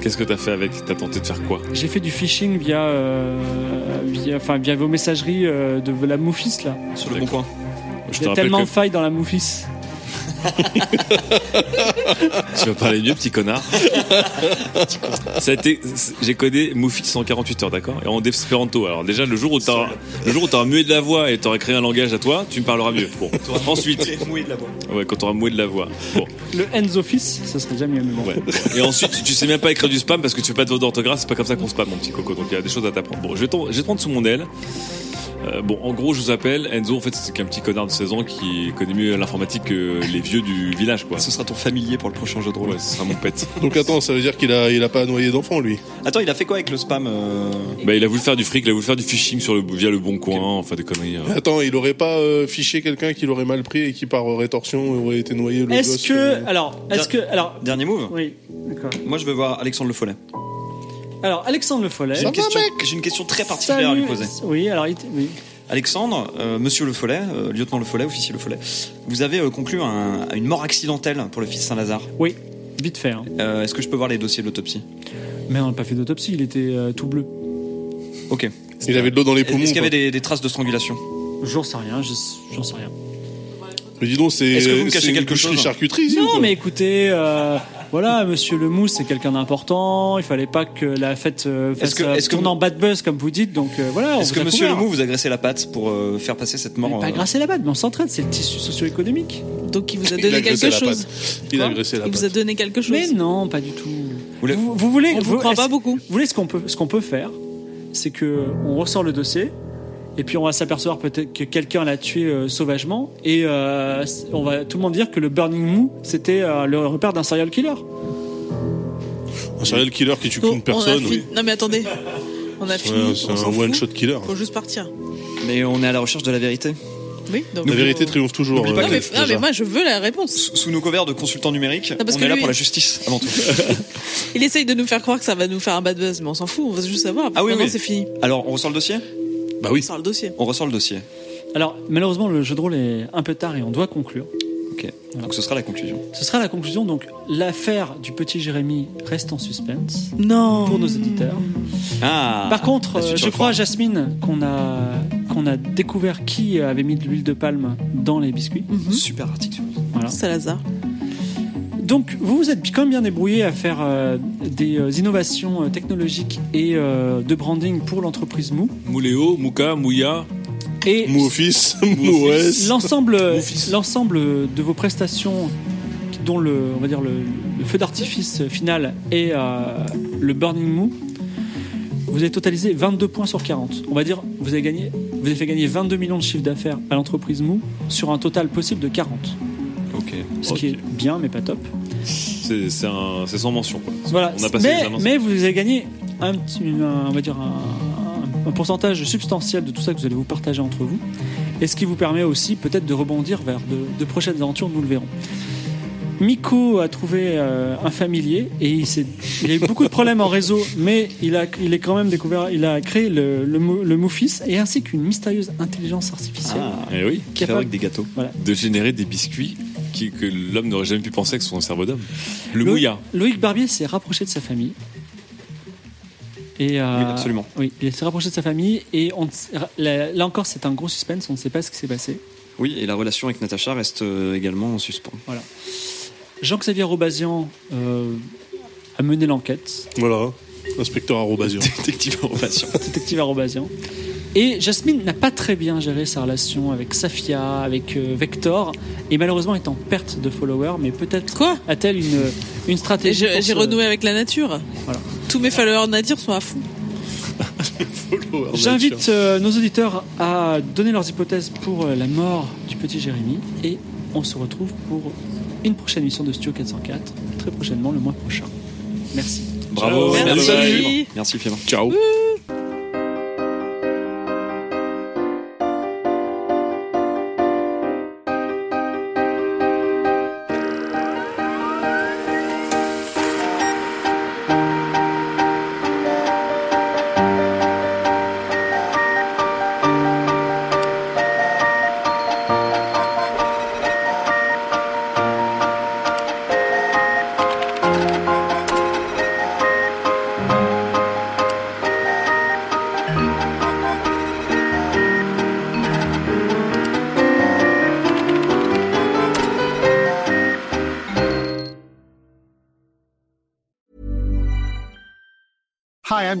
C: Qu'est-ce que t'as fait avec T'as tenté de faire quoi
E: J'ai fait du phishing via, euh, via, enfin, via vos messageries euh, de la Moufis là.
D: Sur le bon coin.
C: Je
E: Il
C: te
E: y a
C: rappelle
E: tellement de
C: que
E: failles dans la Moufis.
C: tu vas parler mieux, petit
E: (laughs)
C: connard. Ça a été, j'ai codé Moufix en 48 heures, d'accord Et en espéranto. Alors déjà, le jour où t'auras, le jour où t'auras mué de la voix et t'auras créé un langage à toi, tu me parleras mieux. Bon. Ensuite,
D: Oui, de la bonne.
C: ouais, quand t'auras moué de la voix. Bon.
E: Le Enzofis, ça serait déjà mieux, mais bon.
C: Ouais. Et ensuite, tu sais même pas écrire du spam parce que tu fais pas de faute d'orthographe, c'est pas comme ça qu'on spam, mon petit coco. Donc il y a des choses à t'apprendre. Bon, je vais, t'en- je vais te prendre sous mon aile. Euh, bon, en gros, je vous appelle Enzo. En fait, c'est qu'un petit connard de 16 ans qui connaît mieux l'informatique que les vieux du village, quoi.
D: Ce sera ton familier pour le prochain jeu de rôle.
C: Ouais, ce sera mon pet.
F: Donc attends, ça veut dire qu'il a, il a pas noyé d'enfant, lui.
D: Attends, il a fait quoi avec le spam euh,
C: Bah, il a voulu faire du fric, il a voulu faire du phishing sur le, via le bon coin, enfin des conneries. euh.
F: Attends, il aurait pas euh, fiché quelqu'un qui l'aurait mal pris et qui, par euh, rétorsion, aurait été noyé le
E: Est-ce
F: gosse,
E: que,
F: euh,
E: alors, est-ce que, alors,
D: Dernier move
E: oui, d'accord.
D: Moi je veux voir Alexandre Le Follet.
E: Alors, Alexandre Le Follet.
D: J'ai une, question- j'ai une question très particulière à lui
E: Salut-
D: poser.
E: Oui, alors, il t- oui.
D: Alexandre, euh, monsieur Le Follet, euh, lieutenant Le Follet, officier Le Follet, vous avez euh, conclu un- à une mort accidentelle pour le fils Saint-Lazare.
E: Oui. Vite fait. hein.
D: Euh, Est-ce que je peux voir les dossiers de l'autopsie
E: Mais on n'a pas fait d'autopsie, il était euh, tout bleu.
D: Ok.
F: Il avait de l'eau dans les
D: Est-ce
F: poumons.
D: qu'il y
F: quoi.
D: avait des, des traces de strangulation
E: J'en sais rien, je- j'en sais rien.
F: Mais dis donc, c'est.
D: Est-ce que vous me
F: c'est
D: cachez
F: une
D: quelque
F: boucherie
D: chose
F: charcuterie ici, ou
E: Non,
F: quoi
E: mais écoutez, euh, voilà, monsieur le mousse, c'est quelqu'un d'important. Il fallait pas que la fête euh, fasse
D: Est-ce que-
E: euh,
D: est-ce que
E: tourne
D: vous-
E: en bad buzz, comme vous dites. Donc euh, voilà, on
D: Est-ce
E: vous
D: que
E: a
D: monsieur
E: couvert.
D: Lemou vous a graissé la patte pour euh, faire passer cette
E: Mais
D: mort
E: Pas
D: euh,
E: grâce à la bad, mais on s'entraide, c'est le tissu socio-économique.
G: Donc il vous a
F: Il a
G: donné
F: agressé
G: quelque
F: la
G: chose.
F: patte. Il a agressé la
G: Il vous
F: patte.
G: a donné quelque chose.
E: Mais non, pas du tout.
D: Vous voulez-
E: Vous, vous voulez,
G: On vous croit
E: est-ce-
G: pas beaucoup.
E: Vous voulez ce qu'on peut, ce qu'on peut faire, c'est que on ressort le dossier. Et puis on va s'apercevoir peut-être que quelqu'un l'a tué euh, sauvagement et euh, c- on va tout le monde dire que le Burning Moo c'était euh, le repère d'un serial killer.
F: Un serial killer qui tue
G: Donc,
F: qu'une
G: on a
F: personne.
G: fini- Non mais attendez. On a fini.
F: Ouais, c'est
G: on
F: un
G: s'en fout.
F: one shot killer.
G: Faut juste partir.
D: Mais on est à la recherche de la vérité.
G: Oui. donc-
F: La vérité triomphe toujours.
D: N'oublie pas
G: Non,
F: euh,
G: mais,
F: Jeff,
G: non, mais
F: déjà.
G: moi je veux la réponse.
D: Sous sous nos couverts de consultants numériques,
G: parce
D: on
G: que
D: est là
G: lui-
D: pour la justice avant tout.
G: Il essaye de nous faire croire que ça va nous faire un bad buzz, mais on s'en fout. On va juste savoir.
D: Ah oui,
G: Maintenant,
D: oui.
G: c'est fini.
D: Alors, on ressort le dossier
F: Bah oui.
G: On sort le dossier.
D: On ressort le dossier.
E: Alors malheureusement le jeu de rôle est un peu tard et on doit conclure.
D: Ok. Donc ce sera la conclusion.
E: Ce sera la conclusion. Donc, l'affaire du petit Jérémy reste en suspense
G: Non.
E: pour nos auditeurs.
D: Ah
E: Par contre,
D: la suite
E: euh,
D: sur
E: je
D: le
E: crois,
D: forum.
E: Jasmine, qu'on a, qu'on a découvert qui avait mis de l'huile de palme dans les biscuits.
G: Mhm.
D: Super article.
E: Voilà.
G: Salazar.
E: Donc, vous vous êtes quand même bien débrouillé à faire euh, des euh, innovations euh, technologiques et euh, de branding pour l'entreprise Mou.
H: Mouléo, Mouka, Mouya.
E: Et
F: Mou office, (laughs) mou OS.
E: l'ensemble l'ensemble de vos prestations dont le on va dire le, le feu d'artifice final est euh, le Burning Moo vous avez totalisé 22 points sur 40 on va dire vous avez gagné vous avez fait gagner 22 millions de chiffre d'affaires à l'entreprise Moo sur un total possible de 40
D: Ok.
E: ce qui
H: Ok.
E: est bien mais pas top
H: C'est c'est un- c'est sans mention, quoi.
E: voilà
H: On a passé
E: mais,
H: l'examen.
E: mais vous avez gagné un petit un- on va dire un, un pourcentage substantiel de tout ça que vous allez vous partager entre vous et ce qui vous permet aussi peut-être de rebondir vers de, de prochaines aventures, nous le verrons. Miko a trouvé euh, un familier et il, s'est- il a eu beaucoup de problèmes en réseau, mais il a, il est quand même découvert, il a créé le, le, Mo- le Moufis et ainsi qu'une mystérieuse intelligence artificielle
D: Ah,
H: Eh oui.
D: qui
E: capable
D: fabrique des gâteaux.
H: De générer des biscuits qui- que l'homme n'aurait jamais pu penser avec son cerveau d'homme. Le
E: Lo-
H: Mouya.
E: Loïc Barbier s'est rapproché de sa famille. Et, euh,
D: Oui, absolument.
E: Oui, il s'est rapproché de sa famille et on ne sait- là, là encore c'est un gros suspense, on ne sait pas ce qui s'est passé.
D: Oui, et la relation avec Natacha reste euh, également en suspens.
E: Jean-Xavier Robazian euh, a mené l'enquête,
F: Voilà.
E: (laughs)
F: Inspecteur Arrobasio.
D: Détective en relation.
E: détective à Robazian. Et Jasmine n'a pas très bien géré sa relation avec Safia, avec euh, Vector, et malheureusement est en perte de followers, mais peut-être
G: Quoi
E: a-t-elle une, une
G: Et
E: stratégie.
G: je-
E: pour
G: J'ai
E: se-
G: renoué avec la nature.
E: Voilà.
G: Tous mes followers nature sont à fond.
E: J'invite euh, nos auditeurs à donner leurs hypothèses pour euh, la mort du petit Jérémy et on se retrouve pour une prochaine émission de Studio 404 très prochainement le mois prochain. Merci.
C: Oh,
H: Bravo.
G: Merci.
H: Merci.
G: Salut.
D: Merci Clément.
H: Ciao.
I: Hi, I'm